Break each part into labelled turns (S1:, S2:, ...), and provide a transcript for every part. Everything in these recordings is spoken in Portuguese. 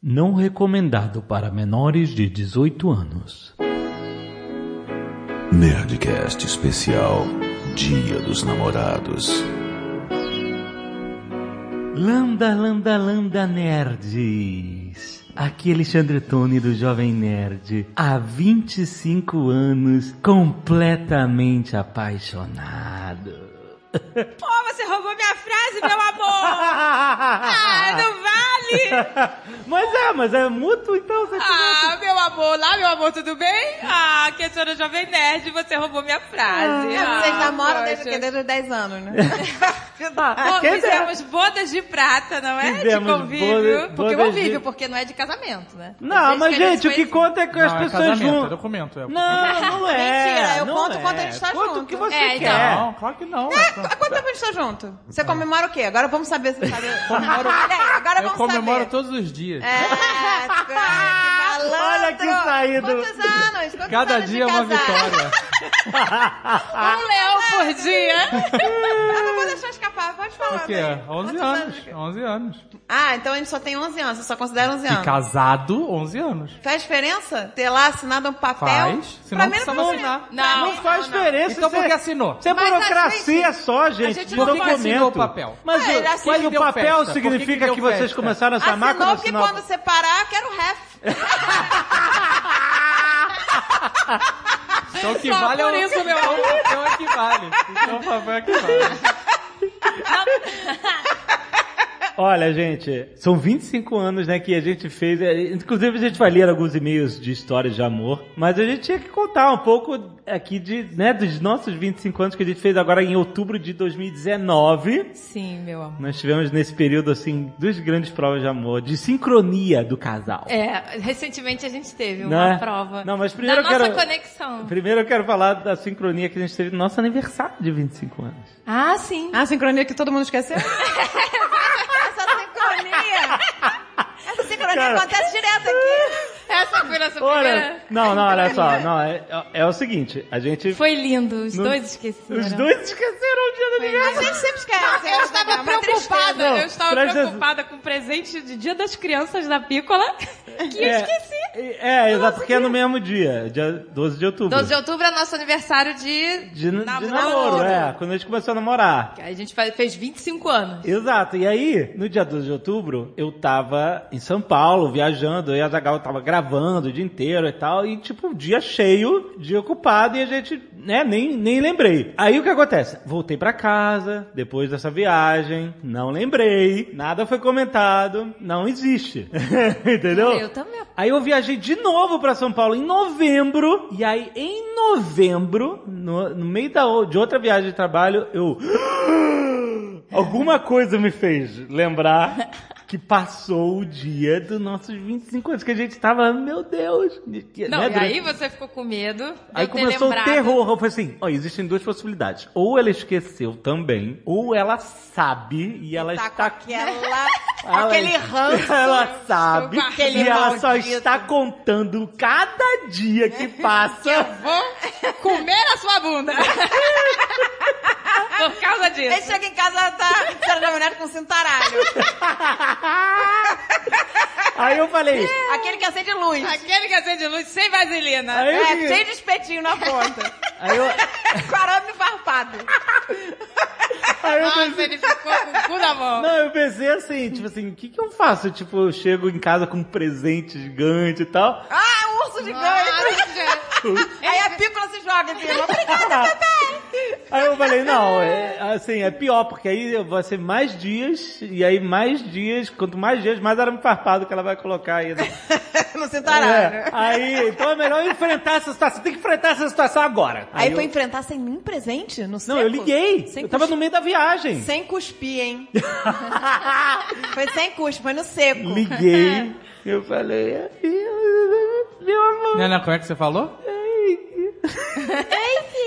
S1: Não recomendado para menores de 18 anos.
S2: Nerdcast especial Dia dos Namorados.
S1: Landa, landa, landa, nerds! Aqui é Alexandre Tony do Jovem Nerd, há 25 anos, completamente apaixonado.
S3: Pô, você roubou minha frase, meu amor! Ah, não vale!
S1: Mas é, mas é mútuo então, você
S3: Ah, meu amor, lá, meu amor, tudo bem? Ah, que eu sou da Jovem Nerd, você roubou minha frase. Ah,
S4: É, Vocês namoram
S3: poxa.
S4: desde, o quê? desde os 10 anos, né?
S3: Bom,
S1: Quem
S3: fizemos bodas de prata, não é?
S1: Ah, Fizemos
S3: de convívio.
S1: bodas-
S4: Porque
S1: Bodas de-
S4: convívio, porque não é de casamento, né?
S1: Não,
S4: Vocês
S1: mas
S4: querem
S1: gente, o
S4: se
S1: que
S4: conhecer.
S1: conta é que as
S5: Não, é
S1: pessoas
S5: casamento, é
S1: juntam.
S5: documento. É...
S1: Não, não é.
S4: Mentira, eu
S1: não
S4: conto
S1: é.
S4: quanto a gente tá
S1: Conta o
S4: junto.
S1: que você
S3: É, então.
S1: quer.
S5: Não, claro que não. É.
S4: Há qu- há quanto tempo a gente tá junto? Você comemora o quê? Agora vamos saber se sabe.
S3: É,
S5: Comemoro-
S4: Olha aí, agora
S5: Eu
S4: vamos
S5: comemoro
S4: saber.
S5: todos os dias.
S4: É, tá, que malandro.
S1: Olha que saído.
S4: Quantos anos? Quantos
S5: Cada
S4: anos de
S5: dia é uma
S4: casado?
S5: vitória.
S3: Um leão por dia.
S4: Eu não vou deixar escapar, pode falar.
S5: O quê?
S4: daí.
S5: 11
S4: Quantos
S5: anos.
S4: de-
S5: 11 anos.
S4: Ah, então a gente só tem 11 anos, você só considera 11
S5: E
S4: anos.
S5: casado, 11 anos.
S4: Faz diferença ter lá assinado um papel?
S5: Faz,
S4: pra
S5: senão
S4: mim
S5: precisa
S4: faz diferença.
S5: assinar.
S3: Não,
S1: Não faz diferença.
S5: Então por
S1: você-
S5: que assinou?
S1: Isso é
S4: Mas
S1: burocracia
S4: a gente-
S1: só, gente.
S4: a
S1: não
S4: gente não
S5: Por que
S1: documento.
S5: assinou o papel?
S1: Mas,
S4: Ah, ele
S1: o-
S4: assinou.
S1: mas
S5: Por
S1: o
S5: que deu
S1: papel
S5: festa? Por que
S1: Então significa que,
S5: que deu
S1: vocês
S5: festa?
S1: começaram a se amar
S4: Assinou
S1: quando
S4: porque
S1: assinou.
S4: quando separar, eu quero ref.
S5: Então o que
S3: Só
S5: vale
S3: por
S5: é o
S3: isso, meu
S5: então
S3: amor.
S5: o papel é que vale. Então o papel é que vale.
S1: Olha, gente, são 25 anos, né, que a gente fez. é, Inclusive, a gente vai ler alguns e-mails de histórias de amor, mas a gente tinha que contar um pouco aqui de, né, dos nossos 25 anos que a gente fez agora em outubro de 2019.
S3: Sim, meu amor.
S1: Nós tivemos nesse período, assim, duas grandes provas de amor, de sincronia do casal.
S6: É, recentemente a gente teve
S1: Não
S6: uma
S1: é?
S6: prova
S1: Não, mas primeiro
S6: da
S1: eu
S6: nossa
S1: quero-
S6: conexão.
S1: Primeiro eu quero falar da sincronia que a gente teve no nosso aniversário de 25 anos.
S6: Ah, sim.
S4: Ah, sincronia que todo mundo esqueceu? Essa sincronia! Essa sincronia
S1: Cara.
S4: acontece direto aqui!
S6: Essa foi nossa
S1: Olha,
S6: primeira.
S1: não, não, olha só, não, é, é o seguinte, a gente...
S6: Foi lindo, os
S1: No-
S6: dois esqueceram.
S1: Os dois esqueceram o dia do
S4: A
S1: aniversário.
S4: gente sempre esquece.
S3: Eu estava preocupada, eu estava
S1: Traz as-
S3: preocupada com o presente de Dia das Crianças da Pícola, que eu esqueci.
S1: É, é exato, porque é no mesmo dia, dia 12 de outubro.
S6: 12 de outubro é nosso aniversário de...
S1: de, de
S6: namoro.
S1: namoro, é, quando a gente começou a namorar.
S6: A gente faz- fez 25 anos.
S1: Exato, e aí, no dia 12 de outubro, eu tava em São Paulo, viajando, e a Zagal tava gravando o dia inteiro e tal, e tipo, um dia cheio, dia ocupado, e a gente, né, nem, nem lembrei. Aí o que acontece? Voltei pra casa, depois dessa viagem, não lembrei, nada foi comentado, não existe. Entendeu?
S6: Ah, Eu também.
S1: Aí eu viajei de novo pra São Paulo em novembro, e aí em novembro, no, no meio da, o- de outra viagem de trabalho, eu. Alguma coisa me fez lembrar que passou o dia dos nossos 25 anos, que a gente tava, meu Deus.
S6: Não,
S1: né,
S6: e
S1: durante-
S6: aí você ficou com medo de
S1: Aí
S6: eu ter
S1: começou
S6: lembrado.
S1: o terror. Eu falei assim: ó, existem duas possibilidades. Ou ela esqueceu também, ou ela sabe e ela
S4: Tá com
S1: está
S4: aquela, com
S1: ela-
S4: aquele ranço.
S1: Ela sabe
S4: com aquele
S1: e ela só
S4: maldito.
S1: está contando cada dia que passa.
S3: Vou comer a sua bunda. Por causa
S4: Aí
S3: disso.
S4: chega em casa, ela tá sendo namorada com um cintaralho. Ah!
S1: Aí eu falei,
S4: Aquele que acende luz.
S3: Aquele que acende luz sem vaselina.
S1: aí eu,
S4: É,
S1: fiquei-
S4: cheio de espetinho na ponta.
S1: aí eu,
S4: Com arame farpado.
S1: aí eu
S3: Nossa, ele ficou com o cu na mão.
S1: Não, eu pensei assim, tipo assim, o que que eu faço? Tipo, eu chego em casa com um presente gigante e tal.
S4: Ah, um urso gigante. Aí a pícola se joga, assim, pícola.
S1: Ah, Aí eu falei, não, é, assim, é pior, porque aí vai ser mais dias, e aí mais dias, quanto mais dias, mais arame farpado que ela vai colocar aí. né?
S4: No cintaralho.
S1: É, aí, então é melhor eu enfrentar essa situação, tem que enfrentar essa situação agora.
S4: Aí,
S1: eu-
S4: foi enfrentar sem nenhum presente? No
S1: Não, eu liguei,
S4: Sem
S1: eu tava
S4: cuspi-
S1: no meio da viagem.
S4: Sem cuspir, hein? foi sem cuspe, foi no seco.
S1: Liguei, eu falei,
S4: "É
S1: meu amor,
S5: Não, não, como é que você falou?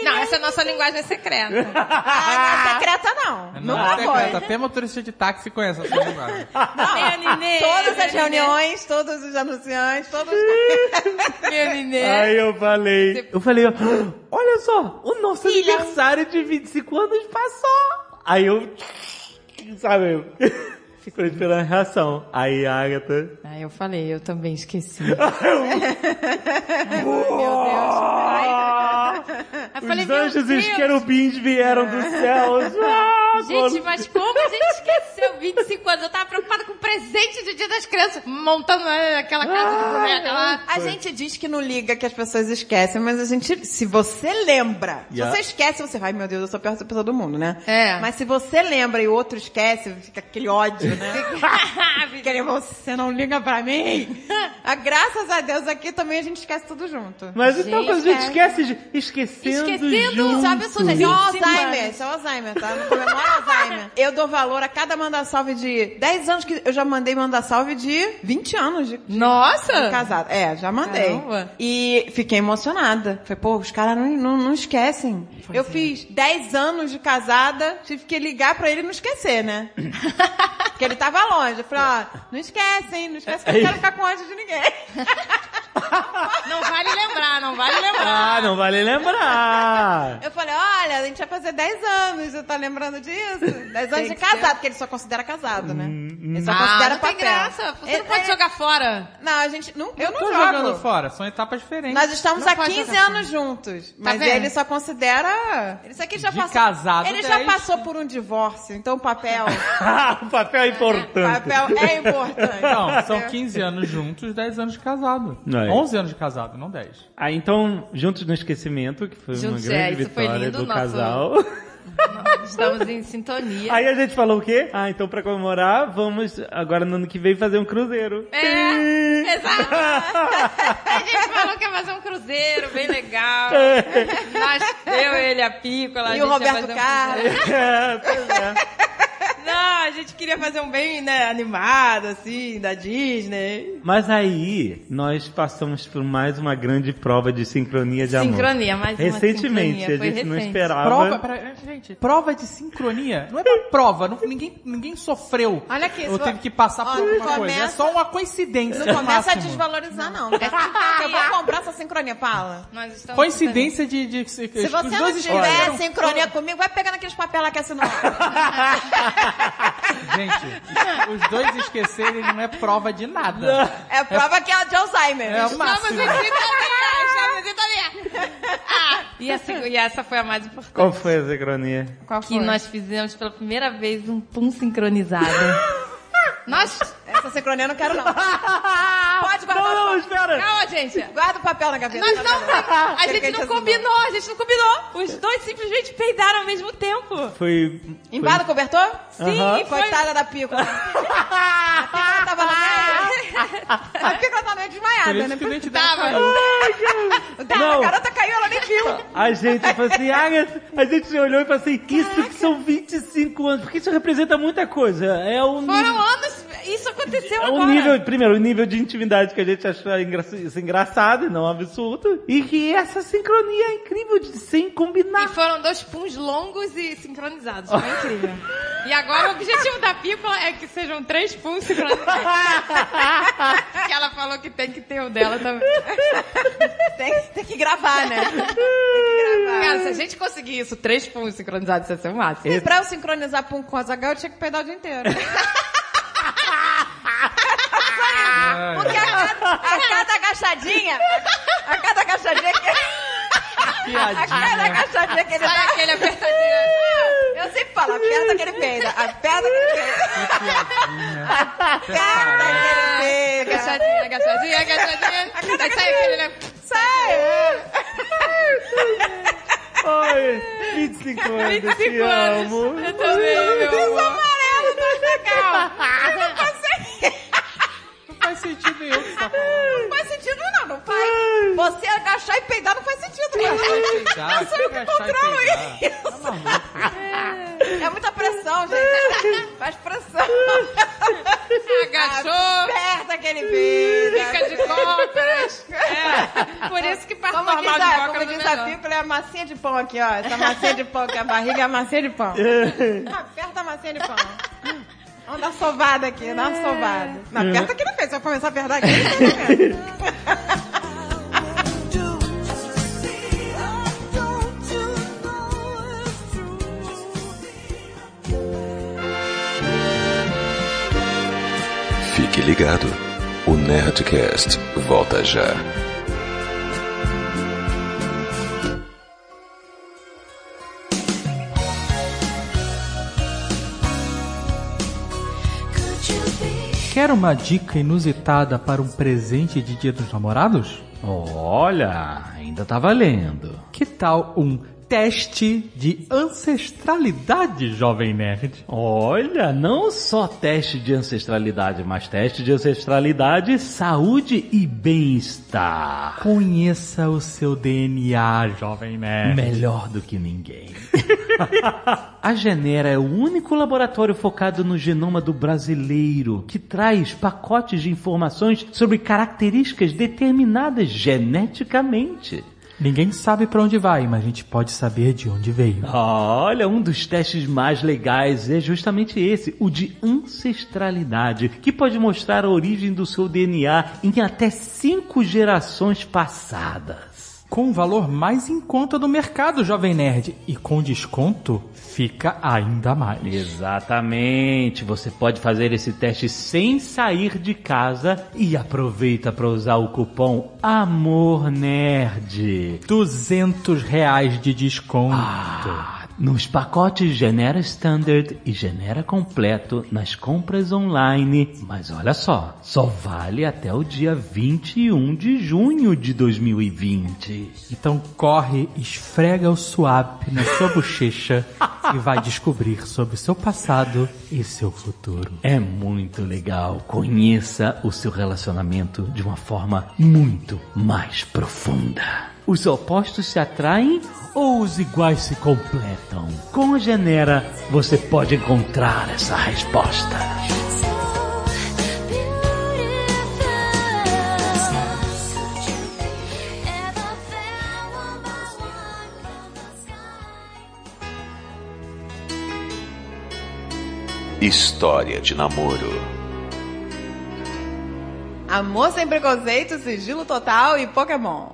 S6: Não, essa é a nossa linguagem secreta.
S4: Ah, não é secreta, não.
S5: Não,
S4: Nunca
S5: até,
S4: foi.
S5: até motorista de táxi conhece essa linguagem.
S6: Nenê,
S4: Todas as
S6: nenê,
S4: reuniões, todos os anunciantes, todos...
S6: nenê.
S1: Aí eu falei, eu falei, ó, olha só, o nosso aniversário de 25 anos passou. Aí eu, sabe, eu- Ficou esperando a reação. Aí a Agatha.
S6: Ah, eu falei, eu também esqueci.
S1: Meu
S6: Aí eu
S1: Ah, Os
S6: falei, meu
S1: anjos e os
S6: Deus.
S1: querubins vieram dos céus. Ah,
S6: Gente, mas como a gente esqueceu 25 anos? Eu tava preocupada com o presente do Dia das Crianças, montando eh, aquela casa
S1: Ah,
S6: de boneca lá.
S4: A gente diz que não liga que as pessoas esquecem, mas a gente, se você lembra,
S1: Yeah.
S4: se você esquece, você, ai meu Deus, eu sou a pior pessoa do mundo, né?
S6: É.
S4: Mas se você lembra e o outro esquece, fica aquele ódio, né? Querer você não liga pra mim. Ah, graças a Deus aqui também a gente esquece tudo junto. é.
S1: Mas então
S6: Gente, é.
S1: a gente esquece de. Esquecendo,
S6: Esquecendo,
S1: junto.
S6: sabe, eu sou
S4: Isso é o
S6: Nossa,
S4: Alzheimer, isso é o Alzheimer, tá? Não comemora Alzheimer. Eu dou valor a cada mandar salve de 10 anos que eu já mandei mandar salve de 20 anos de
S6: Nossa!
S4: casado. É, já mandei.
S6: Caramba.
S4: E fiquei emocionada. Falei, pô, os caras não, não, não esquecem.
S6: é.
S4: eu fiz 10 anos de casada, tive que ligar pra ele não esquecer, né? Porque ele tava longe. Eu falei, ó, não esquecem, não esquece que eu não quero ficar com ódio de ninguém.
S6: Não vale lembrar, não vale lembrar.
S1: Ah, não vale lembrar.
S4: Eu falei, olha, a gente vai fazer 10 anos, você tá lembrando disso? 10 anos de casado, porque ele só considera casado, né?
S5: Uhum.
S4: Ele só
S6: Ah,
S4: considera
S6: não tem
S4: papel. É,
S6: graça. Você
S4: Ele-
S6: não pode
S4: ele-
S6: jogar fora.
S4: Não, a gente, não, eu não,
S5: Tô
S4: jogo.
S5: tá jogando fora, são etapas diferentes.
S4: Nós estamos
S6: Não
S4: há
S6: pode
S4: 15
S6: jogar
S4: anos juntos. Mas
S6: Tá vendo?
S4: ele só considera. Ele só que ele já
S5: Tá De
S4: passou.
S5: casado, né?
S4: ele
S5: 10.
S4: já passou por um divórcio, então o papel.
S1: o papel é
S4: o
S1: importante.
S4: papel é importante.
S5: Não, são 15 anos juntos, 10 anos de casado.
S1: Não, é.
S5: 11 anos de casado, não 10.
S1: Ah, então, Juntos no Esquecimento, que foi
S6: Juntos,
S1: uma grande
S6: é, isso foi
S1: vitória
S6: lindo,
S1: do
S6: nosso-
S1: casal.
S6: Estamos em sintonia.
S1: Aí a gente falou o quê? Ah, então pra comemorar, vamos agora no ano que vem fazer um cruzeiro.
S6: É, exato. A gente falou que ia fazer um cruzeiro bem legal. Nasceu ele a pícola. a
S4: E
S6: gente
S4: o
S6: ia
S4: Roberto
S6: fazer um
S4: Carlos.
S1: É, pois é.
S6: cruzeiro. Não, a gente queria fazer um bem né, animado, assim, da Disney.
S1: Mas aí, nós passamos por mais uma grande prova de sincronia de amor.
S6: Sincronia, mais uma
S1: Recentemente,
S6: sincronia,
S1: a
S6: foi
S1: gente não
S6: recente.
S1: esperava.
S5: Prova, pra- gente, prova de sincronia. Não é uma prova, não- ninguém, ninguém sofreu.
S4: Olha aqui,
S5: Eu
S4: se
S5: teve
S4: for-
S5: que passar por
S4: Olha,
S5: alguma
S4: começa-
S5: coisa. É só uma coincidência.
S4: Não
S5: no
S4: começa a
S5: máximo.
S4: desvalorizar, não. Eu vou comprar essa sincronia, Paula.
S6: Nós estamos
S5: Coincidência de, de,
S4: Se você
S5: os
S4: não
S5: dois escolheram-
S4: tiver sincronia comigo, vai pegar naqueles papéis lá que é assinou.
S5: Gente, os dois esquecerem não é prova de nada.
S4: É prova que é de Alzheimer.
S5: É o máximo.
S6: Estamos em sintonia. Ah, e, a seg- e essa foi a mais importante.
S1: Qual foi a sincronia?
S4: Qual
S6: Que nós fizemos pela primeira vez um pum sincronizado. nós...
S4: Essa sincronia eu não quero, não. Pode guardar.
S1: Não, não,
S4: o papel.
S1: espera!
S6: Calma, gente.
S4: Guarda o papel na gaveta. tá
S6: Nós não, a
S4: Aquele que
S6: gente não
S4: assinou.
S6: combinou, a gente não combinou. Os dois simplesmente peidaram ao mesmo tempo.
S1: Foi.
S4: Embada o cobertor?
S1: Aham.
S4: e assim, Coitada da pícola. A pícola tava no meio. A pícola tava meio
S5: Por
S4: desmaiada,
S5: isso
S4: né?
S5: que o dente dela
S6: Tava.
S5: caiu.
S4: O dente da
S1: Não.
S4: garota caiu, ela nem viu.
S1: A gente falou assim, Agatha, a gente se olhou e falou assim, isso que são 25 anos, porque isso representa muita coisa. É o nível,
S6: Foram anos, isso aconteceu
S1: é o
S6: agora.
S1: nível- primeiro, o nível de intimidade que a gente achou engra- isso é engraçado e não um absurdo. E que essa sincronia é incrível de sem
S6: E
S1: combinar.
S6: foram dois puns longos e sincronizados. Foi incrível. E agora o objetivo da Pícola é que sejam três puns sincronizados. que ela falou que tem que ter o dela também.
S4: Tem, tem que gravar, né?
S6: Cara, se a gente conseguir isso, três puns sincronizados, isso ia ser o máximo.
S4: E pra eu sincronizar pum com azagal, eu tinha que peidar o dia inteiro.
S5: Ai,
S4: Porque a cada, a cada agachadinha, a cada agachadinha que, a cada
S5: Piadinha.
S4: agachadinha que ele
S6: Sai
S4: dá,
S6: aquele apertadinho. assim,
S4: eu sempre falo, aperta que ele peida, aperta que ele peida, aperta que ele peida.
S6: Agachadinha, agachadinha, agachadinha. Aí sai aquele, né?
S4: Sai!
S1: Oi, 25 anos, 25 te
S6: 25 anos.
S1: amo.
S6: Eu também, meu amor.
S4: amarelo, tá legal. Não consegue.
S5: Não faz sentido nenhum o que você tá falando.
S4: Não faz sentido, não, não faz. Você agachar e peidar não faz sentido,
S5: Vai
S4: não.
S5: peidar,
S4: Eu sou
S5: vai
S4: eu que
S5: achar e
S4: controlo
S5: peidar.
S4: isso.
S5: Tá maluco.
S4: É muita pressão, gente. Faz pressão.
S6: Agachou,
S4: Aperta aquele peida.
S6: fica de cócoras. É, por isso que passou
S4: Como
S6: mal
S4: diz,
S6: de
S4: a, como
S6: cócoras é
S4: diz a
S6: melhor.
S4: Bíblia, é a massinha de pão aqui, ó. Essa massinha de pão que é a barriga é a massinha de pão. Aperta a massinha de pão. Vamos dar sovada aqui, dá uma sovada. Não, aperta aqui não fez. Se eu começar a apertar aqui, não tem problema.
S7: Don't you know it's true?
S8: Fique ligado. O Nerdcast volta já.
S5: Quer uma dica inusitada para um presente de Dia dos Namorados?
S9: Olha, ainda tá valendo.
S5: Que tal um teste de ancestralidade, jovem nerd?
S9: Olha, não só teste de ancestralidade, mas teste de ancestralidade, saúde e bem-estar.
S5: Conheça o seu DNA, jovem nerd.
S9: Melhor do que ninguém. A Genera é o único laboratório focado no genoma do brasileiro que traz pacotes de informações sobre características determinadas geneticamente.
S5: Ninguém sabe pra onde vai, mas a gente pode saber de onde veio.
S9: Olha, um dos testes mais legais é justamente esse, o de ancestralidade, que pode mostrar a origem do seu DNA em até cinco gerações passadas.
S5: Com o valor mais em conta do mercado, jovem nerd. E com desconto, fica ainda mais.
S9: Exatamente, você pode fazer esse teste sem sair de casa e aproveita para usar o cupom AMORNERD.
S5: 200 reais de desconto.
S9: Ah, Nos pacotes Genera Standard e Genera Completo nas compras online, mas olha só, só vale até o dia 21 de junho de 2020.
S5: Então corre, esfrega o suave na sua bochecha e vai descobrir sobre o seu passado e seu futuro.
S9: É muito legal. Conheça o seu relacionamento de uma forma muito mais profunda. Os opostos se atraem ou os iguais se completam? Com a Genera, você pode encontrar essa resposta.
S8: História de namoro.
S4: Amor sem preconceito, sigilo total e Pokémon.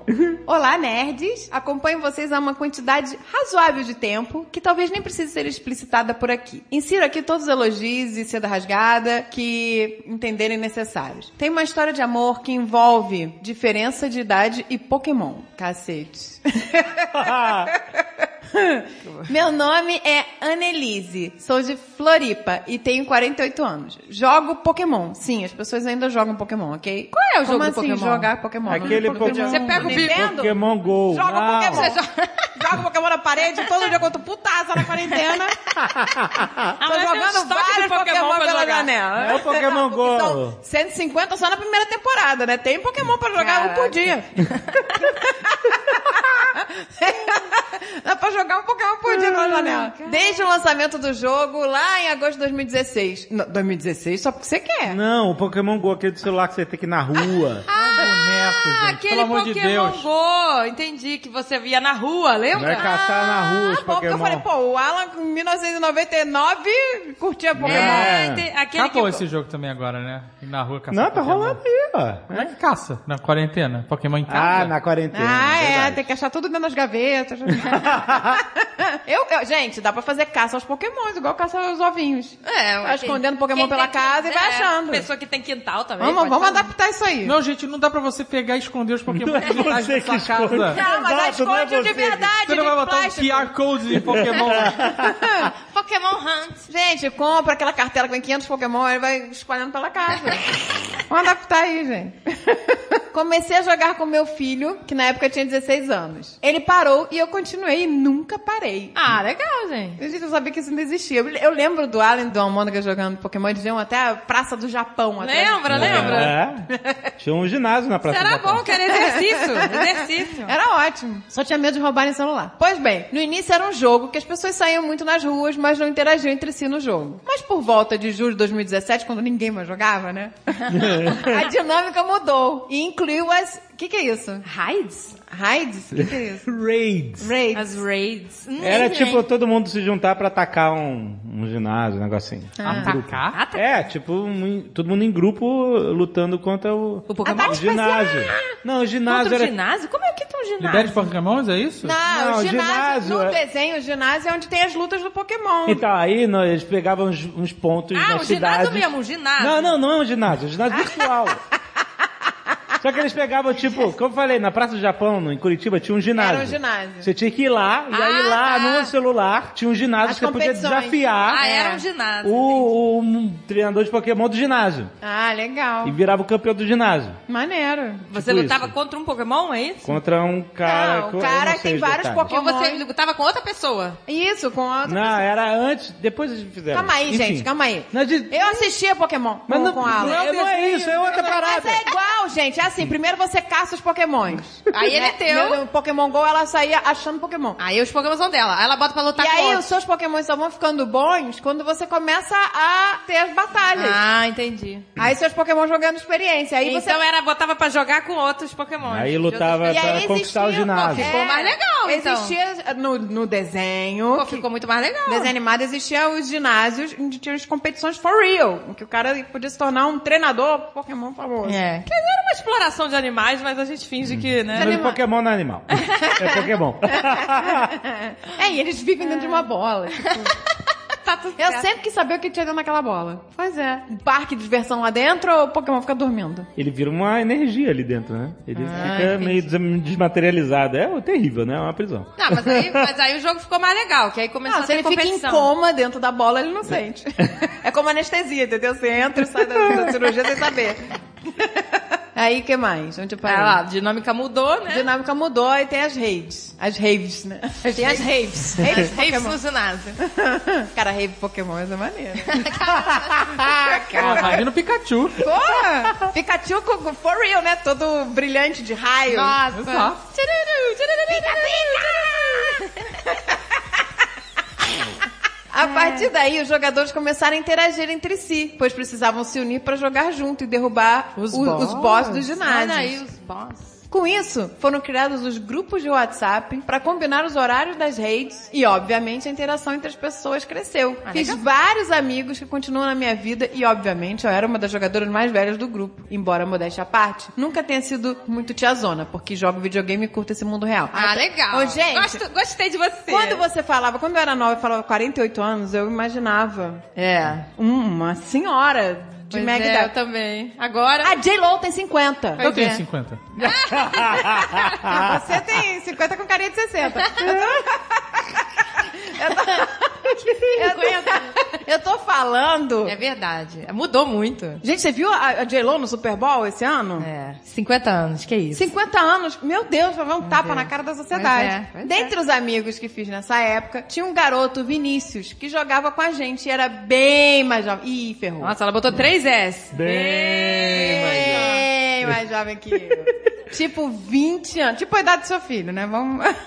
S4: Olá, nerds! Acompanho vocês há uma quantidade razoável de tempo, que talvez nem precise ser explicitada por aqui. Insiro aqui todos os elogios e seda rasgada que entenderem necessários. Tem uma história de amor que envolve diferença de idade e Pokémon. Cacete. Meu nome é Annelise, sou de Floripa e tenho 48 anos. Jogo Pokémon. Sim, as pessoas ainda jogam Pokémon, ok? Qual
S6: é o jogo
S4: Como
S6: do
S4: assim
S6: Pokémon?
S4: jogar Pokémon?
S9: Aquele Pokémon-
S6: Você pega o bico.
S4: Nintendo?
S9: Pokémon Go.
S4: Joga
S9: Não.
S1: Ah,
S4: Pokémon. Você joga, joga Pokémon na parede todo dia quanto putaça na quarentena. Tô
S6: mas tem um
S4: jogando
S6: estoque de
S4: vários Pokémon,
S6: Pokémon pra
S4: pela
S6: jogar.
S4: janela.
S9: É o Pokémon Go.
S4: São 150 só na primeira temporada, né? Tem Pokémon pra jogar um por
S6: Caraca.
S4: dia. Dá pra jogar um Pokémon por dia pela janela. Desde o lançamento do jogo, lá em agosto de 2016. Não, 2016 só porque você quer.
S9: Não, o Pokémon Go, aquele do celular que você tem que ir na
S1: é
S4: Ah,
S9: rua.
S5: boneco,
S6: Ah,
S5: gente. Pelo
S6: aquele
S5: amor de
S6: Pokémon
S5: Deus.
S6: Go. Entendi que você via na rua, lembra?
S9: Vai
S1: é
S9: caçar na rua os
S4: Ah, bom, porque eu falei,
S9: Pokémon.
S4: pô, o Alan em 1999 curtia Pokémon.
S9: É.
S6: É, ente- aquele
S5: Acabou
S6: que...
S5: esse jogo também agora, né? Ir na rua caçar
S9: Não, tá
S5: Pokémon.
S9: rolando aí, ó.
S5: Como é que caça? Na quarentena? Pokémon em casa?
S9: Ah, na quarentena.
S4: Ah, é,
S9: verdade.
S4: tem que achar tudo dentro das gavetas. eu, eu- gente, dá pra fazer caça aos pokémons, igual caça aos ovinhos.
S6: É,
S4: Vai
S6: quem-
S4: tá escondendo Pokémon
S6: quem
S4: pela
S6: tem
S4: casa e vai
S6: é,
S4: achando.
S6: Pessoa que tem quintal também.
S4: Vamos,
S6: pode
S4: vamos
S6: fazer.
S4: adaptar isso aí.
S5: Não, gente, não dá pra você pegar e esconder os Pokémon
S9: Não é
S5: atrás
S9: você
S5: da sua
S9: que esconde.
S5: casa.
S4: Não, mas aí
S9: Exato, não é
S4: esconde de
S9: você.
S4: verdade,
S5: Você não
S4: de
S5: vai botar um
S4: plástico.
S5: QR Code em Pokémon.
S6: Pokémon Hunt.
S4: Gente, compra aquela cartela que vem 500 Pokémon e vai espalhando pela casa. Vamos adaptar aí, gente. Comecei a jogar com meu filho, que na época tinha 16 anos. Ele parou e eu continuei e nunca parei.
S6: Ah, legal, gente.
S4: Gente, eu não sabia que isso ainda existia. Eu- Eu lembro do Alan e do Almôndega jogando Pokémon, eles iam até a Praça do Japão. Até.
S6: Lembra, lembra?
S9: É. Tinha um ginásio na Praça
S6: Será
S9: do Japão.
S6: bom que era exercício. exercício.
S4: Era ótimo. Só tinha medo de roubarem celular. Pois bem, no início era um jogo que as pessoas saíam muito nas ruas, mas não interagiam entre si no jogo. Mas por volta de julho de 2017, quando ninguém mais jogava, né? a dinâmica mudou e incluiu as... O que que é isso?
S6: Raids?
S4: Raids? O que que é isso?
S9: Raids.
S4: Raids.
S6: As raids. Hum,
S9: Era
S6: gente.
S9: tipo todo mundo se juntar pra atacar um, um ginásio, um negocinho.
S6: Ah.
S5: Atacar?
S9: É, tipo, um- todo mundo em grupo lutando contra o,
S6: O Pokémon?
S9: o ginásio. Não, o ginásio
S6: Outro
S9: era.
S6: ginásio? Como é que tu
S4: um ginásio.
S5: Libere os Pokémons, é isso?
S4: Não,
S1: Não,
S4: o ginásio,
S1: ginásio
S4: no
S1: é-
S4: desenho, o ginásio é onde tem as lutas do Pokémon.
S1: Então, aí nós, eles pegavam uns, uns pontos
S6: Ah,
S1: da
S6: um
S1: cidade.
S6: ginásio mesmo, um ginásio.
S1: Não,
S6: Ah.
S1: não, não é um ginásio, é um ginásio virtual. Só que eles pegavam, tipo, como eu falei, na Praça do Japão, no- em Curitiba, tinha um ginásio.
S4: Era um ginásio.
S1: Você tinha que ir lá, e aí
S6: Ah,
S1: lá
S6: tá.
S1: no celular tinha um ginásio
S4: As
S1: que você podia
S4: competições.
S1: desafiar
S6: Ah, era
S4: É.
S6: um ginásio.
S1: o, o treinador de Pokémon do ginásio.
S4: Ah, legal.
S1: E virava o campeão do ginásio.
S4: Maneiro.
S6: Você
S1: tipo
S6: lutava
S1: isso.
S6: contra um Pokémon, é isso?
S1: Contra um cara.
S4: Não,
S1: co-
S4: o
S1: eu
S4: cara
S1: sei
S4: tem
S1: os
S4: vários
S1: detalhes.
S6: Ou
S4: Pokémon.
S6: você lutava com outra pessoa?
S4: Isso, com a outra
S1: Não, é- era antes, depois eles fizeram.
S4: Calma aí,
S1: Enfim.
S4: gente, calma aí.
S1: Não, de-
S4: Eu assistia Pokémon
S1: Mas
S4: com,
S1: não,
S4: com a Alan.
S1: não, é- não é isso, é outra
S4: Mas
S1: parada.
S4: é igual, gente. É assim, primeiro você caça os pokémons.
S6: Aí ele é teu.
S4: No Pokémon GO ela saía achando pokémon.
S6: Aí os Pokémon são dela. Aí ela bota pra lutar
S4: e
S6: com
S4: aí
S6: outro.
S4: os seus pokémons só vão ficando bons quando você começa a ter as batalhas.
S6: Ah, entendi.
S4: Aí seus pokémon jogando experiência. Aí você...
S6: então era, botava pra jogar com outros Pokémon.
S1: Aí lutava
S4: E aí
S1: pra
S4: existia- um
S1: conquistar o ginásio. É.
S6: Ficou mais legal, então.
S4: Existia no, no desenho...
S6: Pô, ficou muito mais legal.
S4: No desenho animado existia os ginásios onde tinha as competições for real, em que o cara podia se tornar um treinador Pokémon famoso.
S6: É. Quer dizer, era uma exploração de animais, mas a gente finge que, né?
S1: Mas Pokémon não é animal. É Pokémon.
S4: É, e eles vivem dentro de uma bola. tipo.
S6: É. tá tudo
S4: Eu
S6: certo.
S4: sempre quis saber o que tinha dentro daquela bola. Pois é. Um parque de diversão lá dentro ou o Pokémon fica dormindo?
S1: Ele vira uma energia ali dentro, né? Ele
S4: Ah,
S1: fica meio des- desmaterializado. É terrível, né? É uma prisão.
S6: Não, mas aí, mas aí o jogo ficou mais legal, que aí começou a
S4: Não, Ah, se
S6: ter
S4: ele fica em
S6: competição.
S4: coma dentro da bola, ele não sente. É como anestesia, entendeu? Você entra e sai da, da cirurgia sem saber. Aí, o que mais? Onde eu parei?
S6: Ah lá, a dinâmica mudou,
S4: A
S6: né?
S4: dinâmica mudou e tem as raves. As raves, né? tem as raves. Raves,
S6: Raves
S4: Pokémon.
S6: no ginásio.
S4: Cara, rave Pokémon é maneiro.
S5: Ah, raio no Pikachu.
S4: Porra! Pikachu com- com- for real, né? Todo brilhante de raio.
S6: Nossa.
S5: Exato.
S6: Tchururu, tchururu, tchururu.
S4: A
S6: É.
S4: partir daí, os jogadores começaram a interagir entre si, pois precisavam se unir para jogar junto e derrubar os, o, os boss do
S6: Olha aí
S4: ginásio.
S6: os boss.
S4: Com isso, foram criados os grupos de WhatsApp para combinar os horários das redes e, obviamente, a interação entre as pessoas cresceu.
S6: Ah,
S4: Fiz
S6: legal.
S4: vários amigos que continuam na minha vida e, obviamente, eu era uma das jogadoras mais velhas do grupo. Embora modéstia à parte, nunca tenha sido muito tiazona, porque jogo videogame e curto esse mundo real.
S6: Ah, legal.
S4: Ô, gente,
S6: Gosto- gostei de você.
S4: quando você falava, quando eu era nova, eu falava 48 anos, eu imaginava
S6: É.
S4: uma senhora de
S6: Pois
S4: Mag
S6: é, eu
S4: Depp.
S6: também. Agora...
S4: A J-Lo tem 50.
S5: Eu tenho
S6: é.
S5: 50.
S4: Ah, você tem 50 com carinha de 60. Eu tô... eu, tô... eu tô falando...
S6: É verdade. Mudou muito.
S4: Gente, você viu a, a J-Lo no Super Bowl esse ano?
S6: É. 50 anos, que é isso?
S4: 50 anos, meu Deus, vai ver um tapa na cara da sociedade.
S6: Pois é, pois
S4: Dentre os amigos que fiz nessa época, tinha um garoto, Vinícius, que jogava com a gente e era bem mais jovem. Ih, ferrou.
S6: Nossa, ela botou 3S.
S1: Bem,
S4: Bem É, mais jovem que eu. tipo, 20 anos. Tipo a idade do seu filho, né? Vamos.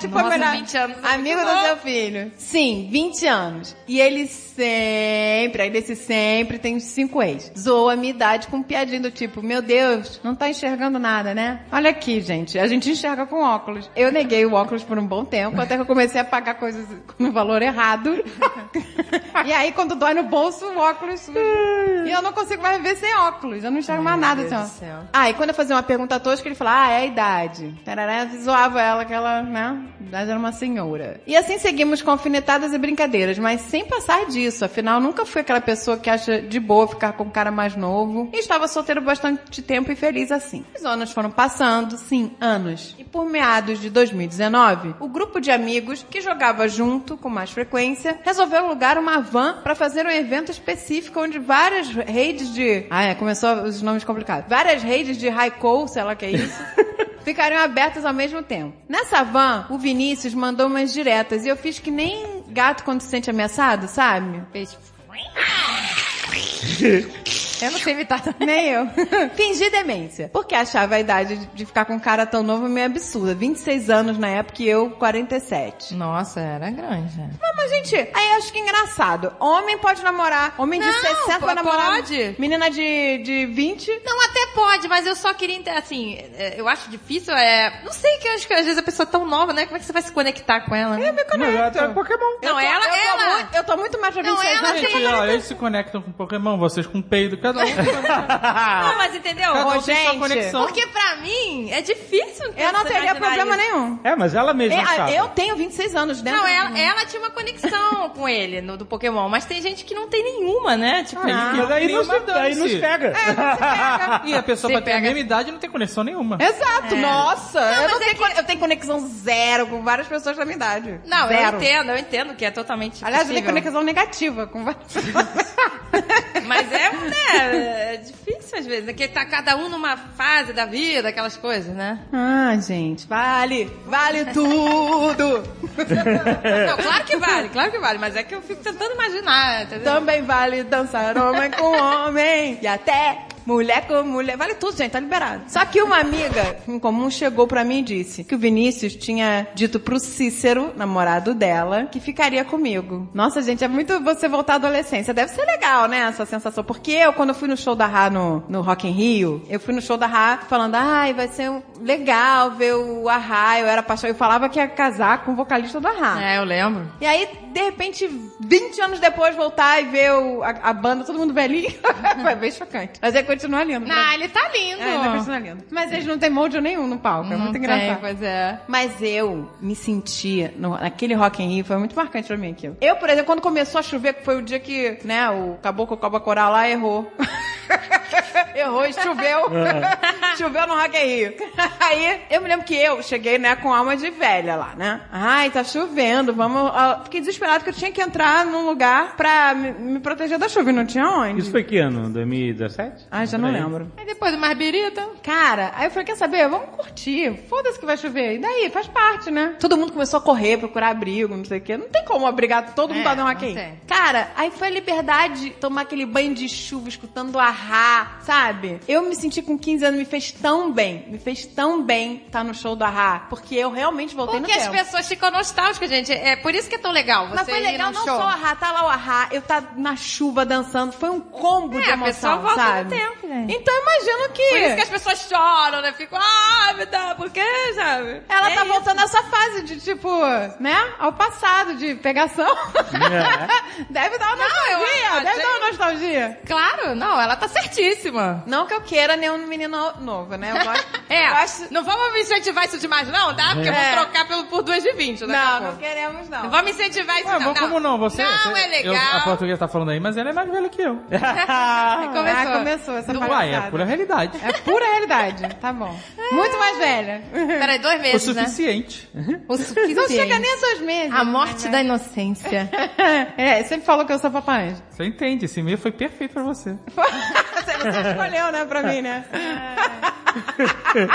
S4: tipo, a
S6: Nossa,
S4: melhor-
S6: 20 anos é muito
S4: Amigo do
S6: bom.
S4: seu filho. Sim, 20 anos. E ele sempre, aí desse sempre, tem uns 5 ex. Zoa a minha idade com piadinha do tipo, meu Deus, não tá enxergando nada, né? Olha aqui, gente, a gente enxerga com óculos. Eu neguei o óculos por um bom tempo, até que eu comecei a pagar coisas no valor errado. e aí, quando dói no bolso, o óculos... surge. E eu não consigo mais ver sem óculos, eu não enxergo mais nada
S6: Deus
S4: sem
S6: do
S4: óculos.
S6: céu.
S4: Ah, e quando eu fazia uma pergunta tosca, ele falava, ah, é a idade. Tarará, zoava ela que ela, né, na idade era uma senhora. E assim seguimos com alfinetadas e brincadeiras, mas sem passar disso. Afinal, nunca fui aquela pessoa que acha de boa ficar com um cara mais novo. E estava solteiro bastante tempo e feliz assim. Os anos foram passando, sim, anos. E por meados de 2019, o grupo de amigos que jogava junto com mais frequência resolveu alugar uma van para fazer um evento específico onde várias redes de... Ah, é, começou os nomes complicados. Várias redes de haiku, sei lá o que é isso. ficariam abertas ao mesmo tempo. Nessa van, o Vinícius mandou umas diretas e eu fiz que nem gato quando se sente ameaçado, sabe?
S6: Fez- Eu não sei imitar.
S4: Nem eu. Fingi demência. Porque achava a idade de- de ficar com um cara tão novo meio absurda. 26 anos na época e eu 47.
S6: Nossa, era grande. né?
S4: Mas, mas, gente, aí eu acho que é engraçado. Homem pode namorar. Homem de
S6: Não,
S4: 60
S6: pô,
S4: vai namorar.
S6: pode.
S4: Menina de, de 20.
S6: Não, até pode, mas eu só queria, inte- assim, é, eu acho difícil, é... Não sei, que eu acho que às vezes a pessoa é tão nova, né? Como é que você vai se conectar com ela? né?
S1: Mas até
S5: é
S1: Pokémon.
S6: Não, ela,
S4: eu Tô
S6: ela...
S4: muito, eu tô muito mais pra
S6: Não,
S4: 26
S9: tá
S6: ela
S4: anos.
S5: Gente, olha, eles se conectam com Pokémon, vocês com peido, cada um.
S6: Não, mas entendeu?
S5: Cada um tem
S4: Ô,
S5: sua
S4: gente,
S5: conexão.
S6: Porque pra mim, é difícil.
S4: Eu não teria problema nenhum.
S1: É, mas ela mesma
S4: Eu-
S1: sabe.
S4: Eu tenho 26 anos né? dentro.
S6: Não, ela, ela tinha uma conexão com ele, no, do Pokémon. Mas tem gente que não tem nenhuma, né? Tipo,
S4: Ah,
S1: Mas aí nos, aí nos
S5: É,
S1: pega.
S5: E a pessoa
S6: Você
S5: vai ter a
S6: pega-
S5: mesma idade e não tem conexão nenhuma. É.
S4: Exato,
S6: É.
S4: nossa. eu, não tenho, con- eu tenho conexão zero com várias pessoas da minha idade.
S6: Não,
S4: zero.
S6: eu entendo, eu entendo que é totalmente
S4: Aliás, eu tenho
S6: possível.
S4: conexão negativa com várias
S6: Mas é, né, é difícil às vezes, né? Porque tá cada um numa fase da vida, aquelas coisas, né?
S4: Ah, gente, vale, vale tudo.
S6: Não, claro que vale, claro que vale, mas é que eu fico tentando imaginar, entendeu?
S4: Também vale dançar homem com homem e até mulher com mulher. Vale tudo, gente, tá liberado. Só que uma amiga em comum chegou pra mim e disse que o Vinícius tinha dito pro Cícero, namorado dela, que ficaria comigo. Nossa, gente, é muito você voltar à adolescência. Deve ser legal, né, essa sensação. Porque eu, quando eu fui no show da Rá no, no Rock in Rio, eu fui no show da Rá falando, ai, vai ser um- legal ver o Arra, eu era paixão. Eu falava que ia casar com o vocalista da Rá.
S6: É, eu lembro.
S4: E aí, de repente, 20 anos depois, voltar e ver o- a, a banda, todo mundo velhinho. Foi bem chocante. Mas ele continua lindo. né?
S6: Não, ele tá lindo.
S4: É, ainda continua lindo. Mas eles não têm molde nenhum no palco. é muito
S6: tem,
S4: engraçado.
S6: Pois é.
S4: Mas eu me sentia no, naquele Rock in Rio, foi muito marcante pra mim aquilo. Eu, por exemplo, quando começou a chover, que foi o dia que, né, o Caboclo Coba Coral lá errou. errou e choveu. choveu no Rock in Rio. Aí, eu me lembro que eu cheguei, né, com alma de velha lá, né? Ai, tá chovendo, vamos... ah, Fiquei desesperada que eu tinha que entrar num lugar pra me, me proteger da chuva e não tinha onde.
S1: Isso foi que ano? 2017?
S6: Ah,
S4: Ai, já não lembro.
S6: Aí depois do Marbirita.
S4: Cara, aí eu falei, quer saber? Vamos curtir. Foda-se que vai chover. E daí? Faz parte, né? Todo mundo começou a correr, procurar abrigo, não sei o quê. Não tem como obrigar todo mundo
S6: É,
S4: a dar um
S6: não
S4: aqui.
S6: tem.
S4: Cara, aí foi a liberdade tomar aquele banho de chuva, escutando a Rá, sabe? Eu me senti com 15 anos, me fez tão bem. Me fez tão bem estar no show do Rá. Porque eu realmente voltei
S6: Porque
S4: no
S6: as
S4: tempo.
S6: pessoas ficam nostálgicas, gente. É por isso que é tão legal você
S4: Mas foi
S6: ir
S4: legal
S6: num
S4: não
S6: show.
S4: só a Rá, tá lá o Rá, eu tá na chuva dançando. Foi um combo
S6: É,
S4: de
S6: a
S4: emoção,
S6: pessoa volta no
S4: sabe?
S6: tempo, gente.
S4: Então eu imagino que...
S6: Por isso que as pessoas choram, né? Ficam, ah, me dá, por quê, sabe?
S4: Ela
S6: É
S4: tá
S6: isso.
S4: voltando a essa fase de, tipo, né? Ao passado, de pegação.
S5: É.
S4: deve dar uma
S6: eu
S4: nostalgia,
S6: acho,
S4: deve dar uma
S6: gente.
S4: nostalgia.
S6: Claro, não, ela tá certíssima.
S4: Não que eu queira nenhum menino novo, né? Eu gosto...
S6: É,
S4: eu gosto-
S6: não vamos me incentivar isso demais, não, tá? Porque
S4: É.
S6: eu vou trocar pelo, por duas de 20, daqui a
S4: Não,
S6: pouco.
S4: não queremos, não.
S6: Não vamos incentivar isso,
S5: Ué,
S6: não.
S5: mas como não? Você,
S6: Não
S5: você-
S6: é legal.
S5: eu- a portuguesa tá falando aí, mas ela é mais velha que eu.
S4: Ah,
S6: começou.
S4: começou essa
S5: Uai, é
S4: palhaçada.
S5: pura realidade.
S4: É pura realidade, tá bom. Muito mais velha.
S6: Peraí, dois
S5: o
S6: meses, né?
S5: suficiente.
S6: O suficiente.
S4: Não chega nem a seus meses.
S6: A morte da inocência.
S4: É, sempre falou que eu sou papai anjo.
S5: Você entende, esse meio foi perfeito pra você.
S4: Você você escolheu, né, pra mim, né? É.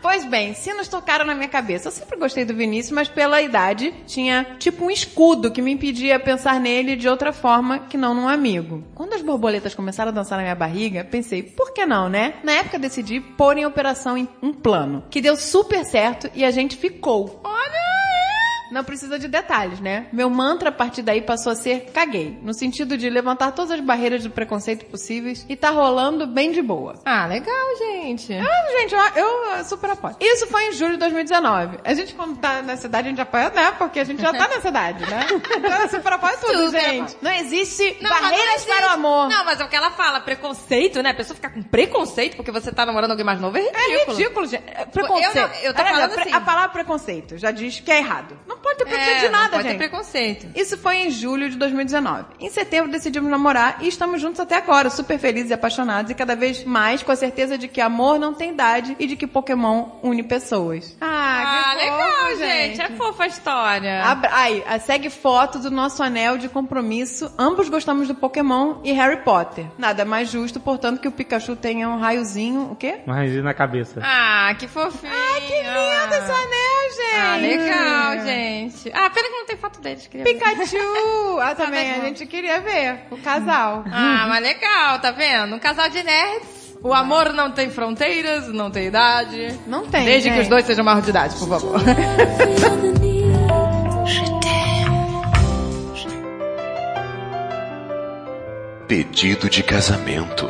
S4: Pois bem, sinos tocaram na minha cabeça. Eu sempre gostei do Vinícius, mas pela idade tinha tipo um escudo que me impedia pensar nele de outra forma que não num amigo. Quando as borboletas começaram a dançar na minha barriga, pensei, por que não, né? Na época decidi pôr em operação em- um plano, que deu super certo e a gente ficou. Não precisa de detalhes, né? Meu mantra a partir daí passou a ser caguei, no sentido de levantar todas as barreiras do preconceito possíveis e tá rolando bem de boa.
S6: Ah, legal, gente.
S4: Ah, gente, eu, eu super apoio. Isso foi em julho de 2019. A gente, quando tá na cidade, a gente apoia, né? Porque a gente já tá na cidade, né? Então, eu super apoio tudo,
S6: Super
S4: gente. Não existe
S6: Não, mas não
S4: barreiras
S6: existe.
S4: para o amor.
S6: Não, mas é o que ela fala, preconceito, né? A pessoa ficar com preconceito porque você tá namorando alguém mais novo é ridículo.
S4: É ridículo, gente. É Preconceito.
S6: Tipo, Eu não- eu tô
S4: Aliás,
S6: falando
S4: a pre-
S6: assim.
S4: A palavra preconceito já diz que é errado. Não pode ter preconceito
S6: É,
S4: de nada,
S6: não pode
S4: gente.
S6: ter preconceito.
S4: Isso foi em julho de 2019. Em setembro decidimos namorar e estamos juntos até agora, super felizes e apaixonados e cada vez mais com a certeza de que amor não tem idade e de que Pokémon une pessoas.
S6: Ah,
S4: que
S6: legal,
S4: fofo,
S6: gente. É fofa a história.
S4: Abra- Ai, a- segue foto do nosso anel de compromisso. Ambos gostamos do Pokémon e Harry Potter. Nada mais justo, portanto, que o Pikachu tenha um raiozinho. O quê?
S1: Mas e na cabeça?
S6: Ah, que fofinho. Ah,
S4: Que lindo esse anel, gente!
S6: Ah, legal, gente. Ah, pena que não tem foto deles, queria ver.
S4: Pikachu! Ah, também, a
S6: legal.
S4: gente queria ver o casal.
S6: Ah, mas legal, tá vendo? Um casal de nerds. O amor não tem fronteiras, não tem idade.
S4: Não tem,
S6: Desde que
S4: gente.
S6: os dois sejam maiores de idade, por favor.
S2: Pedido de casamento.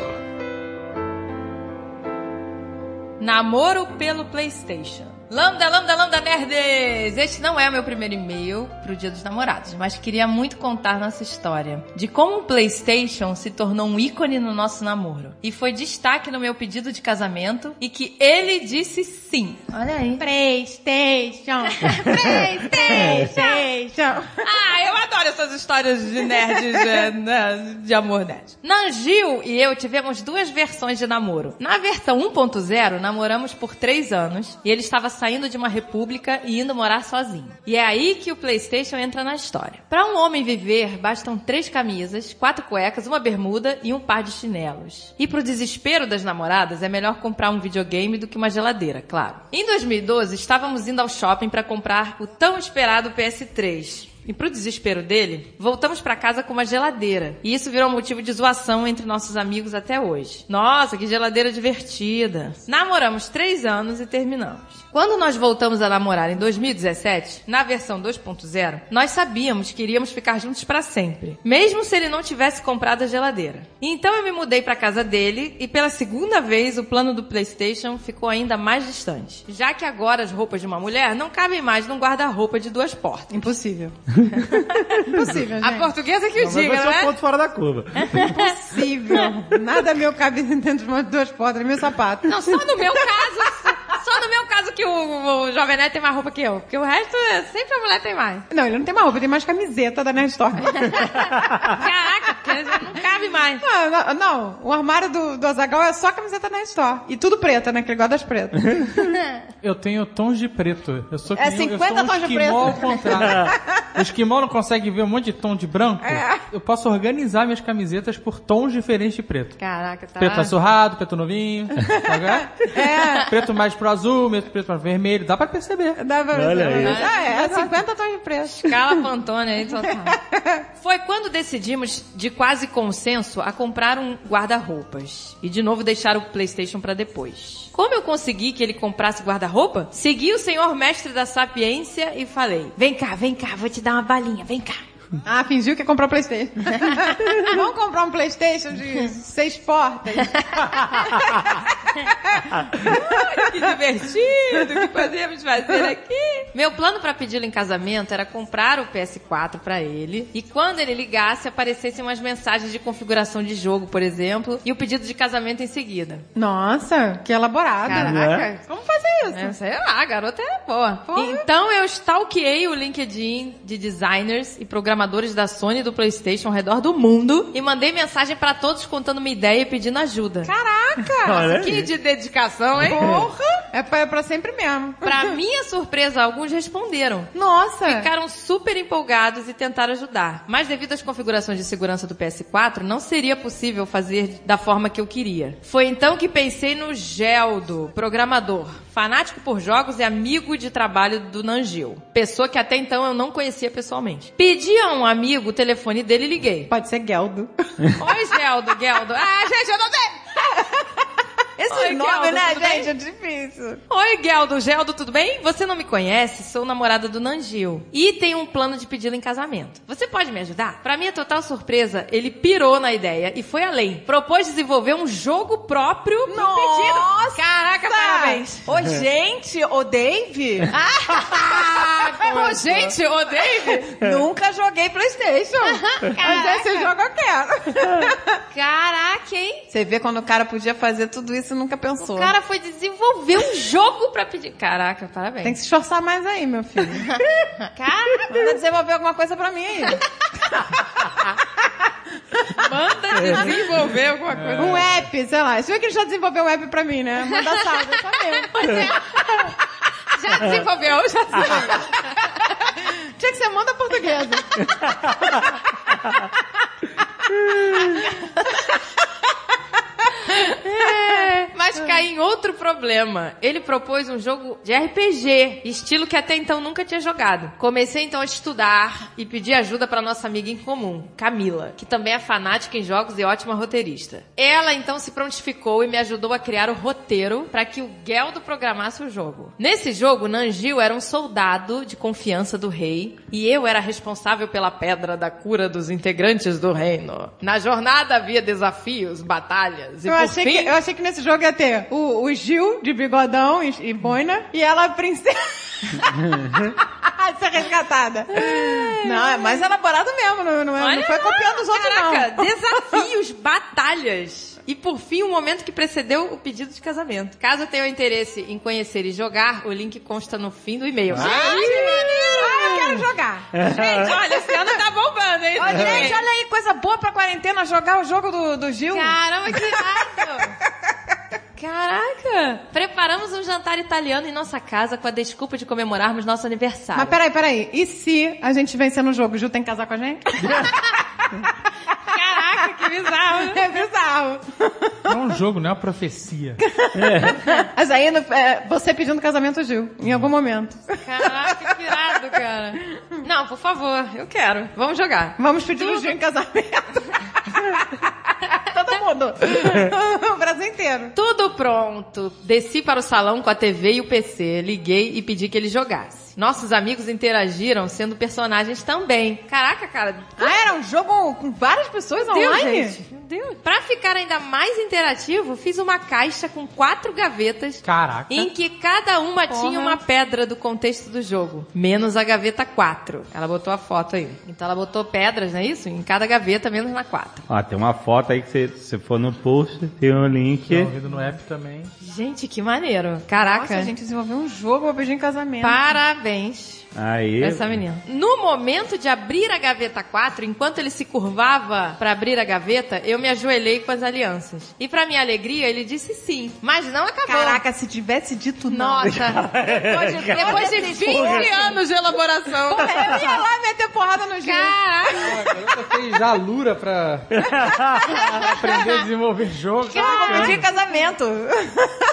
S6: Namoro pelo PlayStation. Lambda, lambda, lambda nerds! Este não é meu primeiro e-mail pro Dia dos Namorados, mas queria muito contar nossa história de como o PlayStation se tornou um ícone no nosso namoro e foi destaque no meu pedido de casamento e que ele disse sim. Olha aí.
S4: Playstation. Playstation.
S6: Ah, eu adoro essas histórias de nerds é, né, de amor nerd. Nangil e eu tivemos duas versões de namoro. Na versão 1.0, namoramos por três anos e ele estava saindo de uma república e indo morar sozinho. E é aí que o PlayStation entra na história. Para um homem viver, bastam três camisas, quatro cuecas, uma bermuda e um par de chinelos. E pro desespero das namoradas, é melhor comprar um videogame do que uma geladeira, claro. Em 2012, estávamos indo ao shopping para comprar o tão esperado PS3. E pro desespero dele, voltamos pra casa com uma geladeira. E isso virou um motivo de zoação entre nossos amigos até hoje. Nossa, que geladeira divertida. Namoramos três anos e terminamos. Quando nós voltamos a namorar em 2017, na versão 2.0, nós sabíamos que iríamos ficar juntos pra sempre. Mesmo se ele não tivesse comprado a geladeira. Então eu me mudei pra casa dele e pela segunda vez o plano do PlayStation ficou ainda mais distante. Já que agora as roupas de uma mulher não cabem mais num guarda-roupa de duas portas.
S4: Impossível.
S6: Impossível, A portuguesa que o
S1: Mas vai
S6: diga,
S1: ser um
S6: né?
S1: ponto fora da curva.
S4: Impossível. Nada meu cabe dentro de umas duas portas, meu sapato.
S6: Não, só no meu caso. Só no meu caso que o, o Jovem Nerd tem mais roupa que eu. Porque o resto, é- sempre a mulher tem mais.
S4: Não, ele não tem mais roupa, ele tem mais camiseta da Nerd Store.
S6: Caraca, porque já não cabe mais.
S4: Não, não, não, o armário do, do Azagal é só camiseta Nerd Store. E tudo preta, né? Que ele gosta das pretas.
S5: Eu tenho tons de preto. Eu sou que
S4: É
S5: nem- eu
S4: 50
S5: sou um
S4: tons de
S5: esquimó
S4: preto.
S5: Ao contrário. o esquimó não consegue ver um monte de tom de branco. Eu posso organizar minhas camisetas por tons diferentes de preto.
S6: Caraca, tá.
S5: Preto assurrado, preto novinho, sabe? é. preto mais pro azul, preto mais vermelho, dá pra perceber.
S4: Dá pra
S1: Olha aí.
S4: Ah, é, é 50 tons de preto.
S6: Escala Pantone aí total. Foi quando decidimos, de quase consenso, a comprar um guarda-roupas. E de novo deixar o Playstation pra depois. Como eu consegui que ele comprasse guarda-roupa? Segui o senhor mestre da sapiência e falei: Vem cá, vem cá, vou te dar uma balinha, vem cá.
S4: Ah, fingiu que comprou Playstation. Vamos comprar um Playstation de seis portas.
S6: que divertido, que podemos fazer aqui. Meu plano pra pedi-lo em casamento era comprar o PS4 pra ele e quando ele ligasse aparecessem umas mensagens de configuração de jogo, por exemplo, e o pedido de casamento em seguida.
S4: Nossa, que
S6: Ah,
S4: elaborado.
S1: Caraca,
S4: Como fazer isso?
S6: É, sei lá, a garota é boa.
S4: Porra.
S6: Então eu stalkeei o LinkedIn de designers e programadores da Sony e do PlayStation ao redor do mundo e mandei mensagem pra todos contando minha ideia e pedindo ajuda.
S4: Caraca.
S1: Olha
S6: que
S1: aí.
S6: de dedicação, hein?
S4: Porra. É pra, é pra sempre mesmo.
S6: Pra minha surpresa, alguns responderam.
S4: Nossa.
S6: Ficaram super empolgados e tentaram ajudar. Mas devido às configurações de segurança do PS4, não seria possível fazer da forma que eu queria. Foi então que pensei no Geldo, programador, fanático por jogos e amigo de trabalho do Nangil. Pessoa que até então eu não conhecia pessoalmente. Pedi a um amigo o telefone dele e liguei.
S4: Pode ser Geldo.
S6: Oi, Geldo, Geldo. Ah, gente, eu não sei!
S4: Esse
S6: Oi,
S4: nome,
S6: Geldo,
S4: né,
S6: tudo bem?
S4: gente? É difícil.
S6: Oi, Geldo, Geldo, tudo bem? Você não me conhece, sou namorada do Nangil. E tenho um plano de pedi-lo em casamento. Você pode me ajudar? Pra minha total surpresa, ele pirou na ideia e foi além. Propôs desenvolver um jogo próprio pro pedido.
S4: Nossa!
S6: Caraca, parabéns!
S4: Ô, gente, ô, Dave, Ah,
S6: Ô, gente, ô, Dave!
S4: nunca joguei Playstation. Mas esse jogo eu quero.
S6: Caraca, hein?
S4: Você vê quando o cara podia fazer tudo isso e nunca pensou.
S6: O cara foi desenvolver um jogo pra pedir. Caraca, parabéns.
S4: Tem que se esforçar mais aí, meu filho.
S6: Caraca,
S4: Manda desenvolver alguma coisa pra mim aí.
S6: manda desenvolver alguma coisa.
S4: Um app, sei lá. Você viu que ele já desenvolveu um app pra mim, né? Manda salve, eu sabia.
S6: Já desenvolveu, já desenvolveu.
S4: Tinha que ser manda portuguesa. É.
S6: Mas
S4: Ah.
S6: caí em outro problema. Ele propôs um jogo de RPG, estilo que até então nunca tinha jogado. Comecei então a estudar e pedir ajuda para nossa amiga em comum, Camila, que também é fanática em jogos e ótima roteirista. Ela então se prontificou e me ajudou a criar o roteiro para que o Geldo programasse o jogo. Nesse jogo, Nangil era um soldado de confiança do rei e eu era responsável pela pedra da cura dos integrantes do reino. Na jornada havia desafios, batalhas e
S4: Eu
S6: por
S4: achei,
S6: fim...
S4: que, eu achei que nesse jogo ia ter o, o Gil de bigodão e, e boina e ela a princesa. Ser resgatada. Não, é mais elaborado mesmo, não, não, é- não
S6: Olha
S4: foi
S6: lá,
S4: copiando os outros,
S6: Caraca,
S4: não.
S6: desafios, batalhas. E por fim, o momento que precedeu o pedido de casamento. Caso tenha interesse em conhecer e jogar, o link consta no fim do e-mail.
S4: Ah, eu quero jogar.
S6: Gente, olha, esse ano tá bombando, hein?
S4: Ó, gente, olha aí, coisa boa pra quarentena jogar o jogo do, do Gil.
S6: Caramba, que irado! Caraca! Preparamos um jantar italiano em nossa casa com a desculpa de comemorarmos nosso aniversário.
S4: Mas peraí, peraí. E se a gente vencer no jogo, o Gil tem que casar com a gente?
S6: Caraca, que bizarro!
S4: É bizarro.
S5: É um jogo, não é uma profecia.
S4: Mas aí no- é, você pedindo casamento, Gil, em algum momento.
S6: Caraca, que irado, cara! Não, por favor, eu quero. Vamos jogar.
S4: Vamos pedir o Gil em casamento. Todo mundo. o Brasil inteiro.
S6: Tudo pronto. Desci para o salão com a TV e o PC. Liguei e pedi que ele jogasse. Nossos amigos interagiram, sendo personagens também. Caraca, cara.
S4: Ah, era um jogo com várias pessoas
S6: Deus,
S4: online?
S6: gente. Meu Deus. Pra ficar ainda mais interativo, fiz uma caixa com quatro gavetas
S5: Caraca.
S6: em que cada uma tinha uma pedra do contexto do jogo, menos a gaveta 4. Ela botou a foto aí. Então ela botou pedras, não é isso? Em cada gaveta, menos na 4.
S1: Ó, tem uma foto aí que você- se você for no post, tem um link.
S5: Tá ouvindo no app também.
S6: Gente, que maneiro. Caraca.
S4: Nossa, gente, desenvolveu um jogo pra pedir em casamento.
S6: Parabéns.
S1: Aí.
S6: Essa menina. No momento de abrir a gaveta 4, enquanto ele se curvava pra abrir a gaveta, eu me ajoelhei com as alianças. E pra minha alegria, ele disse sim. Mas não acabou.
S4: Caraca, se tivesse dito não.
S6: Nossa. depois de, depois de 20 anos de elaboração.
S4: Eu ia lá meter porrada no Gil.
S6: Caraca.
S5: A garota fez a Lura pra aprender a desenvolver jogo.
S4: Vou pedir em casamento.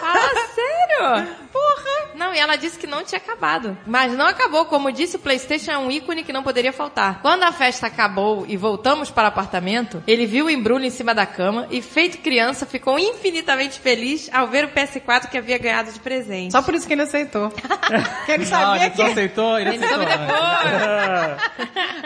S6: Fala sério? Porra! Não, e ela disse que não tinha acabado. Mas não acabou. Como disse, o PlayStation é um ícone que não poderia faltar. Quando a festa acabou e voltamos para o apartamento, ele viu o embrulho em cima da cama e, feito criança, ficou infinitamente feliz ao ver o PS4 que havia ganhado de presente.
S4: Só por isso que ele aceitou. que ele
S5: Não,
S4: sabia
S5: ele só
S4: que...
S5: aceitou, ele
S6: Ele
S5: aceitou.
S6: soube depois.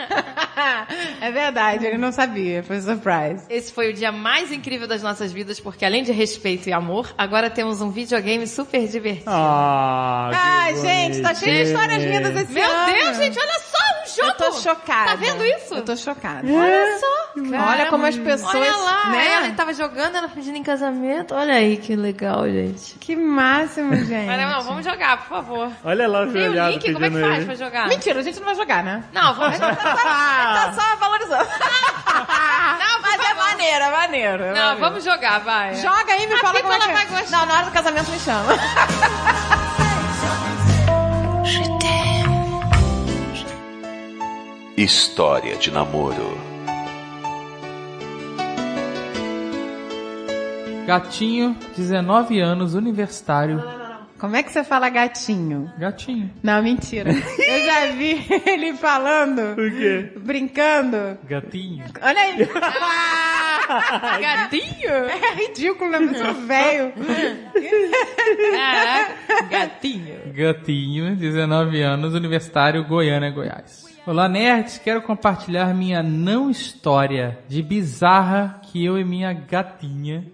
S4: é verdade, ele não sabia. Foi surprise.
S6: Esse foi o dia mais incrível das nossas vidas, porque além de respeito e amor, agora temos um videogame super divertido.
S1: Ah, que
S4: Ai, gente, tá cheio de histórias
S1: bonitinho.
S4: lindas esse
S6: Meu
S4: ano.
S6: Deus, gente, olha só um jogo!
S4: Eu tô chocada.
S6: Tá vendo isso?
S4: Eu tô chocada.
S6: Olha só.
S4: É? Olha como as pessoas,
S6: Olha lá,
S4: né?
S6: ela tava jogando, ela pedindo em casamento. Olha aí que legal, gente.
S4: Que máximo, gente.
S6: Olha, não, vamos jogar, por favor.
S1: Olha lá o
S6: Tem o
S1: olhado
S6: link? Como é que
S1: pedindo
S6: faz
S1: ele.
S6: pra jogar?
S4: Mentira, a gente não vai jogar, né?
S6: Não, vamos
S4: tá só valorizando.
S6: Não,
S4: Mas é maneiro, é maneiro. é
S6: Não,
S4: maneiro.
S6: vamos jogar, vai.
S4: Joga aí e me
S6: A
S4: fala como é
S6: Picola
S4: que...
S6: vai gostar.
S4: Não, na hora do casamento me chama.
S2: História de namoro.
S5: Gatinho, 19 anos, universitário.
S4: Como é que você fala gatinho?
S5: Gatinho.
S4: Não, mentira. Eu já vi ele falando,
S1: O quê?
S4: brincando.
S5: Gatinho.
S4: Olha aí.
S6: Ah! Gatinho?
S4: É ridículo, né? Pessoa velho.
S6: Caraca, gatinho.
S5: Gatinho, 19 anos, universitário, Goiânia, Goiás. Olá, nerds! Quero compartilhar minha não história de bizarra que eu e minha gatinha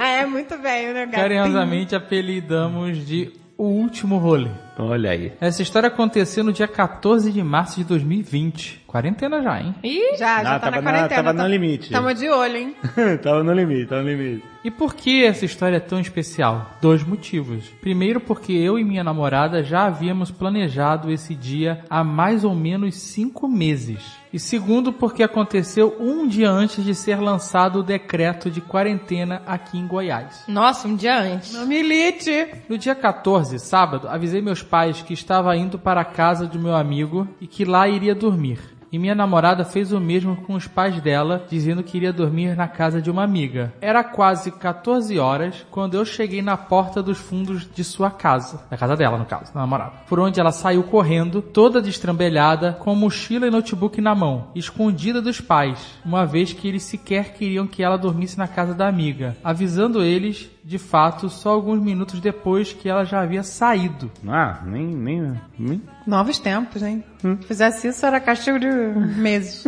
S4: Ah, é muito velho, né, gato?
S5: carinhosamente apelidamos de O Último Rolê.
S1: Olha aí.
S5: Essa história aconteceu no dia 14 de março de 2020. Quarentena já, hein?
S6: Ih,
S4: Já, já
S1: Não,
S4: tá
S1: tava
S4: na
S1: na-
S4: quarentena.
S1: tava
S4: tá-
S1: no limite.
S4: Tamo de olho, hein?
S1: tava no limite, tava no limite.
S5: E por que essa história é tão especial? Dois motivos. Primeiro, porque eu e minha namorada já havíamos planejado esse dia há mais ou menos cinco meses. E segundo, porque aconteceu um dia antes de ser lançado o decreto de quarentena aqui em Goiás.
S6: nossa, um dia antes.
S4: No milite.
S5: No dia 14, sábado, avisei meus pais que estava indo para a casa do meu amigo e que lá iria dormir. E minha namorada fez o mesmo com os pais dela, dizendo que iria dormir na casa de uma amiga. Era quase 14 horas quando eu cheguei na porta dos fundos de sua casa. Da casa dela, no caso, da namorada. Por onde ela saiu correndo, toda destrambelhada, com mochila e notebook na mão, escondida dos pais, uma vez que eles sequer queriam que ela dormisse na casa da amiga, avisando eles de fato, só alguns minutos depois que ela já havia saído.
S1: Ah, nem, nem, nem.
S4: Novos tempos, hein?
S5: Hum.
S4: Se fizesse isso, era castigo de meses.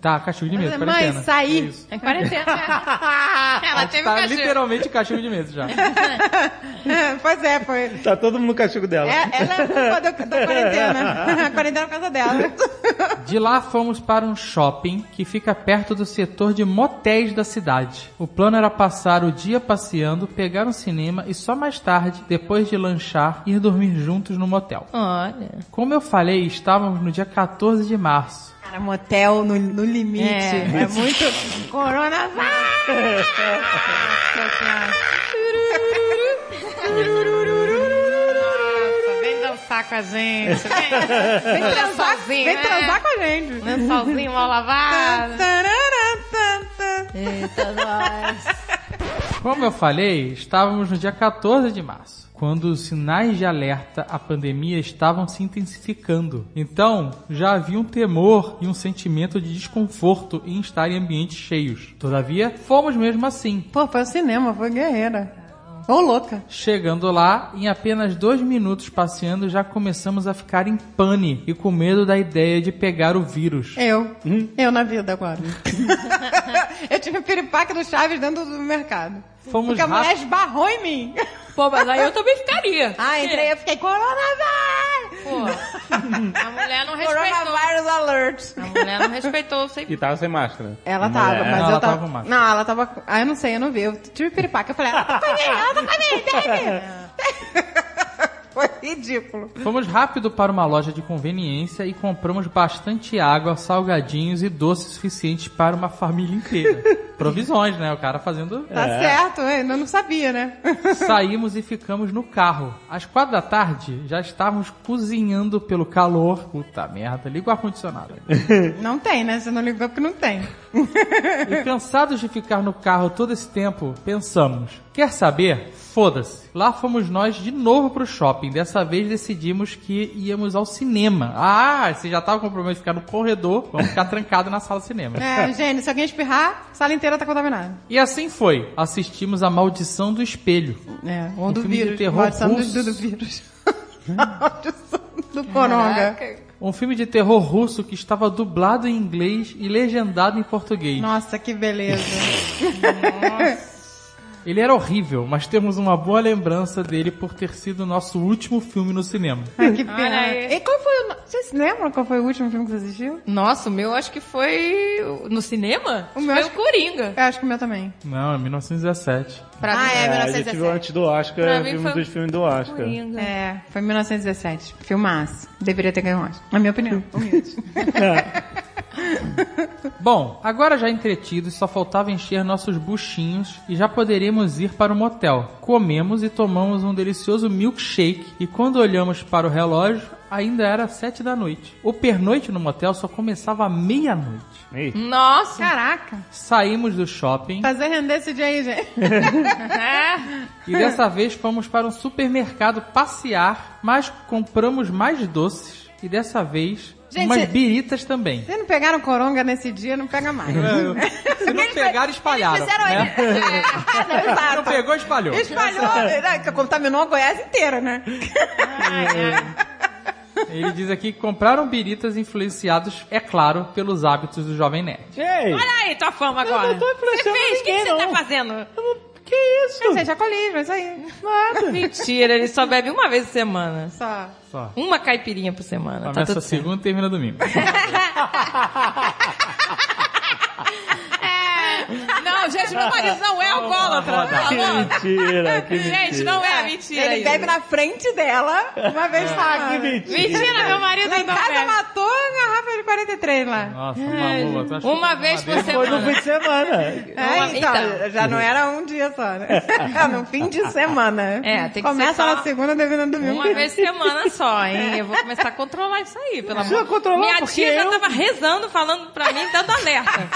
S5: Tá, castigo de medo,
S4: Mãe,
S5: quarentena.
S4: saí.
S6: É quarentena. Ela teve
S5: Tá
S6: cachorro.
S5: literalmente castigo de medo já.
S4: É, pois é, foi.
S1: Tá todo mundo no castigo dela.
S4: É, ela é culpa da, da quarentena. A quarentena é por causa dela. é
S5: De lá fomos para um shopping que fica perto do setor de motéis da cidade. O plano era passar o dia passeando, pegar um cinema e só mais tarde, depois de lanchar, ir dormir juntos no motel.
S6: Olha.
S5: Como eu falei, estávamos no dia 14 de março.
S4: Cara, motel no, no limite.
S6: É.
S4: É, muito. Coronavírus!
S6: Vem dançar com a gente.
S4: Vem transar,
S6: Lençolzinho,
S4: vem
S6: né?
S4: transar com a gente.
S6: Vem sozinho, mal lavado.
S4: Tarará, tan, tan.
S6: Eita, nós.
S5: Como eu falei, estávamos no dia 14 de março. Quando os sinais de alerta à pandemia estavam se intensificando. Então, já havia um temor e um sentimento de desconforto em estar em ambientes cheios. Todavia, fomos mesmo assim.
S4: Pô, foi ao cinema, foi guerreira. Ô, louca.
S5: Chegando lá, em apenas dois minutos passeando, já começamos a ficar em pane e com medo da ideia de pegar o vírus.
S4: Eu. Eu na vida agora. eu tive um piripaque do Chaves dentro do mercado.
S5: Fomos
S4: Porque a mulher
S5: rápido.
S4: esbarrou em mim.
S6: Pô, mas aí eu também ficaria.
S4: Ah, entrei eu fiquei, coronavírus!
S6: Pô, a mulher não respeitou.
S4: Coronavirus alert.
S6: A mulher não respeitou, sei
S1: E tava sem máscara. é.
S4: Ela
S1: A
S4: tava,
S1: mulher.
S4: mas
S5: Não,
S4: eu
S5: ela
S4: tava...
S5: tava com máscara.
S4: Não, ela tava... Ah, eu não sei, eu não vi. Eu tive piripaque. Eu falei, ela tá pra mim, ela tá pra mim, deve! Foi ridículo.
S5: Fomos rápido para uma loja de conveniência e compramos bastante água, salgadinhos e doces suficientes para uma família inteira. Provisões, né? O cara fazendo.
S4: Tá certo, eu não sabia, né?
S5: Saímos e ficamos no carro. Às quatro da tarde, já estávamos cozinhando pelo calor. Puta merda, liga o ar-condicionado.
S4: Não tem, né? Você não ligou porque não tem.
S5: E cansados de ficar no carro todo esse tempo, pensamos: quer saber? Foda-se. Lá fomos nós de novo pro shopping. Dessa vez decidimos que íamos ao cinema. Ah, você já tava com problema de ficar no corredor, vamos ficar trancado na sala de cinema.
S4: É, gente, se alguém espirrar, a sala inteira tá contaminada.
S5: E assim foi. Assistimos a maldição do espelho.
S4: É, ou do
S5: filme de
S4: vírus.
S5: terror
S4: maldição do,
S5: russo.
S4: do, do vírus. Maldição do coronga.
S5: Um filme de terror russo que estava dublado em inglês e legendado em português.
S4: Nossa, que beleza.
S5: Ele era horrível, mas temos uma boa lembrança dele por ter sido o nosso último filme no cinema.
S4: Ai, que
S6: Olha
S4: pena.
S6: aí.
S4: E qual foi o... no- Vocês se lembram qual foi o último filme que você assistiu?
S6: Nossa, o meu acho que foi no cinema?
S4: O meu
S6: foi
S4: acho
S6: o
S4: que-
S6: Coringa.
S4: Eu acho que o meu também.
S5: Não, é 1917.
S6: Pra
S4: Ah,
S6: mim,
S4: é,
S1: a gente viu
S4: 1917.
S1: antes do Oscar,
S6: Pra mim
S1: vimos
S6: foi-
S1: dos filmes do Oscar.
S6: Coringa.
S4: É, foi 1917. Filmaço. Deveria ter ganho um Oscar. Na minha opinião. Humilde.
S5: Bom, agora já entretidos, só faltava encher nossos buchinhos e já poderíamos ir para o motel. Comemos e tomamos um delicioso milkshake e quando olhamos para o relógio, ainda era sete da noite. O pernoite no motel só começava à meia-noite.
S1: Ih,
S6: Nossa,
S4: Caraca.
S5: Saímos do shopping
S4: Fazer render esse dia aí, gente.
S6: é.
S5: e dessa vez fomos para um supermercado passear, mas compramos mais doces e dessa vez
S4: Gente,
S5: umas
S4: cê-
S5: biritas também.
S4: Vocês não pegaram coronga nesse dia, não pega mais.
S5: Se não pegaram, espalharam.
S4: Fizeram
S5: né?
S4: ele. É, exato.
S5: Não pegou, espalhou.
S4: Espalhou, né? contaminou a Goiás inteira, né?
S5: Ele diz aqui que compraram biritas influenciados, é claro, pelos hábitos do jovem nerd.
S1: Ei,
S4: Tá
S6: Olha aí tua fama agora.
S1: não tô
S6: você
S1: influenciando
S6: fez, o que
S1: ninguém,
S6: que você
S1: não.
S6: tá fazendo?
S1: que isso?
S4: Gente, alcoolismo, é isso aí.
S6: Mentira, ele só bebe uma vez por semana.
S4: Só.
S5: Só.
S6: Uma caipirinha por semana. tá
S5: Começa
S6: tudo certo.
S5: Então, segunda e termina domingo.
S6: É. Não, gente, meu marido não é alcoólatra. tá
S1: Que
S6: bom?
S1: mentira, que mentira.
S6: Gente, não é mentira.
S4: Ele
S6: isso.
S4: bebe na frente dela, uma vez
S1: Ah, que
S4: só.
S1: mentira.
S6: Mentira, meu marido
S4: Lá em
S6: não
S4: casa
S6: bebe.
S4: matou a garrafa de 43 lá.
S5: Nossa, uma lula. tu acha que
S6: Uma
S5: eu vou
S6: vez
S5: tomar
S6: por
S5: desse?
S1: Foi no fim
S6: semana.
S1: de semana.
S4: É,
S6: Uma-
S4: então,
S6: então.
S4: já não era um dia só, né? Era no fim de semana.
S6: É, tem que
S4: Começa
S6: ser só
S4: na segunda, termina no domingo.
S6: Uma vez por semana só, hein? Eu vou começar a controlar isso aí, pelo amor.
S1: Precisa controlar,
S6: Minha
S1: porque
S6: tia já
S1: eu-
S6: tava rezando, falando pra mim, dando alerta.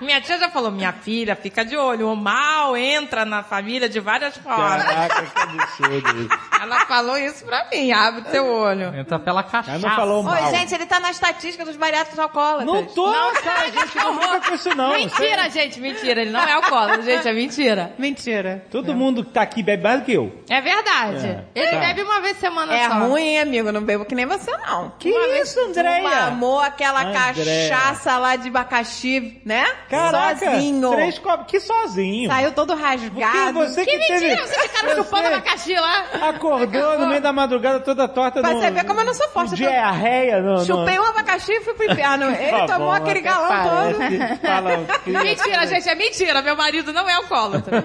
S6: Minha tia já falou, minha filha, fica de olho, o mal entra na família de várias formas.
S1: Caraca, que absurdo isso.
S6: Ela falou isso pra mim, abre teu olho.
S5: Entra pela cachaça.
S1: Ela não falou mal.
S4: Oi, gente, ele tá na estatística dos bariátricos alcoólatras.
S1: Não tô, cara, gente, não fica com isso não.
S6: Mentira, gente, mentira, ele não é alcoólatra, gente, é mentira.
S4: Mentira.
S1: Todo mundo que tá aqui bebe mais do que eu.
S6: É verdade.
S1: É,
S6: Ele
S1: tá.
S6: bebe uma vez semana
S4: É
S6: só.
S4: ruim, hein, amigo? Eu não bebo que nem você, não.
S1: Que isso, Andréia?
S4: Amou aquela
S1: Andréia.
S4: cachaça lá de abacaxi, né?
S1: Caraca,
S4: Sozinho.
S1: três copos. Que sozinho.
S4: Saiu todo
S1: Porque
S4: rasgado.
S1: você
S6: Que
S1: que,
S6: mentira,
S1: teve...
S6: vocês ficaram chupando
S1: Você
S6: abacaxi lá.
S1: Acordou no meio da madrugada toda torta.
S4: Pra
S1: no-
S4: você ver como eu não sou forte, eu tô-
S1: Diarreia. No, no-
S4: Chupei um abacaxi e fui pro inferno. Ele
S1: Tá
S4: tomou
S1: bom,
S4: aquele
S1: até
S4: galão todo.
S1: parece. Fala, que-
S6: Mentira, gente, é mentira. Meu marido não é alcoólatra.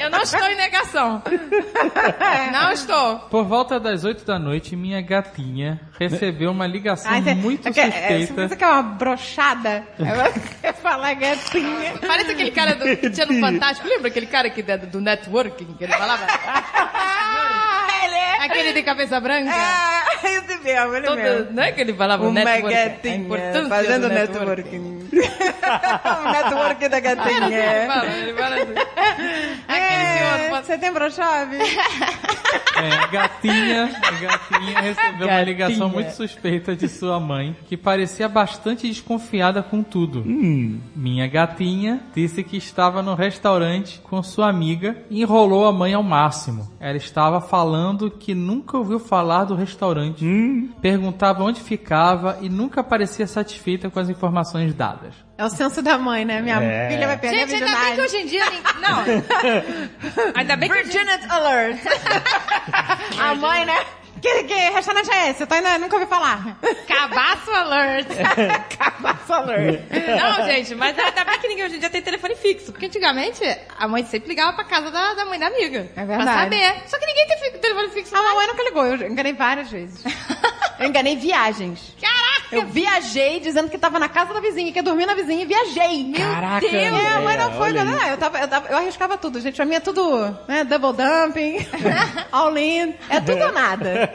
S6: Eu não estou em negação. Não estou.
S5: Por volta das 8 da noite, minha gatinha recebeu uma
S1: Assim,
S5: ligação
S4: Ai, você-
S5: muito
S4: é que- é,
S5: suspeita.
S4: Você quer uma brochada? Você falar gatinha.
S6: Parece aquele cara do que tinha no Fantástico. Lembra aquele cara que da- do networking que ele falava?
S4: Ah, ele é...
S6: Aquele de cabeça branca?
S4: Ah, esse mesmo, ele
S6: Todo,
S4: mesmo.
S6: não é que ele falava
S4: Uma
S6: networking? É A
S4: gatinha
S6: importância do
S4: fazendo networking. o networking da
S6: Era assim que ele
S4: gatinha.
S6: fala, ele fala assim.
S4: É,
S6: Aquele senhor.
S4: você tem brochave?
S5: É, gatinha, gatinha recebeu uma
S6: Gatinha.
S5: ligação muito suspeita de sua mãe, que parecia bastante desconfiada com tudo.
S9: Hum.
S5: Hum. Minha gatinha disse que estava no restaurante com sua amiga e enrolou a mãe ao máximo. Ela estava falando que nunca ouviu falar do restaurante, perguntava onde ficava e nunca parecia satisfeita com as informações dadas.
S4: É o senso da mãe, né? Minha
S1: É.
S4: filha vai perder
S6: Gente,
S4: a
S6: ainda bem que
S4: virgindade.
S6: hoje em dia... nem- Não. Ainda bem que hoje em
S4: Virginity alert. a mãe, né? Que, que restaurante é esse? Eu tô ainda, nunca ouvi falar.
S6: Cabaço alert!
S4: Cabaço alert.
S6: Não, gente, mas ainda bem que ninguém hoje em dia tem telefone fixo. Porque antigamente a mãe sempre ligava pra casa da, da mãe da amiga. Pra
S4: É verdade.
S6: saber. Só que ninguém tem fi- telefone fixo. né?
S4: A mamãe nunca ligou, eu enganei várias vezes. Eu enganei viagens.
S6: Caraca!
S4: Eu viajei dizendo que tava na casa da vizinha, que eu dormi na vizinha e viajei. Meu
S5: Caraca,
S4: Deus! É, a mãe não
S1: Andréia,
S4: foi,
S1: olha
S4: mas, ah, eu, tava, eu, tava- eu arriscava tudo, gente. Pra mim é tudo, né, double dumping, all in, é tudo ou nada.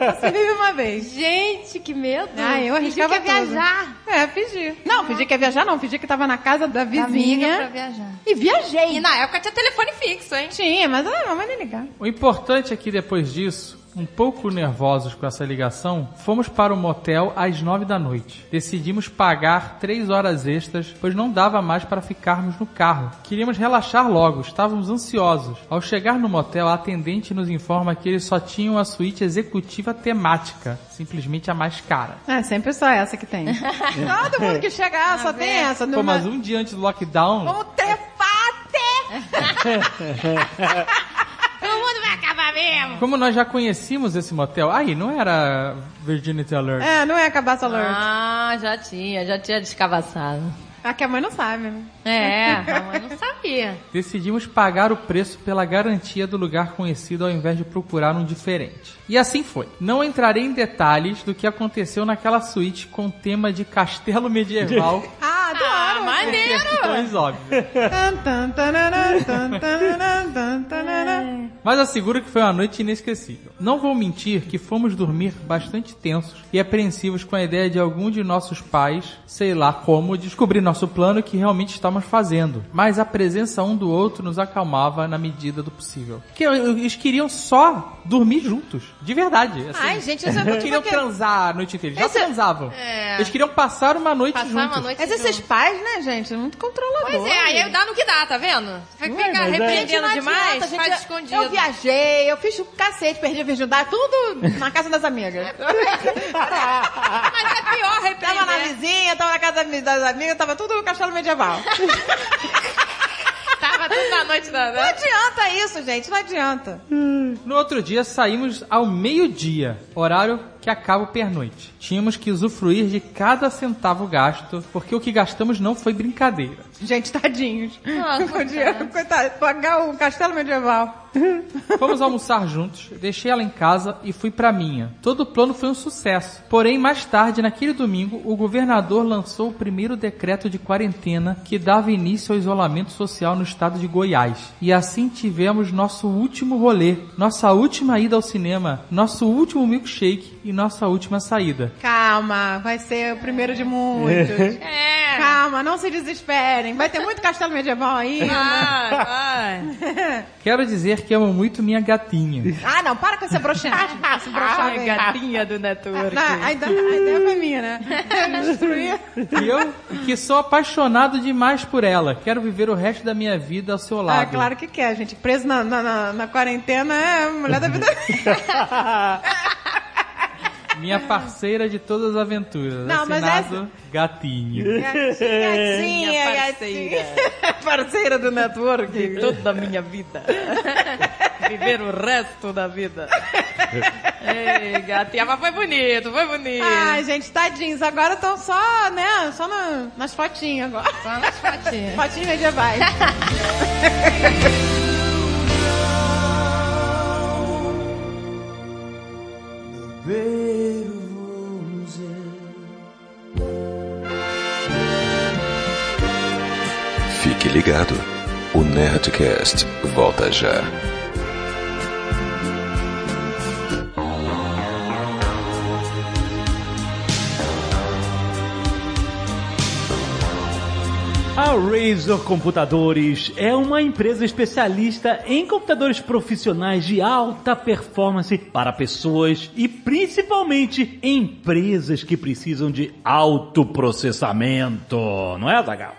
S4: Você vive uma vez.
S6: Gente, que medo!
S4: Ah, eu
S6: Fingi
S4: arriscava
S6: que ia
S4: tudo.
S6: viajar.
S4: É, fingi. Não, fingi que ia viajar não, fingi que tava na casa
S6: Da
S4: da
S6: Amiga pra
S4: vizinha
S6: viajar.
S4: e viajei.
S6: E na época tinha telefone fixo, hein?
S4: Tinha, mas ah, a mamãe nem ligava.
S5: O importante é que depois disso, um pouco nervosos com essa ligação, fomos para o motel às nove da noite. Decidimos pagar três horas extras, pois não dava mais para ficarmos no carro. Queríamos relaxar logo, estávamos ansiosos. Ao chegar no motel, a atendente nos informa que eles só tinham a suíte executiva temática, simplesmente a mais cara.
S4: É, sempre só essa que tem. Todo mundo que chegar
S6: Tá
S4: só tem é essa.
S5: Pô, mas um dia antes do lockdown,
S4: Vamos trepar até...
S6: O É. mundo vai acabar mesmo!
S5: como nós já conhecíamos esse motel, aí não era Virginity Alert.
S4: É, não é acabar essa alert.
S6: Ah, já tinha, já tinha descavaçado.
S4: Ah. que a mãe não sabe, né?
S6: É, a mãe não sabia.
S5: Decidimos pagar o preço pela garantia do lugar conhecido ao invés de procurar um diferente. E assim foi. Não entrarei em detalhes do que aconteceu naquela suíte com tema de castelo medieval.
S4: Ah,
S6: Ah,
S4: adoro!
S6: maneiro!
S5: Questões óbvias.
S4: Tan, tan, tananã, tan, tananã, tan, tananã.
S5: Mas asseguro que foi uma noite inesquecível. Não vou mentir que fomos dormir bastante tensos e apreensivos com a ideia de algum de nossos pais, sei lá como, descobrir nosso plano e o que realmente estávamos fazendo. Mas a presença um do outro nos acalmava na medida do possível. Porque eles queriam só dormir juntos, de verdade. assim.
S6: Ai, gente, isso
S5: não
S6: é muito
S5: queriam
S6: porque-
S5: transar a noite inteira, já
S4: Esse-
S5: transavam.
S6: É.
S5: Eles queriam passar uma noite
S6: Passar
S5: juntos.
S6: uma noite
S4: Mas esses
S6: junto.
S4: pais, né, gente? Muito controladores.
S6: Pois é, aí dá no que dá, tá vendo?
S1: Ué, mas é-
S6: Fica
S4: Gente,
S6: arrependendo
S4: não
S6: demais,
S4: adianta, gente.
S6: faz
S4: Eu-
S6: escondido.
S4: Eu viajei, eu fiz o cacete, perdi a virgindade, tudo na casa das amigas.
S6: Mas é pior
S4: tava na
S6: arrepender.
S4: vizinha, tava na casa das das amigas, tava tudo no castelo medieval.
S6: Tava tudo na noite da... Hum.
S4: Não adianta isso, gente, não adianta.
S5: No outro dia saímos ao meio-dia, horário que acaba o pernoite. Tínhamos que usufruir de cada centavo gasto, porque o que gastamos não foi brincadeira.
S4: Gente, tadinhos.
S6: Ah,
S4: Podia, coitado, pagar o castelo medieval.
S5: Fomos almoçar juntos, deixei ela em casa e fui pra minha. Todo o plano foi um sucesso. Porém, mais tarde, naquele domingo, o governador lançou o primeiro decreto de quarentena que dava início ao isolamento social no estado de Goiás. E assim tivemos nosso último rolê, nossa última ida ao cinema, nosso último milkshake e e nossa última saída.
S4: Calma, vai ser o primeiro de muitos.
S6: É.
S4: Calma, não se desesperem. Vai ter muito castelo medieval aí.
S6: Vai, vai.
S5: Quero dizer que amo muito minha gatinha.
S4: Ah, não, para com essa broxagem. Esse
S6: Ai,
S4: broxagem.
S6: gatinha do network.
S4: Não, a, ideia, a ideia foi minha, né? Destruir.
S5: E eu que sou apaixonado demais por ela. Quero viver o resto da minha vida ao seu lado.
S4: Ah, claro que quer, gente. Preso na, na, na, na quarentena é a mulher da vida.
S5: Minha parceira de todas as aventuras.
S4: Ah. Não, mas
S5: Assinado gatinho.
S4: Gatinha,
S6: Minha
S4: gatinha. Parceira do network.
S6: Toda a minha vida. Viver o resto da vida. Ei, gatinha, mas foi bonito, foi bonito.
S4: Ai, gente, tadinhos. Agora estão só, né? Só na- nas fotinhas agora.
S6: Só nas fotinhas.
S4: Fotinhas medievais.
S2: Fique ligado. O Nerdcast volta já.
S1: A Razor Computadores é uma empresa especialista em computadores profissionais de alta performance para pessoas e principalmente empresas que precisam de alto processamento, não é, Zagal?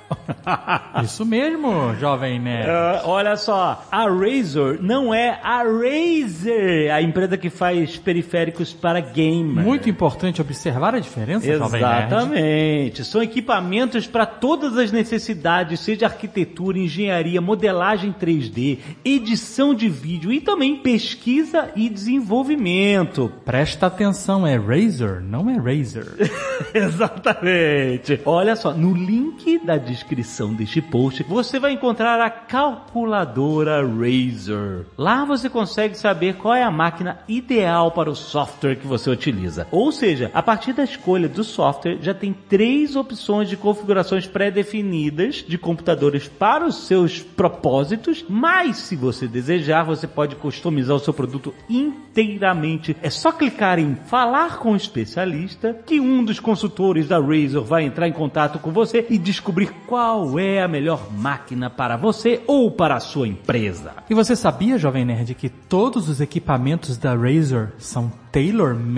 S5: Isso mesmo, jovem nerd.
S1: É, olha só, a Razer não é a Razer, a empresa que faz periféricos para gamer.
S5: Muito importante observar a diferença, jovem nerd.
S1: Exatamente. São equipamentos para todas as necessidades, seja arquitetura, engenharia, modelagem 3D, edição de vídeo e também pesquisa e desenvolvimento.
S5: Presta atenção, é Razer, não é Razer.
S1: Exatamente. Olha só, no link da descrição deste post, você vai encontrar a calculadora Razer. Lá você consegue saber qual é a máquina ideal para o software que você utiliza. Ou seja, a partir da escolha do software, já tem três opções de configurações pré-definidas de computadores para os seus propósitos, mas se você desejar, você pode customizar o seu produto inteiramente. É só clicar em falar com o especialista que um dos consultores da Razer vai entrar em contato com você e descobrir qual é a melhor máquina para você ou para a sua empresa.
S5: E você sabia, jovem nerd, que todos os equipamentos da Razer são tailor-made?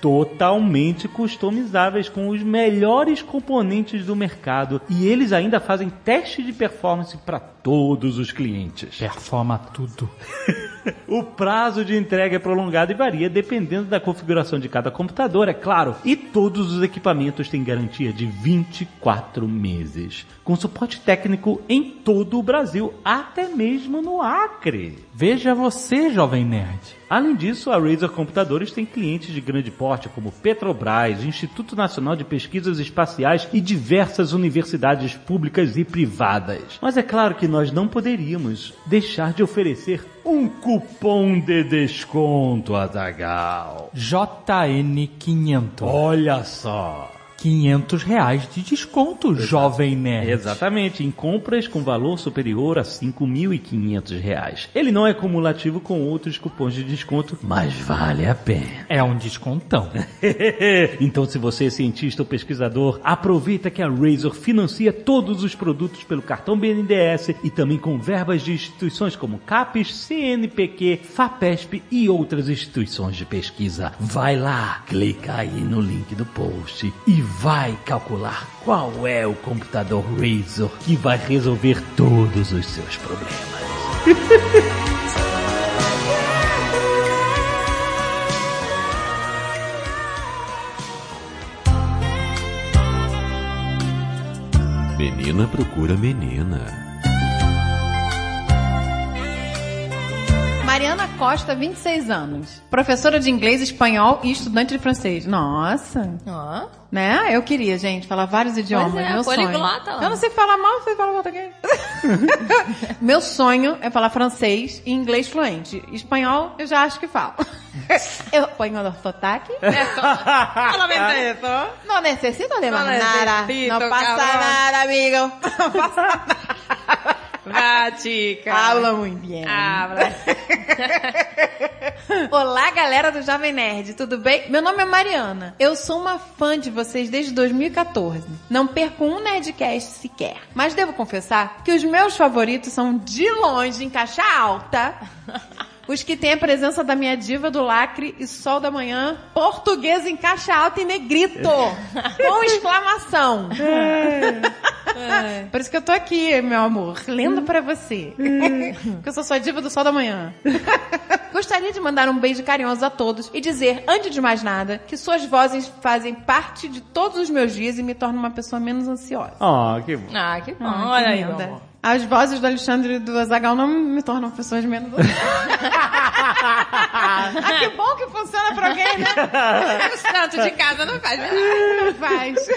S1: totalmente customizáveis com os melhores componentes do mercado e eles ainda fazem teste de performance para todos os clientes.
S5: Performa tudo.
S1: O prazo de entrega é prolongado e varia dependendo da configuração de cada computador, é claro. E todos os equipamentos têm garantia de 24 meses, com suporte técnico em todo o Brasil, até mesmo no Acre.
S5: Veja você, jovem nerd.
S1: Além disso, a Razer Computadores tem clientes de grande porte como Petrobras, Instituto Nacional de Pesquisas Espaciais e diversas universidades públicas e privadas. Mas é claro que nós não poderíamos deixar de oferecer um cupom de desconto a Zagal.
S5: JN500.
S1: Olha só.
S5: 500 reais de desconto, jovem nerd.
S1: Exatamente, em compras com valor superior a R$ 5.500. reais. Ele não é cumulativo com outros cupons de desconto, mas vale a pena.
S5: É um descontão.
S1: então, se você é cientista ou pesquisador, aproveita que a Razor financia todos os produtos pelo cartão BNDES e também com verbas de instituições como CAPES, CNPq, FAPESP e outras instituições de pesquisa. Vai lá, clica aí no link do post e vai calcular qual é o computador Razor que vai resolver todos os seus problemas.
S7: Menina procura menina.
S4: Mariana Costa, 26 anos. Professora de inglês, espanhol e estudante de francês. Nossa.
S6: Ó.
S4: Né? Eu queria, gente, falar vários idiomas.
S6: é,
S4: meu
S6: poliglota.
S4: sonho. Eu não sei falar mal, eu sei falar português. meu sonho é falar francês e inglês fluente. Espanhol, eu já acho que falo. eu ponho o sotaque.
S6: É Solamente isso.
S4: Não necessito de
S6: No
S4: mais nada.
S6: necesito,
S4: Não passa
S6: cabrón.
S4: nada, amigo. Não passa nada.
S6: Vá, chica.
S4: Habla muito bem.
S6: Habla.
S4: Olá, galera do Jovem Nerd, tudo bem? Meu nome é Mariana. Eu sou uma fã de vocês desde 2014. Não perco um Nerdcast sequer. Mas devo confessar que os meus favoritos são de longe, em caixa alta. Os que têm a presença da minha diva do lacre e sol da manhã, português em caixa alta e negrito, com exclamação.
S6: É.
S4: Por isso que eu tô aqui, meu amor, lendo pra você.
S6: É.
S4: Porque eu sou sua diva do sol da manhã. Gostaria de mandar um beijo carinhoso a todos e dizer, antes de mais nada, que suas vozes fazem parte de todos os meus dias e me tornam uma pessoa menos ansiosa.
S1: Ó, que bom.
S6: Ah, que bom.
S4: Ah, que
S6: Olha aí,
S4: linda.
S6: meu amor.
S4: As vozes do Alexandre e do Azagal não me tornam pessoas menos. ah, que bom que funciona pra alguém, né?
S3: O santo de casa não faz.
S4: Faz.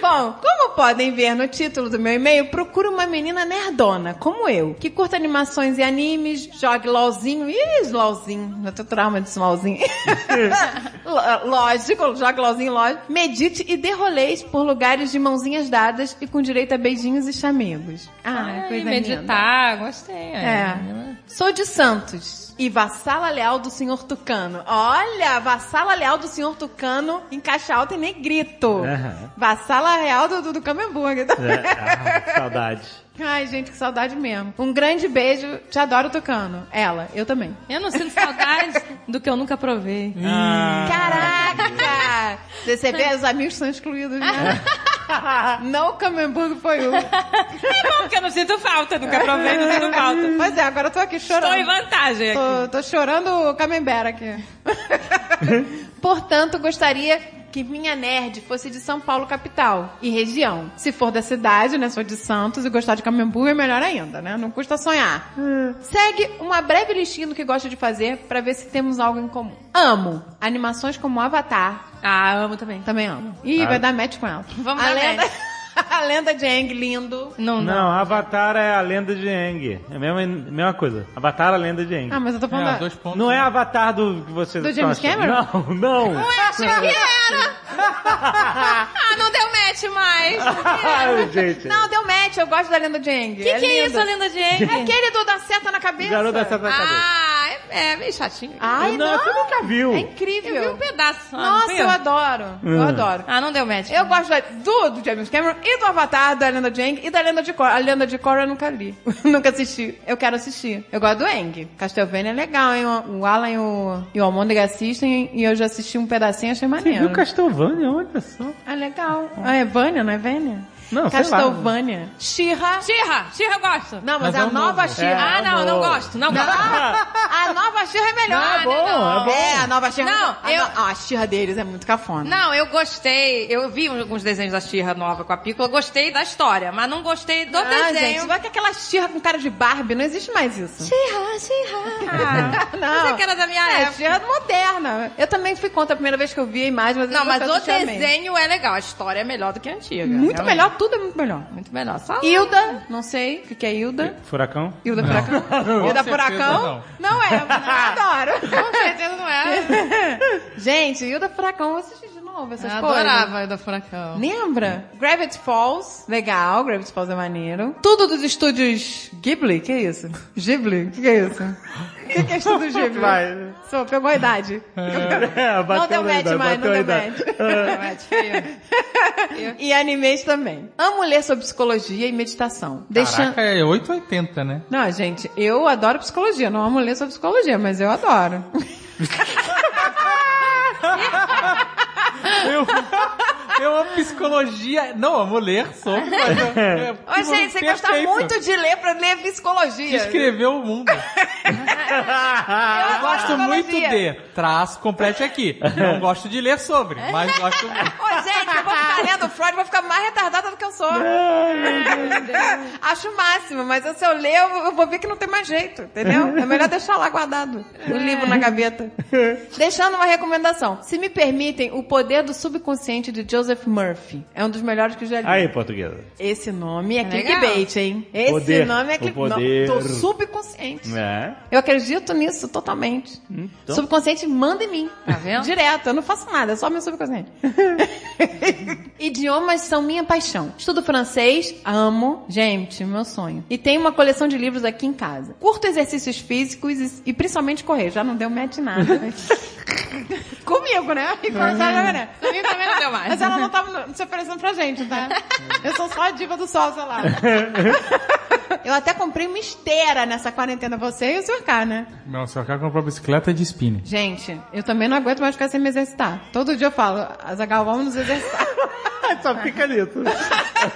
S4: Bom, como podem ver no título do meu e-mail, procuro uma menina nerdona, como eu, que curta animações e animes, jogue LOLzinho. Ih, LOLzinho. Eu tô trauma desse LOLzinho. L- lógico, jogue LOLzinho, lógico. Medite e dê rolês por lugares de mãozinhas dadas e com direito a beijinhos e chamegos. Ah,
S6: Ai,
S4: coisa linda.
S6: meditar, gostei.
S4: É. Sou de Santos. E vassala leal do senhor Tucano. Olha, vassala leal do senhor Tucano em caixa alta e negrito.
S1: Aham.
S4: Vassala real do, do, do Camemburger.
S1: É, ah, saudade.
S4: Ai, gente, que saudade mesmo. Um grande beijo. Te adoro, Tucano. Ela, eu também.
S6: Eu não sinto saudade do que eu nunca provei.
S4: Ah. Caraca! Você vê, os amigos são excluídos, né? Não o Camemburgo foi um.
S6: Porque É eu não sinto falta, nunca provei, não sinto falta.
S4: Pois é, agora eu tô aqui
S6: Estou em
S4: chorando.
S6: vantagem aqui.
S4: Tô, tô chorando o camembert aqui. Portanto, gostaria que minha nerd fosse de São Paulo capital e região. Se for da cidade, né, sou de Santos e gostar de Camembu é melhor ainda, né? Não custa sonhar.
S6: É.
S4: Segue uma breve listinha do que gosta de fazer pra ver se temos algo em comum. Amo animações como Avatar,
S6: Ah, amo também.
S4: também amo. Ih, vai dar match com ela.
S6: Vamos
S4: a
S6: dar
S4: lenda...
S6: match.
S4: a lenda de Aang, lindo.
S6: Não, não.
S1: Não, Avatar é a lenda de Aang. É a mesma, mesma coisa. Avatar é a lenda de Aang.
S4: Ah, mas eu tô falando...
S5: É, dois pontos.
S1: Não é Avatar do que você
S4: Do James
S1: acha.
S4: Cameron?
S1: Não,
S4: é
S1: não.
S3: Ah, não deu match mais.
S1: Ai, gente.
S4: Não, deu match, eu gosto da lenda de Aang.
S6: que, que é isso, a lenda de Aang?
S4: É aquele do da seta na cabeça.
S1: Garoto da Santa Cabeça.
S3: Ah, é, é meio chatinho.
S4: Ai,
S1: não,
S4: não.
S1: você nunca viu.
S6: Eu
S4: É
S6: vi um
S4: incrível.
S6: pedaço. só, não
S4: Nossa,
S6: fui
S4: eu adoro. Eu
S1: Hum.
S4: adoro.
S6: Ah, não deu match.
S4: Eu gosto da- do, do James Cameron e do Avatar, da Lenda de Aang e da Lenda de Korra. A Lenda de Korra eu nunca li. nunca assisti. Eu quero assistir. Eu gosto do Aang. Castlevania é legal, hein? O o Alan e o, e o Almôndega assistem e eu já assisti um pedacinho achei
S1: Você
S4: maneiro.
S1: viu Castlevania? Olha só.
S4: Ah, legal. Ah, é Vânia, não é Vânia?
S1: Não, sei lá.
S4: Castlevania. Shira.
S6: Xirra, Xirra eu gosto.
S4: Não, mas,
S5: Mas é
S4: a
S5: um
S4: nova
S5: novo.
S4: Shira.
S1: É,
S6: ah, não,
S1: amor.
S6: não gosto. Não,
S4: Não,
S6: gosto.
S4: a nova Xirra é melhor.
S1: Ah, é bom,
S4: não.
S1: é bom.
S4: a nova Xirra.
S6: Não,
S4: a,
S6: eu-
S4: no- ah, a Xirra deles é muito cafona.
S6: Não, eu gostei. Eu vi alguns desenhos da Xirra nova com a Pícola. Gostei da história, mas não gostei do
S4: Ah,
S6: desenho.
S4: gente, vai que aquela Xirra com cara de Barbie, não existe mais isso.
S6: Xirra, Xirra.
S4: Ah, não.
S6: Mas é que era da minha
S4: é,
S6: época.
S4: Xirra moderna. Eu também fui contra a primeira vez que eu vi a imagem, mas eu
S6: Não, mas
S4: confesso
S6: o
S4: que eu amei.
S6: desenho é legal. A história é melhor do que a antiga.
S4: Muito
S6: realmente.
S4: melhor, tudo é muito melhor.
S6: Muito melhor. Só um.
S4: Hilda, não sei o que que é Hilda.
S1: Furacão?
S4: Hilda Furacão? Hilda
S5: Com certeza
S4: Furacão? Não é, eu adoro.
S6: Com certeza não Ah. é.
S4: Gente, Hilda Furacão, eu assisti de novo essas
S6: Eu
S4: coisas.
S6: adorava a da Furacão.
S4: Lembra? Gravity Falls, legal, Gravity Falls é maneiro. Tudo dos estúdios Ghibli, que é isso? Ghibli, que é isso? O que, que é estúdio Ghibli?
S1: Vai.
S4: Só pegou a idade.
S1: É,
S4: não
S1: na
S4: deu match
S1: idade,
S4: mais, não
S1: bateu a
S4: deu
S1: idade.
S4: match.
S6: Mas, filho,
S4: e animes também. Amo ler sobre psicologia e meditação. Deixando...
S5: Caraca, é 880, né?
S4: Não, gente, eu adoro psicologia. Não amo ler sobre psicologia, mas eu adoro.
S5: Eu, eu amo psicologia. Não, eu vou ler sobre. Mas eu, eu,
S4: Ô, gente, você gosta muito de ler pra ler psicologia.
S5: Escreveu o mundo.
S4: Ah,
S5: Eu gosto muito de. Traço, complete aqui. Não gosto de ler sobre, mas gosto muito.
S4: Ô, gente, eu vou ficar lendo Freud, vou ficar mais retardada do que eu sou. Acho o máximo, mas se eu ler, eu eu vou ver que não tem mais jeito, entendeu? É melhor deixar lá guardado o livro na gaveta. Deixando uma recomendação. Se me permitem, O Poder do Subconsciente de Joseph Murphy. É um dos melhores que eu já li.
S1: Aí, portuguesa.
S4: Esse nome é,
S6: legal.
S4: clickbait, hein? Esse
S1: Poder,
S4: nome é
S1: o
S4: clickbait.
S1: poder.
S4: Tô subconsciente.
S1: É.
S4: Eu acredito nisso totalmente. Subconsciente manda em mim.
S6: Tá vendo?
S4: Direto. Eu não faço nada, é só meu subconsciente. Idiomas são minha paixão. Estudo francês, amo. Gente, meu sonho. E tem uma coleção de livros aqui em casa. Curto exercícios físicos e, e principalmente correr. Já não deu match nada. Comigo, né? E com a Carla, né?
S6: Comigo também não deu mais.
S4: Mas ela não tava se oferecendo pra gente, tá? Eu sou só a diva do sol, sei lá. Eu até comprei uma esteira nessa quarentena, você e o Sr. K, né?
S5: Não, se eu quero comprar bicicleta de spinning.
S4: Gente, eu também não aguento mais ficar sem me exercitar. Todo dia eu falo, Azagal, vamos nos exercitar.
S1: Só fica nisso.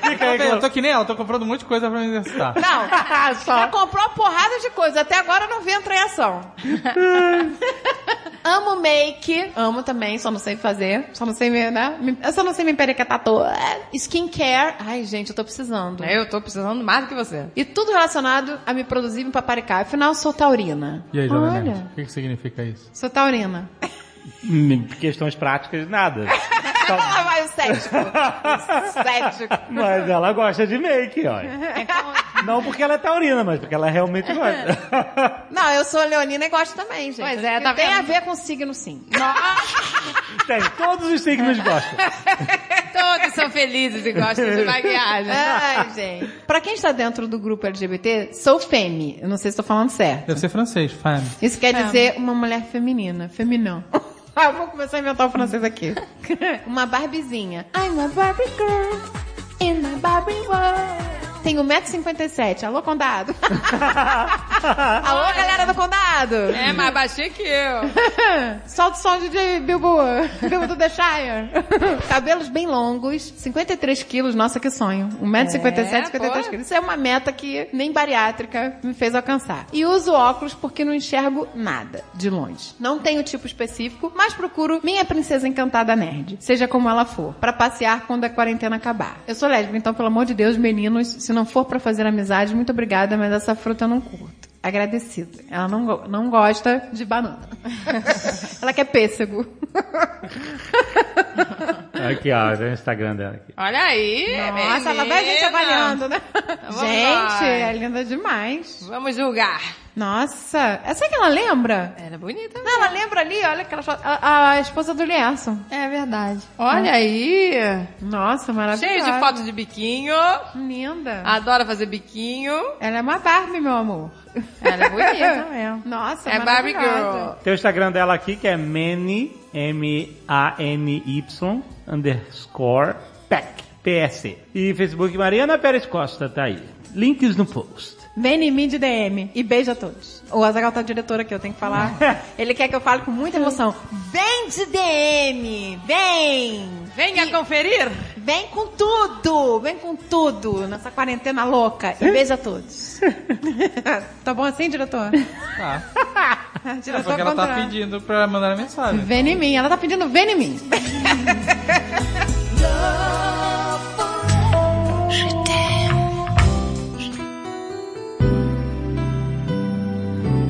S1: Fica aí
S5: Eu
S1: com...
S5: tô que nem ela, tô comprando um monte de coisa pra me exercitar.
S4: Não, já
S1: Só.
S4: comprou uma porrada de coisa, até agora não vi entrar em ação. Amo make, amo também, só não sei fazer, só não sei me, né? me- Eu só não sei me emperequetar toda. Skincare, ai gente, eu tô precisando.
S6: É, Eu tô precisando mais do que você.
S4: E tudo relacionado a me produzir e me paparicar. Afinal, eu sou taurina.
S5: E aí, Jovem
S4: Olha,
S5: Nerd, o que, que significa isso?
S4: sou taurina.
S1: Hum, Questões práticas, nada.
S4: Lá Ah, vai o cético. O cético.
S1: Mas ela gosta de make, olha.
S4: Então,
S1: Não porque ela é taurina, mas porque ela realmente gosta.
S4: não, eu sou leonina e gosto também, gente.
S6: Pois é, tá
S4: Tem
S6: vendo?
S4: a ver com signo, sim.
S1: Tem, todos os signos gostam.
S6: Todos são felizes e gostam de maquiagem.
S4: Ai, gente. Pra quem está dentro do grupo LGBT, sou femme. Eu não sei se estou falando certo.
S5: Deve ser francês, fam.
S4: Isso quer dizer uma mulher feminina, feminão. É. Ah, vou começar a inventar o francês aqui. uma barbizinha. I'm a Barbie girl in my Barbie world. Tenho 1,57m. Alô, condado. Alô, galera do condado.
S6: É mais baixinho que eu.
S4: Solta o som de Bilbo, Bilbo do The Shire. Cabelos bem longos, 53 quilos, nossa que sonho. 1,57m,
S6: É,
S4: 53
S6: pô.
S4: quilos. Isso é uma meta que nem bariátrica me fez alcançar. E uso óculos porque não enxergo nada de longe. Não tenho tipo específico, mas procuro minha princesa encantada nerd, seja como ela for, pra passear quando a quarentena acabar. Eu sou lésbica, então pelo amor de Deus, meninos, se não for pra fazer amizade, muito obrigada, mas essa fruta eu não curto. Agradecida. Ela não, go- não gosta de banana. Ela quer pêssego.
S1: Aqui, ó, é o Instagram dela aqui.
S6: Olha aí,
S4: Nossa, ela vai a gente
S6: menina.
S4: avaliando, né?
S6: Vamos
S4: gente,
S6: nós.
S4: é linda demais.
S6: Vamos julgar.
S4: Nossa, essa que ela lembra?
S6: Era bonita. né?
S4: Não, ela lembra ali, olha aquela foto, a, a esposa do Lierson.
S6: É verdade. Olha aí.
S4: Nossa, maravilhosa.
S6: Cheio de foto de biquinho.
S4: Linda.
S6: Adora fazer biquinho.
S4: Ela é uma Barbie, meu amor.
S6: Ela é bonita.
S4: mesmo. Nossa,
S6: é Barbie Girl.
S1: Tem o Instagram dela aqui que é Manny, M-A-N-Y, underscore, PEC, P-S. E Facebook Mariana Pérez Costa, tá aí. Links no post.
S4: Vem em mim de DM e beijo a todos. O Azagal tá diretor aqui, eu tenho que falar. Ele quer que eu fale com muita emoção. Vem de DM! Vem!
S6: Venha conferir.
S4: Vem com tudo! Vem com tudo nessa quarentena louca. E beijo a todos. tá bom assim, diretor?
S5: Tá. É
S4: diretor
S5: porque ela tá
S4: contra.
S5: pedindo pra mandar a mensagem.
S4: Vem em mim, ela tá pedindo vem em mim.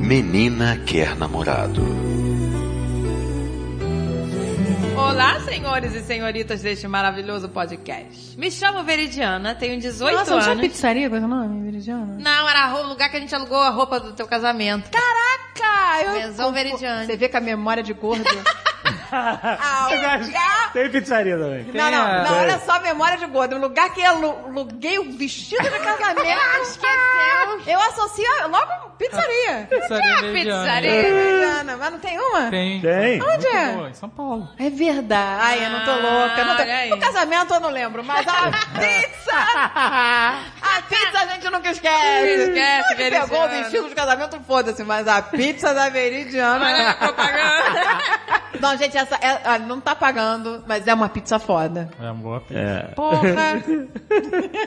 S7: Menina quer namorado.
S6: Olá, senhores e senhoritas deste maravilhoso podcast. Me chamo Veridiana, tenho 18
S4: Nossa, não tinha
S6: anos.
S4: pizzaria é com esse nome, Viridiana?
S6: Não, era o lugar que a gente alugou a roupa do teu casamento.
S4: Caraca! Eu...
S6: Mesão Veridiana.
S4: Você vê que a memória de gordo...
S1: Tem pizzaria também.
S4: Não,
S5: é?
S4: não, não,
S1: a-
S4: olha só a memória de gordo. O lugar que eu aluguei o vestido de casamento. Esqueceu. Eu associo a- logo pizzaria.
S5: é Pizzaria
S6: pizzaria.
S4: Viridiana, mas não tem uma?
S5: Tem.
S1: Tem.
S5: Muito
S4: Onde é?
S5: boa, em São Paulo.
S4: É verdade. Ai, eu não tô louca. eu não tô-
S6: Ah, olha aí.
S4: O casamento eu não lembro, mas a pizza! A pizza a gente nunca esquece.
S6: Esquece,
S4: Onde pegou o
S6: Veridiana.
S4: vestido de casamento, foda-se, mas a pizza da Veridiana...
S6: Olha a tá propaganda.
S4: Não, gente, essa é- ah, não tá pagando, mas é uma pizza foda.
S5: É uma boa pizza.
S1: É.
S4: Porra!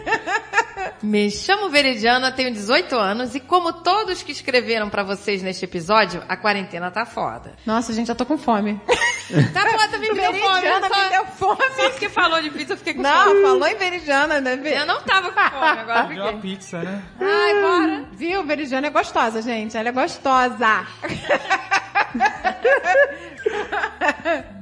S6: Me chamo Veridiana, tenho 18 anos e como todos que escreveram pra vocês neste episódio, a quarentena tá foda.
S4: Nossa, gente, eu tô com fome.
S6: Tá foda, me deu fome.
S4: Veridiana
S6: só-
S4: me deu fome.
S6: Só porque falou de pizza, eu fiquei com
S4: Não,
S6: fome.
S4: falou em Veridiana, né?
S6: Eu não tava com fome, agora
S5: Pediu uma
S6: fiquei.
S5: pizza, né?
S6: Ai, bora.
S4: Viu? Veridiana é gostosa, gente. Ela é gostosa.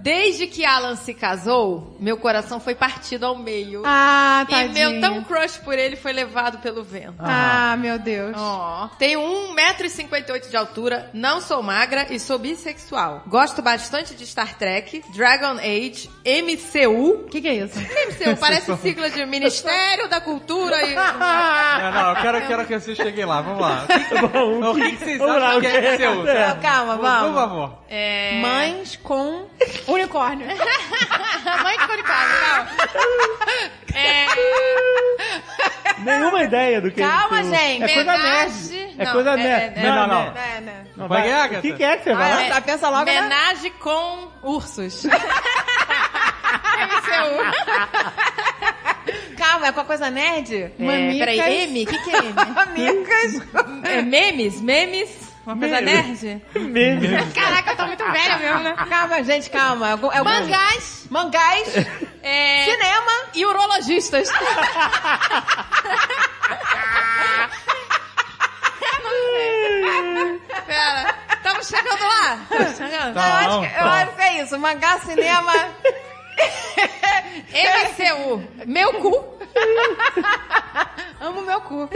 S6: Desde que Alan se casou, meu coração foi partido ao meio.
S4: Ah,
S6: e
S4: tadinho.
S6: meu tão crush por ele foi levado pelo vento.
S4: Ah, meu Deus.
S6: Ó, Tenho 1,58m de altura, não sou magra e sou bissexual. Gosto bastante de Star Trek, Dragon Age, MCU.
S4: O que, que é isso?
S6: MCU parece sigla de Ministério da Cultura e.
S5: Não, não, eu quero, eu quero que vocês cheguem lá, vamos lá.
S1: Tá Bom,
S5: O que, que vocês
S1: Vamos lá,
S5: acham que
S1: o que é?
S5: é MCU?
S1: É.
S4: Não, calma,
S5: Por
S4: vamos.
S5: favor.
S6: É...
S4: Mães com unicórnio.
S6: Mãe de unicórnio, calma. É...
S1: nenhuma ideia do que
S4: Calma,
S1: é isso.
S6: um-
S4: gente.
S1: É coisa
S6: Menage-
S1: nerd. É
S6: não,
S1: coisa
S6: é-
S1: nerd.
S6: é-
S5: Não, não.
S1: né?
S4: É, né?
S1: Não,
S5: Vai,
S1: vai.
S5: Agatha?
S1: O que que é que você vai
S4: Ah,
S1: lá?
S4: é. Tá, pensa logo, né?
S6: Homenagem com ursos. MCU.
S4: Calma, é com a coisa nerd? É,
S6: É, peraí, M? O que, que é M? É memes? Memes? Uma coisa nerd?
S1: Meme.
S6: Caraca, eu tô muito velha mesmo, né?
S4: Calma, gente, calma. É algum- é algum-
S6: Mangás.
S4: Mangás.
S6: É...
S4: Cinema.
S6: E urologistas. Pera, estamos chegando lá. Estamos chegando.
S4: eu,
S5: Tá,
S4: acho
S5: não,
S4: que, eu
S5: tá.
S4: acho que é isso. Mangá, cinema.
S6: MCU, meu cu.
S4: Amo meu cu.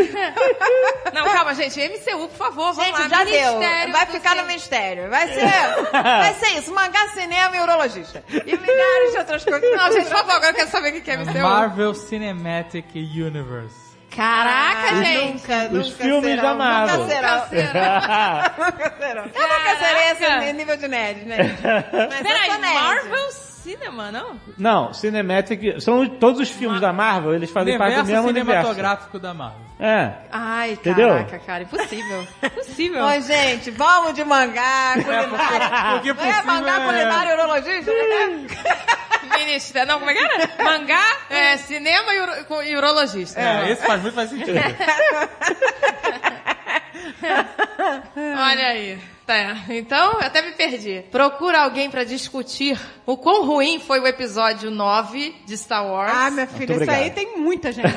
S6: Não, calma, gente. MCU, por favor, vamos
S4: Gente,
S6: lá.
S4: já deu.
S6: Ministério
S4: Vai
S6: do
S4: ficar no
S6: Cin-
S4: mistério. Vai ser, vai ser isso. Mangá, cinema e urologista. E milhares de outras coisas.
S6: Não, gente, por favor, agora eu quero saber o que que é MCU.
S5: Marvel Cinematic Universe.
S6: Caraca,
S4: Ah,
S6: gente.
S4: Nunca,
S1: Os
S4: nunca
S1: filmes
S4: serão,
S1: da Marvel.
S4: Nunca serão. Nunca serão. Eu nunca serei
S6: Caraca.
S4: esse nível de nerd, né? Mas eu sou
S6: Peraí,
S4: nerd.
S6: Marvel Cinema, não?
S1: Não, Cinematic. São todos os filmes da Marvel, eles fazem parte do
S5: Universo
S1: mesmo universo.
S5: cinematográfico da Marvel.
S1: É.
S6: Ai,
S1: Entendeu?
S6: caraca, cara. Impossível. Impossível.
S4: Ô, gente, vamos de mangá, culinária.
S5: porque
S4: Não é
S5: possível
S4: mangá,
S5: é-
S4: culinária, urologista? né?
S6: Ministério. Não, como é que era? Mangá, é, cinema e, uro- com- e urologista.
S5: É, esse faz muito mais sentido.
S6: Olha aí. Tá, então eu até me perdi. Procura alguém pra discutir o quão ruim foi o episódio 9 de Star Wars.
S4: Ah, minha filha, isso
S1: obrigado.
S4: aí tem muita gente. aí,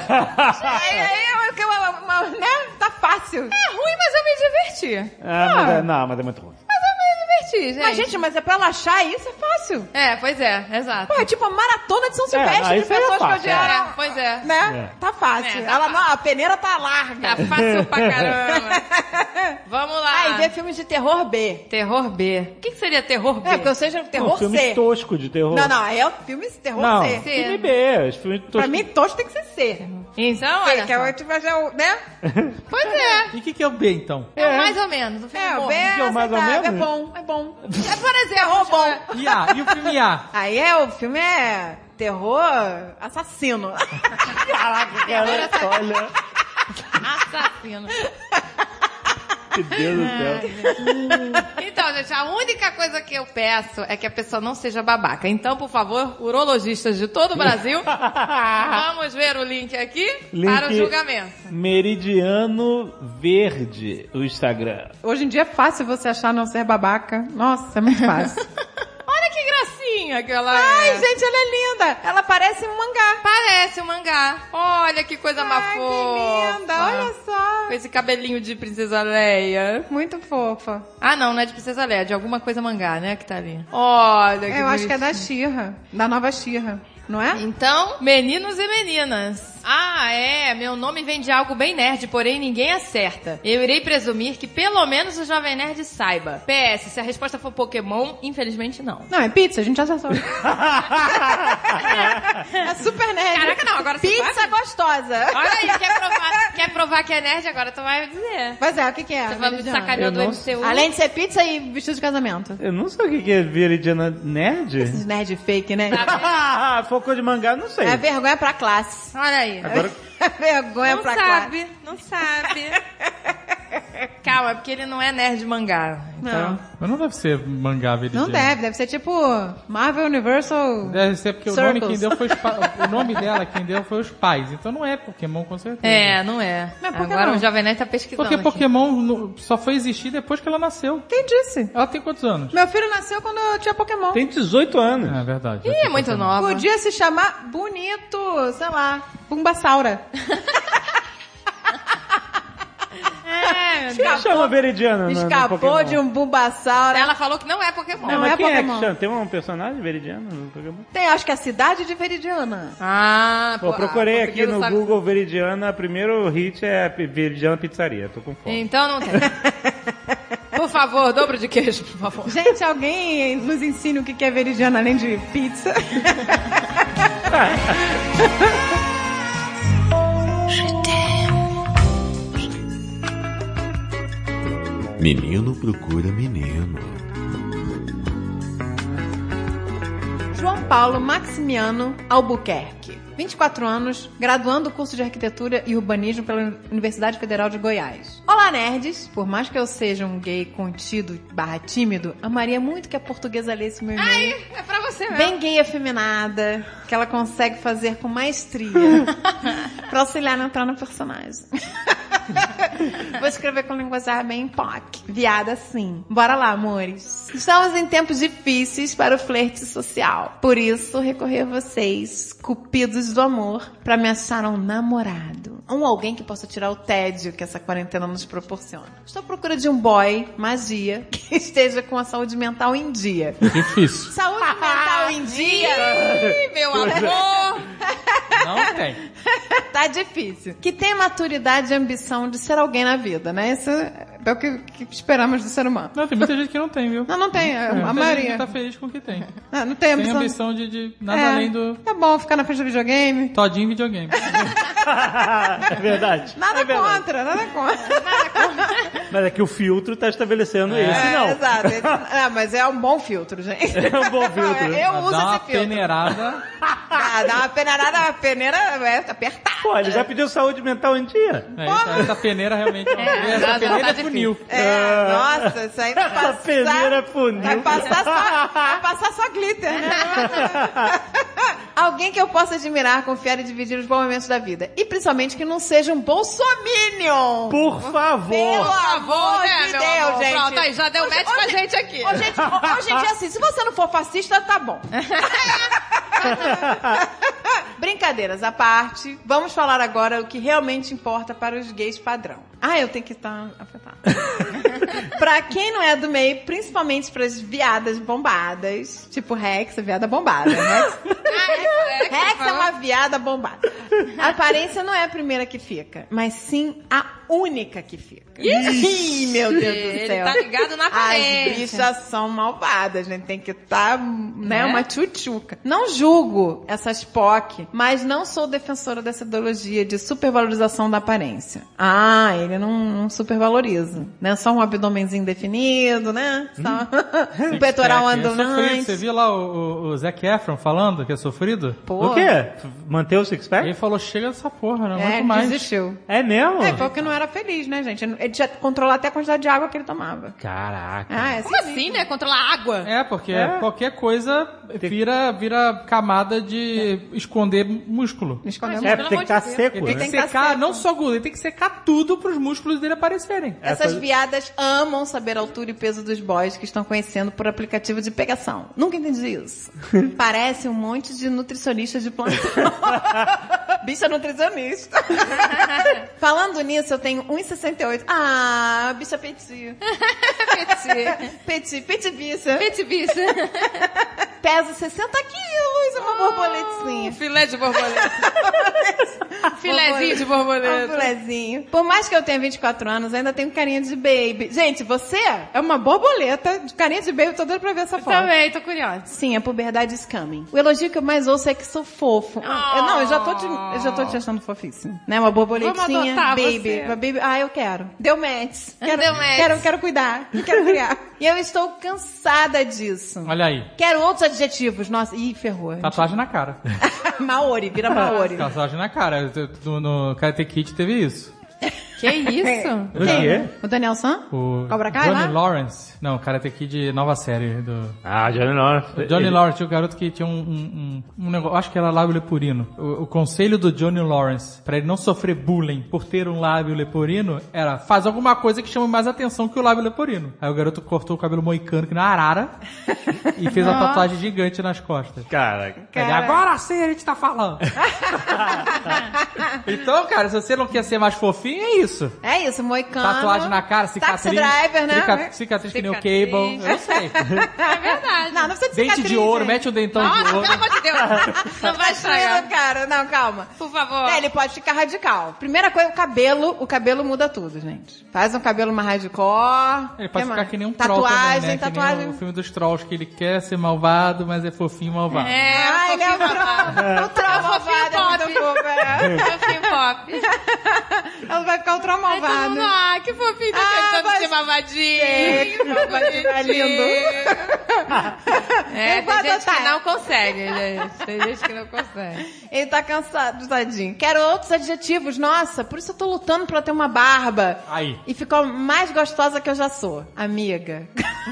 S4: aí, eu- eu- eu- eu- é né? Tá fácil.
S6: É ruim, mas eu me diverti.
S1: Ah, mas é- não, mas é muito ruim.
S6: Mas eu me diverti, gente.
S4: Mas, gente, mas é pra ela achar isso, é fácil.
S6: É, pois é, exato.
S4: Pô, é tipo a maratona de São Silvestre
S1: não,
S4: de
S1: isso aí é
S4: pessoas que
S1: fácil,
S4: odiaram.
S6: é. Pois é.
S4: Né?
S1: É.
S4: Tá fácil.
S6: É, tá
S4: ela, não, a peneira tá larga.
S6: Tá fácil pra caramba. Vamos lá.
S4: Ah, e ver filmes de terror B.
S6: Terror B. O que, que seria terror B?
S4: É, porque eu seja terror
S1: Não, filme
S4: C.
S1: tosco de terror.
S4: Não, não, é o filme de terror
S1: Não,
S4: C.
S1: filme B. Os filmes toscos.
S4: Pra mim, tosco tem que ser C.
S6: Então,
S4: Porque
S6: olha.
S4: que é o
S6: só.
S4: último, já é o- né?
S6: Pois é.
S5: E o que, que é o B, então?
S6: É, mais ou menos. O filme
S4: É,
S6: bom.
S4: o B é
S1: Então, mais ou
S4: aceitável,
S1: menos?
S4: é bom, é bom.
S6: É, por exemplo, bom.
S5: E A? E o filme A?
S4: Aí é, o filme é terror assassino.
S1: Caraca, cara, olha.
S6: Assassino.
S1: Que Deus do céu.
S6: Então, gente, a única coisa que eu peço é que a pessoa não seja babaca. Então, por favor, urologistas de todo o Brasil, vamos ver o link aqui
S1: Link-
S6: para o julgamento.
S1: Meridiano Verde, o Instagram.
S4: Hoje em dia é fácil você achar não ser babaca. Nossa, é muito fácil.
S6: Olha que gracinha que ela
S4: Ai,
S6: é.
S4: gente, ela é linda. Ela parece um mangá.
S6: Parece um mangá. Olha que coisa mais
S4: Ai,
S6: fofa.
S4: que linda, olha
S6: Com
S4: só.
S6: esse cabelinho de Princesa Leia.
S4: Muito fofa.
S6: Ah, não, não é de Princesa Leia, é de alguma coisa mangá, né, que tá ali. Olha que
S4: Eu acho que é
S6: bonitinho.
S4: da Xirra, da nova Xirra, não é?
S6: Então, meninos e meninas. Ah, é, meu nome vem de algo bem nerd, porém ninguém acerta. Eu irei presumir que pelo menos o Jovem Nerd saiba. PS, se a resposta for Pokémon, infelizmente não.
S4: Não, é pizza, a gente acertou. é super nerd.
S6: Caraca, não, agora você
S4: Pizza
S6: sabe?
S4: gostosa.
S6: Olha aí, quer provar, quer provar que é nerd agora, tu vai dizer.
S4: Pois é, o que que é?
S6: Você vai me
S4: Viridiana?
S6: sacaneando do
S1: Eu não-
S6: MCU.
S4: Além de ser pizza e vestido de casamento.
S1: Eu não sei o que que é né, Meridiana Nerd.
S4: Esses nerd fake, né?
S1: Focou de mangá, não sei.
S4: É vergonha pra classe.
S6: Olha aí.
S1: Agora,
S4: É vergonha
S6: não
S4: pra classe.
S6: sabe, não sabe. Calma, é porque ele não é nerd mangá. então-
S4: Não.
S5: Mas não deve ser mangá, Virginia.
S4: Não deve, deve ser tipo Marvel Universal.
S5: Deve ser porque o nome,
S4: Circles.
S5: quem deu foi os pa- o nome dela quem deu foi os pais. Então não é Pokémon, com certeza.
S6: É, não é.
S4: Mas por que
S6: Agora
S4: não?
S6: o Jovem Nerd tá pesquisando.
S5: Porque
S6: aqui.
S5: Pokémon no- só foi existir depois que ela nasceu.
S4: Quem disse?
S5: Ela tem quantos anos?
S4: Meu filho nasceu quando eu tinha Pokémon.
S1: tem 18 anos.
S5: É verdade.
S6: Ih, é muito nova.
S4: Podia se chamar bonito, sei lá, Pumbasaura.
S6: É,
S3: meu Deus.
S4: Escapou.
S1: Chama Veridiana. no- no
S4: Escapou
S1: é Pokémon.
S4: de um Bulbasaur.
S3: Ela falou que não é Pokémon.
S1: Não,
S4: Não
S1: mas
S4: é
S1: quem é
S4: Pokémon.
S1: que chama? Tem um personagem Veridiana no Pokémon?
S4: Tem, acho que é a cidade de Veridiana.
S6: Ah,
S1: Pô, procurei aqui
S6: ah, português
S1: no
S6: não sabe-
S1: Google Veridiana, primeiro hit é P- Veridiana Pizzaria, tô com fome.
S6: Então não tem. Por favor, dobro de queijo, por favor.
S4: Gente, alguém nos ensina o que que é Veridiana além de pizza.
S7: Menino procura menino.
S4: João Paulo Maximiano Albuquerque. 24 anos, graduando o curso de Arquitetura e Urbanismo pela Universidade Federal de Goiás. Olá, nerds! Por mais que eu seja um gay contido barra tímido, amaria muito que a portuguesa lesse meu e-mail.
S6: É pra você mesmo.
S4: Bem gay afeminada, que ela consegue fazer com maestria pra auxiliar a entrar no personagem. Vou escrever com linguajar bem POC. Viada sim. Assim, Bora lá, amores. Estamos em tempos difíceis para o flerte social. Por isso, recorri a vocês, cupidos do amor, pra me achar um namorado. Um alguém que possa tirar o tédio que essa quarentena nos proporciona. Estou à procura de um boy, magia, que esteja com a saúde mental em dia.
S5: Difícil.
S4: Saúde mental em dia
S6: Ah,
S4: é.
S6: Ih, meu amor.
S5: Não tem.
S4: tá difícil. Que tenha maturidade e ambição de ser alguém na vida, né? Isso é o que, que esperamos do ser humano.
S5: Não, tem muita gente que não tem, viu?
S4: Não, não tem. É,
S5: Tem
S4: A, a
S5: muita gente
S4: maioria.
S5: que tá feliz com o que tem.
S4: Ah, não tem
S5: Tem
S4: ambição.
S5: ambição de, de nada
S4: É,
S5: além do
S4: Tá bom ficar na frente do videogame.
S5: todinho videogame.
S1: é verdade.
S4: Nada
S1: é verdade.
S4: contra, nada contra.
S1: Mas é que o filtro tá estabelecendo esse, não.
S4: É, exato. Ah, mas é um bom filtro, gente.
S1: É um bom filtro.
S4: Eu
S5: Dá
S4: uso
S5: uma
S4: esse filtro.
S5: peneirada.
S4: Ah, dá uma peneirada, uma peneira é apertada.
S1: Pô, ele já pediu saúde mental em dia?
S5: É, essa, essa peneira realmente. essa
S6: tá-
S5: peneira
S6: tá
S5: é funil.
S4: É, nossa, isso aí vai
S1: Essa
S4: passar...
S1: peneira é funil.
S4: Vai passar só, vai passar só glitter, né? Alguém que eu possa admirar, confiar e dividir os bons momentos da vida. E principalmente que não seja um bolsominion.
S1: Por
S4: Pelo
S1: favor.
S4: amor
S6: né,
S4: de
S6: meu
S4: Deus,
S6: amor?
S4: gente.
S6: Pronto, aí já deu
S4: Ô,
S6: match
S4: ô,
S6: com a
S4: gente-
S6: gente aqui.
S4: Ô, gente, ô, ô, gente, é assim, se você não for fascista, tá bom. Brincadeiras à parte, vamos falar agora o que realmente importa para os gays padrão. Ah, eu tenho que estar afetada. pra quem não é do meio, principalmente pras viadas bombadas, tipo Rex, viada bombada. Rex,
S6: É,
S4: Rex é uma viada bombada. A aparência não é a primeira que fica, mas sim a única que fica. Ih, meu Deus do
S6: Ele
S4: céu.
S6: tá ligado na
S4: As
S6: aparência.
S4: bichas são malvadas, né? Tem que estar, né,
S6: Né?
S4: uma tchutchuca. Não julgo essas POC, mas não sou defensora dessa ideologia de supervalorização da aparência. Ah, ele não, não supervaloriza, né? Só um abdômenzinho definido, né?
S6: Hum.
S4: Só um petoral
S5: Six-pack. É sofrido.
S4: andante.
S5: Você viu lá o, o, o Zac Efron falando que é sofrido?
S4: Pô,
S1: O quê? Manter o six-pack?
S5: Ele falou, chega dessa porra, não
S4: É,
S5: aguento
S4: ele
S5: mais.
S4: desistiu.
S1: É mesmo?
S4: É, porque não era feliz, né, gente? Ele tinha que controlar até a quantidade de água que ele tomava.
S1: Caraca.
S4: Ah, é
S6: Como assim, né? Controlar água.
S5: É, porque
S1: É.
S5: qualquer coisa vira, vira camada de esconder músculo.
S4: Me escondendo.
S1: É, porque tem que
S6: amor de
S1: estar
S6: Deus.
S1: seco,
S5: Ele tem
S1: né?
S5: que
S4: Tem que tá
S5: secar,
S4: seco.
S5: não só gordura, ele tem que secar tudo pros músculos dele aparecerem.
S4: Essas
S1: Essa-
S4: viadas amam saber a altura e peso dos boys que estão conhecendo por aplicativo de pegação. Nunca entendi isso. Parece um monte de nutricionista de plantão. bicha nutricionista. Falando nisso, eu tenho 1,68. Ah, bicha petit.
S6: Petit.
S4: Petit, petit bicha.
S6: Petit bis.
S4: Peso 60 quilos, é uma borboletinha.
S6: Filé de borboleta. Filézinho de
S4: Um
S6: borboleta.
S4: filézinho. Por mais que eu tenha 24 anos, ainda tenho carinha de baby. Gente, você é uma borboleta de carinha de baby. Tô doida pra ver essa foto.
S6: Também, tô curiosa.
S4: Sim, a puberdade is coming. O elogio que eu mais ouço é que sou fofo.
S6: Ah.
S4: Eu, não, eu já tô te, eu já tô te achando fofíssimo. Né? Uma
S6: Vamos
S4: borboletinha,
S6: adotar
S4: baby,
S6: você.
S4: Uma baby. Ah, eu quero. Deu match. Quero,
S6: Deu match.
S4: Quero, quero cuidar. Quero criar. e eu estou cansada disso.
S5: Olha aí, Tá.
S4: Quero outros adjetivos. Nossa, ih, ferrou.
S5: tatuagem na cara.
S4: Maori, vira Maori.
S5: tatuagem na cara. No, no Karate Kid teve isso.
S6: Que isso?
S1: O quê?
S4: O Daniel San?
S5: O
S4: Cobra Kai
S5: Johnny
S4: lá?
S5: Lawrence. Não, Karate Kid, nova série do...
S1: Ah, Johnny Lawrence.
S5: O Johnny
S1: Ele-
S5: Lawrence, tinha um garoto que tinha um, um, um- um negócio, acho que era lábio leporino. O, o conselho do Johnny Lawrence, pra ele não sofrer bullying por ter um lábio leporino, era faz alguma coisa que chame mais atenção que o lábio leporino. Aí o garoto cortou o cabelo moicano que na arara e fez uma tatuagem gigante nas costas.
S1: Caraca.
S5: Ele, agora sim a gente tá falando. então, cara, se você não quer ser mais fofinho, é isso.
S4: É isso, moicano.
S5: Tatuagem na cara, cicatriz.
S4: Taxi driver, né?
S5: cica- É. cicatriz que nem o Cable. Eu sei.
S6: É verdade.
S4: Não, não precisa de
S5: Dente
S4: cicatriz,
S5: de ouro,
S4: gente.
S5: mete o dentão de
S6: Não,
S5: ouro.
S6: pelo amor de Deus. Não vai estragar.
S4: Tranquilo, cara. Não, calma.
S6: Por favor.
S4: É, ele pode ficar radical. Primeira coisa, o cabelo. O cabelo muda tudo, gente. Faz um cabelo mais hardcore.
S5: Ele pode
S4: Que
S5: ficar
S4: mais?
S5: que nem um troll
S4: Tatuagem,
S5: também, né? Que
S4: tatuagem.
S5: nem o filme dos trolls, que ele quer ser malvado, mas é fofinho e malvado.
S6: É,
S4: Ah,
S6: um
S4: ele é um
S6: pouquinho babado.
S4: troll. O troll malvado é muito fofo, é.
S6: Fofinho pop.
S4: Ela vai ficar um troll
S6: Aí todo
S4: malvado.
S6: mundo, ah, que fofinho, tá
S4: Ah,
S6: tentando
S4: mas-
S6: ser mamadinho.
S4: Sim,
S6: que
S4: babadinho, tá
S6: bonitinho.
S4: lindo.
S6: É,
S4: Eu vou
S6: tem gente
S4: adotar.
S6: que não consegue, gente. Tem gente que não consegue.
S4: Ele tá cansado, tadinho. Quero outros adjetivos. Nossa, por isso eu tô lutando pra ter uma barba.
S5: Aí.
S4: E ficou mais gostosa que eu já sou. Amiga.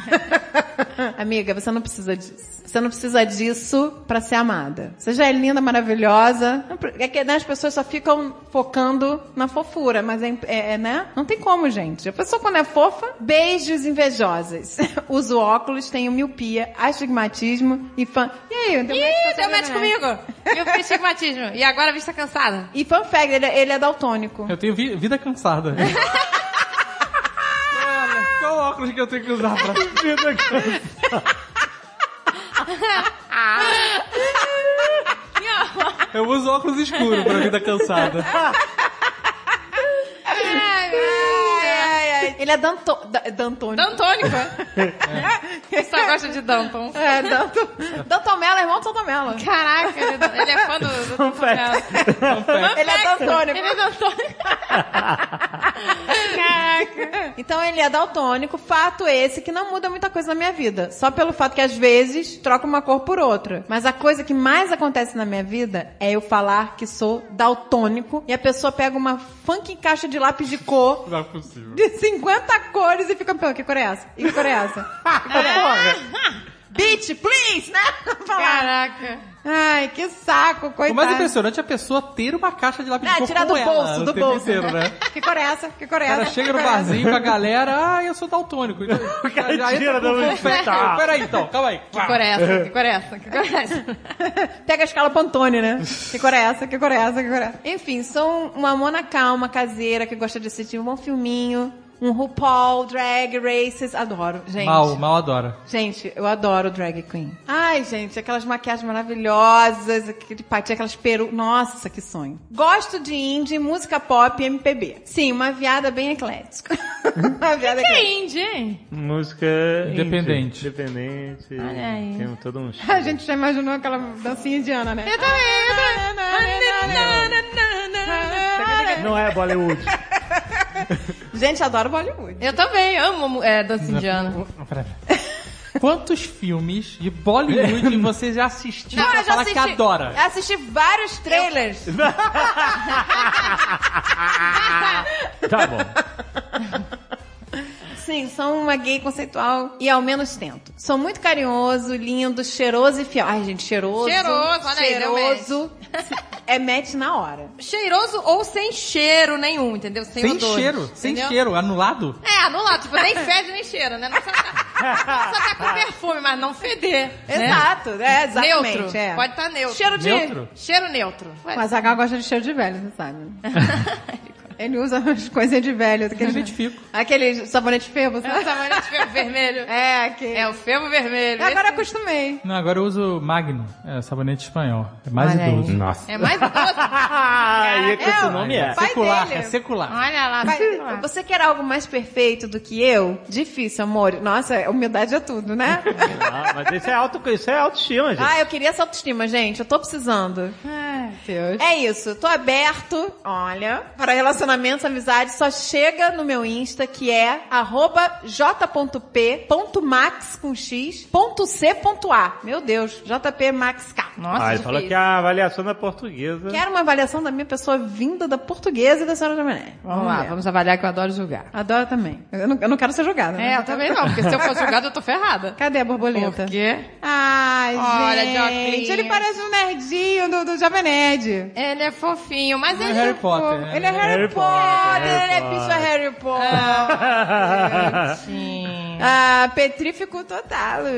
S4: Amiga, você não precisa disso. Você não precisa disso pra ser amada. Você já é linda, maravilhosa. Não pre- É que né, as pessoas só ficam focando na fofura, mas é, imp- é- é, né? Não tem como, gente. A pessoa quando é fofa, beijos invejosas. Uso óculos, tenho miopia, astigmatismo e fan... E aí, deu match com
S6: Ih,
S4: essa
S6: deu match
S4: mulher?
S6: Então comigo. E eu fiz estigmatismo. E agora a vista Tá cansada.
S4: E fan fact, ele, ele é daltônico.
S5: Eu tenho vi- vida cansada. Olha, qual óculos que eu tenho que usar pra vida cansada? Eu uso óculos escuro pra vida cansada.
S4: Ai, ai. Ele é danto, da- dantônico.
S6: Dantônico. é? Você só gosta de Danton.
S4: É, Danto, Dantomelo, irmão de Santomelo.
S6: Caraca, ele ele é fã do, do Danton Mello.
S4: Ele é daltônico.
S6: Ele é Dantônico.
S4: Então ele é daltônico, fato esse que não muda muita coisa na minha vida. Só pelo fato que às vezes troca uma cor por outra. Mas a coisa que mais acontece na minha vida é eu falar que sou daltônico e a pessoa pega uma funk caixa de lápis de cor
S5: Não é possível.
S4: de 50 cores e fica, pô, que cor é essa? E que cor é essa? Bitch, please, né? Falar.
S6: Caraca.
S4: Ai, que saco,
S5: O mais
S4: coitado.
S5: impressionante é a pessoa ter uma caixa de lápis
S4: Ah,
S5: de cor
S4: tirar do
S5: com ela
S4: bolso,
S5: o
S4: do
S5: tempo
S4: bolso.
S5: inteiro, né?
S4: Que cor é essa? Que cor é
S5: O
S4: essa?
S5: cara chega no
S4: Que cor é essa?
S5: barzinho com a galera, ah, eu sou daltônico. Então, o
S1: cara tira da
S5: do
S1: manchete.
S5: Peraí, então, calma aí.
S6: Que cor é essa? Que cor é essa? Que cor é essa?
S4: Pega a escala Pantone, né? Que cor é essa? Que cor é essa? Que cor é essa? Enfim, sou uma mona calma, caseira, que gosta de assistir um bom filminho, um RuPaul, Drag Races. Adoro,
S6: é
S4: gente.
S5: Mal, mal adora.
S4: Gente, eu adoro drag queen. Ai, gente, aquelas maquiagens maravilhosas, aquele pati, aquelas peru... Nossa, que sonho. Gosto de indie, música pop e MPB. Sim, uma viada bem eclética. uma viada
S6: Que
S4: eclética.
S6: é indie, hein?
S1: Música
S5: Independente.
S1: indie, Independente.
S6: Olha aí.
S1: Tem todo um
S4: A gente já imaginou aquela dancinha indiana, né?
S6: Eu também, eu também.
S1: Não é Bollywood.
S4: Gente, adoro Bollywood.
S6: Eu também amo é, dança indiana.
S5: Peraí. Quantos filmes de Bollywood você já assistiu
S4: Não,
S5: pra
S4: eu Ah, já
S5: falar
S4: assisti.
S5: que adora?
S6: É
S4: Eu
S6: assim,
S4: assisti vários trailers.
S1: Tá bom.
S4: Sim, sou uma gay conceitual e ao menos tento. Sou muito carinhoso, lindo, cheiroso e fiel. Ai, gente, cheiroso.
S6: Cheiroso, olha aí, deu um
S4: Cheiroso. É match na hora.
S6: Cheiroso ou sem cheiro nenhum, entendeu? Sem,
S5: Sem
S6: odores,
S5: cheiro, sem
S6: entendeu?
S5: cheiro, anulado.
S6: É, anulado. Tipo, nem fede nem cheira, né? Não precisa tá, só tá com perfume, mas não feder. né?
S4: Exato, é, exatamente.
S6: Neutro.
S4: é.
S6: Pode estar neutro.
S4: Cheiro de...
S5: Neutro?
S6: Cheiro neutro. Vai.
S4: Mas a Gal gosta de cheiro de velho, você sabe. né? Ele usa as coisas de velho.
S5: Eu
S4: Aquele,
S5: identifico.
S4: aquele É um sabonete febo, sabe?
S6: Essa maneira de febo vermelho.
S4: É, aquele.
S6: É, o febo vermelho.
S4: Agora
S6: Esse-
S4: acostumei.
S5: Não, agora eu uso Magnum, é, sabonete espanhol. É mais
S6: Olha aí.
S5: idoso.
S1: Nossa.
S6: É mais doce.
S1: Aí é que esse
S4: É,
S1: nome
S5: É
S1: é.
S4: pai
S5: secular,
S4: dele.
S5: é secular.
S6: Olha lá.
S4: Vai,
S6: sei lá.
S4: você quer algo mais perfeito do que eu? Difícil, amor. Nossa, humildade é tudo, né?
S1: Ah, mas isso é, auto, isso é autoestima, gente.
S4: ah, eu queria essa autoestima, gente. Eu tô precisando.
S6: Ai, Deus.
S4: É isso. Tô aberto, olha, para relacionamentos, amizades. Só chega no meu Insta, que é arroba j.p.max com x, ponto c, ponto a. Meu Deus, jpmaxk.
S6: Nossa,
S1: ah, ele
S6: difícil.
S1: falou que a avaliação da portuguesa.
S4: Quero uma avaliação da minha pessoa vinda da portuguesa e da senhora Jaminé.
S6: Vamos lá, vamos avaliar que eu adoro julgar.
S4: Adoro também. Eu não, eu não quero ser julgada. né?
S6: É, eu também não, porque se eu for julgada, eu tô ferrada.
S4: Cadê a borboleta?
S6: Por quê?
S4: Ai,
S6: Olha,
S4: gente.
S6: Joaquim.
S4: Ele parece um nerdinho do, do Jovem Nerd.
S6: Ele é fofinho, mas
S5: É
S6: ele...
S5: Harry Potter. né?
S4: Ele é Harry,
S1: Harry
S4: Potter,
S1: Potter,
S4: ele é
S1: Harry
S4: bicho
S1: Potter.
S4: Harry Potter.
S5: Ah,
S6: Sim.
S4: Ah, petrífico total.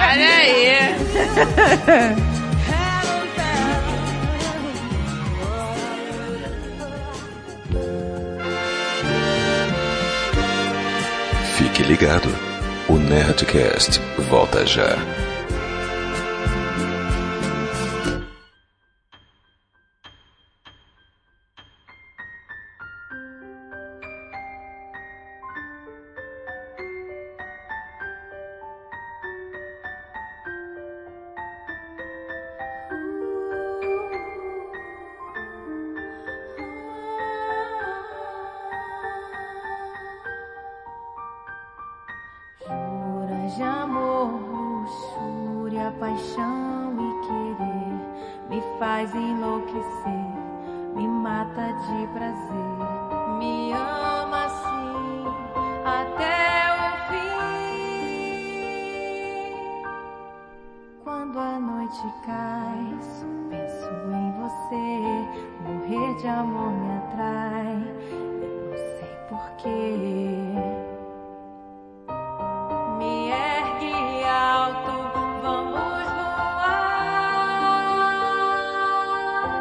S6: Olha aí.
S10: Fique ligado. O Nerdcast volta já.
S6: Juras de amor, luxúria, paixão e querer me faz enlouquecer, me mata de prazer, me ama assim até o fim. Quando a noite cai, só penso em você, morrer de amor me atrai, eu não sei porquê. Me ergue alto, vamos voar.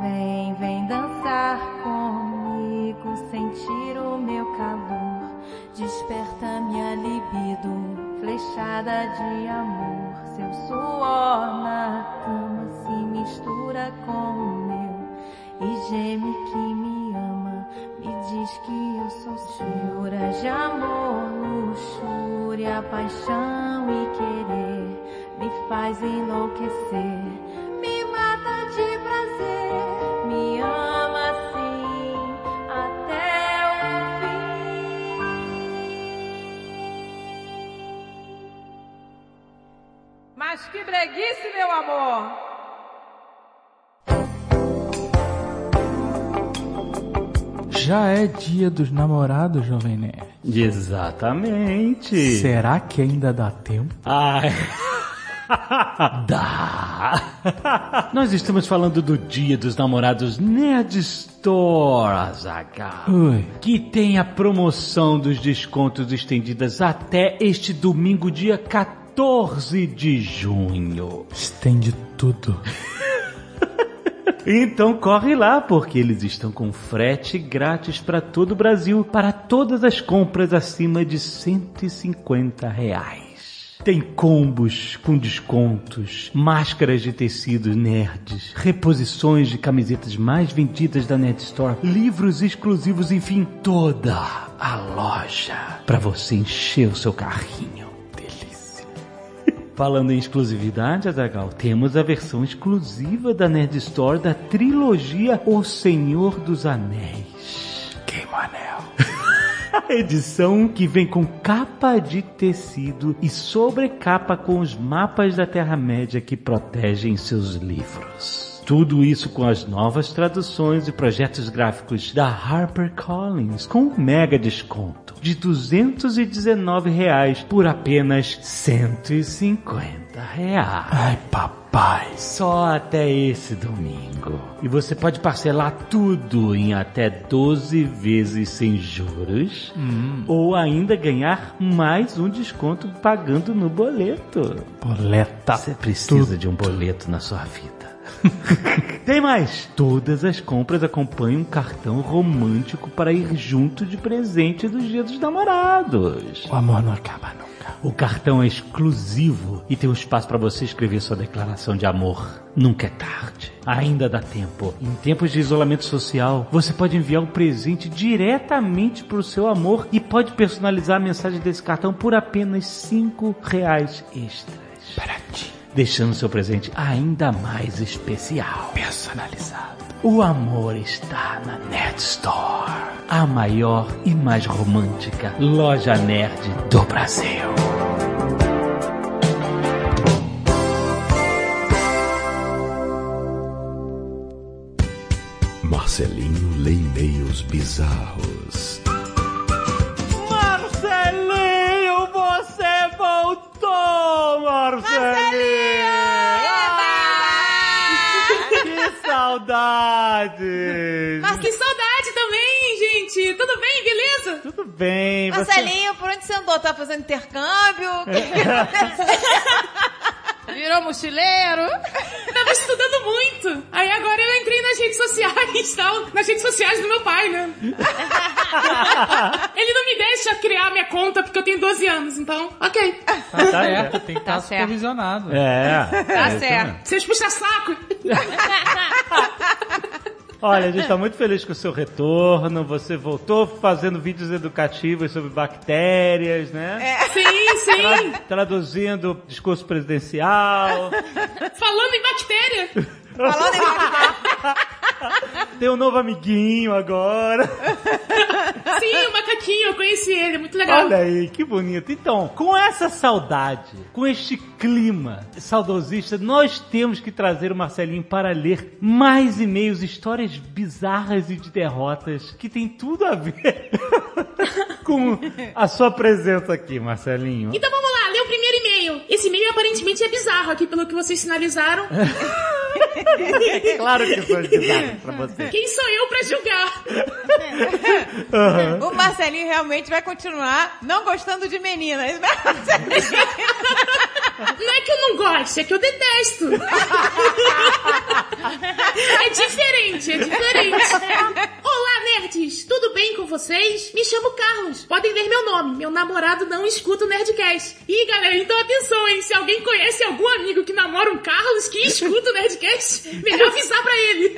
S6: Vem, vem dançar comigo, sentir o meu calor. Desperta minha libido, flechada de amor. Seu suor na cama se mistura com o meu e geme que me ama. Me diz que eu sou seu. Juras de amor, luxúria, paixão e querer me faz enlouquecer. Me mata de prazer, me ama assim até o fim.
S8: Mas que breguice, meu amor!
S5: Já é dia dos namorados, Jovem Nerd.
S9: Exatamente.
S5: Será que ainda dá tempo?
S9: Ai. Dá! Nós estamos falando do Dia dos Namorados Nerd Store, Azaghal.
S5: Ui.
S9: que tem a promoção dos descontos estendidas até este domingo, dia 14 de junho.
S5: Estende tudo.
S9: Então corre lá, porque eles estão com frete grátis para todo o Brasil, para todas as compras acima de 150 reais. Tem combos com descontos, máscaras de tecidos nerds, reposições de camisetas mais vendidas da Nerd Store, livros exclusivos, enfim, toda a loja para você encher o seu carrinho. Delícia. Falando em exclusividade, Azagal, temos a versão exclusiva da Nerd Store da trilogia O Senhor dos Anéis. Queima o anel. A edição que vem com capa de tecido e sobrecapa com os mapas da Terra-média que protegem seus livros. Tudo isso com as novas traduções e projetos gráficos da HarperCollins com um mega desconto de R$ 219 reais por apenas R$ 150 reais. Ai, papai! Só até esse domingo. E você pode parcelar tudo em até 12 vezes sem juros
S5: Hum.
S9: ou ainda ganhar mais um desconto pagando no boleto.
S5: Boleta.
S9: Você precisa de um boleto na sua vida. Tem mais! Todas as compras acompanham um cartão romântico para ir junto de presente do Dia dos Namorados.
S5: O amor não acaba nunca.
S9: O cartão é exclusivo e tem um espaço para você escrever sua declaração de amor. Nunca é tarde. Ainda dá tempo. Em tempos de isolamento social, você pode enviar o presente diretamente para o seu amor e pode personalizar a mensagem desse cartão por apenas cinco reais extras.
S5: Baratinho.
S9: Deixando seu presente ainda mais especial. Personalizado. O amor está na Nerd Store, a maior e mais romântica loja nerd do Brasil.
S2: Marcelinho lê e-mails bizarros.
S9: Marcelinho, você voltou, Marcelinho! Ah! Que saudades!
S8: Mas Ah, que saudade também, gente! Tudo bem, beleza?
S9: Tudo bem, você...
S4: Marcelinho, por onde você andou? Tá fazendo intercâmbio?
S11: Virou mochileiro?
S8: Tava estudando muito! Aí agora eu entrei nas redes sociais e tal, nas redes sociais do meu pai, né? Ele não me deixa criar minha conta porque eu tenho 12 anos, então, ok.
S5: Tá certo, tem que estar
S6: Tá certo.
S5: supervisionado.
S1: É. é,
S6: Tá
S1: isso mesmo.
S6: certo.
S8: Vocês puxam saco.
S1: Olha, a gente está muito feliz com o seu retorno. Você voltou fazendo vídeos educativos sobre bactérias,
S6: É.
S1: né?
S8: Sim,
S1: Tá
S8: sim.
S1: Traduzindo discurso presidencial.
S8: Falando em bactéria.
S4: Falando em
S1: Tem um novo amiguinho agora.
S8: Sim, o macaquinho, eu conheci ele, é muito legal.
S1: Olha aí, que bonito. Então, com essa saudade, com este clima saudosista, nós temos que trazer o Marcelinho para ler mais e-mails, histórias bizarras e de derrotas que tem tudo a ver com a sua presença aqui, Marcelinho.
S8: Então vamos lá, lê o primeiro e-mail. Esse e-mail aparentemente é bizarro aqui, pelo que vocês sinalizaram.
S1: É claro que foi bizarro pra você.
S8: Quem sou eu pra julgar?
S1: É.
S4: O Marcelinho realmente vai continuar não gostando de meninas. né,
S8: Não é que eu não gosto, é que eu detesto. É diferente, é diferente. Olá, nerds! Tudo bem com vocês? Me chamo Carlos. Podem ler meu nome. Meu namorado não escuta o Nerdcast. Ih, galera, então atenção, hein? Se alguém conhece algum amigo que namora um Carlos que escuta o Nerdcast, melhor avisar pra ele.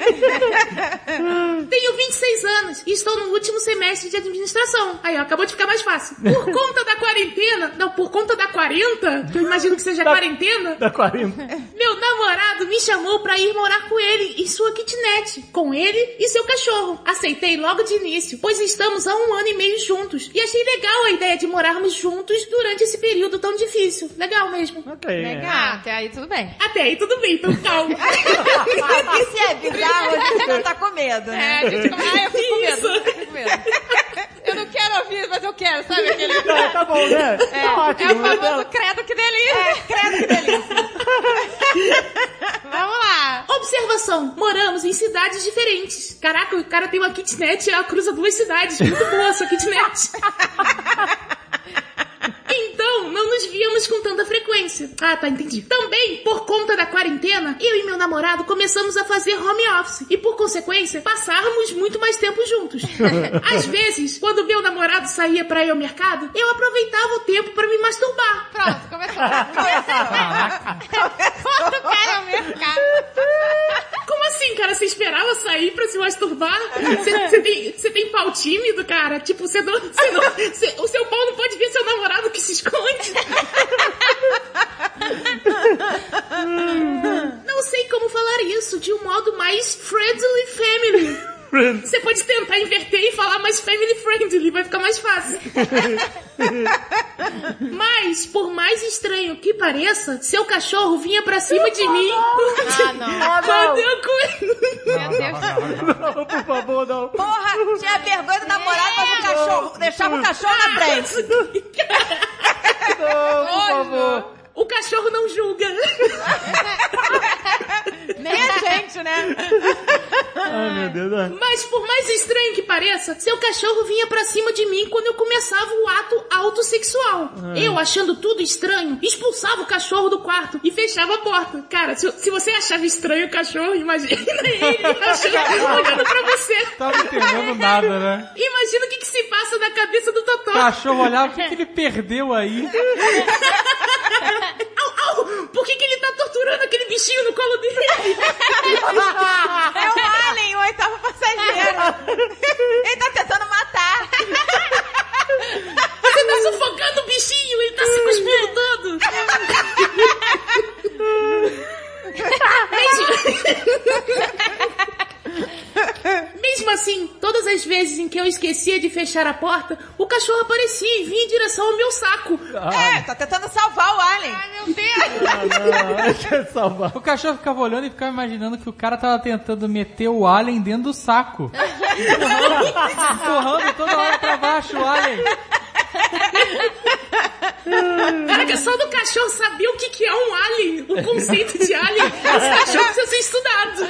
S8: Tenho 26 anos e estou no último semestre de administração. Aí, ó, acabou de ficar mais fácil. Por conta da quarentena... Não, por conta da 40, que eu imagino que seja quarentena...
S1: Da 40.
S8: Meu namorado me chamou pra ir morar com ele em sua kitnet, com ele e seu cachorro. Aceitei logo de início, pois estamos há um ano e meio juntos. E achei legal a ideia de morarmos juntos durante esse período tão difícil. Legal mesmo.
S1: Ok.
S6: Ah, até aí tudo bem.
S8: Até aí tudo bem, então calma.
S4: Se é bizarro, a gente não tá com medo, né?
S6: É, a gente fica, ah, eu fico com medo,
S8: Isso.
S6: eu fico com medo. Eu não quero ouvir, mas eu quero, sabe aquele...
S1: Não, tá bom, né? tá
S6: É o
S1: ótimo. né?
S6: famoso credo que delícia.
S4: É,
S6: credo que delícia. Vamos lá.
S8: Observação: moramos em cidades diferentes. Caraca, o cara tem uma kitnet, ela cruza duas cidades. Muito boa essa kitnet. Então, não nos víamos com tanta frequência. Ah, tá, entendi. Também, por conta da quarentena, eu e meu namorado começamos a fazer home office e, por consequência, passarmos muito mais tempo juntos. Às vezes, quando meu namorado saía pra ir ao mercado, eu aproveitava o tempo pra me masturbar.
S6: Pronto, começou. Quando o cara ao mercado.
S8: Como assim, cara? Você esperava sair pra se masturbar? Você você tem, você tem pau tímido, cara? Tipo, você não, você não, você- o seu pau não pode ver seu namorado que se esconde. Não sei como falar isso de um modo mais friendly family. Você pode tentar inverter e falar mais family friendly, vai ficar mais fácil. Mas, por mais estranho que pareça, seu cachorro vinha pra cima de mim.
S6: Ah, não.
S8: Quando eu cu-
S6: Meu Deus.
S1: Não, por favor, não.
S4: Porra, tinha vergonha do namorado, mas o cachorro, deixava o cachorro na frente.
S1: Não, por favor.
S8: O cachorro não julga.
S4: Nem a gente, né?
S1: Ai, Ah, meu Deus. ai.
S8: Mas por mais estranho que pareça, seu cachorro vinha pra cima de mim quando eu começava o ato autossexual.
S5: Ah.
S8: Eu, achando tudo estranho, expulsava o cachorro do quarto e fechava a porta. Cara, se, se você achava estranho o cachorro, imagina ele achando, olhando pra você.
S5: Tava entendendo nada, né?
S8: Imagina o que, que se passa na cabeça do Totó.
S5: Cachorro olhava, o que, que ele perdeu aí?
S8: Au, au! Por que, que ele tá torturando aquele bichinho no colo dele?
S4: É o Alien, o oitavo passageiro. Ele tá tentando matar.
S8: Você tá sufocando o bichinho, ele tá se cuspindo todo. Mesmo... Mesmo assim, todas as vezes em que eu esquecia de fechar a porta, o cachorro aparecia e vinha em direção ao meu saco.
S4: É, tá tentando salvar o Alien.
S6: Ai, meu Deus.
S1: Ah,
S5: Ah,
S1: Não, eu quero salvar.
S5: O cachorro ficava olhando e ficava imaginando que o cara tava tentando meter o alien dentro do saco. Empurrando empurrando toda hora pra baixo o alien.
S8: Caraca, só do cachorro saber o que, que é um alien, o conceito de alien, esse cachorro precisa ser estudado.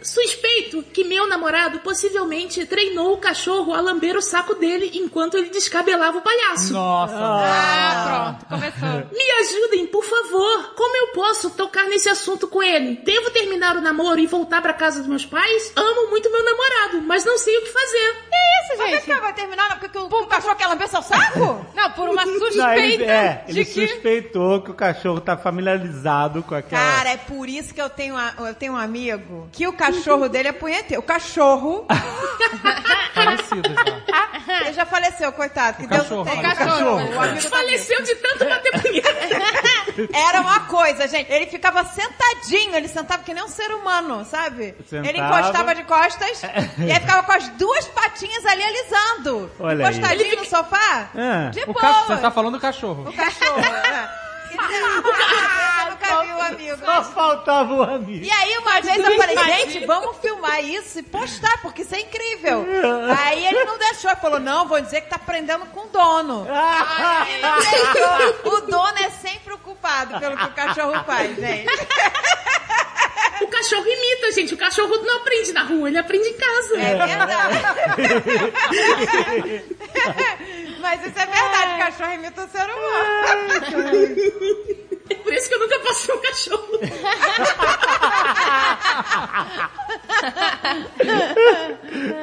S8: Suspeito que meu namorado possivelmente treinou o cachorro a lamber o saco dele enquanto ele descabelava o palhaço.
S5: Nossa.
S6: Ah, pronto, começou.
S8: Me ajudem, por favor. Como eu posso tocar nesse assunto com ele? Devo terminar o namoro e voltar pra casa dos meus pais? Amo muito meu namorado, mas mas não sei o que fazer.
S3: Que isso,
S4: Mas
S3: gente?
S4: que vai terminar? Porque o Pumba achou que ela venceu o saco?
S3: Não,
S8: é
S3: por uma suspeita
S1: Não, ele, é,
S3: de
S1: ele
S3: que...
S1: suspeitou que o cachorro tá familiarizado com aquela.
S4: Cara, é por isso que eu tenho, a- eu tenho um amigo que o cachorro dele é punheteiro. O cachorro,
S5: Parecido já.
S4: ele já faleceu, coitado. Que Deus
S5: cachorro,
S4: o tenha.
S5: né?
S4: O cachorro. O amigo tá vivo.
S8: Faleceu de tanto bater punheta.
S4: Era uma coisa, gente. Ele ficava sentadinho, ele sentava que nem um ser humano, sabe?
S1: Sentava.
S4: Ele encostava de costas e aí ficava com as duas patinhas ali alisando.
S1: Olha aí.
S4: encostadinho no sofá.
S1: É.
S4: De
S5: O
S4: boa.
S5: cachorro, você tá falando do cachorro.
S4: O cachorro. é. Eu nunca vi o amigo.
S1: Só faltava o amigo.
S4: E aí, uma vez eu falei, gente, vamos filmar isso e postar, porque isso é incrível. Aí ele não deixou, falou, não, vou dizer que tá prendendo com o dono. Aí não deixou. O dono é sempre o culpado pelo que o cachorro faz, gente.
S8: O cachorro imita, gente. O cachorro não aprende na rua, ele aprende em casa.
S4: É verdade. Mas isso é verdade, o cachorro imita o ser humano.
S8: É Por isso que eu nunca posso ser um cachorro.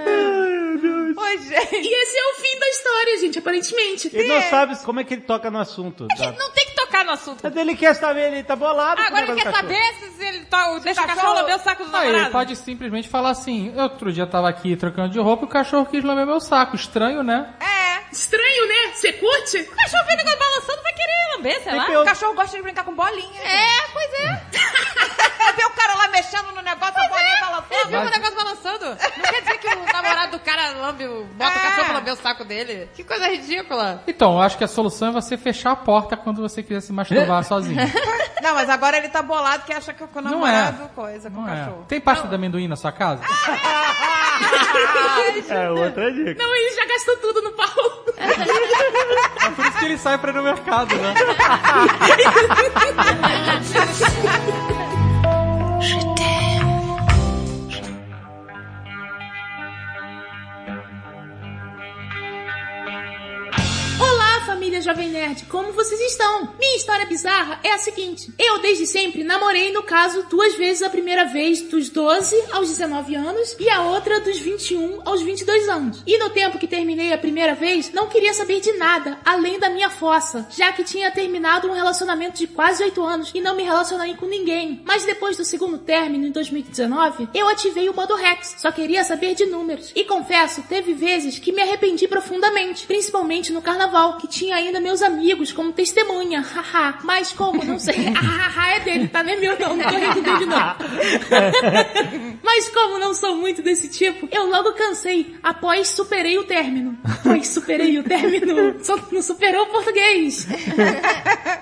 S4: Ô, gente.
S8: E esse é o fim da história, gente, aparentemente.
S1: Ele não sabe como é que ele toca no assunto.
S6: A gente não tem que tocar no assunto.
S1: Mas ele quer saber, ele tá bolado. com o
S8: Ah,
S6: Agora ele
S1: negócio
S6: quer
S1: do cachorro.
S6: saber se, se ele to... deixa o cachorro
S4: cachorro-
S6: lamber o saco do
S5: Aí ele
S6: namorado.
S5: pode simplesmente falar assim: outro dia eu tava aqui trocando de roupa e o cachorro quis lamber meu saco. Estranho, né?
S4: É.
S8: Estranho, né? Você curte?
S6: O cachorro vê o negócio balançando, vai querer lamber, sei lá.
S1: que eu-
S4: O cachorro gosta de brincar com bolinha.
S6: É, pois é.
S4: Vê o cara lá mexendo no negócio, a bolinha balançando.
S6: Ele viu é. o negócio balançando. Não quer dizer que o namorado do cara lambe, o- bota o
S4: É.
S6: cachorro pra lamber o saco dele. Que coisa ridícula.
S5: Então, eu acho que a solução é você fechar a porta quando você quiser se masturbar sozinho.
S4: Não, mas agora ele tá bolado que acha que o
S5: Não é.
S4: namorado coisa com
S5: Não
S4: o
S5: é.
S4: cachorro.
S5: Tem pasta de amendoim na sua casa?
S1: É outra dica.
S8: Não, ele já gastou tudo no pau.
S5: É por isso que ele sai pra ir no mercado, né?
S8: Olá, família Jovem Nerd, como vocês estão? Minha história bizarra é a seguinte: eu desde sempre namorei, no caso, duas vezes, a primeira vez dos 12 aos 19 anos e a outra dos 21 aos 22 anos. E no tempo que terminei a primeira vez, não queria saber de nada além da minha fossa, já que tinha terminado um relacionamento de quase 8 anos e não me relacionei com ninguém. Mas depois do segundo término em 2019, eu ativei o modo Rex, só queria saber de números. E confesso, teve vezes que me arrependi profundamente, principalmente no carnaval, que tinha ainda meus amigos como testemunha, haha. Mas como, não sei, haha é dele, tá? Não é meu não, não tô rindo dele não. Mas como não sou muito desse tipo, eu logo cansei, após superei o término. Pois superei o término, só não superou o português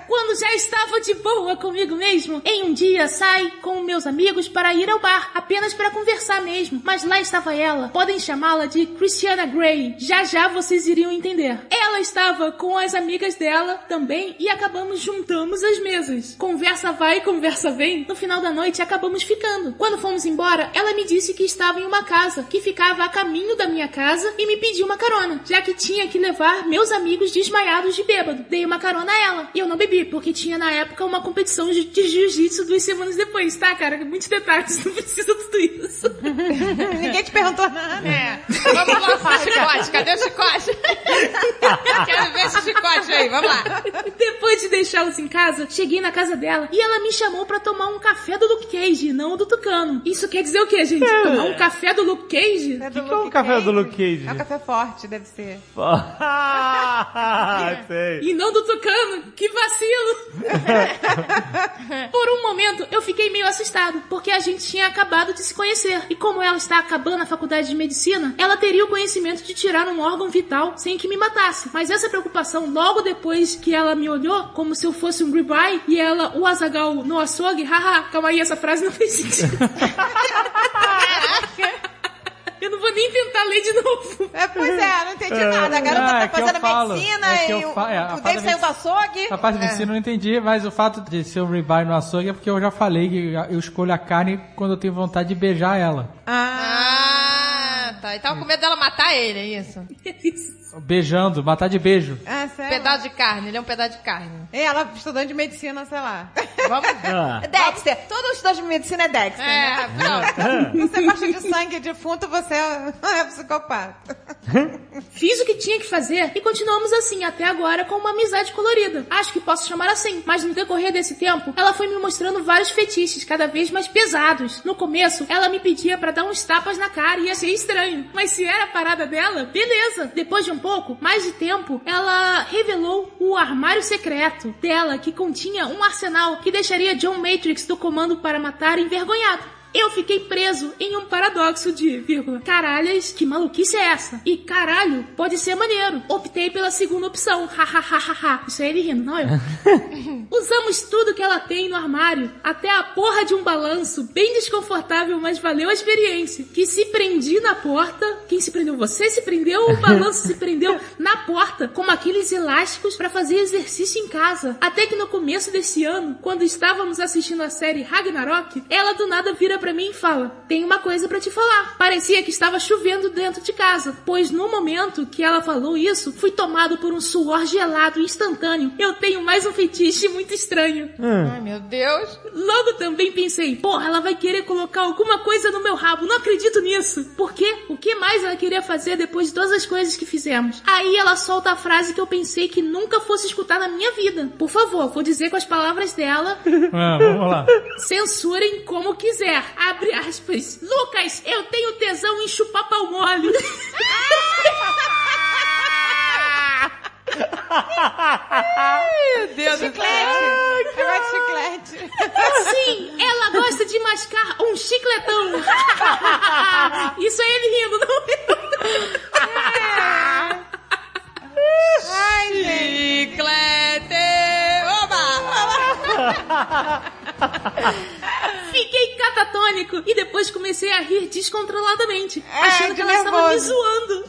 S8: quando já estava de boa comigo mesmo. Em um dia sai com meus amigos para ir ao bar, apenas para conversar mesmo. Mas lá estava ela. Podem chamá-la de Christiana Grey. Já já vocês iriam entender. Ela estava com as amigas dela também e acabamos juntamos as mesas. Conversa vai, conversa vem. No final da noite acabamos ficando. Quando fomos embora, ela me disse que estava em uma casa que ficava a caminho da minha casa e me pediu uma carona, já que tinha que levar meus amigos desmaiados de bêbado. Dei uma carona a ela. E eu não bebi, porque tinha na época uma competição de de jiu-jitsu duas semanas depois, tá, cara? Muitos detalhes, não precisa tudo isso. É.
S4: Ninguém te perguntou nada, né?
S6: É. Vamos lá pro chicote. Cadê o chicote? Quero ver esse chicote aí. Vamos lá.
S8: Depois de deixá-los em casa, cheguei na casa dela e ela me chamou pra tomar um café do Luke Cage, não do Tucano. Isso quer dizer o quê, gente? Tomar um café do Luke Cage?
S4: É do
S1: que é o café do Luke Cage?
S4: É um café forte, deve ser.
S1: Ah, sei.
S8: E não do Tucano, que vacilo! Por um momento eu fiquei meio assustado, porque a gente tinha acabado de se conhecer. E como ela está acabando a faculdade de medicina, ela teria o conhecimento de tirar um órgão vital sem que me matasse. Mas essa preocupação, logo depois que ela me olhou, como se eu fosse um ribeye, e ela, o azagal no açougue, haha, calma aí, essa frase não fez sentido. Eu não vou nem tentar ler de novo.
S4: É, pois é, não entendi nada. A garota
S5: Ah, é
S4: tá
S5: que eu
S4: fazendo
S5: falo.
S4: medicina
S5: É que eu
S4: e o,
S5: fa- é, a
S4: o
S5: fada
S4: Dave saiu do
S8: É.
S4: açougue.
S5: A parte de ensino eu não entendi, mas o fato de ser um rebuy no açougue é porque eu já falei que eu escolho a carne quando eu tenho vontade de beijar ela.
S4: Ah,
S6: Ah, tá. E tava com medo dela matar ele, é isso?
S5: Beijando, matar de beijo.
S4: Ah, sério?
S6: Pedaço de carne, ele é um pedaço de carne.
S4: E ela, estudante de medicina, sei lá.
S6: Vamos.
S1: Ah.
S4: Dexter. Todo estudante de medicina é Dexter, né?
S6: É, pronto.
S4: Você gosta de sangue defunto, você é é psicopata.
S8: Fiz o que tinha que fazer e continuamos assim até agora com uma amizade colorida. Acho que posso chamar assim, mas no decorrer desse tempo, ela foi me mostrando vários fetiches cada vez mais pesados. No começo, ela me pedia pra dar uns tapas na cara e achei estranho, mas se era a parada dela, beleza. Depois de um pouco, mais de tempo, ela revelou o armário secreto dela que continha um arsenal que deixaria John Matrix do comando para matar envergonhado. Eu fiquei preso em um paradoxo de, vírgula, caralhas, que maluquice é essa? E caralho, pode ser maneiro. Optei pela segunda opção, hahaha. Isso é ele rindo, não eu. Usamos tudo que ela tem no armário, até a porra de um balanço, bem desconfortável, mas valeu a experiência. Que se prendi na porta, quem se prendeu? Você se prendeu ou o balanço se prendeu na porta, como aqueles elásticos pra fazer exercício em casa. Até que no começo desse ano, quando estávamos assistindo a série Ragnarok, ela do nada vira pra mim e fala: "Tem uma coisa pra te falar". Parecia que estava chovendo dentro de casa, pois no momento que ela falou isso, fui tomado por um suor gelado instantâneo. Eu tenho mais um fetiche muito estranho.
S6: Ai, meu Deus.
S8: Logo também pensei, porra, ela vai querer colocar alguma coisa no meu rabo, não acredito nisso. Por quê? O que mais ela queria fazer depois de todas as coisas que fizemos? Aí ela solta a frase que eu pensei que nunca fosse escutar na minha vida. Por favor, vou dizer com as palavras dela,
S5: Ah, vamos lá.
S8: censurem como quiser. Abre aspas. Lucas, eu tenho tesão em chupar pau mole.
S6: Meu Deus do céu.
S4: Chiclete. Agora de chiclete.
S8: Sim, ela gosta de mascar um chicletão. Isso é ele rindo, não é? eu.
S6: Chiclete. Oba.
S8: Fiquei catatônico e depois comecei a rir descontroladamente,
S6: É,
S8: achando
S4: de
S8: que ela estava me
S4: nervoso.
S8: zoando.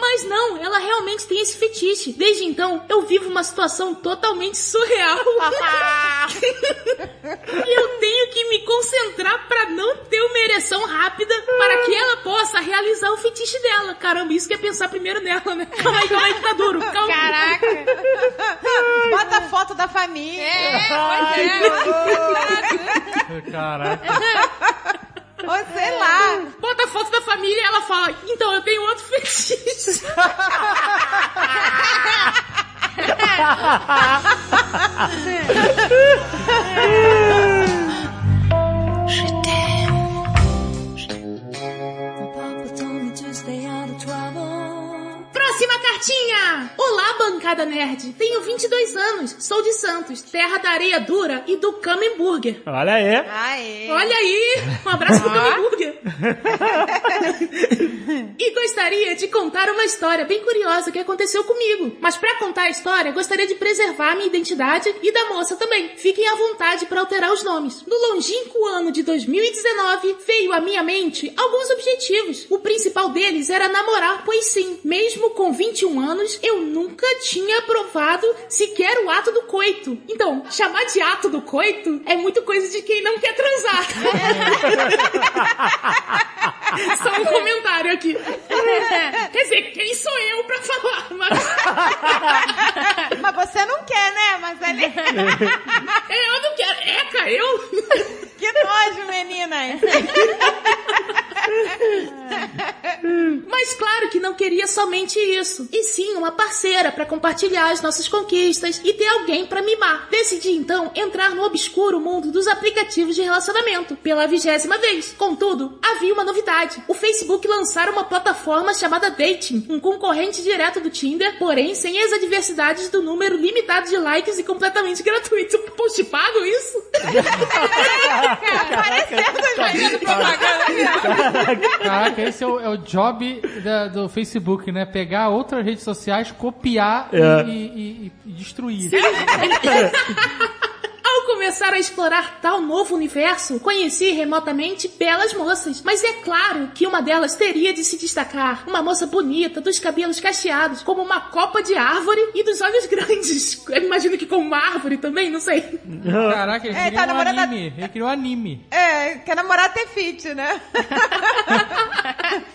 S8: Mas não, ela realmente tem esse fetiche. Desde então, eu vivo uma situação totalmente surreal. E eu tenho que me concentrar pra não ter uma ereção rápida para que ela possa realizar o fetiche dela. Caramba, isso que é pensar primeiro nela, né? Calma aí, calma aí que tá duro. Calma.
S6: Caraca.
S4: Bota a foto da família.
S6: É, pois é.
S5: Caraca.
S4: Ou sei lá.
S8: Bota a foto da família e ela fala, então eu tenho outro fetiche. Próxima cartinha! Olá, bancada nerd! Tenho 22 anos, sou de Santos, terra da areia dura e do Camemburger.
S1: Olha aí.
S4: Aê.
S8: Olha aí! Um abraço pro Camemburger! e gostaria de contar uma história bem curiosa que aconteceu comigo. Mas pra contar a história, gostaria de preservar minha identidade e da moça também. Fiquem à vontade pra alterar os nomes. No longínquo ano de 2019, veio à minha mente alguns objetivos. O principal deles era namorar, pois sim, mesmo com 21 anos, eu nunca tinha aprovado sequer o ato do coito. Então, chamar de ato do coito é muito coisa de quem não quer transar. Só um comentário aqui. É, Quer dizer, quem sou eu pra falar? Mas
S4: Mas você não quer, né? Mas ele...
S8: É, eu não quero. Eca, Ah, eu?
S4: Que nojo, meninas.
S8: Mas claro que não queria somente isso. E sim uma parceira pra compartilhar as nossas conquistas e ter alguém pra mimar. Decidi então entrar no obscuro mundo dos aplicativos de relacionamento pela vigésima vez. Contudo, havia uma novidade. O Facebook lançara uma plataforma chamada Dating, um concorrente direto do Tinder, porém sem as adversidades do número limitado de likes e completamente gratuito. Poxa, pago isso?
S5: tá Caraca, esse é o, é o job da- do Facebook, né? Pegar outras redes sociais, copiar e-
S1: É.
S5: e, e- e destruir.
S8: Ao começar a explorar tal novo universo, conheci remotamente belas moças, mas é claro que uma delas teria de se destacar. Uma moça bonita, dos cabelos cacheados, como uma copa de árvore e dos olhos grandes. Eu imagino que com uma árvore também, não sei.
S5: Caraca, ele
S4: É,
S5: criou
S4: tá
S5: um
S4: namorando a-
S5: anime. Ele criou um anime.
S4: É, quer namorar a Tefit, né?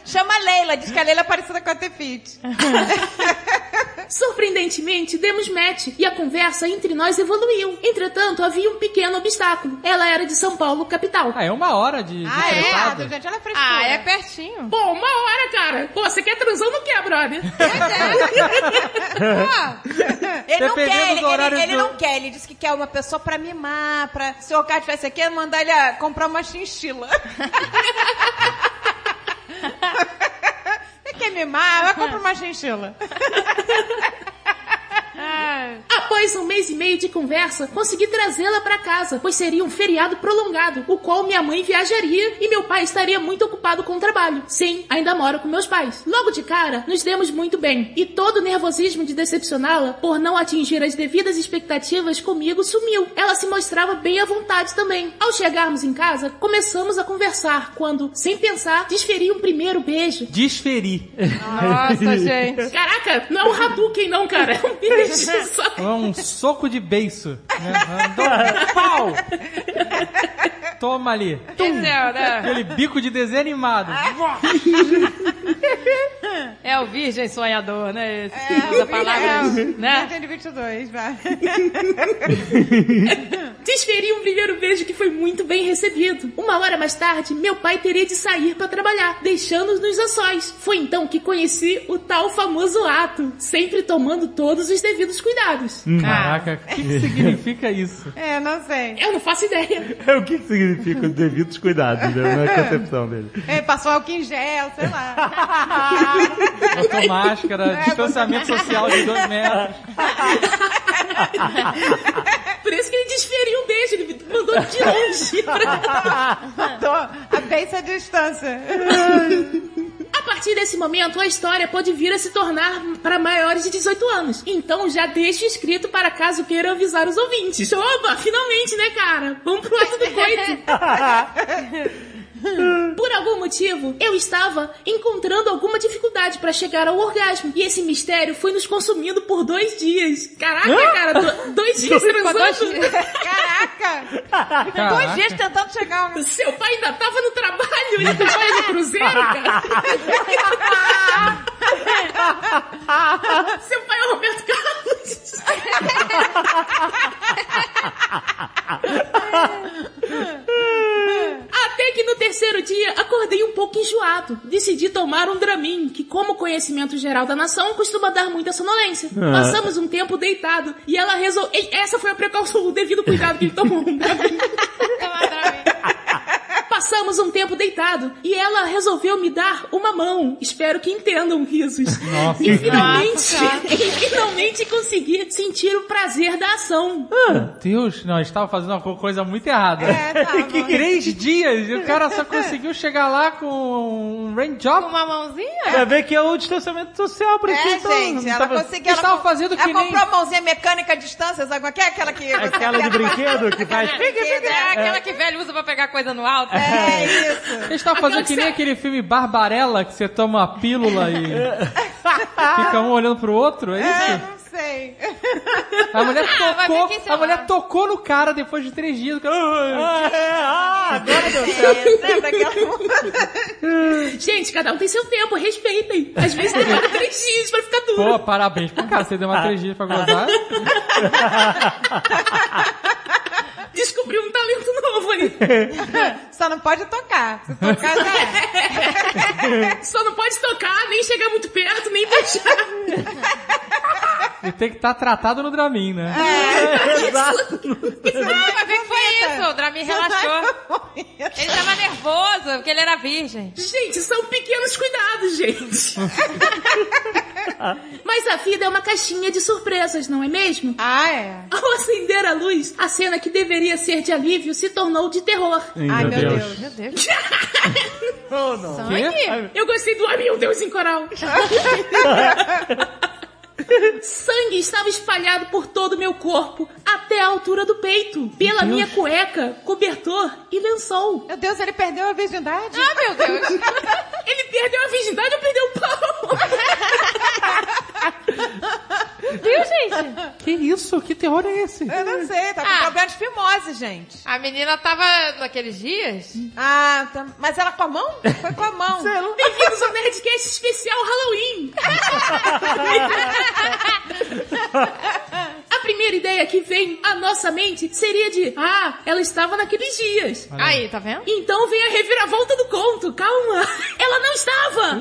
S4: Chama a Leila, diz que a Leila é parecida com a Tefit.
S8: Surpreendentemente, demos match e a conversa entre nós evoluiu. Entretanto, havia um pequeno obstáculo. Ela era de São Paulo, capital.
S5: Ah, é uma hora de, de
S4: Ah, é?
S5: trepada.
S4: Ah, gente, ela é frescura.
S6: Ah, é pertinho.
S8: Pô, uma hora, cara. Pô, você quer transar ou não quer, brother?
S4: Ele
S5: Dependendo
S4: não quer, ele,
S5: do horário
S4: ele, ele
S5: do-
S4: não quer. Ele disse que quer uma pessoa pra mimar, pra... Se o cara tivesse aqui, ia mandar ele ah, comprar uma chinchila. Você quer mimar? Vai comprar uma chinchila.
S8: Após um mês e meio de conversa, consegui trazê-la pra casa, pois seria um feriado prolongado, o qual minha mãe viajaria e meu pai estaria muito ocupado com o trabalho. Sim, ainda moro com meus pais. Logo de cara, nos demos muito bem, e todo o nervosismo de decepcioná-la por não atingir as devidas expectativas comigo sumiu. Ela se mostrava bem à vontade também. Ao chegarmos em casa, começamos a conversar, quando, sem pensar, desferi um primeiro beijo.
S5: Desferir.
S6: Nossa, gente.
S8: Caraca, não é um Hadouken não, cara, é um beijo só.
S5: É um soco de beiço. Né? Mandou um pau. Toma ali.
S6: Entendeu, né?
S5: Aquele bico de desenho animado.
S6: É o virgem sonhador, né? Esse,
S4: É,
S6: usa palavras, né?
S4: Entende 22, vai.
S8: Desferi um primeiro beijo que foi muito bem recebido. Uma hora mais tarde, meu pai teria de sair para trabalhar, deixando-nos a sós. Foi então que conheci o tal famoso ato, sempre tomando todos os devidos cuidados.
S5: Hum.
S4: Hum.
S5: Caraca, o que, que significa isso?
S4: É, não sei.
S8: Eu não faço ideia.
S1: É o que, que significa os devidos cuidados, né? Na concepção dele.
S4: É, passou álcool em gel, sei lá.
S5: Botou máscara,
S4: É,
S5: distanciamento social de dois metros.
S8: Por isso que ele desferiu um beijo, ele me mandou de longe.
S4: Tô a beiça à distância.
S8: A partir desse momento, a história pode vir a se tornar para maiores de 18 anos. Então já deixo escrito para caso queira avisar os ouvintes. Oba, finalmente, né, cara? Vamos pro lado do coito. Por algum motivo, eu estava encontrando alguma dificuldade para chegar ao orgasmo. E esse mistério foi nos consumindo por dois dias. Caraca, cara, do- dois dias transando.
S4: Caraca! Dois
S5: Caraca.
S4: dias tentando chegar ao...
S8: Seu pai ainda tava no trabalho e tu vai no cruzeiro, cara? Seu pai é o Roberto Carlos. Até que no terceiro dia acordei um pouco enjoado. Decidi tomar um Dramin, que como conhecimento geral da nação, costuma dar muita sonolência. Passamos um tempo deitado e ela resolveu... Essa foi a precaução, o devido cuidado que ele tomou. Um Dramin. Passamos um tempo deitado e ela resolveu me dar uma mão. Espero que entendam risos.
S5: Nossa,
S8: e
S5: cara.
S8: finalmente, e finalmente consegui sentir o prazer da ação.
S5: Meu Deus, não, estava fazendo uma coisa muito errada.
S4: É,
S1: Tá
S4: tava.
S5: Três dias e o cara só conseguiu chegar lá com um rain job.
S6: Uma mãozinha?
S1: Pra ver que é o distanciamento
S5: Tá
S1: social pra
S4: É,
S5: então,
S4: gente, ela conseguiu. Ela,
S5: estava
S4: com-
S5: fazendo que
S4: ela
S5: nem...
S4: comprou a mãozinha mecânica à distância, sabe qual que é? Aquela que.
S1: Aquela de brinquedo que faz...
S6: É aquela que velho usa pra pegar coisa no alto.
S4: É isso.
S5: Ele estava
S6: é
S5: fazendo que nem aquele filme Barbarella, que você toma a pílula e fica um olhando pro outro, é
S4: É,
S5: isso?
S4: não sei.
S5: A mulher
S6: Ah, vai ver quem
S5: tocou,
S6: sei
S5: a mulher
S6: lá.
S5: tocou no cara depois de três dias. O cara,
S1: Ah, é, ah, agora deu certo.
S4: É, né, daquela-
S8: Gente, cada um tem seu tempo, respeitem. Às vezes demora três dias pra ficar duro.
S5: Pô, parabéns pro cara, você deu uma três dias pra gozar.
S8: Descobri um talento novo ali.
S4: Só não pode tocar. Se tocar, já é.
S8: Só não pode tocar, nem chegar muito perto, nem beijar.
S5: E tem que estar tratado no Dramin, né?
S6: Ah, mas ver que foi isso. O
S4: é
S6: Dramin relaxou. Ele tava nervoso, porque ele era virgem.
S8: Gente, são pequenos cuidados, gente. Mas a vida é uma caixinha de surpresas, não é mesmo?
S4: Ah, é.
S8: Ao acender a luz, a cena que deveria ser de alívio se tornou de terror.
S4: Ai, meu Deus. Oh,
S6: Meu Deus.
S5: Quê?
S8: Eu gostei do Ai meu Deus em coral. Sangue estava espalhado por todo o meu corpo, até a altura do peito, pela minha cueca, cobertor e lençol.
S4: Meu Deus, ele perdeu a virgindade?
S3: Ah, meu Deus.
S8: Ele perdeu a virgindade ou perdeu o pau?
S3: Viu, gente?
S5: Que isso? Que terror é esse?
S4: Eu não sei, tá com
S3: Ah.
S4: problema de fimose, gente.
S3: A menina tava naqueles dias.
S4: Ah, tá- mas ela com a mão? Foi com a mão.
S5: é
S6: é
S8: Bem-vindos ao Nerdcast especial Halloween. a primeira ideia que vem à nossa mente seria de: ah, ela estava naqueles dias.
S3: Aí, tá vendo?
S8: Então vem a reviravolta do conto, calma. Ela não estava.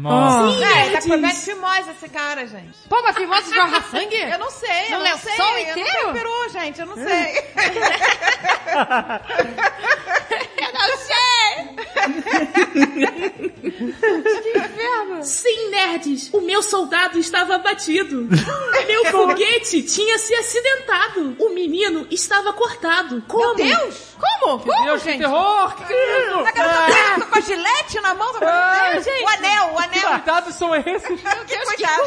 S5: Nossa.
S8: Sim,
S4: É, tá
S8: nerds.
S4: com problema de fimose esse cara, gente.
S3: Pô, mas fimose jorra sangue?
S4: Eu não sei,
S3: No
S4: eu não
S3: lençol
S4: sei. Eu não
S3: inteiro?
S4: sei peru, gente, eu não sei. Tá
S8: Sim, nerds, o meu soldado estava abatido. meu foguete tinha se acidentado. O menino estava cortado. Como?
S4: Meu Deus! Como? Como,
S5: Deus, que
S4: gente?
S5: terror! Que que é isso?
S4: Tá querendo com a gilete na mão? Tá
S5: Ah,
S4: Meu Deus, gente. O anel, o
S5: Que
S4: anel.
S5: Cuidados são esses?
S4: Que cuidado.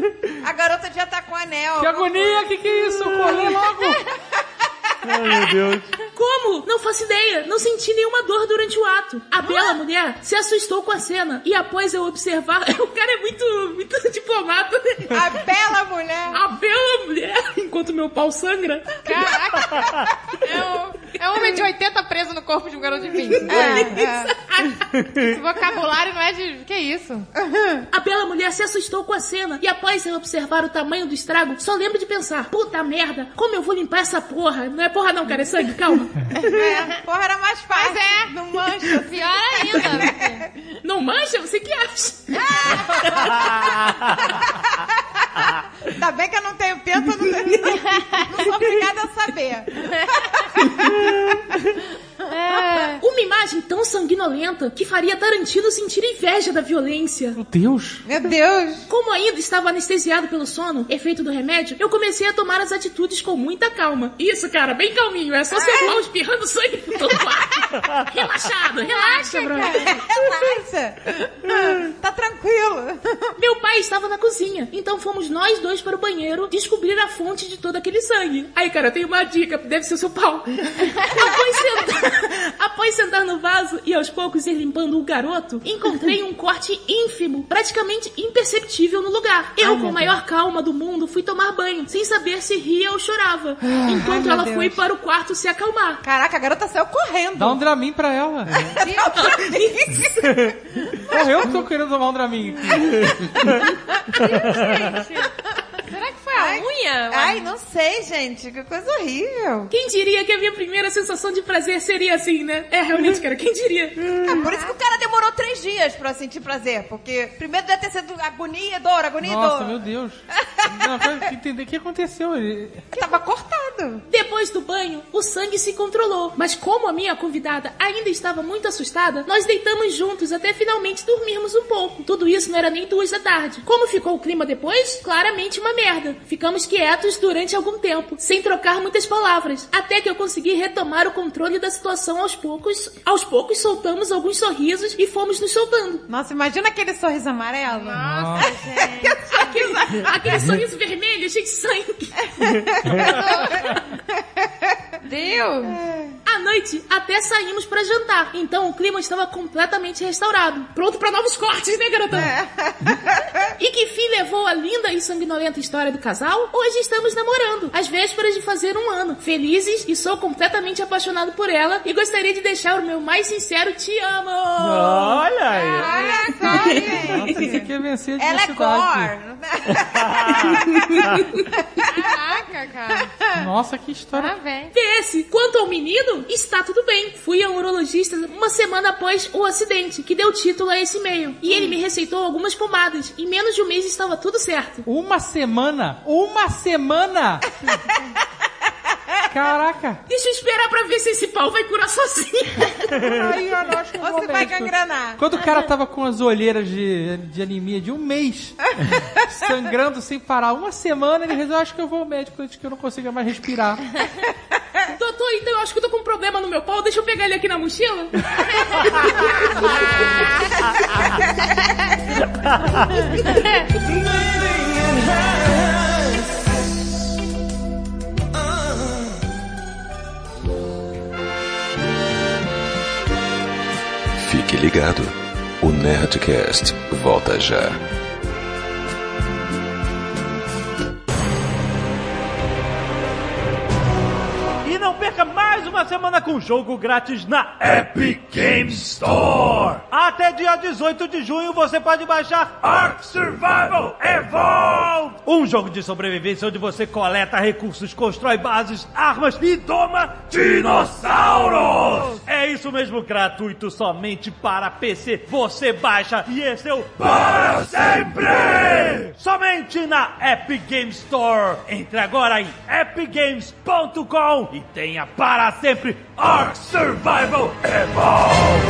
S3: Cuidados!
S4: A garota já tá com o anel.
S5: Que agonia! Que que é isso? Correr logo!
S8: Como? Não faço ideia. Não senti nenhuma dor durante o ato. A bela
S5: é?
S8: mulher se assustou com a cena e após eu observar, o cara é muito, muito diplomata. né?
S4: A bela mulher.
S8: A bela mulher, enquanto meu pau sangra,
S3: Caraca! É um, é um homem de 80 preso no corpo de um garoto de 20.
S4: É,
S3: Esse vocabulário não é de. Que isso?
S8: a bela mulher se assustou com a cena e após eu observar o tamanho do estrago, só lembro de pensar: puta merda, como eu vou limpar essa porra? Não é porra não, cara, é sangue, calma.
S4: É, porra, era mais fácil.
S3: Pois é.
S4: Não mancha.
S3: Pior ainda.
S8: Não mancha, você que acha?
S6: Ah,
S4: Ainda bem que eu não tenho pento, eu não, tenho, não sou obrigada a saber.
S8: Uma imagem tão sanguinolenta que faria Tarantino sentir inveja da violência.
S5: Meu Deus!
S4: Meu Deus.
S8: Como ainda estava anestesiado pelo sono, efeito do remédio, eu comecei a tomar as atitudes com muita calma. Isso, cara, bem calminho. É
S4: Ah,
S8: só ser mal espirrando sangue por todo lado. Relaxado, relaxa, bro.
S4: Relaxa. Tá tranquilo.
S8: Meu pai estava na cozinha, então fomos nós dois para o banheiro descobrir a fonte de todo aquele sangue. Aí, cara, eu tenho uma dica, deve ser o seu pau. Após sentar, após sentar no vaso e aos poucos ir limpando o garoto, encontrei um corte ínfimo, praticamente imperceptível no lugar. Eu, com a maior calma do mundo, fui tomar banho, sem saber se ria ou chorava, enquanto
S4: meu
S8: ela
S4: Deus.
S8: foi para o quarto se acalmar.
S4: Caraca, a garota saiu correndo.
S5: Dá um Dramin pra ela. Correu que tô querendo tomar um Dramin aqui.
S3: Será que foi a unha?
S4: Ai, não sei, gente. Que coisa horrível.
S8: Quem diria que a minha primeira sensação de prazer seria assim, né? É, realmente, cara, quem diria?
S4: É por isso que o cara demorou três dias pra sentir prazer. Porque primeiro deve ter sido agonia e dor, agonia e
S5: Nossa,
S4: dor.
S5: meu Deus. Não, eu quero entender o que aconteceu. Ele-
S4: Tava cortado.
S8: Depois do banho, o sangue se controlou, mas como a minha convidada ainda estava muito assustada, nós deitamos juntos até finalmente dormirmos um pouco. Tudo isso não era nem duas da tarde. Como ficou o clima depois? Claramente uma merda. Ficamos quietos durante algum tempo, sem trocar muitas palavras, até que eu consegui retomar o controle da situação aos poucos. Aos poucos soltamos alguns sorrisos e fomos nos soltando.
S4: Nossa, imagina aquele sorriso amarelo.
S5: Nossa,
S8: Aquele, aquele sorriso vermelho cheio de sangue.
S3: Deu!
S8: À noite, até saímos pra jantar. Então o clima estava completamente restaurado. Pronto pra novos cortes, né, garotão?
S4: É.
S8: e que fim levou a linda e sanguinolenta história do casal? Hoje estamos namorando, às vésperas de fazer um ano. Felizes e sou completamente apaixonado por ela e gostaria de deixar o meu mais sincero te amo!
S5: Oh.
S1: Olha aí.
S5: Ah,
S4: Olha só, gente.
S5: Nossa, isso aqui é vencer de
S4: Ela é
S5: velocidade.
S4: core.
S3: Caraca, cara.
S5: Nossa, que história.
S3: Parabéns.
S8: PS, quanto ao menino, está tudo bem. Fui ao urologista uma semana após o acidente, que deu título a esse e-mail. E ele me receitou algumas pomadas. Em menos de um mês estava tudo certo.
S5: Uma semana. Uma semana. Caraca.
S8: Deixa eu esperar pra ver se esse pau vai curar sozinho.
S5: Aí eu não acho que eu vou
S4: Você vai
S5: mesmo.
S4: gangrenar.
S5: Quando o cara tava com as olheiras de, de anemia de um mês, sangrando sem parar uma semana, ele resolveu, acho que eu vou ao médico antes que eu não consiga mais respirar.
S8: Doutor, então eu acho que eu tô com um problema no meu pau. Deixa eu pegar ele aqui na mochila.
S2: Fique ligado. O Nerdcast volta já.
S1: E não perca mais uma semana com jogo grátis na
S9: Epic Game Store.
S1: Até dia 18 de junho você pode baixar
S9: Ark Survival Evolve.
S1: um jogo de sobrevivência onde você coleta recursos, constrói bases, armas e doma
S9: Dinossauros.
S1: É isso mesmo, gratuito somente para PC. Você baixa e esse é o
S9: Para sempre.
S1: somente na Epic Game Store. Entre agora em epicgames.com e tenha para sempre
S9: Ark Survival Evolve.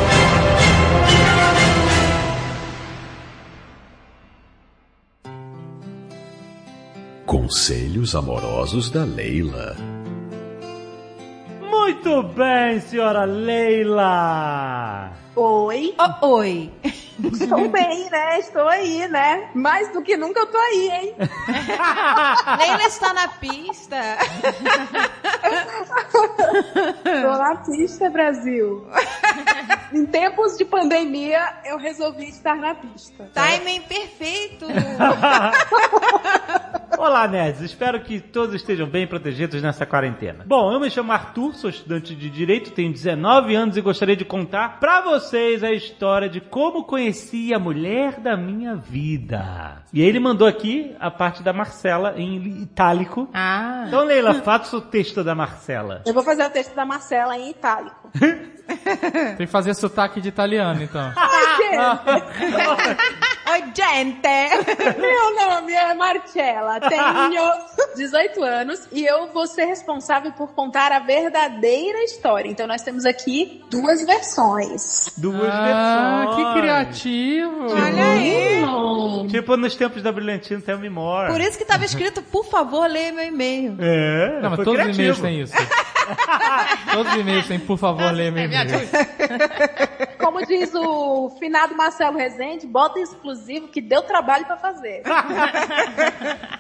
S7: Conselhos amorosos da Leila.
S1: Muito bem, senhora Leila.
S12: Oi,
S6: Oh, oi.
S12: estou bem, né? Estou aí, né? Mais do que nunca eu tô aí, hein?
S4: Leila está na pista.
S12: Tô na pista, Brasil. em tempos de pandemia, eu resolvi estar na pista.
S4: Timing perfeito.
S1: Olá, nerds. Espero que todos estejam bem protegidos nessa quarentena. Bom, eu me chamo Arthur, sou estudante de Direito, tenho 19 anos e gostaria de contar pra vocês a história de como conheci a mulher da minha vida. E ele mandou aqui a parte da Marcela em itálico.
S6: Ah.
S1: Então, Leila, faça o texto da Marcela.
S12: Eu vou fazer o texto da Marcela em itálico.
S5: Tem que fazer sotaque de italiano, então.
S12: Por quê?
S4: Oi, gente.
S12: Meu nome é Marcella, tenho 18 anos e eu vou ser responsável por contar a verdadeira história. Então nós temos aqui duas versões.
S1: Duas
S5: ah,
S1: versões.
S5: que criativo.
S4: Olha aí.
S1: Tipo nos tempos da Brilhantina Tell Me More.
S4: Por isso que estava escrito, por favor, leia meu e-mail.
S1: É,
S5: Não, mas
S1: foi
S5: todos os
S1: criativo.
S5: e-mails têm isso. todos os e-mails têm, por favor, leia meu e-mail.
S12: Como diz o finado Marcelo Rezende, bota exclusivo que deu trabalho pra fazer.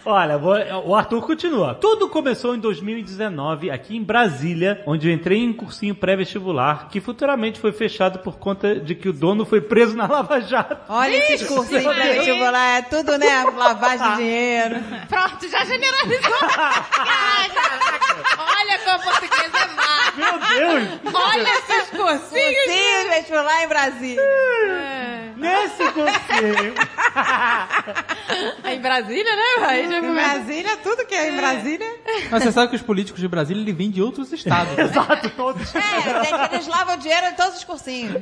S1: Olha, vou- o Arthur continua. Tudo começou em 2019, aqui em Brasília, onde eu entrei em um cursinho pré-vestibular, que futuramente foi fechado por conta de que o dono foi preso na Lava Jato.
S4: Olha esses cursinhos pra vestibular, é tudo, né? Lavagem de dinheiro.
S3: Pronto, já generalizou. Caraca. Olha como o português é má.
S1: Meu Deus!
S3: Olha esses cursinhos.
S4: Cursinhos vestibular em Brasília.
S3: É.
S1: Nesse cursinho,
S3: Em Brasília, né? Aí já
S4: Em
S3: começa.
S4: Brasília, tudo que é em Brasília.
S5: Mas você sabe que os políticos de Brasília ele vêm de outros estados. né?
S1: exato, todos.
S4: É, eles lavam dinheiro em todos os cursinhos.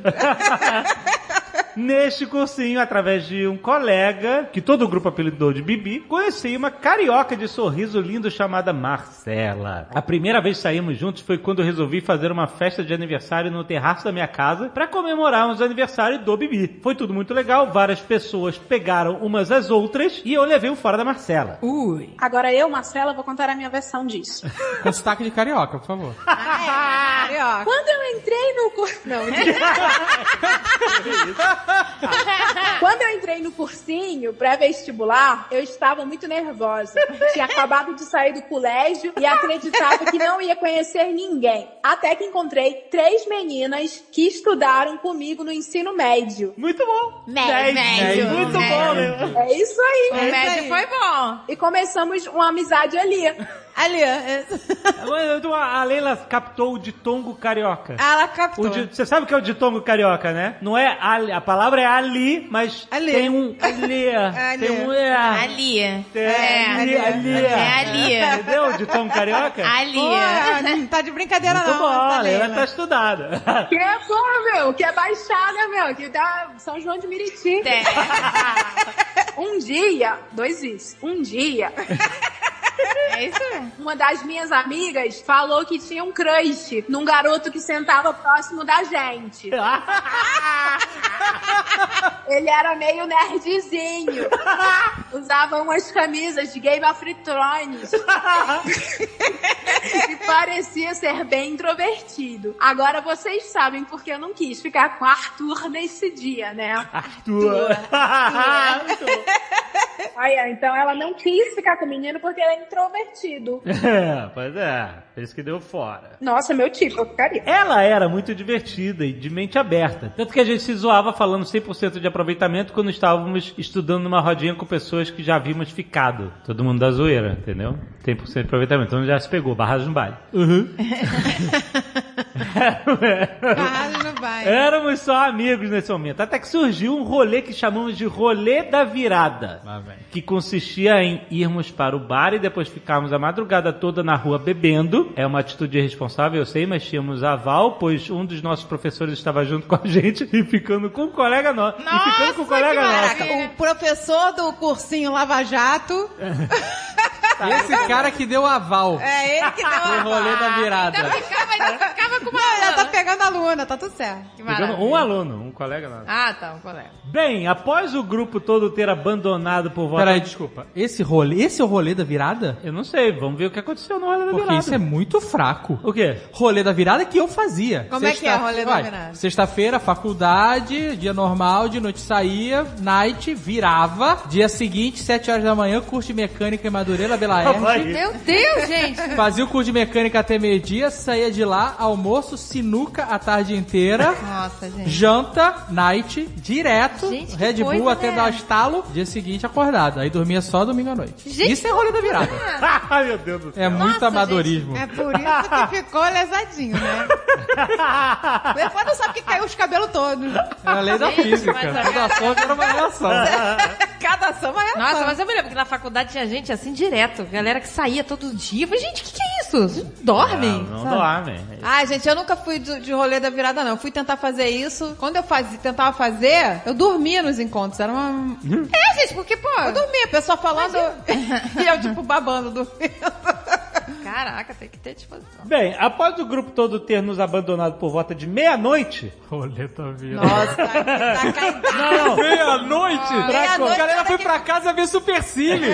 S1: Neste cursinho, através de um colega, que todo o grupo apelidou de Bibi, conheci uma carioca de sorriso lindo chamada Marcela. A primeira vez que saímos juntos foi quando eu resolvi fazer uma festa de aniversário no terraço da minha casa para comemorarmos o aniversário do Bibi. Foi tudo muito legal, várias pessoas pegaram umas às outras e eu levei o fora da Marcela.
S6: Ui.
S12: Agora eu, Marcela, vou contar a minha versão disso.
S5: Com sotaque de carioca, por favor.
S6: Ah, é, né?
S4: Carioca.
S12: Quando eu entrei no cur... Não, né? Quando eu entrei no cursinho pré-vestibular, eu estava muito nervosa. Tinha acabado de sair do colégio e acreditava que não ia conhecer ninguém. Até que encontrei três meninas que estudaram comigo no ensino médio.
S1: Muito bom!
S6: Médio, médio,
S1: Muito bom, né?
S12: É isso aí.
S6: O médio foi bom.
S12: E começamos uma amizade ali.
S4: Ali, ó. é-
S1: A Leila captou o ditongo carioca.
S5: Ah,
S4: Ela
S1: O
S4: captou.
S1: di- Você sabe o que é o ditongo carioca, né? Não é ali, a palavra é ali, mas
S4: Ali.
S1: tem um ali,
S4: Ali.
S1: tem um é,
S6: Ali.
S1: tem ali,
S4: ali.
S1: ali.
S6: É ali.
S1: Entendeu o ditongo carioca?
S6: Ali.
S4: Pô,
S3: é.
S4: não tá de brincadeira
S1: Muito
S4: não.
S1: bom,
S4: tá
S1: ela
S4: Leila.
S1: tá estudada.
S12: Que é bom, meu. Que é baixada, meu. Que dá São João de Meriti.
S6: Tem.
S12: Um dia, dois is, um dia,
S6: É isso mesmo.
S12: uma das minhas amigas falou que tinha um crush num garoto que sentava próximo da gente. Ele era meio nerdzinho. Usava umas camisas de Game of Thrones. e parecia ser bem introvertido. Agora vocês sabem porque eu não quis ficar com Arthur nesse dia, né?
S1: Arthur.
S12: Olha, então ela não quis ficar com o menino porque ele é introvertido.
S1: É, pois é. Por isso que deu fora.
S12: Nossa, meu tipo, eu ficaria.
S1: Ela era muito divertida e de mente aberta. Tanto que a gente se zoava falando 100% de aproveitamento quando estávamos estudando numa rodinha com pessoas que já havíamos ficado. Todo mundo da zoeira, entendeu? 100% de aproveitamento. Então já se pegou, barragem no baile. Uhum.
S4: Barrado no baile.
S1: Éramos só amigos nesse momento. Até que surgiu um rolê que chamamos de rolê da virada. Que consistia em irmos para o bar e depois ficarmos a madrugada toda na rua bebendo. É uma atitude irresponsável, eu sei, mas tínhamos aval, pois um dos nossos professores estava junto com a gente e ficando com um colega nosso. E ficando com um colega nosso.
S4: O professor do cursinho Lava Jato.
S6: Tá.
S5: Esse cara que deu aval.
S4: É ele que deu
S5: No Oh. rolê da virada.
S3: Então Ficava com uma
S4: Não, ela tá
S3: aluna.
S4: pegando a Luna, tá tudo certo.
S3: Que
S1: Pegando
S3: maravilha.
S1: um aluno, um colega nosso.
S3: Ah, tá, um colega.
S1: Bem, após o grupo todo ter abandonado por volta...
S5: Peraí, desculpa. Esse rolê, esse é o rolê da virada?
S1: Eu não sei, vamos ver o que aconteceu no rolê da
S5: Porque
S1: virada.
S5: isso é muito fraco.
S1: O quê?
S5: Rolê da virada que eu fazia.
S4: Como é que é rolê da
S5: vai,
S4: virada?
S5: Sexta-feira, faculdade, dia normal, de noite saía, night, virava. Dia seguinte, sete horas da manhã, curso de mecânica em Madureira, Bela
S1: Tá
S5: Air.
S6: Meu Deus, gente.
S5: Fazia o curso de mecânica até meio-dia, saía de lá, almoço, sinuca a tarde inteira.
S6: Nossa, Ah, gente.
S5: Janta, night, direto,
S6: Gente, que
S5: Red Bull
S6: coisa,
S5: até
S6: né?
S5: dar estalo, dia seguinte acordado. Aí dormia só domingo à noite.
S6: Gente,
S5: Isso é rolê da virada.
S1: Ai, meu Deus do céu.
S5: É muito
S6: Nossa,
S5: amadorismo.
S4: É por isso que ficou lesadinho, né? Depois não sabe o que caiu os cabelos todos.
S5: É a lei da
S6: Gente,
S5: física.
S6: mas a-
S5: Toda ação gera uma reação.
S4: Cada samba é
S6: Nossa, mas eu me lembro que na faculdade tinha gente assim direto. Galera que saía todo dia. Eu falei, gente, o que, que é isso? Vocês Dormem?
S1: Ah, Não,
S6: sabe?
S1: não dorme.
S4: Ai, gente, eu nunca fui do- de rolê da virada, não. Eu fui tentar fazer isso. Quando eu fazia, tentava fazer, eu dormia nos encontros. Era uma.
S1: Hum?
S6: É, gente, porque, pô.
S4: Eu dormia, a pessoa falando. e eu, tipo, babando, dormindo.
S6: Caraca, tem que ter tipo, disposição.
S1: Bem, após o grupo todo ter nos abandonado por volta de meia-noite...
S5: Rolê da virada.
S4: Nossa, tá, tá caindo.
S1: Não, não.
S5: Meia-noite?
S4: Meia-noite,
S5: A galera
S4: olha
S5: foi
S4: que-
S5: pra casa ver Super Cine.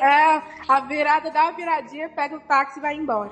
S12: É, a virada dá uma viradinha, pega o táxi e vai embora.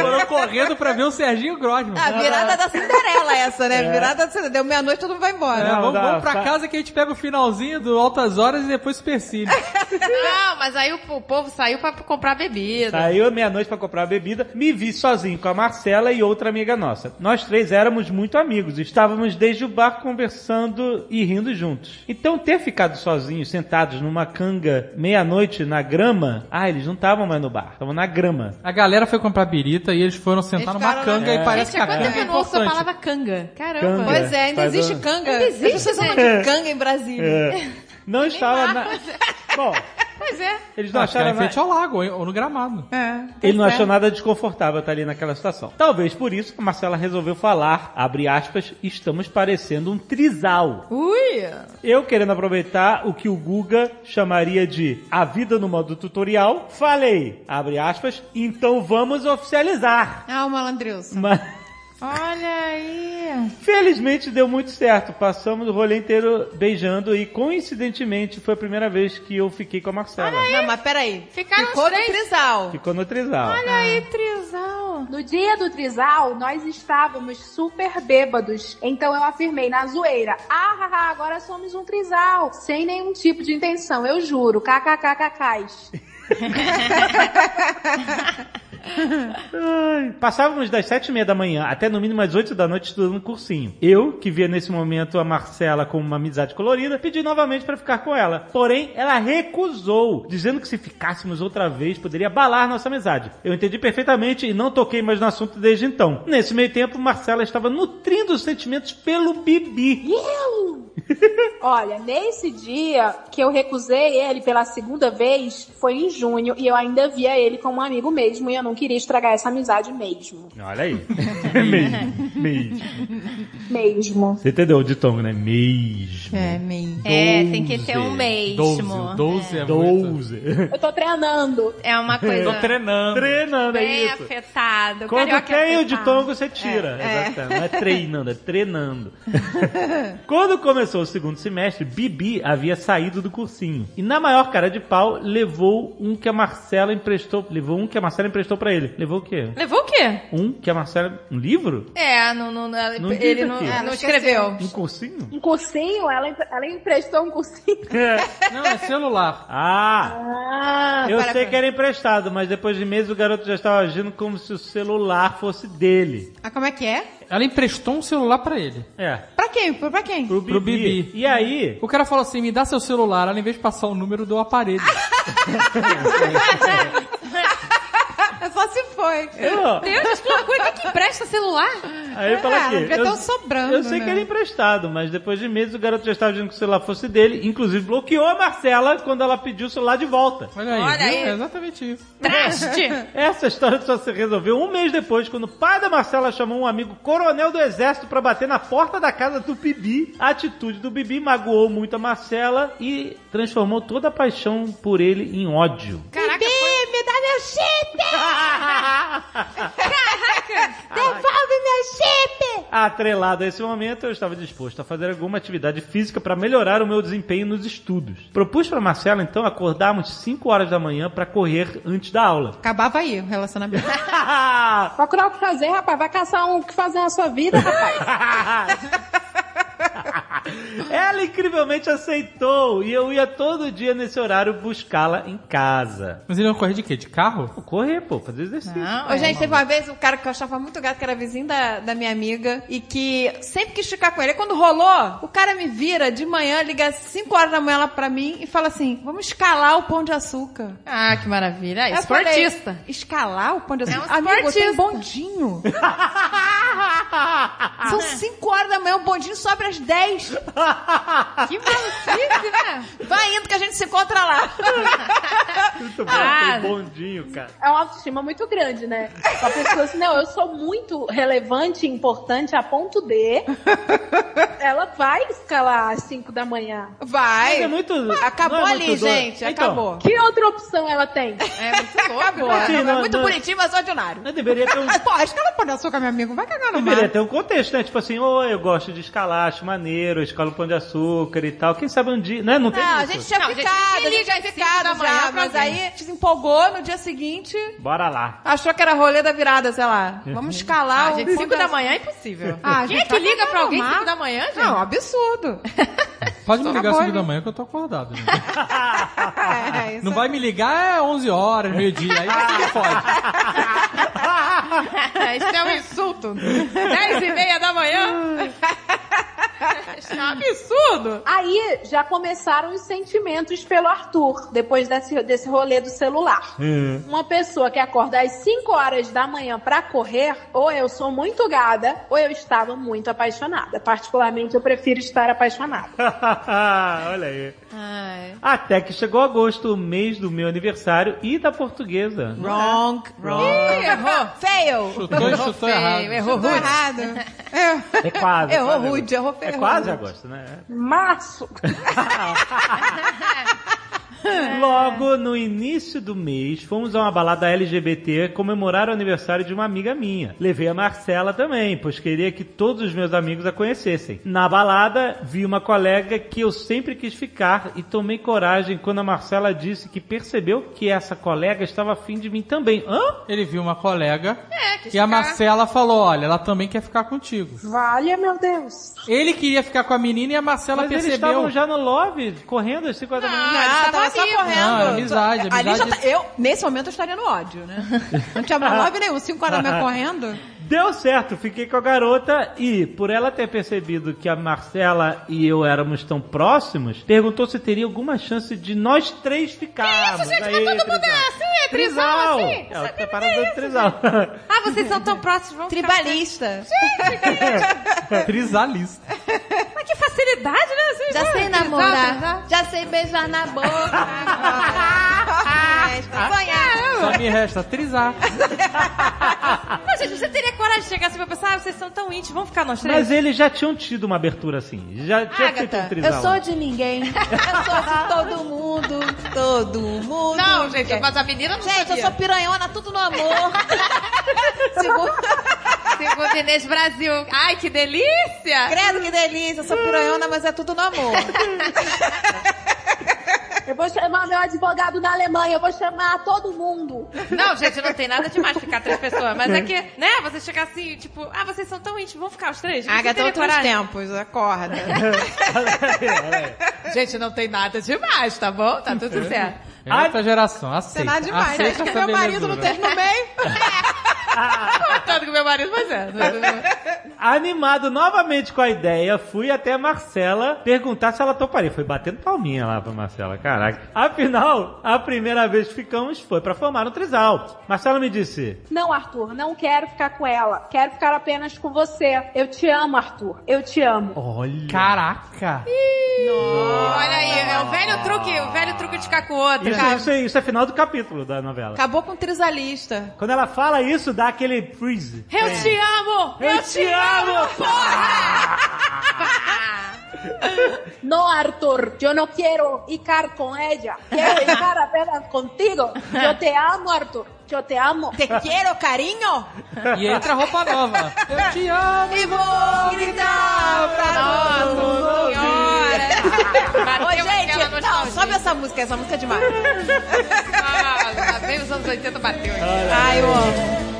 S5: Foram correndo pra ver o Serginho Grosman.
S4: A virada da Cinderela essa, né? Virada da Cinderela. Deu meia-noite, todo mundo vai
S5: É,
S4: embora.
S5: vamos,
S1: dá-
S5: vamos pra
S1: É. tá-
S5: casa que a gente pega o finalzinho do Altas Horas e depois Super Cine.
S6: Não, mas aí o, o povo saiu pra comprar bebida.
S1: Saiu à meia-noite pra comprar a bebida, me vi sozinho com a Marcela e outra amiga nossa. Nós três éramos muito amigos, estávamos desde o bar conversando e rindo juntos. Então ter ficado sozinhos, sentados numa canga meia-noite na grama, ah, eles não estavam mais no bar, estavam na grama.
S5: A galera foi comprar birita e eles foram sentar
S4: Eles
S5: tá numa
S4: ficaram na-
S5: canga e parece
S6: Gente,
S5: que a
S6: há quanto
S5: canga
S6: tempo
S5: é
S6: eu não ouço a
S5: importante.
S6: palavra canga? Caramba.
S1: Canga.
S4: Pois é, ainda
S1: Faz
S4: existe né?
S1: um-
S4: canga.
S6: Ainda existe,
S4: As pessoas chamam de canga em Brasília.
S1: É. Não estava na...
S4: é.
S1: Bom,
S6: Pois é.
S1: eles não
S5: Não, acharam
S1: acharam
S5: em
S1: nada.
S5: frente ao lago, hein, ou no gramado.
S4: É.
S1: Ele não achou nada desconfortável estar ali naquela situação. Talvez por isso que a Marcela resolveu falar, abre aspas, estamos parecendo um trisal.
S6: Ui.
S1: Eu querendo aproveitar o que o Guga chamaria de a vida no modo tutorial, falei, abre aspas, então vamos oficializar.
S4: Ah, o malandrilson.
S1: Mas
S6: Olha aí.
S1: felizmente deu muito certo. Passamos o rolê inteiro beijando e coincidentemente foi a primeira vez que eu fiquei com a Marcela.
S4: Não, mas peraí.
S6: Ficaram
S4: Ficou
S6: os
S4: no
S6: três.
S4: trisal.
S1: Ficou no trisal.
S6: Olha aí, trisal.
S12: No dia do trisal, nós estávamos super bêbados. Então eu afirmei na zoeira: ah, haha, agora somos um trisal. Sem nenhum tipo de intenção, eu juro. KKKKKs.
S1: Ai, Passávamos das sete e meia da manhã até no mínimo às oito da noite estudando cursinho. Eu, que via nesse momento a Marcela como uma amizade colorida, pedi novamente para ficar com ela. Porém, ela recusou, dizendo que se ficássemos outra vez poderia abalar nossa amizade. Eu entendi perfeitamente e não toquei mais no assunto desde então. Nesse meio tempo, Marcela estava nutrindo os sentimentos pelo Bibi.
S12: Olha, nesse dia que eu recusei ele pela segunda vez, foi em junho, e eu ainda via ele como um amigo mesmo, e eu não queria estragar essa amizade mesmo.
S1: Olha aí. É mesmo. Mesmo.
S12: Mesmo.
S1: Você entendeu o ditongo, né? Mesmo.
S4: É, meio.
S6: É, tem que ter um mês.
S1: Doze. Doze é Doze.
S12: Eu tô treinando.
S6: É uma coisa.
S5: Tô treinando.
S1: Treinando, é
S6: bem
S1: isso.
S6: afetado.
S1: Quando
S6: Carioca é
S1: tem o
S6: afetado.
S1: ditongo, você tira.
S6: É.
S1: Exatamente. Não é treinando, é treinando. Quando começou o segundo semestre, Bibi havia saído do cursinho. E na maior cara de pau, levou um que a Marcela emprestou. Levou um que a Marcela emprestou pra ele. Levou o quê?
S6: Levou o quê?
S1: Um que a Marcela. Um livro?
S6: É, não, não,
S1: Não diz
S6: ele não,
S1: aqui.
S6: não
S1: Ah, não
S6: escreveu.
S1: Um cursinho?
S12: Um cursinho? Ela, empre- ela emprestou um cursinho?
S5: Não, é celular.
S1: Ah!
S12: Ah,
S1: Eu
S12: para-
S1: sei que era emprestado, mas depois de meses o garoto já estava agindo como se o celular fosse dele.
S4: Ah, como é que é?
S5: Ela emprestou um celular pra ele.
S1: É.
S4: Pra quem? Pra, pra quem?
S1: Pro Bibi.
S5: Pro Bibi.
S1: E aí,
S5: O cara falou assim: me dá seu celular. Ela, ao invés de passar o número, deu o aparelho.
S6: Ah,
S4: É só se foi.
S1: eu,
S6: Deus, que loucura. Quem é que empresta celular?
S1: aí eu falo
S4: Ah,
S1: aqui.
S4: porque
S1: eu,
S4: tão sobrando,
S1: eu sei
S4: né?
S1: que era emprestado, mas depois de meses o garoto já estava agindo que o celular fosse dele. Inclusive bloqueou a Marcela quando ela pediu o celular de volta.
S5: Olha aí.
S6: Olha
S5: viu?
S6: aí.
S5: É exatamente isso.
S6: Traste.
S1: Essa história só se resolveu um mês depois, quando o pai da Marcela chamou um amigo coronel do exército pra bater na porta da casa do Bibi. A atitude do Bibi magoou muito a Marcela e transformou toda a paixão por ele em ódio.
S6: Caraca, foi...
S4: Me dá meu chip! Devolve meu chip!
S1: Atrelado a esse momento, eu estava disposto a fazer alguma atividade física para melhorar o meu desempenho nos estudos. Propus para Marcela então acordarmos 5 horas da manhã para correr antes da aula.
S4: Acabava aí o relacionamento.
S12: Procurar o que fazer, rapaz. Vai caçar um o que fazer na sua vida, rapaz.
S1: Ela incrivelmente aceitou e eu ia todo dia nesse horário buscá-la em casa.
S5: Mas ele não correr de quê? De carro?
S1: Pô, Correr, pô, fazer exercício.
S4: Ô, gente, teve uma vez um cara que eu achava muito gato, que era vizinho da, da minha amiga, e que sempre quis ficar com ele. Aí, Quando rolou, o cara me vira de manhã, liga às 5 horas da manhã lá pra mim e fala assim: vamos escalar o pão de açúcar.
S6: Ah, que maravilha.
S4: Aí eu falei,
S6: Esportista.
S4: escalar o pão de açúcar?
S6: É um
S4: Amigo, tem
S6: esportista.
S4: bondinho. São
S6: Né?
S4: 5 horas da manhã, o bondinho sobe às 10.
S6: Que maluquice, né?
S4: Vai indo que a gente se encontra lá.
S1: Muito bom,
S6: Ah.
S1: tem um bondinho, cara.
S12: É uma autoestima muito grande, né? A pessoa assim, não, eu sou muito relevante e importante a ponto de... Ela vai escalar às 5 da manhã.
S1: Mas
S4: Vai.
S1: é muito-
S4: Acabou
S1: não é
S4: ali,
S1: muito doido.
S4: gente.
S1: Então,
S4: Acabou.
S12: Que outra opção ela tem?
S6: É muito louco.
S4: Acabou.
S1: Assim,
S4: É
S1: não-
S4: muito
S1: não-
S4: bonitinho, mas ordinário.
S1: Mas deveria ter um,
S4: Pô, escala o pão de açúcar, meu amigo. Vai cagar no
S1: deveria
S4: mar.
S1: ter um contexto, né? Tipo assim, ô, eu gosto de escalar, acho maneiro, eu escalo pão de açúcar e tal. Quem sabe um dia, né? Não tem
S4: Não, a
S1: isso.
S4: gente tinha
S6: Não, a gente liga
S4: ficado, a gente tinha
S6: às cinco
S4: ficado
S6: da manhã é.
S4: já,
S6: pra
S4: mas
S6: alguém.
S4: aí a gente se empolgou no dia seguinte,
S1: Bora lá.
S4: achou que era rolê da virada, sei lá. Vamos escalar
S6: Ah,
S4: o
S6: gente, 5
S4: pão de
S6: da
S4: açúcar.
S6: manhã é impossível.
S4: Ah,
S6: Quem
S4: gente,
S6: é que
S4: vai
S6: liga
S4: cagar
S6: pra
S4: no
S6: alguém
S4: mar.
S6: 5 da manhã, gente?
S4: Não, absurdo.
S5: Pode me ligar
S4: Acabou
S5: 5 da
S4: ali.
S5: manhã que eu tô acordado. gente.
S4: É, isso
S5: Não vai me ligar é 11 horas, meio-dia. Aí você me pode.
S6: Isso é um insulto. 10 e meia da manhã. Isso é um absurdo.
S12: Aí já começaram os sentimentos pelo Arthur, depois desse, desse rolê do celular. Uma pessoa que acorda às 5 horas da manhã pra correr, ou eu sou muito gada, ou eu estava muito apaixonada. Particularmente, eu prefiro estar apaixonada.
S1: Olha aí. Até que chegou agosto, o mês do meu aniversário e da portuguesa.
S4: Wrong.
S6: Ih, errou.
S4: Fail.
S5: Chutou e
S6: Errou
S5: chutou
S6: feio,
S5: errado.
S6: Errou
S4: Tô
S6: rude.
S4: errado.
S1: É quase.
S4: Errou
S1: quase
S4: rude, errou
S1: É
S4: feio, errou
S1: quase
S4: rude.
S1: agosto, né?
S12: Março!
S1: Logo no início do mês, fomos a uma balada LGBT comemorar o aniversário de uma amiga minha. Levei a Marcela também, pois queria que todos os meus amigos a conhecessem. Na balada, vi uma colega que eu sempre quis ficar e tomei coragem quando a Marcela disse que percebeu que essa colega estava afim de mim também. Hã?
S5: Ele viu uma colega
S6: quis
S5: e É, a
S6: ficar.
S5: Marcela falou: olha, ela também quer ficar contigo.
S12: Valha, meu Deus!
S5: Ele queria ficar com a menina e a Marcela
S1: Mas eles
S5: percebeu.
S1: estavam já no love, correndo às
S5: Ah,
S1: 5 horas da manhã.
S6: eles
S4: Não,
S6: estavam
S4: tava só
S6: amigos.
S4: correndo.
S5: Não, amizade,
S4: Tô- Ali já
S5: amizade-
S4: tá- eu, nesse momento, eu estaria no ódio, né? Não tinha love nenhum. Cinco horas da manhã correndo.
S1: Deu certo, fiquei com a garota e, por ela ter percebido que a Marcela e eu éramos tão próximos, perguntou se teria alguma chance de nós três
S4: Ah,
S1: ficarmos.
S6: gente, mas todo mundo é assim, é trisal, assim?
S1: É, o separado do trisal.
S6: Ah, vocês são tão próximos. Vamos ficar-
S4: Tribalista.
S5: É. Trisalista.
S6: Mas que facilidade, né? Vocês
S4: Já sei namorar.
S6: trisal.
S4: Já sei beijar na boca. Só
S5: Só me resta trisar.
S6: Não, gente, você teria coragem de chegar assim pra pensar, ah, vocês são tão íntimos, vamos ficar nós três?
S1: Mas eles já tinham tido uma abertura assim. Já tinha feito um
S4: Agatha,
S1: trisal.
S4: eu sou de ninguém. Eu sou de todo mundo. Todo mundo.
S3: Não, gente, mas a menina não
S4: Gente, eu
S3: sabia.
S4: sou piranhona, tudo no amor.
S6: Segundo Inês Brasil. Ai, que delícia!
S4: Credo que delícia, eu sou piranhona, mas é tudo no amor.
S12: Eu vou chamar meu advogado na Alemanha, eu vou chamar todo mundo.
S6: Não, gente, não tem nada demais ficar três pessoas. Mas é que, né, você chegar assim, tipo, ah, vocês são tão íntimos, vamos ficar os três? Você
S4: Agatha,
S6: teria
S4: outros
S6: coragem?
S4: tempos, acorda.
S3: Gente, não tem nada demais, tá bom? Tá tudo certo.
S5: É outra geração, aceita.
S4: nada demais, né?
S5: aceita
S4: Acho que
S5: essa
S4: meu marido não
S5: belezura.
S4: teve no meio.
S3: Tanto que meu marido, mas é.
S1: Animado novamente com a ideia, fui até a Marcela perguntar se ela toparia. Foi batendo palminha lá pra Marcela, caraca. Afinal, a primeira vez que ficamos foi pra formar um trisal. Marcela me disse,
S12: Não, Arthur, não quero ficar com ela. Quero ficar apenas com você. Eu te amo, Arthur. Eu te amo.
S1: olha...
S5: Caraca!
S6: Olha aí, é o velho truque, o velho truque de ficar com outra.
S1: Isso, isso, é- isso é final do capítulo da novela.
S4: Acabou com o trisalista.
S1: Quando ela fala isso, dá aquele freeze.
S6: Eu te amo!
S1: Eu, te amo!
S12: No, Arthur, eu não quero ficar com ela. Quero ficar apenas contigo. Eu te amo, Arthur. Eu te amo.
S4: Te quero, carinho.
S5: E entra roupa nova. Eu te amo!
S4: E vou gritar pra todo mundo.
S6: Senhora!
S4: Ô,
S6: Bateu aquela
S4: gente, não,
S6: nostalgia.
S4: sobe essa música, essa música é demais.
S6: Ah, bem os anos 80 bateu aqui.
S4: Ai, eu amo.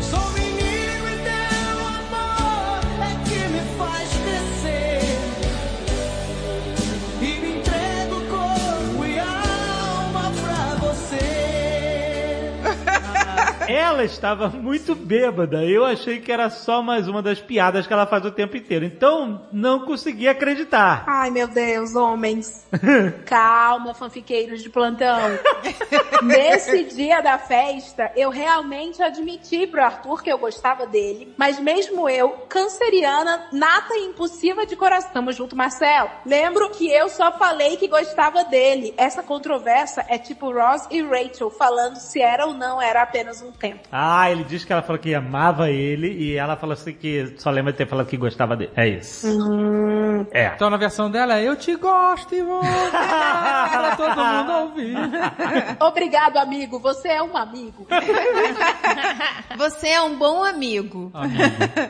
S13: Sou menino e teu amor é que me faz crescer. E me entrego corpo e alma pra você.
S1: Ela estava muito bêbada. Eu achei que era só mais uma das piadas que ela faz o tempo inteiro. Então, não consegui acreditar.
S12: Ai, meu Deus, homens. Calma, fanfiqueiros de plantão. Nesse dia da festa, eu realmente admiti pro Arthur que eu gostava dele, mas mesmo eu, canceriana, nata e impulsiva de coração. Tamo junto, Marcelo. Lembro que eu só falei que gostava dele. Essa controvérsia é tipo Ross e Rachel falando se era ou não era apenas um tempo.
S1: Ah, ele diz que ela falou que amava ele e ela falou assim que só lembra de ter falado que gostava dele. É isso. É.
S5: Então na versão dela é Eu te gosto e vou gritar pra todo mundo ouvir.
S12: Obrigado, amigo. Você é um amigo.
S4: Você é um bom amigo.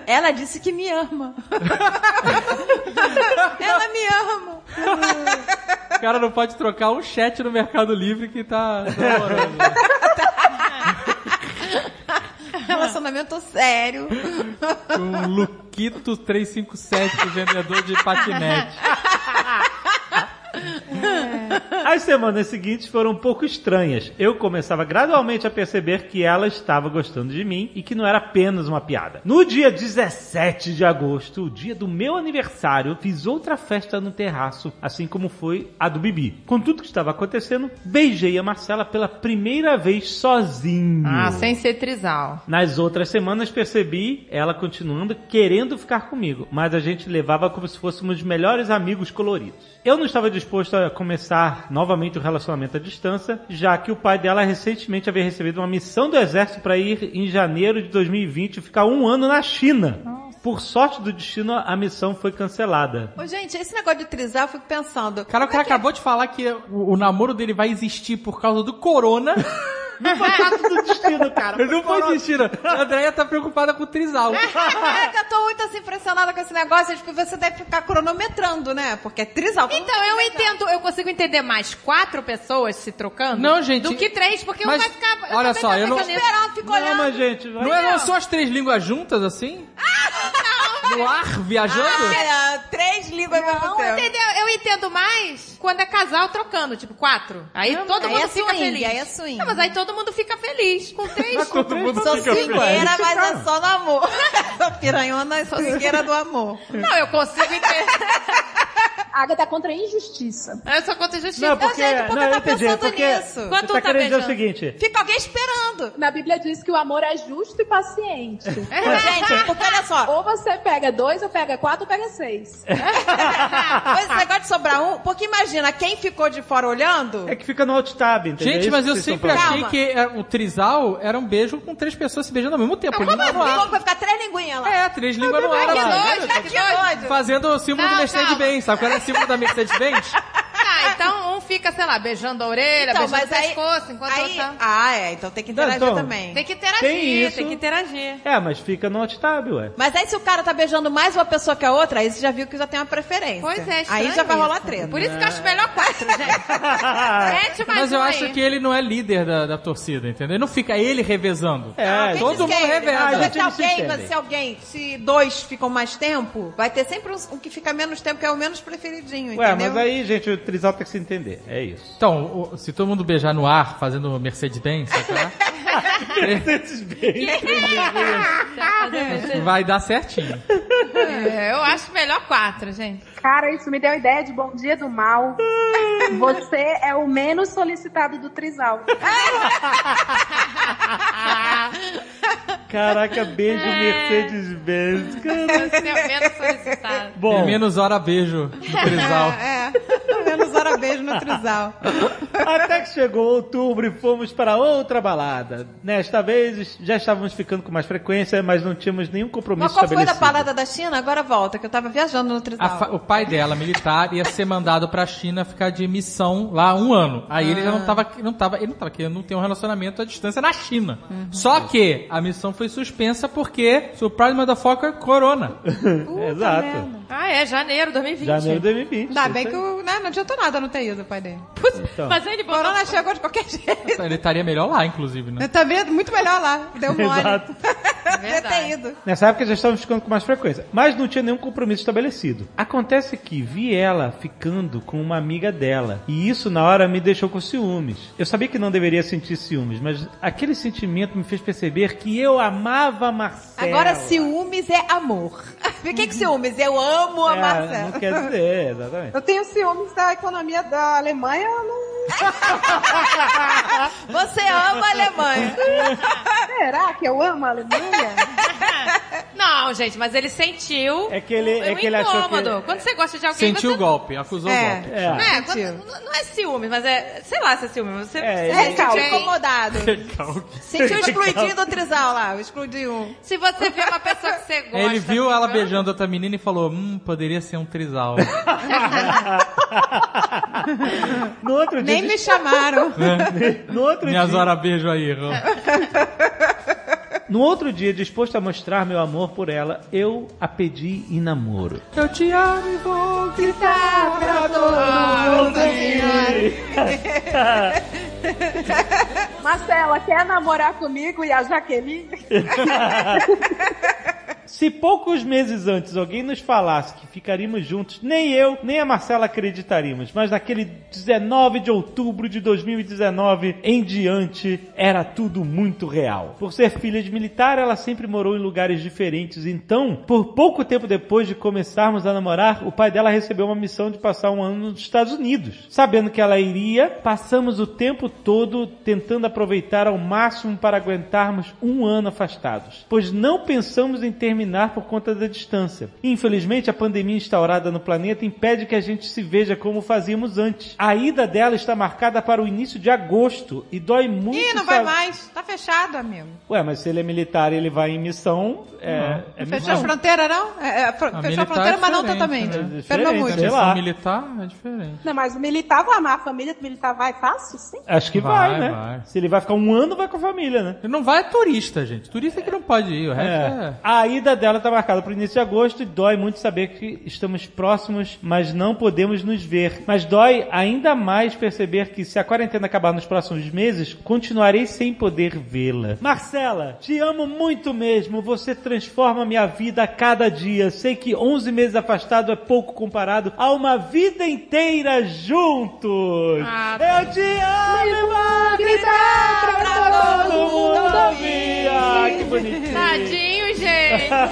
S4: Ela disse que me ama. Ela me ama.
S5: O cara não pode trocar um chat no Mercado Livre que tá namorando.
S4: Relacionamento sério.
S5: Um Luquito 357, vendedor de patinete.
S1: É. As semanas seguintes foram um pouco estranhas. Eu começava gradualmente a perceber que ela estava gostando de mim e que não era apenas uma piada. No dia 17 de agosto, o dia do meu aniversário, fiz outra festa no terraço, assim como foi a do Bibi. Com tudo que estava acontecendo, beijei a Marcela pela primeira vez sozinho.
S6: Ah, sem ser trisal.
S1: Nas outras semanas percebi ela continuando querendo ficar comigo, mas a gente levava como se fôssemos melhores amigos coloridos. Eu não estava disposto a começar novamente o relacionamento à distância, já que o pai dela recentemente havia recebido uma missão do exército para ir em janeiro de 2020 e ficar um ano na China. Por sorte do destino, a missão foi cancelada.
S4: Ô, gente, esse negócio de trisal, eu fico pensando.
S5: Cara, o cara acabou de falar que o, o namoro dele vai existir por causa do corona.
S1: Não foi sorte do destino, cara.
S5: Ele não foi existir. né? A Andréia tá preocupada com o trisal.
S4: Caraca, eu tô muito assim impressionada com esse negócio. Acho que você deve ficar cronometrando, né? Porque é trisal.
S6: Então, eu entendo, eu consigo entender mais quatro pessoas se trocando
S5: Não, gente.
S6: do que três, porque
S5: Mas,
S6: um vai ficar.
S5: olha
S6: também
S5: só,
S6: tava
S5: eu não-
S6: pensando nisso.
S4: Esperando, fico
S1: Não,
S4: olhando.
S1: mas gente, vai...
S5: Não eram só as três línguas juntas, assim? No ar, viajando?
S4: Olha, Ah, é, três línguas ao mesmo tempo.
S6: Entendeu? Eu entendo mais quando é casal trocando, tipo quatro. Aí todo
S4: aí
S6: mundo
S4: é
S6: fica
S4: swing,
S6: feliz.
S4: aí é swing.
S6: Não, mas aí todo mundo fica feliz. Com três.
S1: Todo mundo
S4: Sou
S1: fica feliz.
S4: swingueira, mas é só no amor. Sou piranhona, sou swingueira do amor.
S6: não, eu consigo entender.
S12: A Agatha é contra a injustiça.
S3: Eu sou contra a injustiça.
S12: Não, porque-
S3: eu sei, porque
S12: não,
S3: eu
S12: eu
S3: tá
S12: entendi,
S3: pensando
S12: porque
S3: nisso.
S12: você tá querendo dizer o
S1: seguinte.
S12: Fica alguém esperando. Na Bíblia diz que o amor é justo e
S3: É
S12: paciente.
S4: Gente,
S12: porque olha só. Ou você pega dois, ou pega quatro, ou pega seis.
S4: Mas esse negócio de sobrar um, porque imagina, quem ficou de fora olhando.
S1: É que fica no alt tab, entendeu? É
S5: Gente,
S1: isso
S5: mas
S1: que
S5: eu
S1: vocês
S5: sempre
S1: estão
S5: achei
S1: falando.
S5: que é, o trisal era um beijo com três pessoas se beijando ao mesmo tempo. Língua no ar.
S4: vai ficar três linguinhas lá.
S5: É, três línguas no ar. lá.
S4: Tá
S5: Fazendo o símbolo
S3: Não,
S5: do Mercedes-Benz, sabe? Qual era o símbolo da Mercedes-Benz?
S3: Ah, então um fica, sei lá, beijando a orelha,
S4: Então,
S3: beijando
S4: mas
S3: o
S4: aí-
S3: pescoço, enquanto
S4: aí-
S3: o outro... tá-
S4: Ah, é, então tem que
S1: Não,
S4: interagir
S1: então,
S4: também.
S3: Tem que interagir,
S1: tem isso.
S3: tem que interagir.
S1: É, mas fica no alt tab, ué.
S4: Mas aí se o cara tá beijando mais uma pessoa que a outra, aí você já viu que já tem uma preferência.
S3: Pois é,
S4: Aí
S3: estranho
S4: já vai
S3: isso.
S4: rolar treta.
S3: Por isso que eu acho melhor quatro,
S4: Ah.
S3: gente. Mete mais
S5: Mas eu
S3: um
S5: acho
S3: aí.
S5: que ele não é líder da, da torcida, entendeu? Ele Não fica ele revezando.
S4: Alguém
S5: todo
S4: disse que
S5: mundo
S4: é ele,
S5: reveza.
S4: né? Vai ter alguém, mas se alguém, se dois ficam mais tempo, vai ter sempre um, um que fica menos tempo, que é o menos preferidinho,
S1: Ué,
S4: entendeu?
S1: mas aí, gente, o trisal tem que se entender. É isso.
S5: Então, o- se todo mundo beijar no ar fazendo Mercedes-Benz, sabe lá? é? vai dar certinho.
S3: É, eu acho melhor quatro, gente.
S12: Cara, isso me deu ideia de Bom Dia do Mal. Você é o menos solicitado do Trisal.
S1: Caraca, beijo
S4: É.
S1: Mercedes-Benz.
S3: Você é o menos solicitado.
S1: Bom.
S5: Tem menos hora beijo no trisal.
S4: É, menos hora beijo no trisal.
S1: Até que chegou outubro e fomos para outra balada. Nesta vez já estávamos ficando com mais frequência, mas não tínhamos nenhum compromisso
S4: Mas qual foi da
S1: estabelecido.
S4: parada da China? Agora volta, que eu tava viajando no
S5: A
S4: trisal.
S5: fa- o pai dela, militar, ia ser mandado pra China ficar de missão lá um ano. Aí ele já não tava, não tava, ele não tava querendo ter um relacionamento à distância na China. Só que a missão foi suspensa porque Surprise Motherfucker Corona.
S1: Exato.
S3: Ah, é, janeiro de 2020.
S1: Janeiro de 2020.
S4: Ainda bem que o- né, não adiantou nada não ter ido, pai dele.
S1: Então,
S3: Mas aí ele botou...
S4: Corona chegou de qualquer jeito.
S5: Ele estaria melhor lá, inclusive, né?
S4: Eu também, muito melhor lá. Deu mole.
S1: Exato.
S4: Devia ter ido.
S1: Nessa época já estávamos ficando com mais frequência, mas não tinha nenhum compromisso estabelecido. Acontece que vi ela ficando com uma amiga dela, e isso na hora me deixou com ciúmes. Eu sabia que não deveria sentir ciúmes, mas aquele sentimento me fez perceber que eu amava a Marcela.
S4: Agora, ciúmes é amor. O que que ciúmes? Eu amo a
S1: É,
S4: Marcela.
S1: Não quer dizer, é, exatamente.
S4: Eu tenho ciúmes da economia da Alemanha, eu não. Você ama a Alemanha.
S12: Será que eu amo a Alemanha?
S3: Não, gente, mas ele sentiu
S1: É que ele, é
S3: um
S1: que ele achou que...
S3: incômodo. Quando você gosta de alguém,
S5: Sentiu o
S3: você...
S5: golpe, acusou o golpe.
S1: É.
S3: Não é, quando- não- não é ciúme, mas é... Sei lá se é ciúme. Você
S1: É,
S3: você
S1: ele-
S3: sente
S4: Sentiu
S3: bem.
S4: incomodado. Sentiu o
S1: Calma.
S4: excluidinho do trisal lá, o um. excluidinho.
S3: Se você vê uma pessoa que você gosta...
S5: Ele viu ela
S3: ficando-
S5: beijando outra menina e falou: Hum, poderia ser um trisal.
S1: No outro dia,
S4: Nem me chamaram.
S5: Né?
S1: no outro
S5: É. Minhas
S1: dia,
S5: horas beijo aí, irmão.
S1: no outro dia, disposto a mostrar meu amor por ela, eu a pedi em namoro.
S5: Eu te amo e vou gritar pra
S12: Marcela, quer namorar comigo e a Jaqueline?
S1: Se poucos meses antes alguém nos falasse que ficaríamos juntos, nem eu, nem a Marcela acreditaríamos. Mas naquele 19 de outubro de 2019 em diante, era tudo muito real. Por ser filha de militar, ela sempre morou em lugares diferentes. Então, por pouco tempo depois de começarmos a namorar, o pai dela recebeu uma missão de passar um ano nos Estados Unidos. Sabendo que ela iria, passamos o tempo todo tentando aproveitar ao máximo para aguentarmos um ano afastados, pois não pensamos em terminar por conta da distância. Infelizmente, a pandemia instaurada no planeta impede que a gente se veja como fazíamos antes. A ida dela está marcada para o início de agosto e dói muito.
S4: Ih, não vai
S1: sa-
S4: mais. Tá fechado, amigo.
S1: Ué, mas se ele é militar e ele vai em missão, é, é
S4: Fechou a
S1: missão.
S4: fronteira, não? É, é, fro-
S5: A
S4: fechou a
S5: militar
S4: fronteira,
S5: é
S4: mas não
S5: diferente,
S4: totalmente.
S1: né?
S4: Perdão
S1: Diferente,
S4: muito.
S1: sei lá.
S5: Missão militar é diferente.
S12: Não, mas o militar vai amar a família do militar, vai fácil, sim.
S1: Acho que vai,
S5: Vai,
S1: né?
S5: vai.
S1: Se ele vai ficar um ano, vai com a família, né?
S5: Não vai turista, gente. Turista que não pode ir, o resto
S1: É.
S5: é.
S1: A ida dela tá marcada para o início de agosto e dói muito saber que estamos próximos, mas não podemos nos ver. Mas dói ainda mais perceber que se a quarentena acabar nos próximos meses, continuarei sem poder vê-la. Marcela, te amo muito mesmo. Você transforma minha vida a cada dia. Sei que 11 meses afastado é pouco comparado a uma vida inteira juntos. É
S3: Ah,
S1: Eu te amo, vou gritar pra todo mundo ouvir. Ah, que bonitinho.
S3: Tadinho, gente.
S13: Meu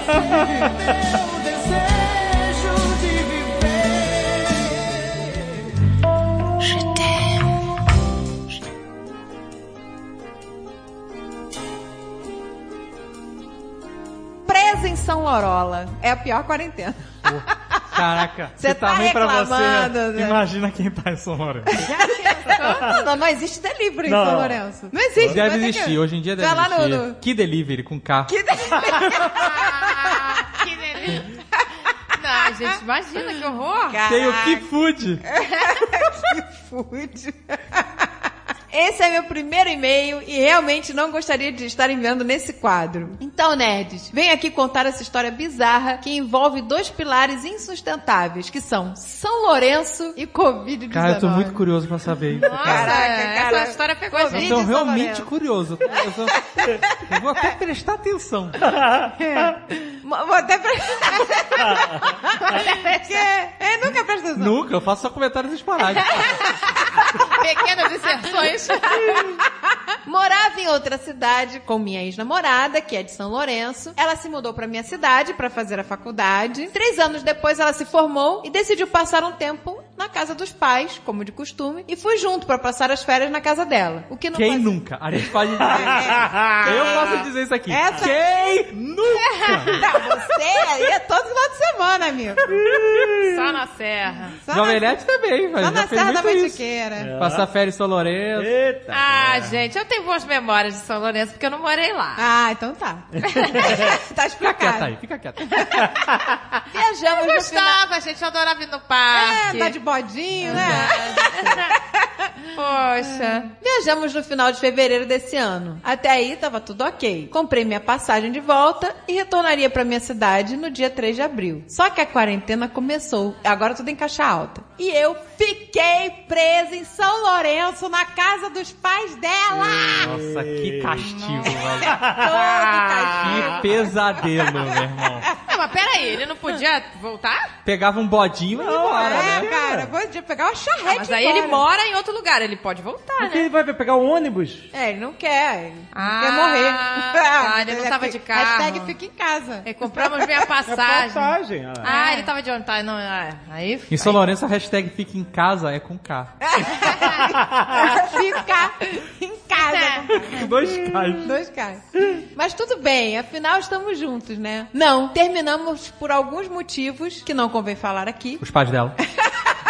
S13: desejo de viver.
S4: escola. É a pior quarentena.
S5: Caraca,
S4: Você
S5: se tá,
S4: tá
S5: ruim pra você.
S4: reclamando, né?
S5: Imagina quem tá em São Lourenço.
S4: não, não existe delivery
S5: Não,
S4: em São
S5: não.
S4: Lourenço. Não existe.
S5: Deve
S4: vai ter que-
S5: existir, hoje em dia deve
S4: Vai lá
S5: existir.
S4: no- no-
S5: Que delivery com carro.
S4: Que
S3: Não, gente, imagina que horror.
S5: Tem o que food.
S4: Food. Esse é meu primeiro e-mail e realmente não gostaria de estar enviando nesse quadro. Então, nerds, venho aqui contar essa história bizarra que envolve dois pilares insustentáveis, que são São Lourenço e Covid-19.
S5: Cara, eu tô muito curioso pra saber. isso, cara.
S4: Caraca, cara.
S3: Essa história pegou a
S5: Eu
S3: gente.
S5: tô
S3: São
S5: realmente
S3: Lourenço.
S5: curioso. Eu, só- eu vou até prestar atenção.
S4: É. Mo- Vou até prestar. Eu é nunca presto atenção.
S5: Nunca, eu faço só comentários disparados.
S3: Pequenas inserções.
S4: Morava em outra cidade com minha ex-namorada, que é de São Lourenço. Ela se mudou pra minha cidade pra fazer a faculdade. Três anos depois, ela se formou e decidiu passar um tempo na casa dos pais, como de costume, e fui junto pra passar as férias na casa dela. O que não
S5: Quem
S4: fazia-
S5: nunca? A gente pode dizer isso. Eu posso dizer isso aqui.
S4: Essa-
S5: Quem nunca?
S4: Não, você aí é todo final de semana, amigo.
S3: Só na serra.
S5: Jovem Nerd também, mas já
S4: Só na
S5: fez
S4: Serra da
S5: muito isso.
S4: Mantiqueira.
S5: Passar férias em São Lourenço.
S1: É. Eita.
S3: Ah, gente, eu tenho boas memórias de São Lourenço, porque eu não morei lá.
S4: Ah, então tá. tá explicado.
S5: Quieta aí, fica quieta.
S4: Viajamos
S3: Eu
S4: no final...
S3: gostava, gente, eu adorava ir no parque. É.
S4: É, tá de bodinho, né?
S3: Poxa.
S4: Viajamos no final de fevereiro desse ano. Até aí tava tudo ok. Comprei minha passagem de volta e retornaria pra minha cidade no dia 3 de abril. Só que a quarentena começou. Agora tudo em caixa alta. E eu fiquei presa em São Lourenço, na casa dos pais dela.
S5: Nossa, que castigo, velho.
S4: Todo
S5: Que pesadelo, meu irmão.
S3: Não, mas peraí, ele não podia voltar?
S5: Pegava um bodinho e ia embora,
S4: É,
S5: né?
S4: cara, vou pegar uma charrete.
S3: Mas aí ele mora em outro lugar, ele pode voltar,
S1: Porque
S3: né?
S1: ele vai pegar o ônibus.
S4: É, ele não quer. Ele
S3: Ah,
S4: não quer morrer.
S3: tá, ele não
S4: É,
S3: tava de carro.
S4: Hashtag fica em casa.
S3: É, compramos bem a passagem.
S1: Passagem. ah.
S3: Ah, ele tava de onde? Tá, não, ah, aí...
S5: Em São Lourenço, a hashtag fica em casa é com K.
S4: fica em casa.
S5: Dois K.
S4: Dois caras. Mas tudo bem, afinal estamos juntos, né? Não, terminamos por alguns motivos que não convém falar aqui.
S5: Os pais dela.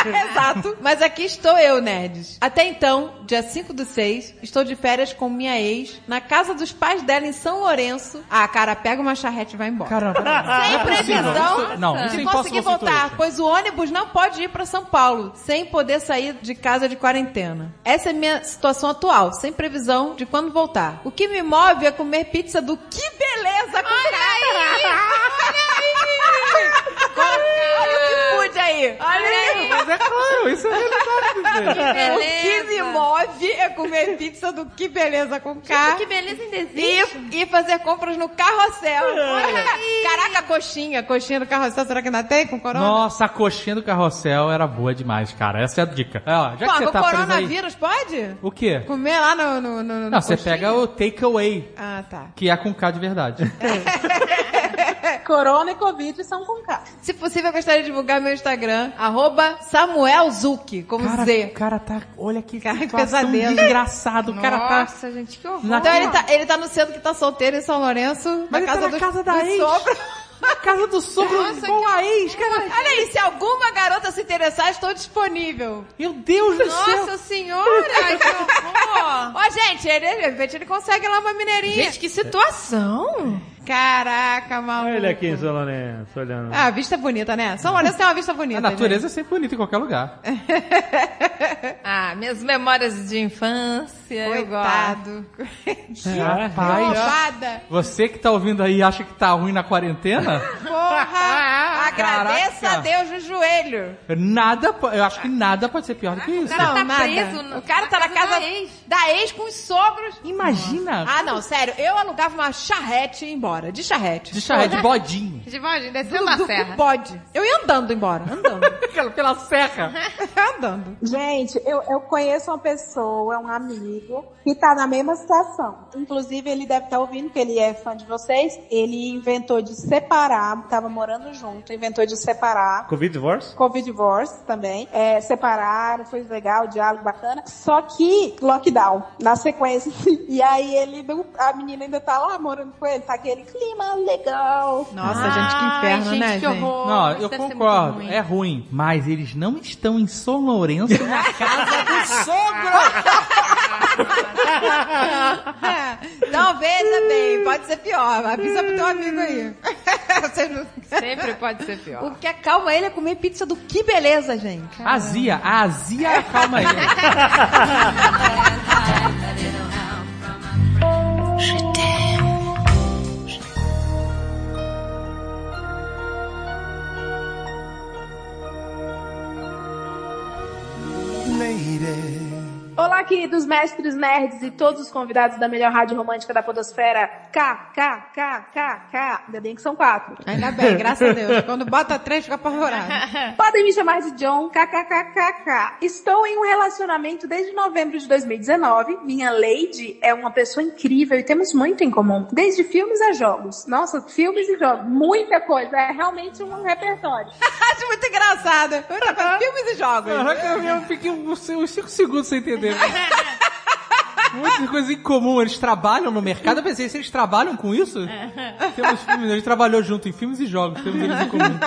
S4: Exato. Mas aqui estou eu, nerds. Até então, dia 5 do 6, estou de férias com minha ex na casa dos pais dela em São Lourenço. Ah, cara, pega uma charrete e vai embora.
S5: Caramba. Sem
S4: previsão
S5: é Não, isso é
S4: de
S5: impossível.
S4: conseguir voltar,
S5: futurismo.
S4: pois o ônibus não pode ir para São Paulo sem poder sair de casa de quarentena. Essa é minha situação atual, sem previsão de quando voltar. O que me move é comer pizza do que beleza com Olha aí! Olha o que pude aí! Olha aí!
S5: Mas é claro, isso é verdade, gente.
S4: O que me move é comer pizza do que beleza com K.
S3: Que beleza indesível.
S4: E, e fazer compras no carrossel.
S5: É.
S4: Caraca, coxinha. Coxinha no carrossel, será que ainda tem com corona?
S5: Nossa, a coxinha do carrossel era boa demais, cara. Essa é a dica. É, ó, já
S4: Pô,
S5: que você
S4: o
S5: tá preso aí...
S4: coronavírus pode?
S5: O quê?
S4: Comer lá no. no, no- no
S5: Não, você
S4: coxinha?
S5: pega o takeaway,
S4: Ah, tá.
S5: que é com K de verdade.
S12: É, Corona e Covid são com K.
S4: Se possível, eu gostaria de divulgar meu Instagram, arroba Samuel Zucchi, como
S5: Cara, o
S4: Z.
S5: cara tá... Olha que
S4: Cara, que
S5: situação
S4: pesadelo.
S5: desgraçado. O cara tá...
S3: Nossa, gente, que horror.
S5: Na-
S4: Então ele tá, ele tá no centro que tá solteiro em São Lourenço,
S5: Mas ele
S4: na
S5: tá
S4: casa,
S5: na
S4: dos-
S5: casa da
S4: do
S5: ex.
S4: sogro.
S5: Na casa do sogro
S3: Nossa,
S5: com a ex, cara.
S4: Olha aí, se alguma garota se interessar, estou disponível.
S5: Meu Deus do céu.
S3: Nossa senhora, que horror.
S4: Ó, gente, ele, de repente ele consegue lá uma mineirinha.
S3: Gente, que situação.
S4: Caraca, maluco.
S1: Olha ele aqui em São Lourenço, olhando.
S4: Ah, vista bonita, né? São Lourenço tem uma vista bonita.
S5: A natureza é sempre bonita em qualquer lugar.
S3: Ah, minhas memórias de infância,
S4: né?
S3: eu gosto.
S4: Coitado. É
S5: Rapaz,
S4: Roubada.
S5: você que tá ouvindo aí e acha que tá ruim na quarentena,
S4: Porra! agradeça
S5: Caraca.
S4: a Deus no joelho.
S5: nada, po- eu acho que nada pode ser pior do que isso.
S3: cara tá
S4: nada.
S3: preso no-
S4: O cara tá na casa da ex, com os sogros.
S5: Imagina
S4: Ah, não, sério. Eu alugava uma charrete e ia embora. De charrete.
S5: de charré de bodinho.
S3: Divaldo, descendo a
S4: Do-
S3: serra.
S4: Pode. Eu ia andando embora. Andando.
S5: Pela- Pela serra.
S4: andando.
S12: Gente, eu, eu conheço uma pessoa, um amigo, que tá na mesma situação. Inclusive, tá ele deve estar ouvindo, porque ele é fã de vocês. Ele inventou de separar, tava morando junto, inventou de separar.
S1: Covid divorce?
S12: Covid divorce também. É, separaram, foi legal, diálogo bacana. Só que lockdown, na sequência. E aí ele, a menina ainda tá lá morando com ele, tá aquele clima legal.
S4: Nossa, gente, que inferno, né, gente?
S5: Não, eu concordo, é ruim. Mas eles não estão em São Lourenço na casa do
S4: sogro! É. não, veja bem, pode ser pior. Avisa pro teu amigo aí.
S6: Sempre pode ser pior.
S4: O que acalma ele é comer pizza do que beleza, gente.
S5: Azia, a azia calma aí.
S12: Olá, queridos mestres nerds e todos os convidados da melhor rádio romântica da podosfera. K, K, K, K, K. Ainda bem que são quatro.
S4: Ainda bem, graças a Deus. Quando bota três, fica apavorado.
S12: Podem me chamar de John, kkkkk. Estou em um relacionamento desde novembro de 2019. Minha Lady é uma pessoa incrível e temos muito em comum. Desde filmes a jogos. Nossa, filmes e jogos. Muita coisa. É realmente um repertório.
S4: Acho muito engraçado. Muita coisa, Filmes e jogos.
S5: Caraca, eu um fiquei uns uns cinco segundos sem entender. Muitas coisas em comum, eles trabalham no mercado. Eu pensei, se eles trabalham com isso?
S4: É.
S5: Temos filmes, a gente trabalhou junto em filmes e jogos, temos eles em comum.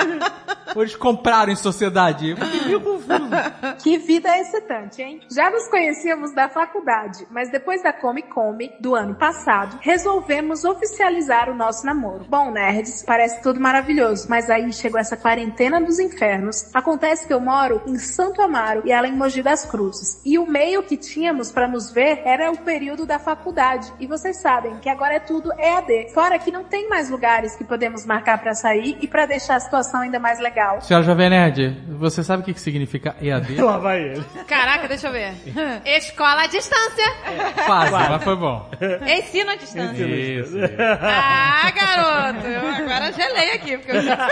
S5: Ou eles compraram em sociedade. Eu fiquei meio confuso.
S12: Que vida excitante, hein? Já nos conhecíamos da faculdade, mas depois da Comic Come do ano passado, resolvemos oficializar o nosso namoro. Bom, nerds, parece tudo maravilhoso, mas aí chegou essa quarentena dos infernos. Acontece que eu moro em Santo Amaro e ela em Mogi das Cruzes. E o meio que tínhamos para nos ver era o período da faculdade. E vocês sabem que agora é tudo EAD. Fora que não tem mais lugares que podemos marcar para sair e para deixar a situação ainda mais legal.
S5: Senhora Jovem Nerd, você sabe o que que significa EAD?
S1: Lá vai ele.
S6: Caraca, deixa eu ver. Escola à distância.
S5: É, Quase, mas foi bom.
S6: Ensino à distância.
S5: Isso.
S6: Ah, garoto! Eu agora gelei aqui, porque eu já...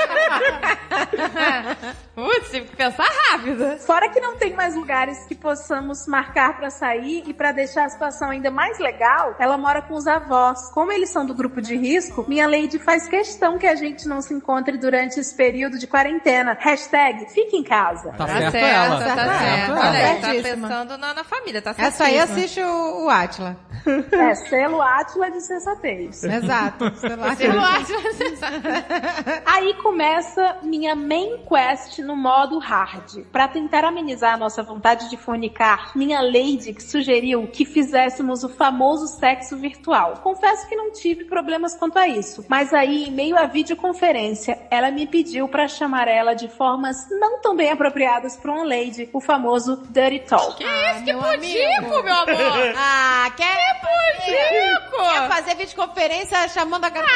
S6: Putz, tive que pensar rápido.
S12: Fora que não tem mais lugares que possamos marcar pra sair e pra deixar a situação ainda mais legal, ela mora com os avós. Como eles são do grupo de risco, minha Lady faz questão que a gente não se encontre durante esse período de quarentena. Hashtag fique em casa.
S5: Tá
S6: Tá
S5: certo
S6: certo,
S5: ela.
S6: tá
S5: Tá
S6: certo.
S5: ela.
S6: Olha aí, tá
S4: Certíssima.
S6: pensando na, na família, tá certo.
S4: Essa aí assiste o, o Atila.
S12: É selo Átila de sensatez.
S4: Exato.
S6: Celular.
S12: Aí começa minha main quest no modo hard. Pra tentar amenizar a nossa vontade de fornicar, minha lady que sugeriu que fizéssemos o famoso sexo virtual. Confesso que não tive problemas quanto a isso, mas aí, em meio à videoconferência, ela me pediu pra chamar ela de formas não tão bem apropriadas pra uma lady, o famoso dirty talk.
S6: Isso que pudico, meu amor!
S4: Ah, quer,
S6: Pudico!
S4: quer fazer videoconferência chamando a garota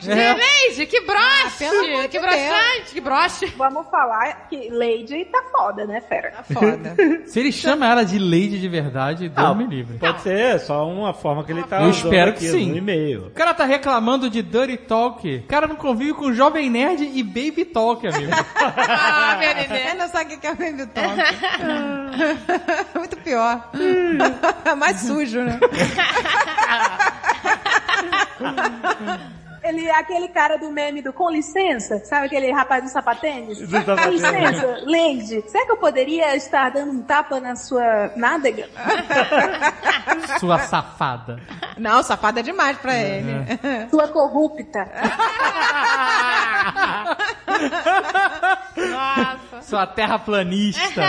S4: de Lady?
S5: É.
S6: Leide, que broche!
S4: pelo amor de
S6: que
S4: Deus.
S6: broxante, que broche!
S12: Vamos falar que lady tá foda, né, fera?
S4: Foda.
S5: Se ele chama ela de Lady de verdade, Deus
S1: Ah,
S5: me livre.
S4: Tá.
S1: Pode ser só uma forma
S4: Ah,
S1: que ele tá
S5: Eu
S1: usando
S5: espero que
S1: aqui
S5: sim.
S1: no e-mail.
S5: O cara tá reclamando de Dirty Talk. O cara não convive com Jovem Nerd e Baby Talk, amigo.
S6: Ah, meu neném.
S4: Tá Eu não sabe o que é o baby talk. Muito pior. Mais sujo, né?
S12: Ele é aquele cara do meme do com licença, sabe aquele rapaz do sapatênis?
S1: Do
S12: Com
S1: sapatênis.
S12: licença, Lady, será que eu poderia estar dando um tapa na sua nádega?
S5: Sua safada.
S4: Não, safada é demais pra ele.
S12: Sua corrupta.
S6: Hum. Nossa!
S5: Sua terraplanista.
S6: Isso é,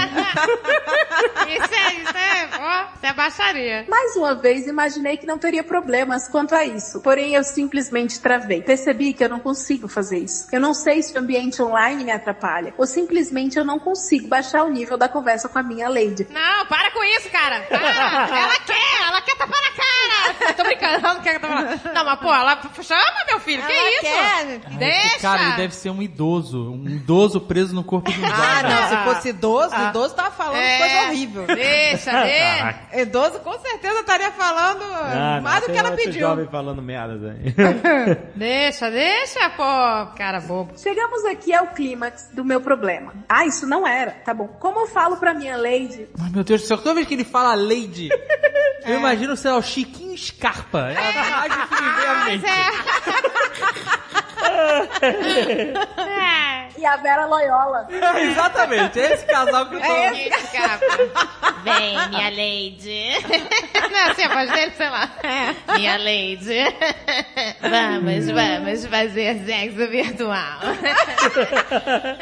S6: isso é, ó, isso é baixaria.
S12: Mais uma vez, imaginei que não teria problemas quanto a isso. Porém, eu simplesmente travei. Percebi que eu não consigo fazer isso. Eu não sei se o ambiente online me atrapalha. Ou simplesmente eu não consigo baixar o nível da conversa com a minha Lady.
S6: Não, para com isso, cara. Para. Ela quer, ela quer tapar na cara. Tô brincando, ela não quer tapar na cara. Não, mas pô, ela chama, meu filho, que
S4: Ela
S6: isso?
S4: quer, gente.
S6: Deixa.
S5: Esse cara, ele deve ser um idoso. Um idoso preso no corpo de um
S4: Ah,
S5: jovem.
S4: não, se fosse idoso, idoso tava falando
S6: É.
S4: coisa horrível.
S6: Deixa,
S4: É,
S6: deixa.
S4: Idoso com certeza estaria falando
S1: Ah, não,
S4: mais do
S1: tem
S4: que ela
S1: outro
S4: pediu.
S1: jovem falando merda aí.
S6: Deixa, deixa, pô. Cara bobo.
S12: Chegamos aqui ao clímax do meu problema. Ah, isso não era. Tá bom. Como eu falo pra minha Lady,
S5: Ai, meu Deus do céu, toda vez que ele fala Lady,
S4: É.
S5: eu imagino, sei lá, o Chiquinho Scarpa. É a imagem que me vem à mente.
S6: É.
S12: E e a Vera Loyola.
S14: Exatamente, é esse casal que eu tô...
S12: É esse
S3: Vem, minha lady. Não é assim a voz dele, sei lá. Minha lady. Vamos, vamos fazer sexo virtual.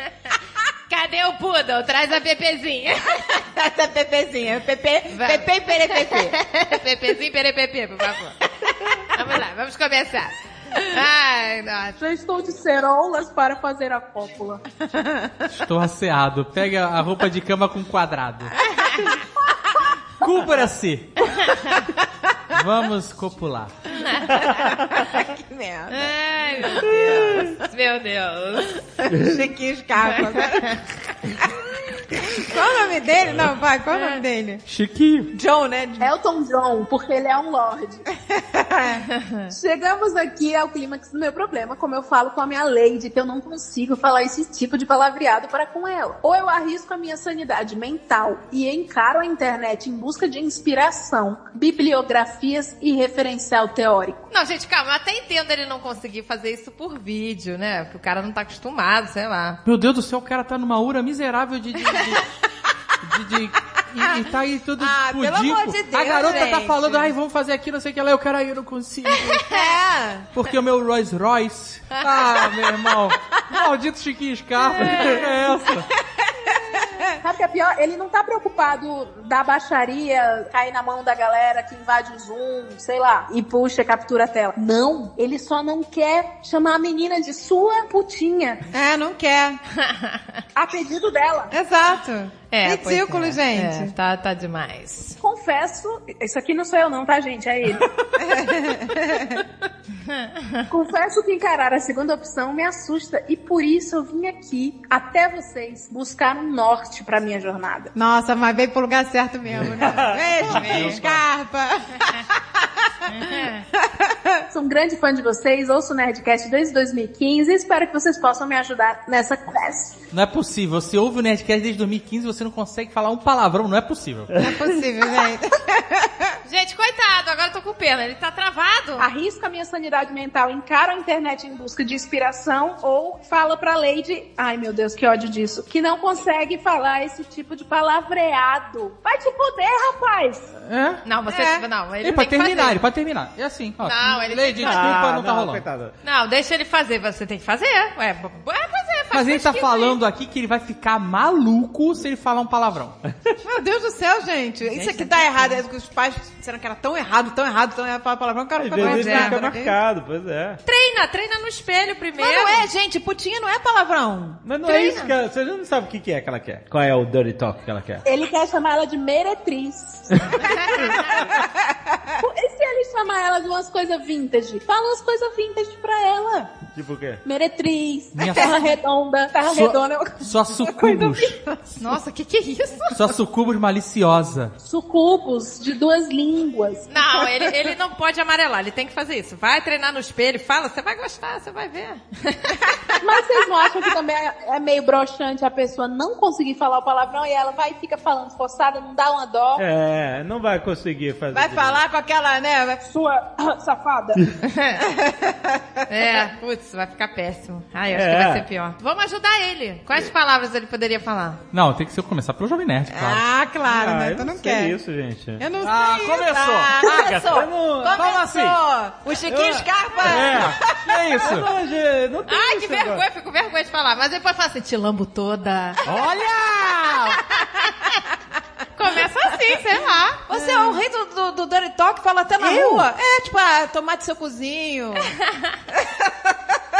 S3: Cadê o poodle? Traz a Pepezinha. Traz a Pepezinha. Pepe, Pepe e Perepepe. Pepezinha e Perepepe, por favor. Vamos lá, vamos começar. Ai, nossa.
S12: Já estou de ceroulas para fazer a cópula.
S5: Estou asseado. Pega a roupa de cama com quadrado. Cubra-se! Vamos copular.
S4: que merda.
S3: Ai, meu Deus. Meu Deus.
S4: Chiquinho Scarpa. Qual o nome dele? Não, vai, qual o nome dele?
S5: Chiquinho.
S4: John, né?
S12: É. Elton John, porque ele é um lorde. Chegamos aqui ao clímax do meu problema, como eu falo com a minha lady, que eu não consigo falar esse tipo de palavreado para com ela. Ou eu arrisco a minha sanidade mental e encaro a internet em busca de inspiração, bibliografias e referencial teórico.
S6: Não, gente, calma, eu até entendo ele não conseguir fazer isso por vídeo, né? Porque o cara não tá acostumado, sei lá.
S5: Meu Deus do céu, o cara tá numa ura miserável de. de, de- de- de- e, e tá aí todo
S4: Ah, pelo
S5: pudico.
S4: amor de
S5: A
S4: Deus,
S5: garota tá
S4: gente.
S5: falando, ai, vamos fazer aqui, não sei o que lá, e o cara, "Ai, eu não consigo.
S4: É.
S5: Porque o meu Rolls Royce. Ah, meu irmão. Maldito Chiquinho Scarpa. É essa.
S12: Sabe o que é pior? Ele não tá preocupado da baixaria cair na mão da galera que invade o Zoom, sei lá, e puxa, captura a tela. Não, ele só não quer chamar a menina de sua putinha.
S4: É, não quer.
S12: a pedido dela.
S4: Exato.
S6: É, pois
S4: Ridículo,
S6: é.
S4: gente.
S6: É, tá, tá demais.
S12: Confesso, isso aqui não sou eu não, tá, gente? É ele. Confesso que encarar a segunda opção me assusta e por isso eu vim aqui até vocês buscar um norte pra minha jornada.
S4: Nossa, mas veio pro lugar certo mesmo, né? Beijo, escarpa.
S12: Sou um grande fã de vocês, ouço o Nerdcast desde 2015 e espero que vocês possam me ajudar nessa quest.
S5: Não é possível. Você ouve o Nerdcast desde 2015 e você não consegue falar um palavrão. Não é possível.
S4: É possível, gente.
S6: Gente, coitado, agora eu tô com pena. Ele tá travado.
S12: Arrisco a minha sanidade mental, encaro a internet em busca de inspiração ou falo pra Lady, ai meu Deus, que ódio disso, que não consegue falar esse tipo de palavreado. Vai te poder, rapaz!
S5: É?
S6: Não, você. Não, ele,
S5: Ele pode
S6: tem que
S5: terminar,
S6: fazer.
S5: ele pode terminar. É assim. Ó,
S6: Não, ele
S5: Lady,
S6: tem que-
S5: desculpa,
S6: Ah,
S5: não tá
S6: não,
S5: rolando.
S1: coitado.
S6: Não, deixa ele fazer. Você tem que fazer. Ué, b- b- é fazer. Faz
S5: Mas ele tá
S6: pesquisa aí.
S5: falando aqui que ele vai ficar maluco se ele falar um palavrão.
S4: Meu Deus do céu, gente. Isso aqui tá errado. É que Os pais disseram que era tão errado, tão errado, tão errado. Fala palavrão, o cara
S1: Às
S4: fica
S1: vezes ele fica
S4: marcado, né?
S1: marcado, pois é.
S6: Treina, treina no espelho primeiro.
S4: Mas não é, gente. Putinha não é palavrão.
S1: Mas não é
S4: Treina.
S1: isso que ela, você não sabe o que, que é que ela quer. Qual é o dirty talk que ela quer?
S12: Ele quer chamar ela de meretriz. e se ele chamar ela de umas coisas vintage? Fala umas coisas vintage pra ela.
S1: Tipo o quê?
S12: Meretriz,
S5: Minha-
S12: terra redonda, terra
S5: Sua-
S12: redonda.
S5: Só sucubos.
S6: Nossa, que que é isso?
S5: Só sucubos maliciosa.
S12: Sucubos de duas línguas.
S6: Não, ele, ele não pode amarelar, ele tem que fazer isso. Vai treinar no espelho, fala, você vai gostar, você vai ver.
S12: Mas vocês não acham que também é é meio broxante a pessoa não conseguir falar o palavrão e ela vai e fica falando forçada, não dá uma dó?
S1: É, não vai conseguir fazer.
S4: Vai
S1: direito.
S4: falar com aquela, né? vai-
S12: Sua safada.
S6: É, putz, vai ficar péssimo. Ai, eu acho
S5: É.
S6: que vai ser pior. Vamos ajudar ele. Quais palavras ele poderia falar?
S5: Não, tem que ser começar pelo Jovem Nerd, claro.
S4: Ah, claro,
S1: Ah,
S4: né?
S1: eu
S4: Tu
S1: não sei
S4: não quer.
S1: isso, gente.
S4: Eu não
S5: Ah,
S4: sei.
S5: começou.
S4: Ah,
S5: Ah,
S4: começou.
S5: cara, vamos-
S4: começou.
S5: vamos
S4: O Chiquinho Scarpa.
S5: assim. É, que é isso?
S1: Não, gente, não tem
S6: Ai,
S1: isso
S6: que vergonha,
S1: agora.
S6: fico com vergonha de falar. Mas ele pode falar assim, te lambo toda.
S5: Olha!
S6: Começa assim, sei lá.
S4: Você é o rei do, do, do Dirty Talk, fala até na
S5: Eu?
S4: rua. É, tipo, ah, tomate seu cozinho.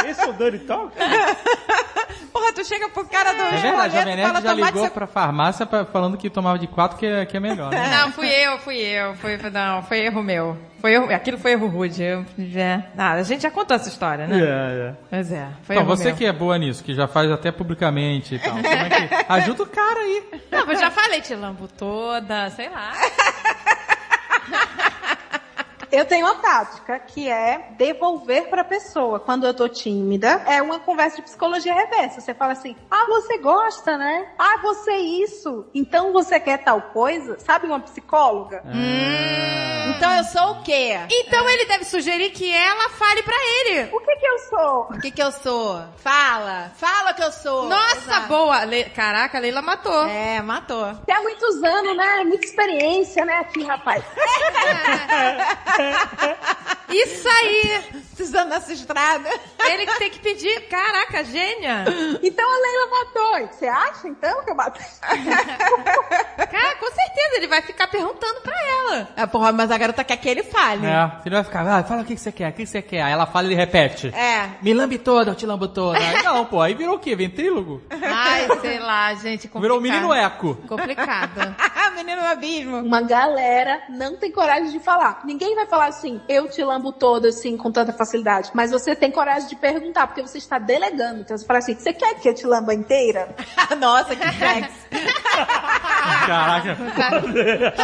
S1: Esse é o dirty talk?
S4: Porra, tu chega pro cara do
S5: É verdade, o Jovem
S4: rolê, tu fala
S5: Nerd já
S4: tomate
S5: ligou
S4: seu...
S5: pra farmácia pra- falando que tomava de quatro que é, que é melhor, né?
S6: Não, fui eu, fui eu. Foi, não, foi erro meu. Foi erro- aquilo foi erro rude. Eu, é. Ah, a gente já contou essa história, né?
S1: É, é.
S6: Pois é, foi
S5: Então,
S6: erro
S5: você
S6: meu.
S5: que é boa nisso, que já faz até publicamente e tal. Como é que- Ajuda o cara aí.
S6: Não, eu já falei, te lambo toda, sei lá.
S4: Eu tenho uma tática, que é devolver pra pessoa. Quando eu tô tímida, é uma conversa de psicologia reversa. Você fala assim, ah, você gosta, né? Ah, você isso. Então você quer tal coisa? Sabe uma psicóloga?
S12: Então
S15: Então eu sou o quê? Então ele deve sugerir que ela fale pra ele. O que que eu sou? O que que eu sou? Fala. Fala o que eu sou. Nossa, boa. Caraca, a Leila matou. É, matou.
S12: Até há muitos anos, né? Muita experiência, né, aqui, rapaz.
S15: Isso aí.
S4: Suzana Estrada.
S6: Ele que tem que pedir. Caraca, gênia.
S12: Então a Leila matou. Você acha, então, que eu matei?
S6: Cara, com certeza, ele vai ficar perguntando pra ela.
S4: É, porra, mas a garota quer que ele fale.
S5: É, ele vai ficar, ah, fala o que, que você quer, o que, que você quer. Aí ela fala e ele repete.
S6: É.
S5: Me lambe toda, eu te lambo toda. Aí não, pô, aí virou o quê? Ventrílogo?
S6: Ai, sei lá, gente. Complicado.
S15: um
S5: Virou o menino eco.
S6: Complicado.
S12: Menino abismo. Uma galera não tem coragem de falar. Ninguém vai falar assim, eu te lambo todo, assim, com tanta facilidade. Mas você tem coragem de perguntar, porque você está delegando. Então você fala assim, você quer que eu te lamba inteira?
S4: Nossa, que sexy.
S5: Caraca.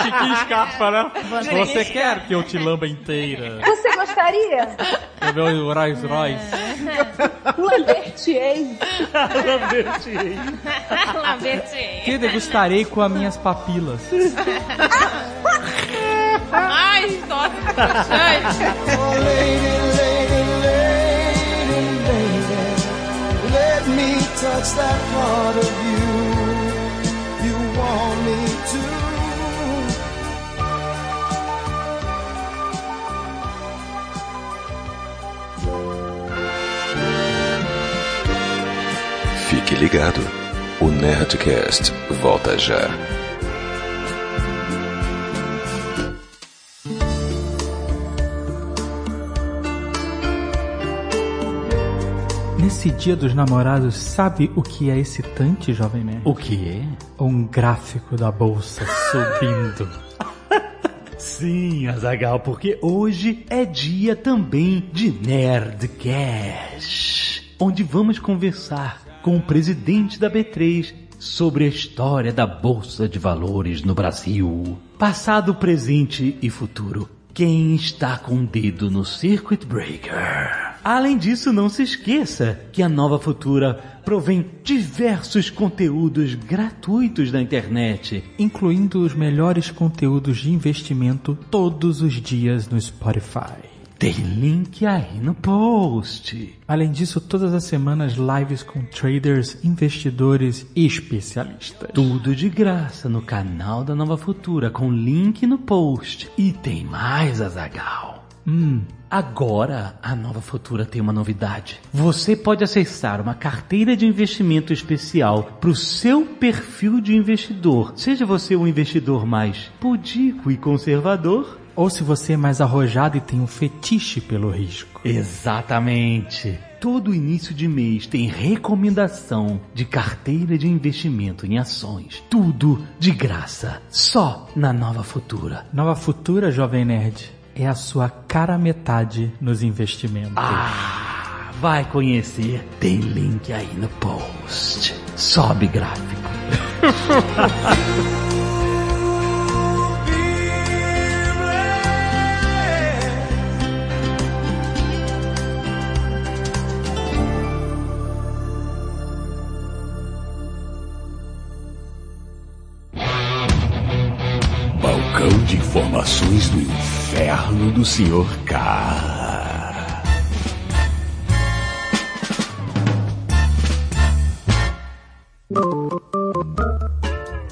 S5: Chiquinho escapa, né?
S12: Chiquinho
S5: Você quer que eu te lamba inteira?
S12: Você gostaria?
S5: Eu meu Rolls Royce.
S12: Lambertiei.
S9: Lambertiei.
S6: Lambertiei.
S5: Que degustarei com as minhas papilas.
S6: Ai, nossa, que puxante.
S2: Let me touch that part of you. You want me to.
S16: Fique ligado. O Nerdcast volta já.
S5: Nesse dia dos namorados, sabe o que é excitante, jovem nerd? O que é? Um gráfico da bolsa subindo.
S9: Sim, Azagal, porque hoje é dia também de Nerdcast, onde vamos conversar com o presidente da B3 sobre a história da Bolsa de Valores no Brasil. Passado, presente e futuro. Quem está com o dedo no Circuit Breaker? Além disso, não se esqueça que a Nova Futura provém diversos conteúdos gratuitos na internet.
S5: Incluindo os melhores conteúdos de investimento todos os dias no Spotify.
S9: Tem link aí no post.
S5: Além disso, todas as semanas lives com traders, investidores e especialistas.
S9: Tudo de graça no canal da Nova Futura, com link no post. E tem mais, Azagal. Hum, agora a Nova Futura tem uma novidade. Você pode acessar uma carteira de investimento especial para o seu perfil de investidor. Seja você um investidor mais pudico e conservador.
S5: Ou se você é mais arrojado e tem um fetiche pelo risco.
S9: Exatamente. Todo início de mês tem recomendação de carteira de investimento em ações. Tudo de graça, só na Nova Futura.
S5: Nova Futura, jovem nerd, é a sua cara metade nos investimentos.
S9: Ah, vai conhecer. Tem link aí no post. Sobe gráfico.
S7: Balcão de informações do inferno do Sr. K.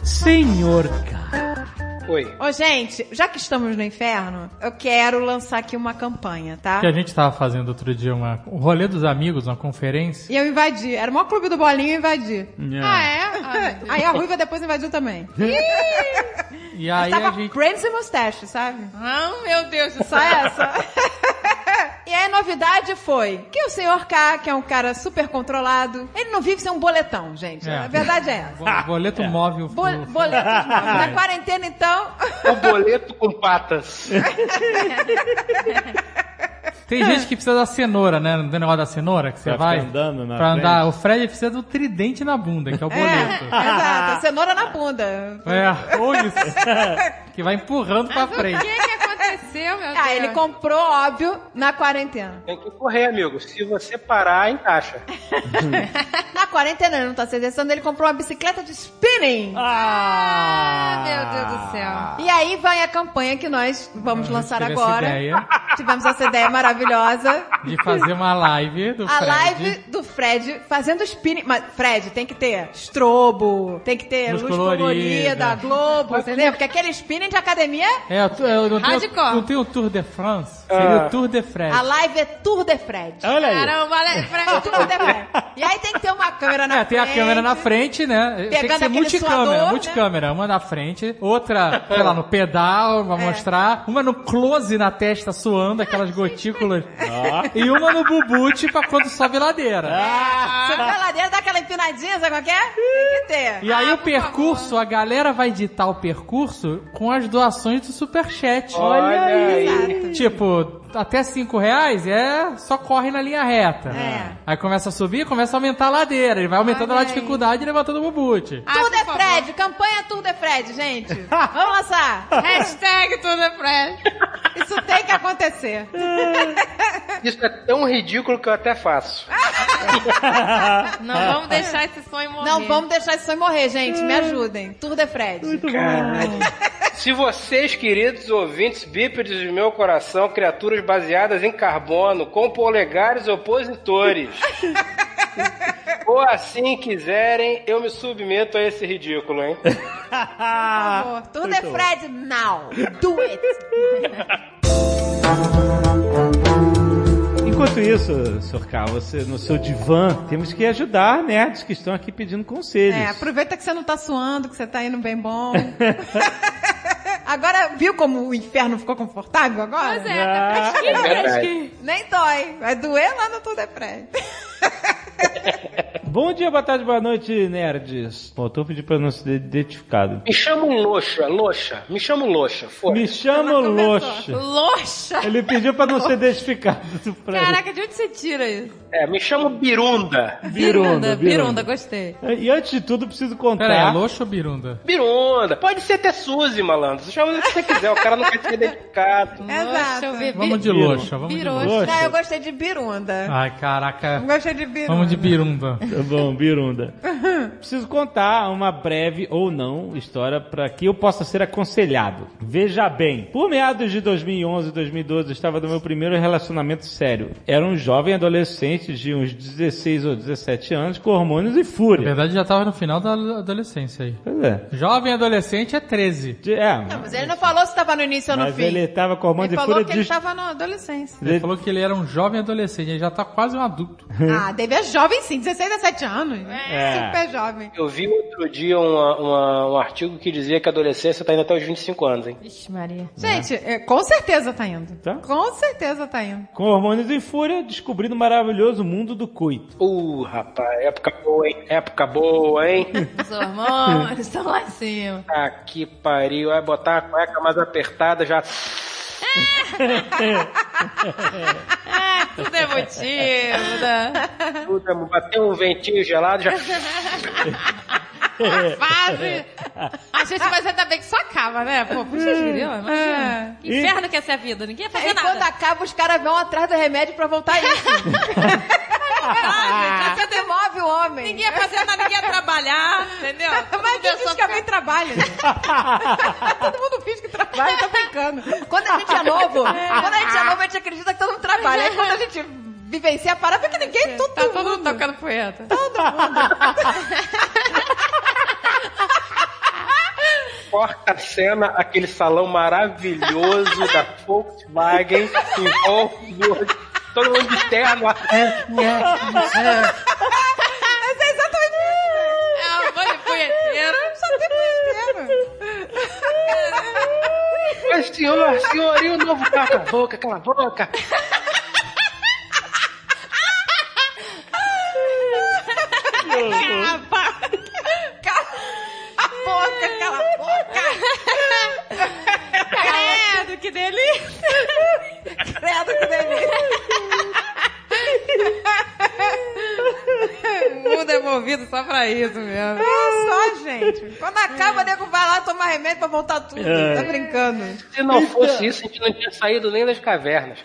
S9: Senhor K.
S4: Oi. Ô, gente, já que estamos no inferno, eu quero lançar aqui uma campanha, tá?
S5: Que a gente tava fazendo outro dia uma, o rolê dos amigos, uma conferência.
S4: E eu invadi. Era o maior clube do bolinho e eu invadi.
S5: Yeah.
S6: Ah,
S4: é? Aí a Ruiva depois invadiu também.
S5: E aí
S4: tava
S5: a gente.
S4: Friends e Mustache, sabe?
S6: Ah, meu Deus do
S4: Só
S6: céu.
S4: essa. E aí a novidade foi que o senhor K, que é um cara super controlado, ele não vive sem um boletão, gente.
S5: É.
S4: A verdade é essa.
S5: Bo- Boleto móvel.
S4: Bo boletos móveis. Na quarentena, então,
S17: O boleto com patas.
S5: Tem gente que precisa da cenoura, né? Não tem negócio da cenoura que você
S9: Pra
S5: vai.
S9: ficar andando na
S5: pra
S9: frente.
S5: andar. O Fred precisa do tridente na bunda, que é o boleto.
S4: exato, cenoura na bunda.
S5: É, ou isso. que vai empurrando pra
S6: O que
S5: frente.
S6: que aconteceu, meu
S4: Ah, ele comprou, óbvio, na quarentena.
S18: Tem que correr, amigo. Se você parar, encaixa.
S4: Na quarentena, ele não tá se exercitando, ele comprou uma bicicleta de spinning. Ah,
S6: meu Deus do céu.
S4: E aí vai a campanha que nós vamos lançar
S5: tive Ah, essa
S4: agora.
S5: ideia.
S4: Tivemos essa ideia maravilhosa.
S5: De fazer uma live do
S4: a
S5: Fred.
S4: live do Fred fazendo spinning. Mas, Fred, tem que ter estrobo, tem que ter
S5: Luz
S4: luz,
S5: colorida.
S4: colorida, Globo, entendeu? Porque aquele spinning de academia.
S5: É, eu, tô- eu não,
S4: Hardcore.
S5: tenho, não tenho o Tour de France. Seria o Tour de Fred.
S4: A live é Tour de Fred. É
S5: Olha aí.
S6: Caramba, olha, Fred,
S4: Tour de Fred. E aí tem que ter uma câmera na
S5: É, tem a
S4: frente.
S5: câmera na frente, né? Tem que
S4: Pegando
S5: ser
S4: aquele
S5: multicâmera,
S4: suador, né?
S5: multicâmera. Uma na frente, outra, sei lá, no pedal,
S4: É.
S5: pra mostrar. Uma no close na testa, suando, aquelas gotículas. E uma no bubute pra quando sobe ladeira.
S4: Ah. Você vai lá dentro, dá aquela empinadinha, sabe qual que é? Tem que ter.
S5: E
S6: Ah,
S5: aí o percurso, a galera vai ditar o percurso com as doações do Superchat.
S13: Olha Olha aí.
S5: Tipo, até 5 reais é só corre na linha reta.
S4: É.
S5: Aí começa a subir, começa a aumentar a ladeira. Ele vai aumentando a dificuldade e levantando o bubute.
S6: Ah,
S4: Tudo é Fred, campanha Tudo é Fred, gente. Vamos lançar.
S6: Hashtag Tudo é Fred.
S4: Isso tem que acontecer.
S18: Isso é tão ridículo que eu até faço.
S6: Não vamos deixar esse sonho morrer.
S4: Não vamos deixar esse sonho morrer, gente. Me ajudem. Tudo é Fred. Muito
S18: Se vocês, queridos ouvintes bípedes do meu coração, criaturas baseadas em carbono, com polegares opositores, ou assim quiserem, eu me submeto a esse ridículo, hein?
S4: Tudo é Fred now. Do it.
S1: Enquanto isso, Sr. K, você no seu divã, temos que ajudar nerds que estão aqui pedindo conselhos.
S4: É, aproveita que você não tá suando, que você tá indo bem bom. Agora, viu como o inferno ficou confortável agora?
S13: Pois é, tá Ah, fresquinho, é verdade. fresquinho.
S4: Nem dói. Vai doer lá no Tudo é Fred.
S1: Bom dia, boa tarde, boa noite, nerds. Faltou pedir pra não ser identificado.
S18: Me chama um loxa, loxa. Me chama um loxa, foda
S1: Me chama Loxa.
S6: Loxa.
S1: Ele pediu pra não ser identificado. Pra ele.
S6: Caraca, de onde você tira isso?
S18: É, me chama Birunda.
S1: Birunda,
S6: Birunda, gostei.
S1: E antes de tudo, preciso contar.
S5: Pera aí, é loxo ou birunda?
S18: Birunda. Pode ser até Suzy, malandro. Você chama o que você quiser, o cara não quer ser identificado.
S4: Exato.
S5: Vamos de loxa, vamos de loxa.
S4: Não, eu gostei de birunda.
S5: Ai, caraca.
S4: Não gostei de birunda.
S5: Vamos de birunda.
S1: Tá bom, Birunda. Preciso contar uma breve ou não história para que eu possa ser aconselhado. Veja bem, por meados de 2011 e 2012 eu estava no meu primeiro relacionamento sério. Era um jovem adolescente de uns 16 ou 17 anos com hormônios e fúria.
S5: Na verdade, já tava Tá no final da adolescência aí.
S1: Pois é.
S5: Jovem adolescente é 13.
S1: É,
S4: Mas ele não falou se tava no início ou no
S5: Mas
S4: fim.
S5: ele tava com a mão
S4: Ele
S5: de
S4: falou
S5: fúria
S4: que ele
S5: de-
S4: tava na adolescência.
S5: Ele falou que ele era um jovem adolescente, ele já tá quase um adulto.
S4: Ah, deve é jovem sim, 16, 17 anos.
S18: É.
S4: Super jovem.
S18: Eu vi outro dia uma- uma- um artigo que dizia que a adolescência tá indo até os 25 anos, hein?
S6: Ixi, Maria.
S4: Gente, é, com certeza tá indo.
S1: Tá?
S4: Com certeza tá indo.
S1: Com hormônios e fúria, descobrindo o maravilhoso mundo do coito.
S18: Uh, rapaz, época boa, hein? Época boa, hein?
S6: Os hormônios estão lá em cima.
S18: Ah, que pariu. Vai botar a cueca mais apertada já.
S6: Ah, tudo é motivo, né?
S18: Tudo, bateu um ventinho gelado já.
S6: Fase. A gente, mas ainda bem que só acaba, né? Pô, puxa, Juliana, imagina. Que
S4: É.
S6: inferno que é essa vida. Ninguém ia fazer
S4: Aí
S6: nada.
S4: quando acaba, os caras vão atrás do remédio pra voltar isso.
S6: Ah,
S4: Você demove o homem.
S6: Ninguém ia fazer nada, ninguém ia trabalhar, entendeu?
S4: Mas quem diz que alguém trabalha? todo mundo finge que trabalha, tá brincando. Quando a gente é novo, quando a gente é novo, a gente acredita que todo mundo trabalha. Aí quando a gente vivencia a parada, porque ninguém, todo
S6: Tá todo
S4: mundo.
S6: mundo tocando poeta.
S4: Todo mundo.
S18: Corta a cena, aquele salão maravilhoso da Volkswagen em Wolfsburg. Todo mundo de terno.
S4: Mas é exatamente isso.
S6: É um bando de punheteiro.
S4: Só tem punheteiro.
S18: Mas senhor, senhor, e o novo cala a boca, cala a boca.
S4: Cala a boca. Cala a boca, cala a boca.
S6: Credo, que delícia.
S4: Credo que delícia.
S6: devolvido só pra isso mesmo.
S4: É só, gente. Quando acaba, o nego vai lá tomar remédio pra voltar tudo.
S18: É.
S4: Tá brincando.
S18: Se não fosse isso, a gente não tinha saído nem das cavernas.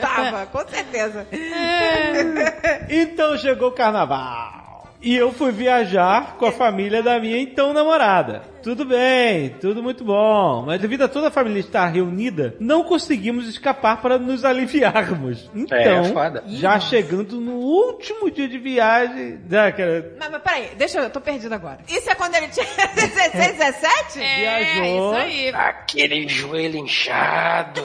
S4: Tava, com certeza.
S6: É.
S1: Então chegou o carnaval. E eu fui viajar com a família da minha então namorada. Tudo bem, tudo muito bom. Mas devido a toda a família estar reunida, não conseguimos escapar para nos aliviarmos. Então,
S18: foda.
S1: já chegando no último dia de viagem, né, cara,
S4: Mas, mas peraí, deixa eu, eu tô perdida agora. Isso é quando ele tinha 16, 17?
S6: É,
S18: É, Viajou.
S4: Tá
S18: Aquele joelho inchado.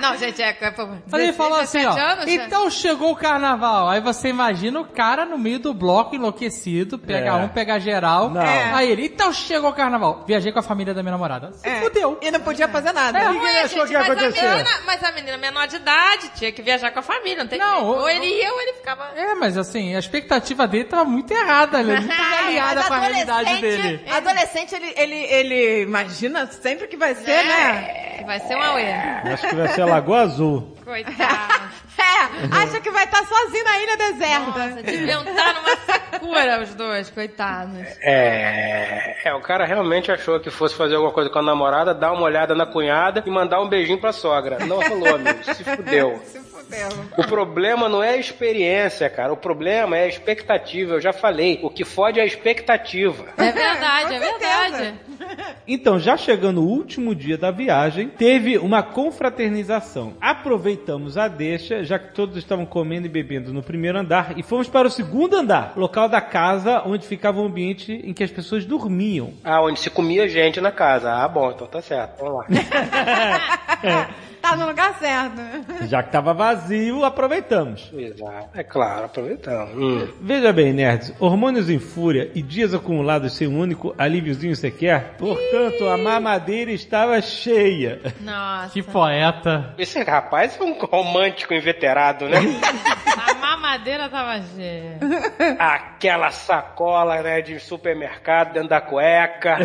S6: Não, gente, é. é
S5: Aí ele falou assim, ó.
S6: 17 anos, né?
S5: então chegou o carnaval. Aí você imagina o cara no meio do bloco enlouquecido, pega
S1: É.
S5: um, pega geral.
S1: Não. É.
S5: Aí ele, então chegou o carnaval. Viajei com a família da minha namorada.
S4: É. Fudeu. E não podia fazer nada.
S5: É, ninguém
S6: Ué,
S5: achou
S6: gente,
S5: que ia
S6: mas a
S5: acontecer.
S6: menina- mas a menina menor de idade tinha que viajar com a família, não tem
S5: Não,
S6: jeito.
S5: o-
S6: Ou ele ia ou ele ficava.
S5: É, mas assim, a expectativa dele tava muito errada, ele é muito alinhada
S4: Mas
S5: com a realidade
S4: adolescente- é
S5: dele.
S4: Adolescente, ele, ele, ele imagina sempre que vai ser, né?
S6: É, Vai ser um uma ué.
S1: acho que vai ser a Lagoa Azul.
S6: Coitado.
S4: É, acha que vai estar sozinho na ilha deserta.
S6: Deviam estar numa secura os dois, coitados.
S18: É, é, o cara realmente achou que fosse fazer alguma coisa com a namorada, dar uma olhada na cunhada e mandar um beijinho pra sogra. Não rolou, amigo. Se fudeu.
S4: Se fudeu.
S18: O problema não é a experiência, cara. O problema é a expectativa. Eu já falei. O que fode é a expectativa.
S6: É verdade, é verdade.
S1: Então, já chegando o último dia da viagem, teve uma confraternização. Aproveitamos a deixa, já que todos estavam comendo e bebendo no primeiro andar, e fomos para o segundo andar, local da casa onde ficava o ambiente em que as pessoas dormiam.
S18: Ah, onde se comia gente na casa. Ah, bom, então tá certo. Vamos lá.
S4: Tá no lugar certo.
S1: Já que estava vazio, aproveitamos.
S18: Exato. É claro, aproveitamos. Hum.
S1: Veja bem, nerds, hormônios em fúria e dias acumulados sem um único alíviozinho sequer, portanto, a mamadeira estava cheia.
S6: Nossa.
S5: Que poeta.
S18: Esse rapaz é um romântico inveterado, né?
S6: A mamadeira tava cheia.
S18: Aquela sacola, né, de supermercado dentro da cueca.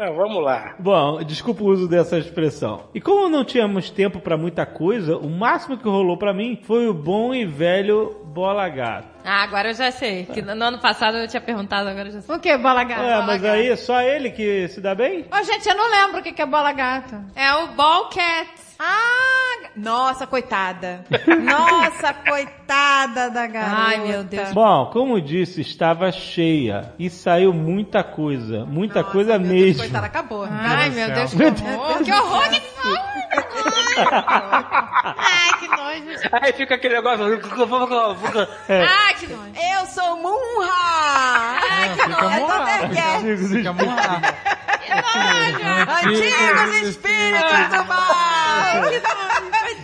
S18: É, vamos lá.
S1: Bom, desculpa o uso dessa expressão. E como não tínhamos tempo pra muita coisa, o máximo que rolou pra mim foi o bom e velho bola gato.
S6: Ah, agora eu já sei. Que no no ano passado eu tinha perguntado, agora eu já sei.
S4: O que, bola gato?
S1: É, mas aí é só ele que se dá bem?
S4: Ô, gente, eu não lembro o que que é bola gato.
S6: É o ball cat.
S4: Ah, nossa, coitada. Nossa, coitada da garota.
S6: Ai, meu Deus.
S1: Bom, como disse, estava cheia e saiu muita coisa, muita coisa mesmo.
S4: Coitada, acabou.
S6: Ai, meu Deus, que
S1: Meu
S6: horror. Que horror que foi. Ai, Ah, que nojo.
S18: Aí fica aquele negócio.
S1: É.
S5: É.
S6: Ai, que nojo. Ah,
S4: Eu sou Munra! Ai, que
S5: fica
S4: nojo.
S5: morrado.
S4: É Thundercat.
S5: Fica morrado.
S4: Antigos espíritos
S6: Ah.
S4: do mal!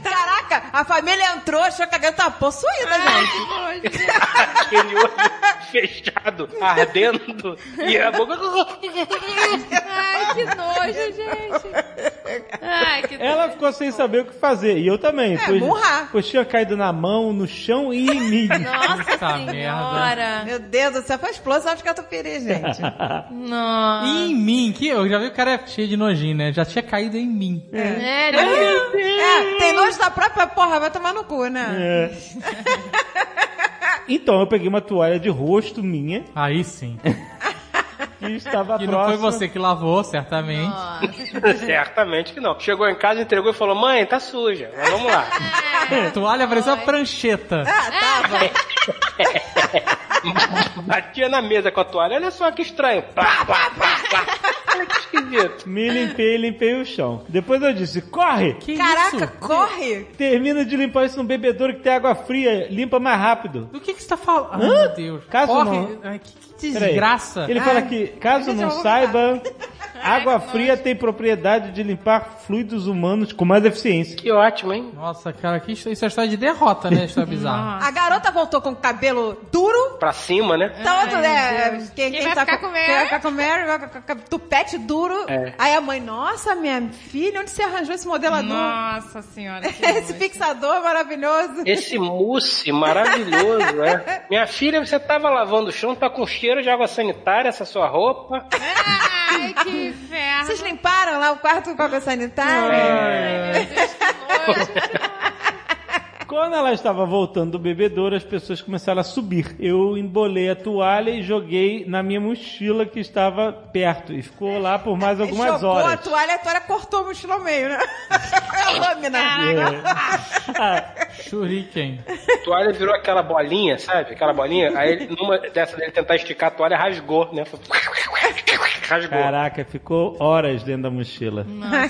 S4: Caraca, a família entrou, achou que a garota tava possuída, gente.
S6: Ai, que nojo.
S18: aquele olho fechado, ardendo, e a boca.
S6: Ai, que nojo, gente. Ai, que nojo.
S4: é
S1: Ela ficou sem saber o que fazer, e eu também. pois,
S4: murrar.
S1: pois tinha caído na mão, no chão e em mim.
S6: Nossa
S5: Puta
S6: senhora.
S4: Meu Deus do céu, foi explosão de catupiry, gente.
S6: Nossa.
S5: E em mim, que eu já vi o cara é cheio de nojinho, né? Já tinha caído em mim.
S6: É, ele-
S4: Ah, É, tem nojo da própria porra, vai tomar no cu, né?
S1: É. Então eu peguei uma toalha de rosto minha
S5: Aí sim.
S1: que estava
S5: E
S1: próxima.
S5: não foi você que lavou, certamente.
S18: Certamente que não. Chegou em casa, entregou e falou: Mãe, tá suja. Mas vamos lá.
S5: Toalha parecia uma prancheta.
S4: Ah, tava.
S18: Batia na mesa com a toalha. Olha só que estranho. Pá, pá, pá, pá. Olha que esquisito.
S1: Me limpei e limpei o chão. Depois eu disse, corre!
S5: Que
S4: Caraca,
S5: isso?
S4: corre!
S1: Termina de limpar isso num bebedouro que tem água fria, limpa mais rápido.
S5: Do que que você tá falando? Ai,
S1: Hã?
S5: meu Deus.
S1: Caso
S5: corre.
S1: não-
S5: Ai, que, que
S1: Peraí.
S5: desgraça.
S1: Ele fala que, caso
S4: eu Ah, já
S1: não
S4: vou
S1: saiba, água fria tem propriedade de limpar fluidos humanos com mais eficiência.
S18: Que ótimo, hein?
S5: Nossa, cara, que isso, isso é história de derrota, né? Isso é bizarro.
S4: A garota voltou com o cabelo duro,
S18: Pra cima, né?
S4: todo, né?
S6: Quem vai ficar com Mary?
S4: Quem vai ficar com Mary, vai ficar com tupete duro.
S18: É.
S4: Aí a mãe, nossa, minha filha, onde você arranjou esse modelador?
S6: Nossa senhora. que
S4: Esse
S6: nojo.
S4: fixador maravilhoso.
S18: Esse mousse maravilhoso, né? Minha filha, você tava lavando o chão, tá com cheiro de água sanitária essa sua roupa.
S6: Ai, que inferno.
S4: Vocês limparam lá o quarto com água sanitária?
S6: Ai, meu Deus, que nojo.
S1: Quando ela estava voltando do bebedouro, as pessoas começaram a subir. Eu embolei a toalha e joguei na minha mochila que estava perto e ficou lá por mais algumas
S4: Jogou a
S1: horas.
S4: toalha, a toalha é cortou o mochila ao meio, né? A lâmina.
S1: Ah.
S5: Shuriken.
S18: toalha virou aquela bolinha, sabe? Aquela bolinha. Aí ele- numa dessa dele tentar esticar a toalha, rasgou, né? Foi- Rasgou.
S1: Caraca, ficou horas dentro da mochila.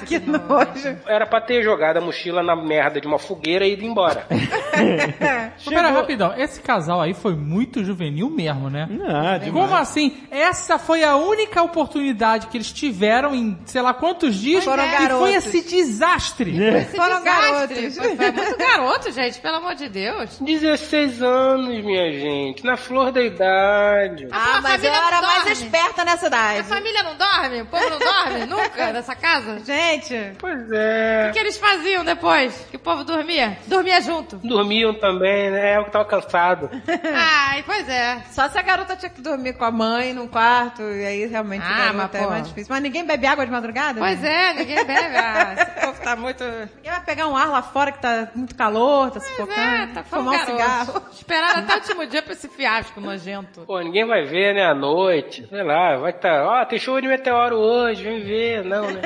S4: que nojo.
S18: Era pra ter jogado a mochila na merda de uma fogueira e ido embora.
S5: Mas Pera, rapidão. Esse casal aí foi muito juvenil mesmo, né?
S18: Ah,
S1: Não,
S5: Como assim? Essa foi a única oportunidade que eles tiveram em sei lá quantos dias
S6: Foram
S5: e
S6: garotos.
S5: foi esse desastre.
S18: É.
S6: Esse desastre. Foi, foi muito garoto, gente, pelo amor de Deus.
S18: 16 anos, minha gente. Na flor da idade.
S4: Ah, mas eu era mais esperta nessa idade.
S6: A família não dorme? O povo não dorme nunca nessa casa?
S4: Gente.
S18: Pois
S6: O
S18: é.
S6: que, que eles faziam depois? Que o povo dormia? Dormia junto.
S18: Dormiam também, né? Eu que tava cansado.
S6: Ai, pois é.
S4: Só se a garota tinha que dormir com a mãe num quarto, e aí realmente
S6: Ah,
S4: a garota
S6: mas,
S4: é
S6: pô.
S4: mais difícil. Mas ninguém bebe água de madrugada?
S6: Pois é, ninguém bebe. Ah, esse
S4: povo tá muito... Ninguém vai pegar um ar lá fora que tá muito calor, tá sufocando,
S6: É, tá
S4: fumar um cigarro.
S6: Esperaram até o último dia pra esse fiasco nojento.
S18: Pô, ninguém vai ver, né? À noite. Sei lá, vai estar. Ó, tem chuva de meteoro hoje, vem ver. Não, né?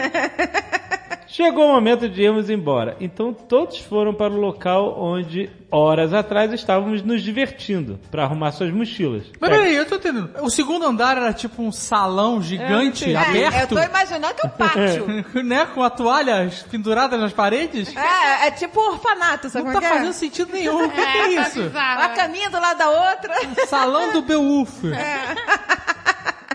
S1: Chegou o momento de irmos embora. Então todos foram para o local onde horas atrás estávamos nos divertindo para arrumar suas mochilas.
S5: Mas peraí,
S4: É.
S5: eu tô entendendo. O segundo andar era tipo um salão gigante,
S1: É, eu entendi.
S5: aberto.
S4: Eu tô imaginando que é um pátio.
S5: né? Com a toalha pendurada nas paredes?
S4: É, é tipo um orfanato, sabe
S5: Não
S4: como
S5: tá
S4: é que é?
S5: fazendo sentido nenhum. O que que é
S6: tá
S5: isso?
S4: Uma caminha do lado da outra. É.
S5: Salão do Beowulf.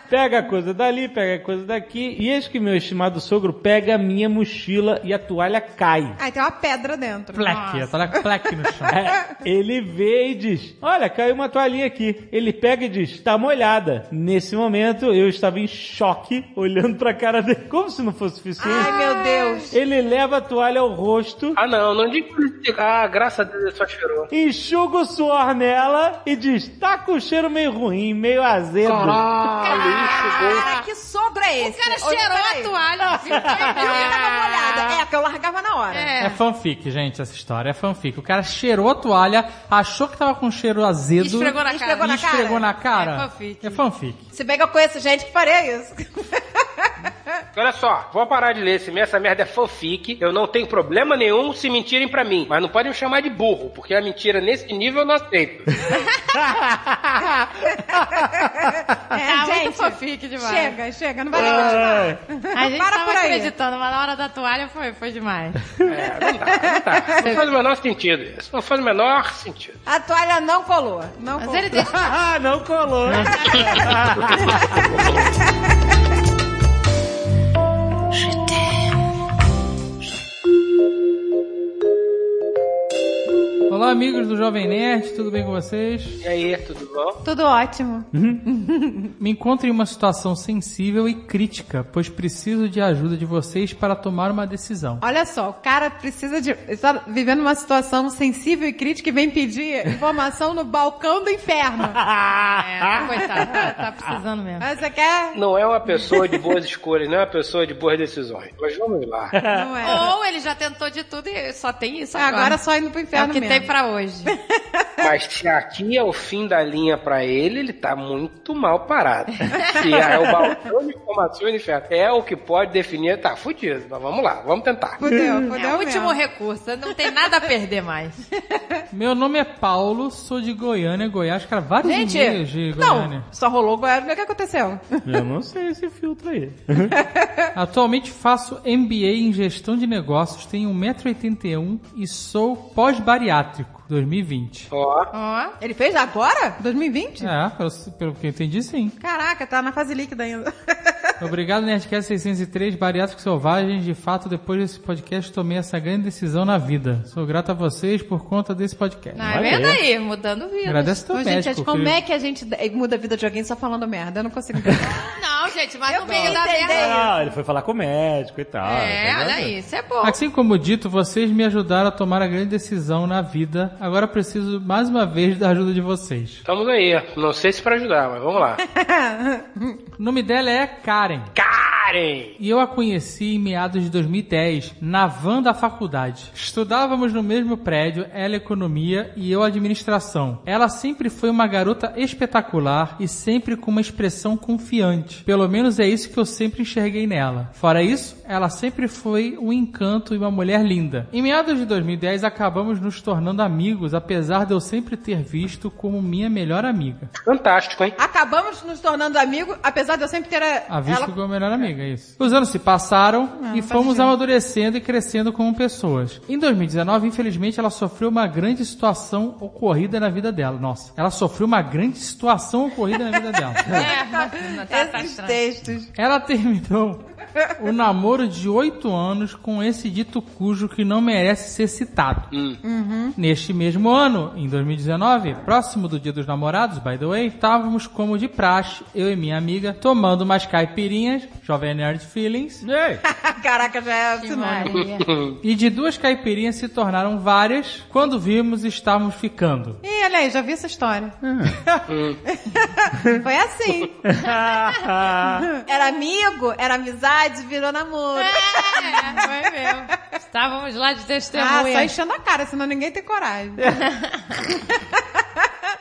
S1: Pega a coisa dali, pega a coisa daqui, e eis que meu estimado sogro pega a minha mochila e a toalha cai.
S4: Aí tem uma pedra dentro.
S1: Plaque,
S5: a toalha plaque no chão.
S1: É, Ele vê e diz: Olha, caiu uma toalhinha aqui. Ele pega e diz: Tá molhada. Nesse momento eu estava em choque, olhando pra cara dele, como se não fosse suficiente.
S4: Ai, meu Deus.
S1: Ele leva a toalha ao rosto.
S18: Ah, não, não digo. Ah, graças a Deus, ele só cheirou.
S1: Enxuga o suor nela e diz: Tá com cheiro meio ruim, meio azedo.
S4: Cara, que sogro é esse?
S6: O cara cheirou a toalha, viu? é
S4: molhada. É, que eu largava na hora.
S5: É fanfic, gente, essa história. É fanfic. O cara cheirou a toalha, achou que tava com cheiro azedo.
S4: Esfregou na cara.
S5: Esfregou na cara. Esfregou na cara.
S4: É fanfic.
S5: É fanfic.
S1: um-
S4: Se bem que eu conheço gente que faria isso.
S18: Olha só, vou parar de ler. Se essa merda é fanfic, eu não tenho problema nenhum se mentirem pra mim. Mas não podem me chamar de burro, porque a mentira nesse nível eu não aceito.
S4: É,
S6: tá
S4: gente,
S6: muito fofique demais.
S4: Chega, chega, não vai nem continuar.
S6: A gente
S4: Para
S6: tava
S4: por aí.
S6: acreditando, mas na hora da toalha foi, foi demais.
S18: Então tá, Não faz o menor sentido isso. Não faz o menor sentido.
S4: A toalha não colou. Não colou.
S6: ele deixa-
S1: Ah, não colou.
S5: Olá, amigos do Jovem Nerd, tudo bem com vocês?
S18: E aí, tudo bom?
S4: Tudo ótimo.
S5: Me encontro em uma situação sensível e crítica, pois preciso de ajuda de vocês para tomar uma decisão.
S4: Olha só, o cara precisa de. Está vivendo uma situação sensível e crítica e vem pedir informação no balcão do inferno.
S18: Ah.
S6: É, coitado, tá, tá precisando mesmo.
S4: Mas você quer?
S18: Não é uma pessoa de boas escolhas, não é uma pessoa de boas decisões. Mas vamos lá.
S4: Não é.
S6: Ou ele já tentou de tudo e só tem isso agora.
S4: Agora só indo pro
S6: é o
S4: inferno
S6: que
S4: mesmo.
S6: tem pra hoje.
S18: Mas se aqui é o fim da linha pra ele, ele tá muito mal parado. Se é o balcão de informações do inferno é o que pode definir, tá fudido. Mas vamos lá, vamos tentar.
S4: Fudeu, fudeu
S6: É o último
S4: mesmo.
S6: recurso, não tem nada a perder mais.
S5: Meu nome é Paulo, sou de Goiânia, Goiás, cara, vários
S4: Gente,
S5: e-mails de Goiânia.
S4: não, só rolou Goiânia, o que aconteceu?
S1: Eu não sei esse filtro aí.
S5: Atualmente faço MBA em gestão de negócios, tenho 1,81m e sou pós-bariátrico, 2020.
S18: Ó,
S6: Ó,
S4: Ele fez agora? 2020?
S5: É, pelo, pelo que eu entendi, sim.
S4: Caraca, tá na fase líquida ainda.
S5: Obrigado, Nerdcast 603, Bariátricos Selvagens. De fato, depois desse podcast, tomei essa grande decisão na vida. Sou grato a vocês por conta desse podcast.
S6: tá vendo aí? Mudando vidas.
S5: Agradece teu
S4: Ô, gente,
S5: médico.
S4: como
S5: filho.
S4: é que a gente muda a vida de alguém só falando merda? Eu não consigo entender.
S6: Não, gente, mas no meio
S4: queria
S6: da
S4: entender
S6: merda.
S1: Ah, ele foi falar com o médico e
S18: Ah,
S1: tal.
S6: É,
S1: tá
S6: olha
S1: vendo?
S6: aí, isso é bom.
S5: Assim como dito, vocês me ajudaram a tomar a grande decisão na vida. Agora preciso mais uma vez da ajuda de vocês.
S18: estamos aí. Não sei se pra ajudar, mas vamos lá.
S5: O nome dela é Karen.
S18: Karen!
S5: E eu a conheci em meados de 2010, na van da faculdade. Estudávamos no mesmo prédio, ela economia e eu administração. Ela sempre foi uma garota espetacular e sempre com uma expressão confiante. Pelo menos é isso que eu sempre enxerguei nela. Fora isso, ela sempre foi um encanto e uma mulher linda. Em meados de 2010, acabamos nos tornando amigos, apesar de eu sempre ter visto como minha melhor amiga.
S18: Fantástico, hein?
S4: Acabamos nos tornando amigos, apesar de eu sempre ter a,
S5: A visto como melhor amiga, é isso. Os anos se passaram
S4: Ah,
S5: e
S4: faz
S5: fomos
S4: sentido.
S5: amadurecendo e crescendo como pessoas. Em 2019, infelizmente, ela sofreu uma grande situação ocorrida na vida dela. Nossa, ela sofreu uma grande situação ocorrida na vida dela.
S6: tá,
S4: Esses É, textos.
S5: Ela terminou o namoro de oito anos com esse dito cujo que não merece ser citado.
S13: Uhum.
S5: Neste mesmo ano, em 2019, próximo do Dia dos Namorados, by the way, estávamos como de praxe, eu e minha amiga, tomando umas caipirinhas, Jovem Nerd Feelings.
S4: Caraca, já é sinônimo.
S5: E de duas caipirinhas se tornaram várias quando vimos estávamos ficando.
S4: Ih, olha aí, já vi essa história.
S5: É.
S4: Foi assim. era amigo, era amizade, virou namoro. É,
S6: foi mesmo. Estávamos lá de
S4: Ah,
S6: testemunha.
S4: só enchendo a cara, senão ninguém tem coragem.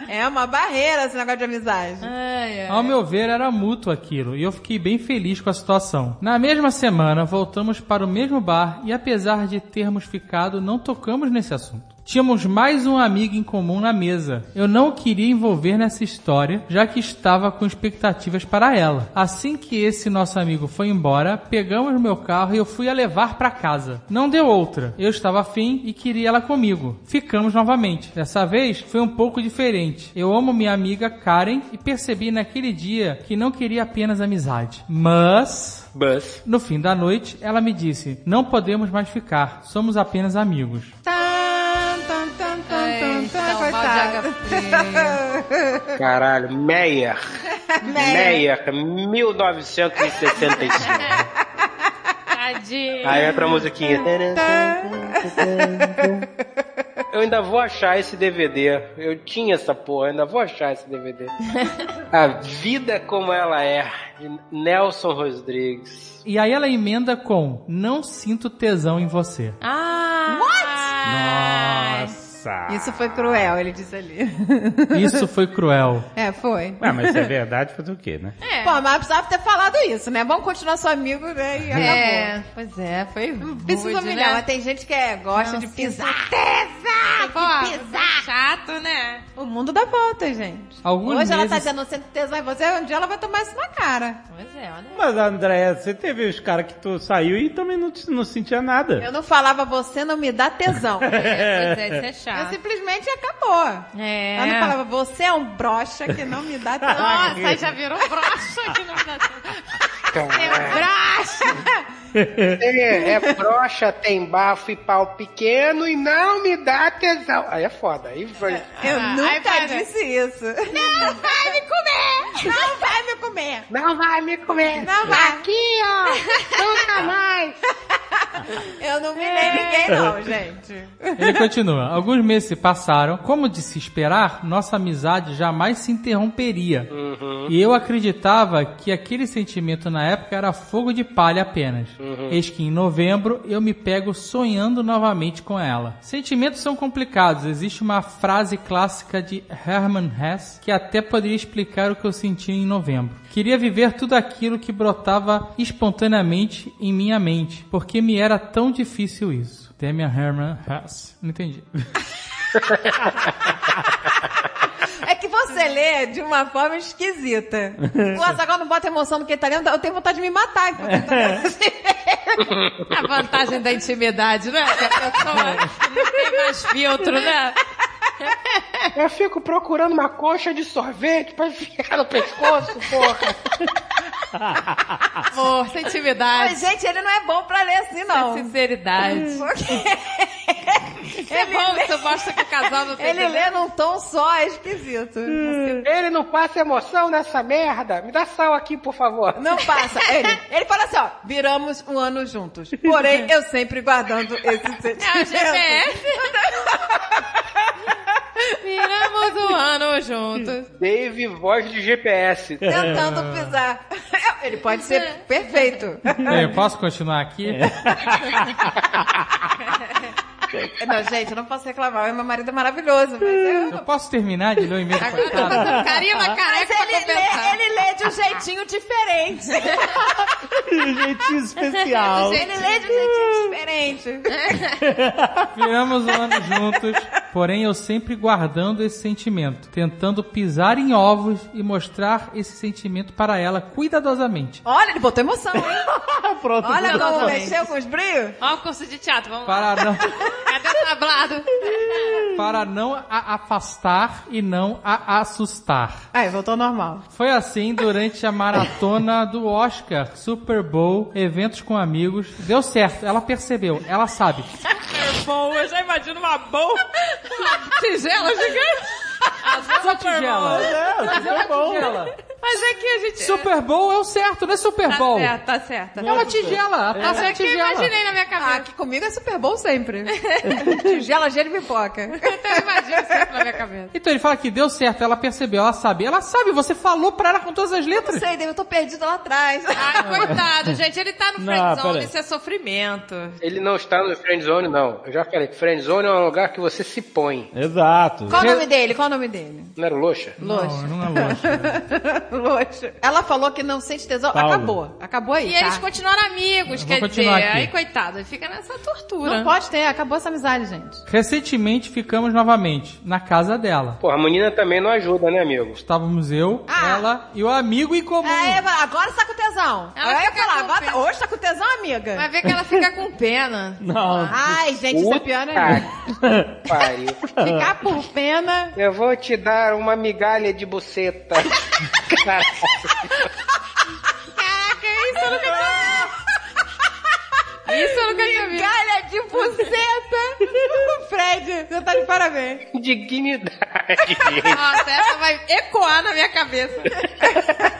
S4: é uma barreira esse negócio de amizade. É.
S5: Ao meu ver, era mútuo aquilo, e eu fiquei bem feliz com a situação. Na mesma semana, voltamos para o mesmo bar e apesar de termos ficado, não tocamos nesse assunto. Tínhamos mais um amigo em comum na mesa. Eu não o queria envolver nessa história, já que estava com expectativas para ela. Assim que esse nosso amigo foi embora, pegamos meu carro e eu fui a levar para casa. Não deu outra. Eu estava afim e queria ela comigo. Ficamos novamente. Dessa vez foi um pouco diferente. Eu amo minha amiga Karen e percebi naquele dia que não queria apenas amizade, mas
S18: Bus.
S5: no fim da noite ela me disse: "Não podemos mais ficar. Somos apenas amigos."
S4: Tan, tan, tan, tan, tan,
S6: tá
S4: tan, coitado.
S18: Caralho, Meyer. Meyer, 1965.
S6: Tadinho.
S18: Aí é pra musiquinha. Eu ainda vou achar esse DVD. Eu tinha essa porra, ainda vou achar esse DVD. A Vida Como Ela É, de Nelson Rodrigues.
S5: E aí ela emenda com: "Não sinto tesão em você."
S6: Ah!
S4: Ah.
S5: Nossa.
S4: Isso foi cruel, ele disse ali.
S5: Isso foi cruel.
S4: É, foi.
S1: Ah, mas se é verdade, fazer o quê, né?
S4: Pô, mas precisava ter falado isso, né? Vamos continuar seu amigo, né? E acabou.
S6: É, pois é, foi.
S4: Precisa
S6: rude,
S4: humilhar,
S6: né?
S4: mas tem gente que é, gosta
S6: Não,
S4: de
S6: se
S4: pisar. é
S6: Pô,
S4: Tem que pisar.
S6: Chato, né?
S4: O mundo dá volta, gente.
S1: Alguns
S4: Hoje ela tá
S1: meses-
S4: dizendo, você tesão em você, um dia ela vai tomar isso na cara.
S6: Pois é, olha.
S1: Mas, André, você teve os caras que tu saiu e também não, te- não sentia nada.
S4: Eu não falava, você não me dá tesão.
S1: É, pois é, isso é
S4: Eu simplesmente acabou.
S6: É.
S4: Ela não falava, você é um broxa que não me dá tesão.
S6: Nossa, aí já virou broxa que não dá
S18: É, é broxa, tem bafo e pau pequeno e não me dá tesão. Aí é foda. Aí foi.
S4: Eu nunca
S6: ai, para.
S4: disse isso. Não vai me comer! Não vai me comer!
S18: Não vai me comer!
S4: Não vai!
S18: Aqui, ó! Nunca mais!
S4: Eu não me dei ninguém,
S6: É.
S4: não, gente.
S5: Ele continua. Alguns meses se passaram. Como de se esperar, nossa amizade jamais se interromperia. E eu acreditava que aquele sentimento na época era fogo de palha apenas.
S1: Hum.
S13: Uhum.
S5: Eis que em novembro eu me pego sonhando novamente com ela. Sentimentos são complicados. Existe uma frase clássica de Hermann Hesse que até poderia explicar o que eu senti em novembro. Queria viver tudo aquilo que brotava espontaneamente em minha mente, porque me era tão difícil isso. Demian Hermann Hesse. Não entendi.
S4: É que você lê de uma forma esquisita. Nossa, agora não bota emoção no que tá lendo, eu tenho vontade de me matar. assim, tá
S6: A vantagem da intimidade, né? Que a pessoa não tem mais filtro, né?
S18: Eu fico procurando uma coxa de sorvete pra enfiar no pescoço, porra.
S6: Amor, sem intimidade.
S4: Mas, gente, ele não é bom pra ler assim, não.
S6: sinceridade. É
S8: né?
S6: bom que tu mostra que o casal não tem
S4: Ele lê num tom só, é esquisito.
S18: Hum. Ele não passa emoção nessa merda? Me dá sal aqui, por favor.
S4: Não passa. Ele, ele fala assim, ó, viramos um ano juntos. Porém, eu
S6: É,
S4: sempre guardando esse sentimento.
S6: GPS. Viramos o ano juntos.
S18: Dave, voz de GPS.
S4: Tentando pisar. Ele pode
S6: É.
S4: ser perfeito.
S5: Bem, É, eu posso continuar aqui?
S4: Não, gente, eu não posso reclamar. Meu marido é maravilhoso. Mas eu...
S5: Eu posso terminar de ler o e-mail?
S4: Agora eu tô
S5: coitado?
S4: fazendo carinho na careca
S6: pra
S4: ele
S6: compensar.
S4: lê, ele lê de um jeitinho diferente. Um
S1: Gente especial.
S4: Ele lê de um jeitinho diferente.
S5: Viramos o um ano juntos, porém eu sempre guardando esse sentimento, tentando pisar em ovos e mostrar esse sentimento para ela cuidadosamente.
S4: Olha, ele botou emoção, hein?
S5: Pronto,
S4: Olha como
S5: exatamente.
S4: mexeu com os brios.
S6: Ó, o curso de teatro, vamos
S5: Para
S6: lá.
S5: não,
S6: Cadê o tablado?
S5: para não a afastar e não a assustar.
S4: Aí, voltou ao É, normal.
S5: Foi assim durante a maratona do Oscar, Super Bowl, eventos com amigos. Deu certo, ela percebeu, ela sabe.
S6: É Bom, eu já imagino uma boa tigela gigante.
S5: Só tigela.
S6: Mas é uma tigela. Mas é que a gente...
S5: Super Bowl é o certo, não é Super
S6: Tá
S5: Bowl.
S6: certo, tá certo.
S5: É uma tigela, a taça é
S6: Mas que eu
S5: tigela.
S6: imaginei na minha cabeça.
S4: Ah, que comigo é super bom sempre. Tigela, gelo e pipoca.
S5: Então ele fala que deu certo, ela percebeu, ela sabe. Ela sabe, você falou pra ela com todas as
S4: Não
S5: letras.
S4: sei, David, eu tô perdido lá atrás.
S6: Ai, coitado, gente. Ele tá no
S18: Não,
S6: friendzone,
S18: peraí.
S6: isso é sofrimento.
S18: Ele não está no friend zone, não. Eu já falei que friend zone é um lugar que você se põe.
S1: Exato.
S4: Qual o nome dele? Qual o nome dele?
S18: Não era o Loxa?
S4: Loxa.
S5: Não, não é Loxa.
S4: Loxa. Ela falou que não sente tesão.
S18: Paulo.
S4: Acabou. Acabou aí.
S6: E
S4: tá?
S6: eles continuaram amigos, quer dizer.
S5: continuar aqui.
S6: Aí, coitado, ele fica nessa tortura.
S4: Não pode ter, acabou essa amizade, gente.
S5: Recentemente ficamos novamente na casa dela.
S18: Porra, a menina também não ajuda, né, amigo?
S5: Estávamos eu, ela e o amigo em comum.
S4: Aí, Ah. agora está com tesão.
S6: Ela
S4: Aí eu ia
S6: fica
S4: falar,
S6: com
S4: agora,
S6: pena.
S4: hoje tá com tesão, amiga.
S6: Vai ver que ela fica com pena.
S1: Não.
S4: Ai, gente, isso é
S18: Puta
S4: pior ainda.
S18: que pariu.
S4: Ficar por pena.
S18: Eu vou te dar uma migalha de buceta.
S6: Caraca, isso eu nunca tinha visto. Isso eu nunca tinha visto.
S4: Galha é de buceta. Fred, você tá de parabéns.
S18: Dignidade.
S6: Nossa, essa vai ecoar na minha cabeça.
S4: Então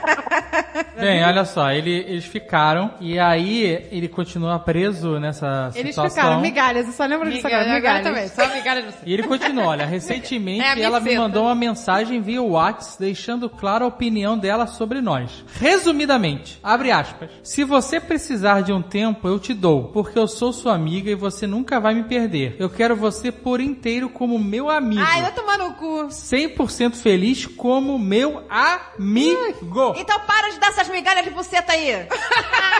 S5: Bem, olha só, ele- eles ficaram e aí ele continua preso nessa
S4: Eles
S5: situação.
S4: ficaram migalhas, eu só lembro disso
S6: Migalha,
S4: agora.
S6: agora
S4: Migalhas.
S6: também, só migalha de você.
S5: E ele continua, olha, recentemente
S6: É a
S5: ela me
S6: mixeta.
S4: né?
S5: mandou uma mensagem via WhatsApp deixando clara a opinião dela sobre nós. Resumidamente, abre aspas, se você precisar de um tempo, eu te dou, porque eu sou sua amiga e você nunca vai me perder. Eu quero você por inteiro como meu amigo.
S4: Ai, vai tomar no cu.
S5: 100% feliz como meu amigo.
S4: Então para de dar essas migalhas de buceta aí.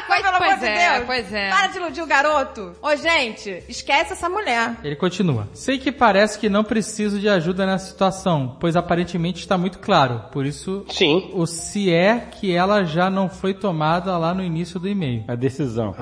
S6: Pois,
S4: Pelo amor
S6: pois
S4: de
S6: é,
S4: Deus.
S6: pois é.
S4: Para de iludir o garoto. Ô, gente, esquece essa mulher.
S5: Ele continua. Sei que parece que não preciso de ajuda nessa situação, pois aparentemente está muito claro. Por isso,
S18: Sim.
S5: o se é que ela já não foi tomada lá no início do e-mail.
S1: A decisão.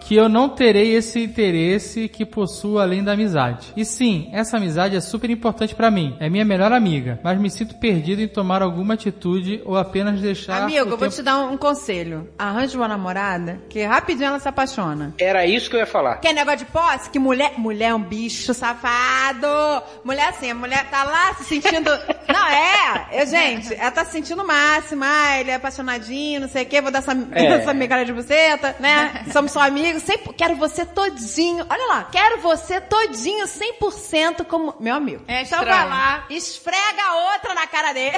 S5: Que eu não terei esse interesse que possuo além da amizade. E sim, essa amizade é super importante pra mim. É minha melhor amiga, mas me sinto perdido em tomar alguma atitude ou apenas deixar.
S4: Amigo,
S5: Tá, o
S4: eu vou
S5: tempo-
S4: te dar um conselho. Arranje uma namorada que rapidinho ela se apaixona.
S18: Era É isso que eu ia falar.
S4: Quer negócio de posse? Que mulher. Mulher é um bicho safado. Mulher assim, a mulher tá lá se sentindo. Não, é. Eu, gente, ela tá se sentindo o máximo. Ah, ele é apaixonadinho, não sei o quê. Vou dar essa,
S13: É.
S4: essa migalha de buceta, né? Somos só amigos. Sempre... Quero você todinho. Olha lá. Quero você todinho, 100% como. Meu amigo.
S6: É
S4: então
S6: estranho.
S4: vai lá, esfrega a outra na cara dele.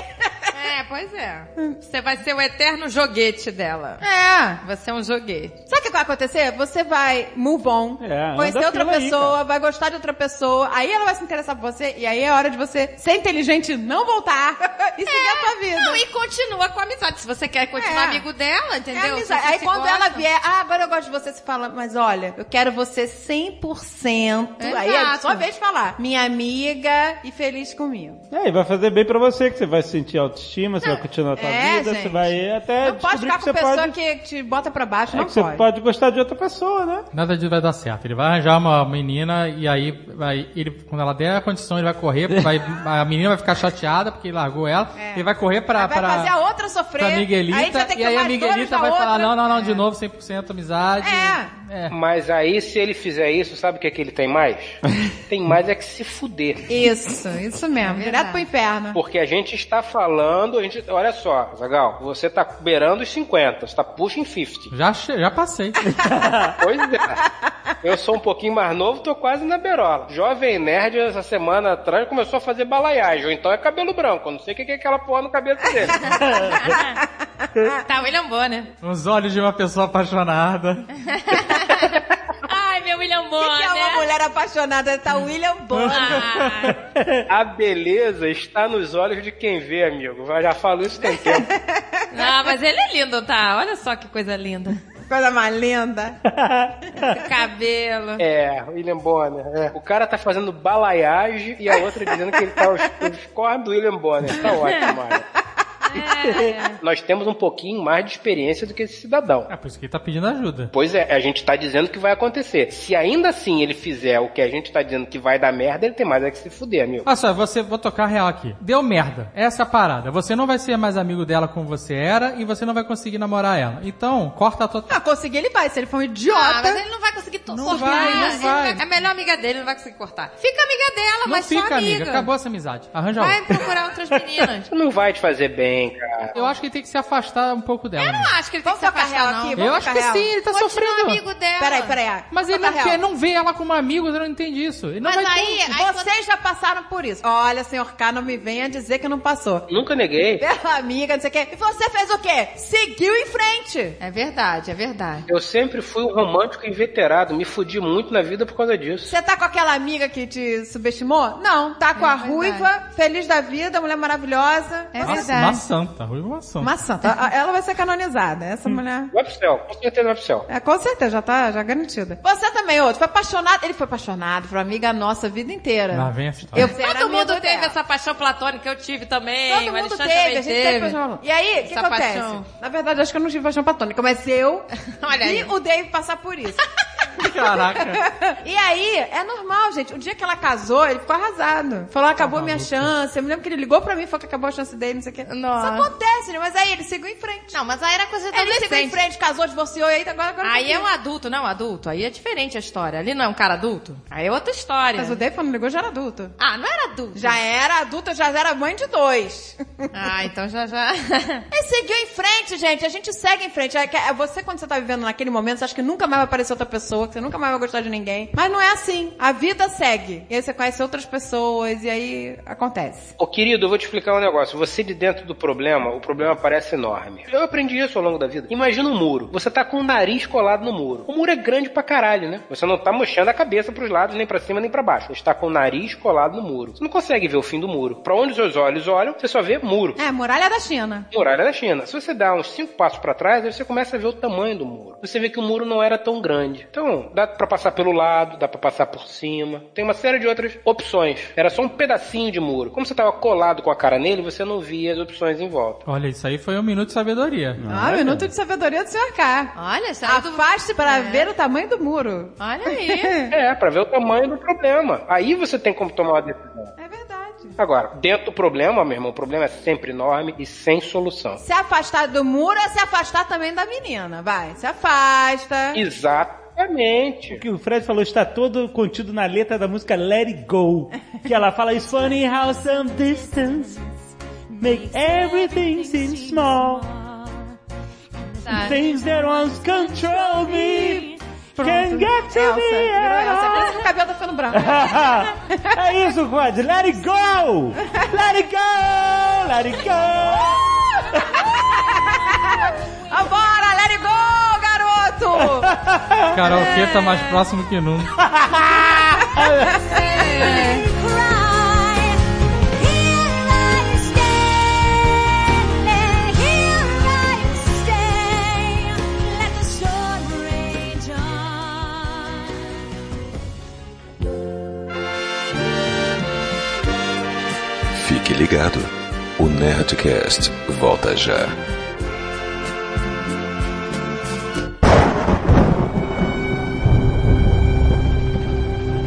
S6: É, pois é. Você vai ser o eterno joguete dela.
S4: É.
S6: Você é um joguete.
S4: Sabe o que vai acontecer? Você vai move on,
S6: É,
S4: conhecer
S6: anda
S4: outra
S6: pela aí,
S4: pessoa, vai gostar de outra pessoa, aí ela vai se interessar por você, e aí é hora de você ser inteligente, não voltar e seguir a sua vida.
S6: É. Não, e continua com a amizade. Se você quer continuar
S4: É.
S6: amigo dela,
S4: É
S6: entendeu?
S4: amizade.
S6: Se vocês
S4: Aí
S6: se
S4: quando
S6: gostam.
S4: ela vier, ah, agora eu gosto de você, se fala, mas olha, eu quero você 100%. Aí é a
S6: Exato.
S4: sua vez de falar, minha amiga e feliz comigo.
S1: É, e vai fazer bem pra você, que você vai sentir autoestima, você vai continuar a sua
S4: é,
S1: vida,
S4: gente.
S1: você vai até
S4: não
S1: descobrir
S4: pode
S1: que
S4: ficar com
S1: você
S4: pessoa
S1: pode...
S4: que te bota pra baixo,
S1: É
S4: não
S1: que você
S4: pode.
S1: pode gostar de outra pessoa, né?
S5: Nada disso vai dar certo. Ele vai arranjar uma menina e aí, vai- ele, quando ela der a condição, ele vai correr. vai- a menina vai ficar chateada porque ele largou ela. Ele vai correr pra,
S4: É. Vai
S5: pra,
S4: fazer a outra sofrer.
S5: pra Miguelita.
S4: Aí você tem que
S5: e aí a
S4: tomar dores
S5: Miguelita
S4: da
S5: vai
S4: outra.
S5: falar: não, não, não, de novo, 100% amizade.
S4: É.
S5: É.
S18: Mas aí, se ele fizer isso, sabe o que, é que ele tem mais? tem mais é que se fuder.
S4: Isso, isso mesmo. Direto pro inferno.
S18: Porque a gente está falando, a gente, olha só, Zagal, você tá beirando os 50, você tá pushing 50.
S5: Já, che- já passei.
S18: Pois é. Eu sou um pouquinho mais novo, tô quase na berola. Jovem Nerd, essa semana atrás, começou a fazer balaiagem. Ou então é cabelo branco. Eu não sei o que que é aquela porra no cabelo dele.
S6: Tá, William Bonner.
S5: Nos olhos de uma pessoa apaixonada.
S6: Ai, meu William Bonner. Ah,
S4: que é uma mulher apaixonada? Tá o William Bonner.
S18: A beleza está nos olhos de quem vê, amigo. Vai, Já falo isso tem tempo.
S6: Ah, mas ele é lindo, tá? Olha só que coisa linda.
S4: Coisa mais linda.
S6: Cabelo.
S18: É, William Bonner. é. O cara tá fazendo balaiagem e a outra dizendo que ele tá os, os cornos do William Bonner. Tá ótimo, Mário.
S4: É.
S18: Nós temos um pouquinho mais de experiência do que esse cidadão.
S5: É por isso que ele tá pedindo ajuda.
S18: Pois é, a gente tá dizendo que vai acontecer. Se ainda assim ele fizer o que a gente tá dizendo que vai dar merda, ele tem mais é que se fuder, amigo.
S5: Olha só, você vou tocar real aqui. Deu merda. Essa é a parada. Você não vai ser mais amigo dela como você era e você não vai conseguir namorar ela. Então, corta a tua.
S4: Ah, conseguir ele vai, se ele for um idiota.
S6: Ah, mas ele não vai conseguir to-
S5: Não
S6: cortar.
S5: vai, não
S6: Ele
S5: vai.
S6: É a melhor amiga dele, não vai conseguir cortar. Fica amiga dela,
S5: Não
S6: mas só
S5: fica,
S6: amiga.
S5: amiga. Acabou essa amizade. Arranja
S6: Vai
S5: outra.
S6: procurar outras meninas.
S18: Isso não vai te fazer bem, cara.
S5: Eu acho que ele tem que se afastar um pouco
S4: É,
S5: dela.
S6: Eu não acho que ele tem que se afastar, não.
S5: aqui, vamos Eu acho tocar que real. sim, ele tá
S6: Continua
S5: sofrendo.
S6: amigo dela.
S4: Peraí, peraí.
S5: Mas ele não, quer, não vê ela como amigo, eu não entendo isso. Ele não
S4: Mas
S5: vai
S4: aí,
S5: ter... um-
S4: aí vocês já passaram por isso. Olha, senhor K, não me venha dizer que não passou.
S18: Nunca neguei.
S4: Pela amiga, não sei o quê. E você fez o quê? Seguiu em frente.
S6: É verdade, é verdade.
S18: Eu sempre fui um romântico inveterado, me fudi muito na vida por causa disso.
S4: Você tá com aquela amiga que te subestimou? Não. Tá
S5: É
S4: com a ruiva, feliz da vida, mulher maravilhosa. É
S5: Nossa, uma santa, ruim uma santa.
S4: Maçã. Tá, A- a- Ela vai ser canonizada, essa mulher.
S18: Vai pro céu, com certeza vai pro céu.
S4: É, com certeza, já tá já garantida. Você também, outro, foi apaixonado. Ele foi apaixonado por uma amiga nossa a vida inteira.
S5: Lá Ah, vem essa história.
S4: Eu
S6: Todo mundo teve essa paixão platônica, eu tive também.
S4: Todo
S6: o
S4: mundo
S6: Alexandre
S4: teve, a
S6: também
S4: gente teve. paixão. E aí, o que
S6: Essa
S4: acontece?
S6: paixão.
S4: Na verdade, acho que eu não tive paixão platônica, mas eu
S6: Olha
S4: vi
S6: aí.
S4: o Dave passar por isso.
S5: Caraca.
S4: e aí, é normal, gente. O dia que ela casou, ele ficou arrasado. Falou, acabou minha chance. Eu me lembro que ele ligou pra mim e falou que acabou a chance dele, não sei o quê.
S6: Nossa.
S4: Isso acontece, né? Mas aí ele seguiu em frente.
S6: Não, mas aí era coisa de
S4: Ele seguiu em
S6: adolescente.
S4: frente, casou, divorciou e aí agora... agora
S6: Aí é
S4: eu
S6: um adulto, não é um adulto. Aí é diferente a história. Ali não é um cara adulto. Aí é outra história.
S4: Mas o Dave quando ligou já era adulto.
S6: Ah, não era adulto.
S4: Já era adulta, já era mãe de dois.
S6: Ah, então já já.
S4: Ele seguiu em frente, gente. A gente segue em frente. É que- é Você, quando você tá vivendo naquele momento, você acha que nunca mais vai aparecer outra pessoa, que você nunca mais vai gostar de ninguém. Mas não é assim. A vida segue. E aí você conhece outras pessoas, e aí acontece.
S18: Ô querido, eu vou te explicar um negócio. Você de dentro do problema, o problema parece enorme. Eu aprendi isso ao longo da vida. Imagina um muro. Você tá com o nariz colado no muro. O muro é grande pra caralho, né? Você não tá mochando a cabeça pros lados, nem pra cima, nem pra baixo. Você está com o nariz colado no muro. Você não consegue ver o fim do muro. Pra onde os seus olhos olham, você só vê muro.
S4: É, muralha da China.
S18: Muralha é da China. Se você dá uns cinco passos pra trás, aí você começa a ver o tamanho do muro. Você vê que o muro não era tão grande. Então, dá pra passar pelo lado, dá pra passar por cima. Tem uma série de outras opções. Era só um pedacinho de muro. Como você tava colado com a cara nele, você não via as opções em volta.
S5: Olha, isso aí foi um minuto de sabedoria.
S4: Ah, minuto de sabedoria do Sr. K.
S6: Olha, só.
S4: Afaste para ver o tamanho do muro.
S6: Olha aí.
S18: É, pra ver o tamanho do problema. Aí você tem como tomar uma decisão.
S4: É verdade.
S18: Agora, dentro do problema, meu irmão, o problema é sempre enorme e sem solução.
S4: Se afastar do muro é se afastar também da menina. Vai, se afasta.
S18: Exatamente.
S1: O que o Fred falou está todo contido na letra da múska Let It Go. Que ela fala: It's funny how some distance make everything seem small.
S6: Tá.
S1: Things that once control me can get to
S4: É, Elsa,
S1: me.
S4: virou Elsa.
S1: at
S4: Pensa
S1: all.
S4: que o cabelo tá ficando branco.
S1: é isso, Fred. Let it go! Let it go! Let it go!
S4: Vambora, let it go, garoto!
S5: Karaokê tá mais próximo que nunca.
S2: Fique ligado. O Nerdcast volta já.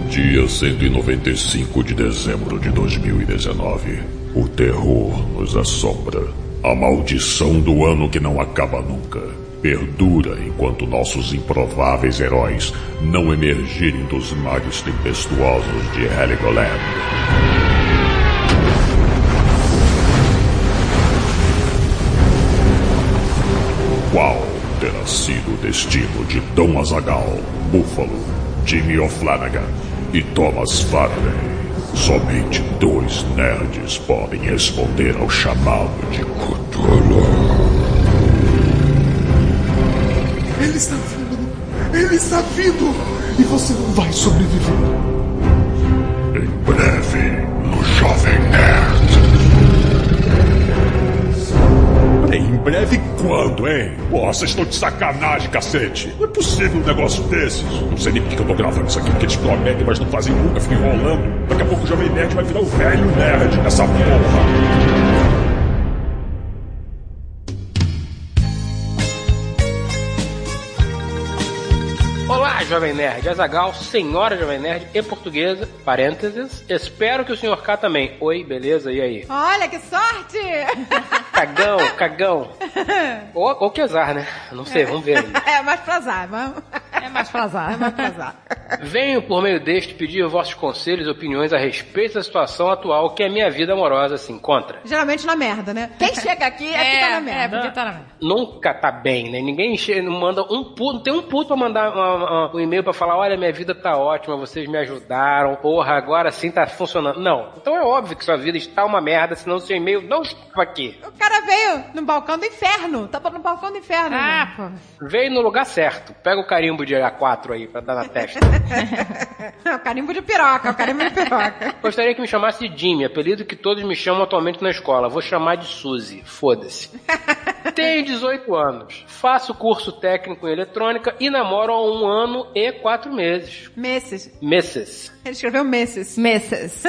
S7: Dia 195 de dezembro de 2019. O terror nos assombra. A maldição do ano que não acaba nunca perdura enquanto nossos improváveis heróis não emergirem dos mares tempestuosos de Heligoland. Qual terá sido o destino de Dom Azagal, Búfalo, Jimmy O'Flanagan e Thomas Faraday. Somente dois nerds podem responder ao chamado de
S13: Ele está vindo! Ele está vindo! E você não vai sobreviver!
S7: Em breve, no Jovem Nerd. Em breve quando, hein? Pô, vocês estão de sacanagem, cacete. Não é possível um negócio desses. Não sei nem por que eu tô gravando isso aqui, porque eles prometem, mas não fazem nunca, ficam enrolando. Daqui a pouco o Jovem Nerd vai virar o velho nerd nessa porra.
S18: Olá, Jovem Nerd, Azagal, senhora Jovem Nerd e portuguesa, parênteses. Espero que o senhor K também. Oi, beleza? E aí?
S4: Olha que sorte!
S18: Cagão, cagão. Ou, ou que azar, né? Não sei, vamos ver aí.
S4: É mais pra azar, vamos. É mais pra azar. É mais pra azar.
S18: Venho por meio deste pedir vossos conselhos e opiniões a respeito da situação atual que a minha vida amorosa se encontra.
S4: Geralmente na merda, né? Quem chega aqui é, porque tá na merda.
S18: é porque tá na merda. Nunca tá bem, né? Ninguém che- não manda um puto, não tem um puto pra mandar uma- uma- um e-mail pra falar, olha, minha vida tá ótima, vocês me ajudaram, porra, agora sim tá funcionando. Não. Então é óbvio que sua vida está uma merda, senão seu e-mail não estava aqui.
S4: O cara veio no balcão do inferno. Tá no balcão do inferno. Ah,
S18: Veio no lugar certo. Pega o carimbo de A4 aí pra dar na testa.
S4: pô. É o carimbo de piroca, é o carimbo de piroca.
S18: Gostaria que me chamasse de Jimmy, apelido que todos me chamam atualmente na escola. Vou chamar de Suzy. Foda-se. Tenho 18 anos. Faço curso técnico em eletrônica e namoro há um ano e quatro meses.
S4: Meses.
S18: Meses.
S4: Ele escreveu meses. Meses.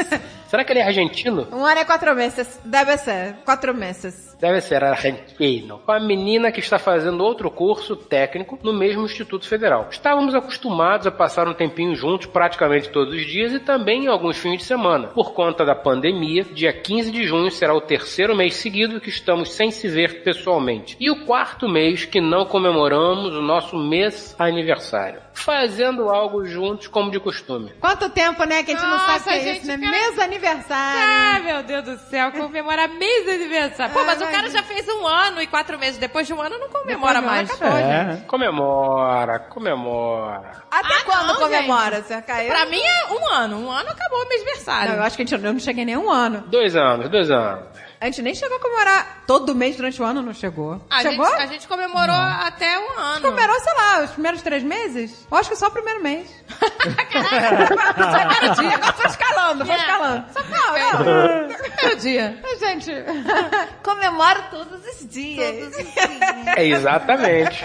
S18: Será que ele é argentino?
S4: Um ano é quatro meses. Deve ser. Quatro meses.
S18: Deve ser argentino. Com a menina que está fazendo outro curso técnico no mesmo Instituto Federal. Estávamos acostumados a passar um tempinho juntos praticamente todos os dias e também em alguns fins de semana. Por conta da pandemia, dia 15 de junho será o terceiro mês seguido que estamos sem se ver pessoalmente. E o quarto mês que não comemoramos o nosso mês aniversário. Fazendo algo juntos como de costume.
S4: Quanto tempo, né, que a gente não sabe o que é
S6: gente,
S4: isso, né?
S6: cara-
S4: Mês aniversário.
S6: Ah, meu Deus do céu, comemorar mês de aniversário. Pô, mas o
S4: é
S6: cara já fez um ano e quatro meses. Depois de um ano não comemora mais.
S18: Comemora, comemora.
S4: Até quando
S6: Ah, não,
S4: comemora,
S6: gente.
S4: Sr. Caio?
S6: Pra mim é um ano. Um ano acabou o meu aniversário.
S4: Não, eu acho que a gente eu não cheguei nem um ano.
S18: Dois anos, dois anos.
S4: A gente nem chegou a comemorar todo mês durante o ano, não chegou.
S6: A
S4: chegou?
S6: gente, a gente comemorou até um
S4: A gente
S6: ano.
S4: comemorou, sei lá, os primeiros três meses? Eu acho que só o primeiro mês. Caraca, só o primeiro dia. Agora foi escalando, foi escalando. Só não, não. Só o primeiro dia. Mas, Gente, comemoro todos os dias.
S18: É exatamente.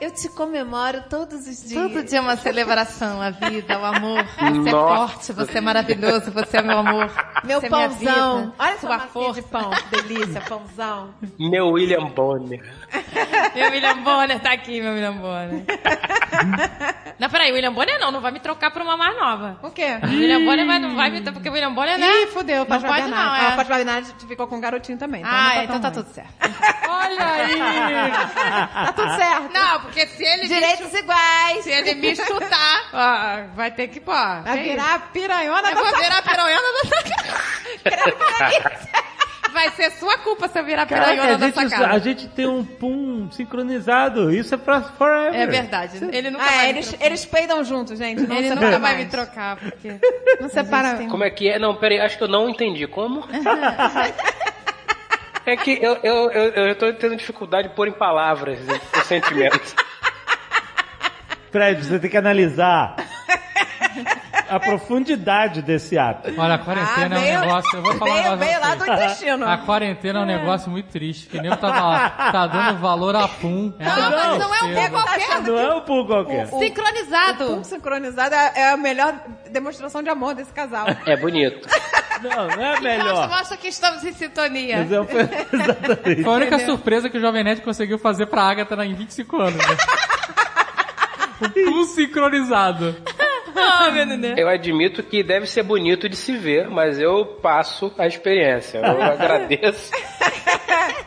S6: Eu te comemoro todos os dias. Todo dia é uma celebração, a vida, o amor. Você
S18: Nossa.
S6: é forte, você é maravilhoso, você é meu amor.
S4: Meu
S6: você é minha
S4: pãozão.
S6: vida,
S4: Olha
S6: sua
S4: sua força. de pão. Delícia, pãozão.
S18: Meu William Bonner.
S6: Meu William Bonner tá aqui, meu William Bonner. Não, peraí, William Bonner não, não vai me trocar por uma mais nova.
S4: O quê?
S6: O William Bonner vai, não vai me trocar, porque o William Bonner, né?
S4: Ih, fudeu,
S6: não
S4: Pátio
S6: pode
S4: Bernardo.
S6: não,
S4: Ah,
S6: é.
S4: o Pátio Bernardo ficou com um garotinho também. Então
S6: Ah,
S4: não tá
S6: então
S4: tão
S6: tá
S4: ruim.
S6: tudo certo. Olha aí!
S4: Tá tudo certo.
S6: Não, porque se ele...
S4: Direitos
S6: me chu-
S4: iguais.
S6: Se ele me chutar, ó, vai ter que, pô...
S4: Vai
S6: que
S4: virar a piranhona
S6: Eu
S4: da
S6: vou
S4: sua-
S6: virar a piranhona da sua casa. Vai ser sua culpa se eu virar a
S1: Caraca,
S6: piranhona
S1: a
S6: da sua
S1: gente, a
S6: casa.
S1: gente tem um pum sincronizado. Isso é pra forever.
S6: É verdade. Ele nunca
S4: Ah,
S6: vai me
S4: eles,
S6: trocar.
S4: eles peidam juntos, gente. Não
S6: Ele
S4: separa
S6: nunca vai
S4: mais.
S6: me trocar, porque...
S4: Não separa.
S18: Como é que é? Não, peraí, acho que eu não entendi. Como? É que eu, eu, eu, eu tô tendo dificuldade de pôr em palavras o sentimento.
S1: Fred, você tem que analisar a profundidade desse ato.
S5: Olha, a quarentena
S6: Ah,
S5: é um negócio. Eu vou falar
S1: Ah,
S5: um
S1: veio-
S5: negócio
S1: veio
S5: pra
S1: lá
S5: vocês.
S1: do intestino.
S5: A quarentena é um negócio muito triste. Que nem eu tava lá, tá dando valor a pum. É
S1: Não, mas não é um
S5: tristeza.
S1: pé qualquer. Não é um pum qualquer.
S6: Sincronizado.
S4: O pum sincronizado é é a melhor demonstração de amor desse casal.
S18: É bonito.
S1: Não, não é
S6: Nossa,
S1: melhor.
S6: mostra que estamos em sintonia.
S1: Mas é eu-
S5: Foi a única
S6: Entendeu?
S5: surpresa que o Jovem Nerd conseguiu fazer pra Agatha em 25 anos. Né? O pum sincronizado.
S4: Tá
S6: Ah, meu
S4: né?
S6: Deus.
S18: Eu admito que deve ser bonito de se ver, mas eu passo a experiência. Eu agradeço.
S4: É,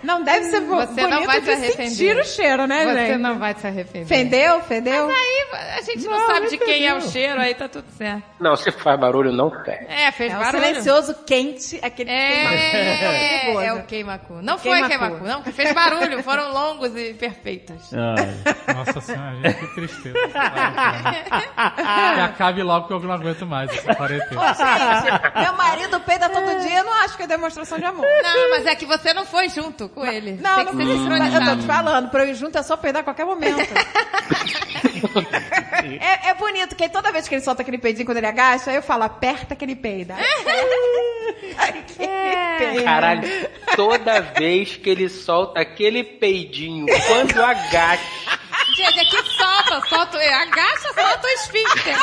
S4: Não, deve ser bo-
S6: Você não
S4: bonito
S6: vai se
S4: de
S6: arrepender.
S4: sentir o cheiro, né,
S6: Você
S4: gente?
S6: não vai se arrepender.
S4: Fendeu, fendeu?
S6: Mas aí a gente não,
S4: Não,
S6: sabe de
S4: arrependeu.
S6: quem é o cheiro, aí tá tudo certo.
S18: Não, se faz barulho, não fede.
S6: É, fez
S4: É um
S6: barulho.
S4: silencioso quente, aquele
S6: é,
S4: perigoso.
S6: é o queimacu. Não foi
S4: Queimacu.
S6: queimacu, não, que fez barulho, foram longos e perfeitos.
S1: Ah.
S5: Nossa senhora, gente, que tristeza. que
S1: Ah.
S5: acabe logo que eu não aguento mais essa quarentena.
S4: Gente, meu marido peida todo dia, eu não acho que é demonstração de amor.
S6: Não, mas é que você não foi junto com ele.
S4: Não,
S6: Tem
S4: não
S6: que ser
S4: preciso, mas eu tô te
S6: sincronizado.
S4: falando, pra eu ir junto é só peidar a qualquer momento. é, é bonito, porque toda vez que ele solta aquele peidinho quando ele agacha, eu falo, aperta que ele peida.
S18: Caralho, toda vez que ele solta aquele peidinho, quando agacha,
S6: Gente, aqui solta, solta, agacha, solta o esfíncter.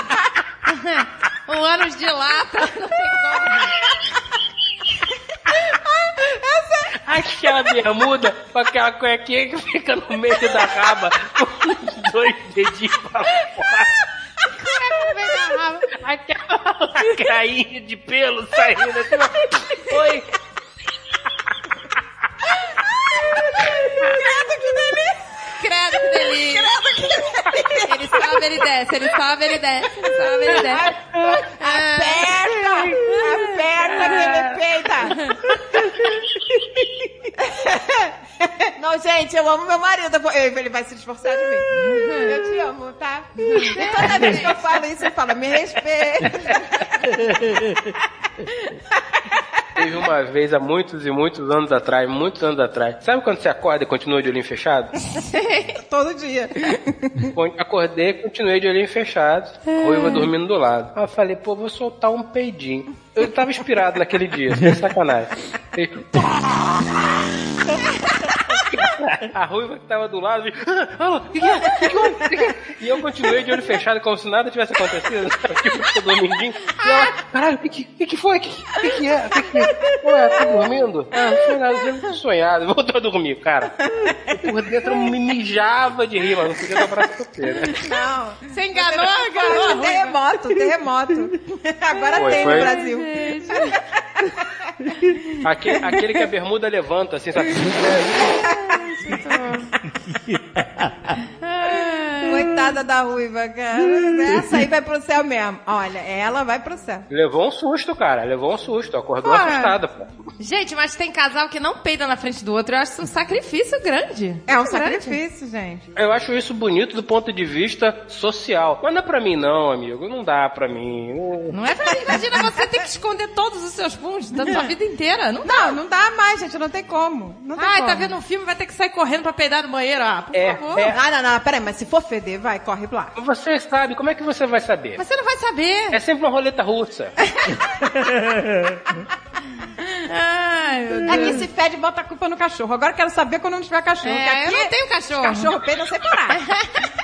S6: um ano de lata, não tem
S18: aquela bermuda com aquela cuequinha que fica no meio da raba, com os dois dedinhos pra fora, aquela cainha de pelo saindo assim, ó. Oi,
S4: Credo, que delícia!
S6: Credo, que delícia! Credo, que delícia! Ele sobe, ele desce, ele sobe, ele desce, ele sobe, ele desce.
S4: Aperta! Aperta que ele peida! Não, gente, eu amo meu marido. eu vou- Ele vai se esforçar de mim. Eu te amo, tá? E toda vez que eu falo isso, ele fala, me respeita.
S18: Teve uma vez há muitos e muitos anos atrás, muitos anos atrás. Sabe quando você acorda e continua de olhinho fechado?
S4: Todo dia.
S18: Con- Acordei, continuei de olhinho fechado, a ruiva dormindo do lado. Aí eu falei, pô, vou soltar um peidinho. Eu tava inspirado naquele dia, sem sacanagem. Fez- A ruiva que tava do lado, fez, "Ah, ah, que que é? Que que houve? Que que é?" e eu continuei de olho fechado, como se nada tivesse acontecido. Tipo, tô dormindinho. E ela, caralho, o que, que- que, que foi? O que, que, que é? O que, que é? Ué, tá dormindo? Ah, não foi nada, eu tinha sonhado. Voltou a dormir, cara. E por dentro eu me mijava de rir, mas não podia dobrar né? a chuteira.
S4: Não. um
S6: Você enganou, enganou.
S4: Terremoto, terremoto. Agora
S18: Foi,
S4: tem
S18: foi?
S4: no Brasil.
S18: Aquele, aquele que a bermuda levanta, assim, sabe?
S4: Coitada da ruiva, cara. Essa aí vai pro céu mesmo. Olha, é ela vai pro céu.
S18: Levou um susto, cara. Levou um susto. Acordou
S6: Ah.
S18: assustada, pô.
S6: Gente, mas tem casal que não peida na frente do outro, eu acho isso um sacrifício grande.
S4: É um
S6: Grande.
S4: sacrifício, gente.
S18: Eu acho isso bonito do ponto de vista social. Mas não é pra mim, não, amigo. Não dá pra mim.
S6: Não é pra mim, imagina você ter que esconder todos os seus puns da sua vida inteira. Não dá.
S4: Não, não dá mais, gente, não tem como. Não tem
S6: Ai,
S4: como.
S6: tá vendo um filme, vai ter que sair correndo pra peidar no banheiro, ah, por
S18: É,
S6: favor.
S18: é.
S4: Ah, não, não, peraí, mas se for feder, vai, corre pra lá.
S18: Você sabe, como é que você vai saber?
S6: Você não vai saber.
S18: É sempre uma roleta russa.
S6: Ai, meu Deus.
S4: Aqui É se fede, bota a culpa no cachorro. Agora eu quero saber quando não tiver cachorro.
S6: É,
S4: que aqui
S6: eu não tenho cachorro.
S4: Cachorro peida sem parar.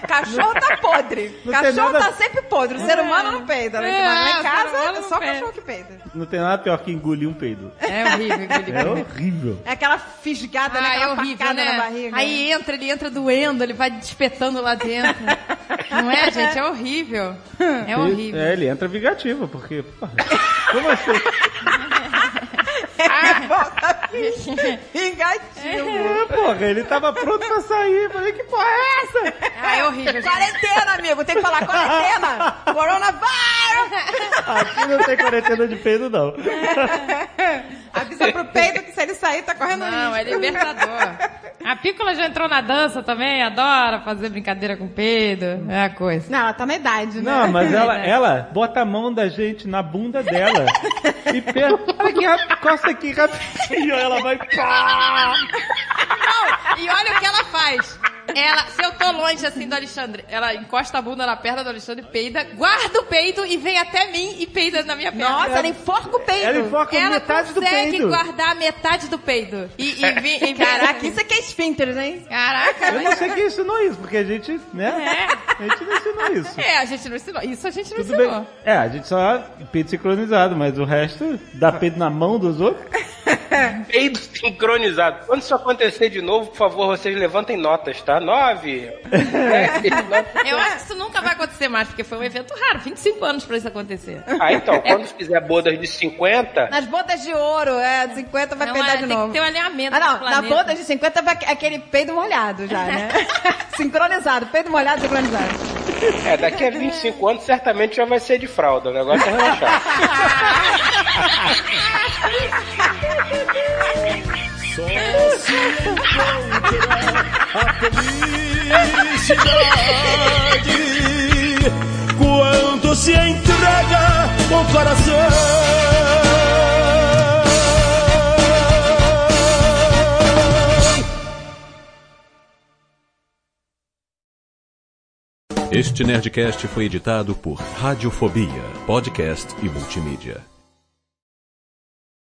S4: cachorro tá podre.
S1: Não tem
S4: cachorro
S1: nada-
S4: tá sempre podre. O ser humano não peida, né?
S6: É,
S4: Mas
S6: o
S4: lá em
S6: ser humano
S4: casa é
S6: não
S4: só o
S6: peida.
S4: cachorro que peida.
S1: Não tem nada pior que engolir um peido.
S6: É horrível, engolir
S1: É
S6: peido.
S1: horrível.
S4: É aquela fisgada, né?
S6: Ah, é
S4: Aquela
S6: horrível,
S4: facada
S6: né?
S4: na barriga.
S6: Aí entra, ele entra doendo, ele vai espetando lá dentro. Não é, gente? É horrível. É horrível.
S1: É, ele entra vingativo, porque. porra, como assim?
S4: Vingativo.
S1: É, porra, ele tava pronto pra sair. Falei, que porra é essa?
S4: Tá
S6: Ah, é horrível. gente.
S4: Quarentena, amigo. Tem que falar quarentena. Coronavírus.
S1: Aqui não tem quarentena de peido, não.
S6: É.
S4: Avisa pro peito que se ele sair, tá correndo
S6: Não, é
S4: risco.
S6: libertador. A Pícola já entrou na dança também, adora fazer brincadeira com o peido. É a coisa.
S4: Não, ela tá na idade, né?
S1: Não, mas ela, ela bota a mão da gente na bunda dela. e pensa, olha que rápido, costa aqui rapidinho. Ela vai. Pá!
S6: Não, e olha o que ela faz. Ela, se eu tô longe assim do Alexandre, ela encosta a bunda na perna do Alexandre, peida, guarda o peido e vem até mim e peida na minha perna.
S4: Nossa, ela enforca o peito.
S1: Ela enfoca
S6: Ela
S1: metade do
S6: consegue
S1: peido.
S6: guardar metade do peido. E, e, vi- e vi-
S4: Caraca, isso aqui é esfíncter, hein?
S6: Caraca,
S1: Eu não sei é quem ensinou isso, porque a gente, né? A gente não ensinou isso.
S6: É, a gente não ensinou. Isso a gente não
S1: Tudo bem.
S6: ensinou.
S1: É, a gente só peido sincronizado, mas o resto dá peido na mão dos outros.
S18: Peido sincronizado. Quando isso acontecer de novo, por favor, vocês levantem notas, tá? Nove.
S6: Eu acho que isso nunca vai acontecer mais, porque foi um evento raro. 25 anos pra isso acontecer. É,
S18: Ah, então, quando fizer bodas de 50,
S4: Nas bodas de ouro, é, 50 vai
S6: Não,
S4: peidar
S6: é,
S4: de
S6: tem
S4: novo.
S6: que ter um alinhamento
S4: Ah, não,
S6: do
S4: na
S6: planeta.
S4: boda de 50 vai aquele peido molhado já, né? sincronizado, peido molhado, sincronizado.
S18: é, daqui a 25 anos certamente já vai ser de fralda. O negócio é relaxar.
S1: um felicidade quando se entrega com coração.
S2: Este Nerdcast foi editado por Radiofobia, podcast e multimídia.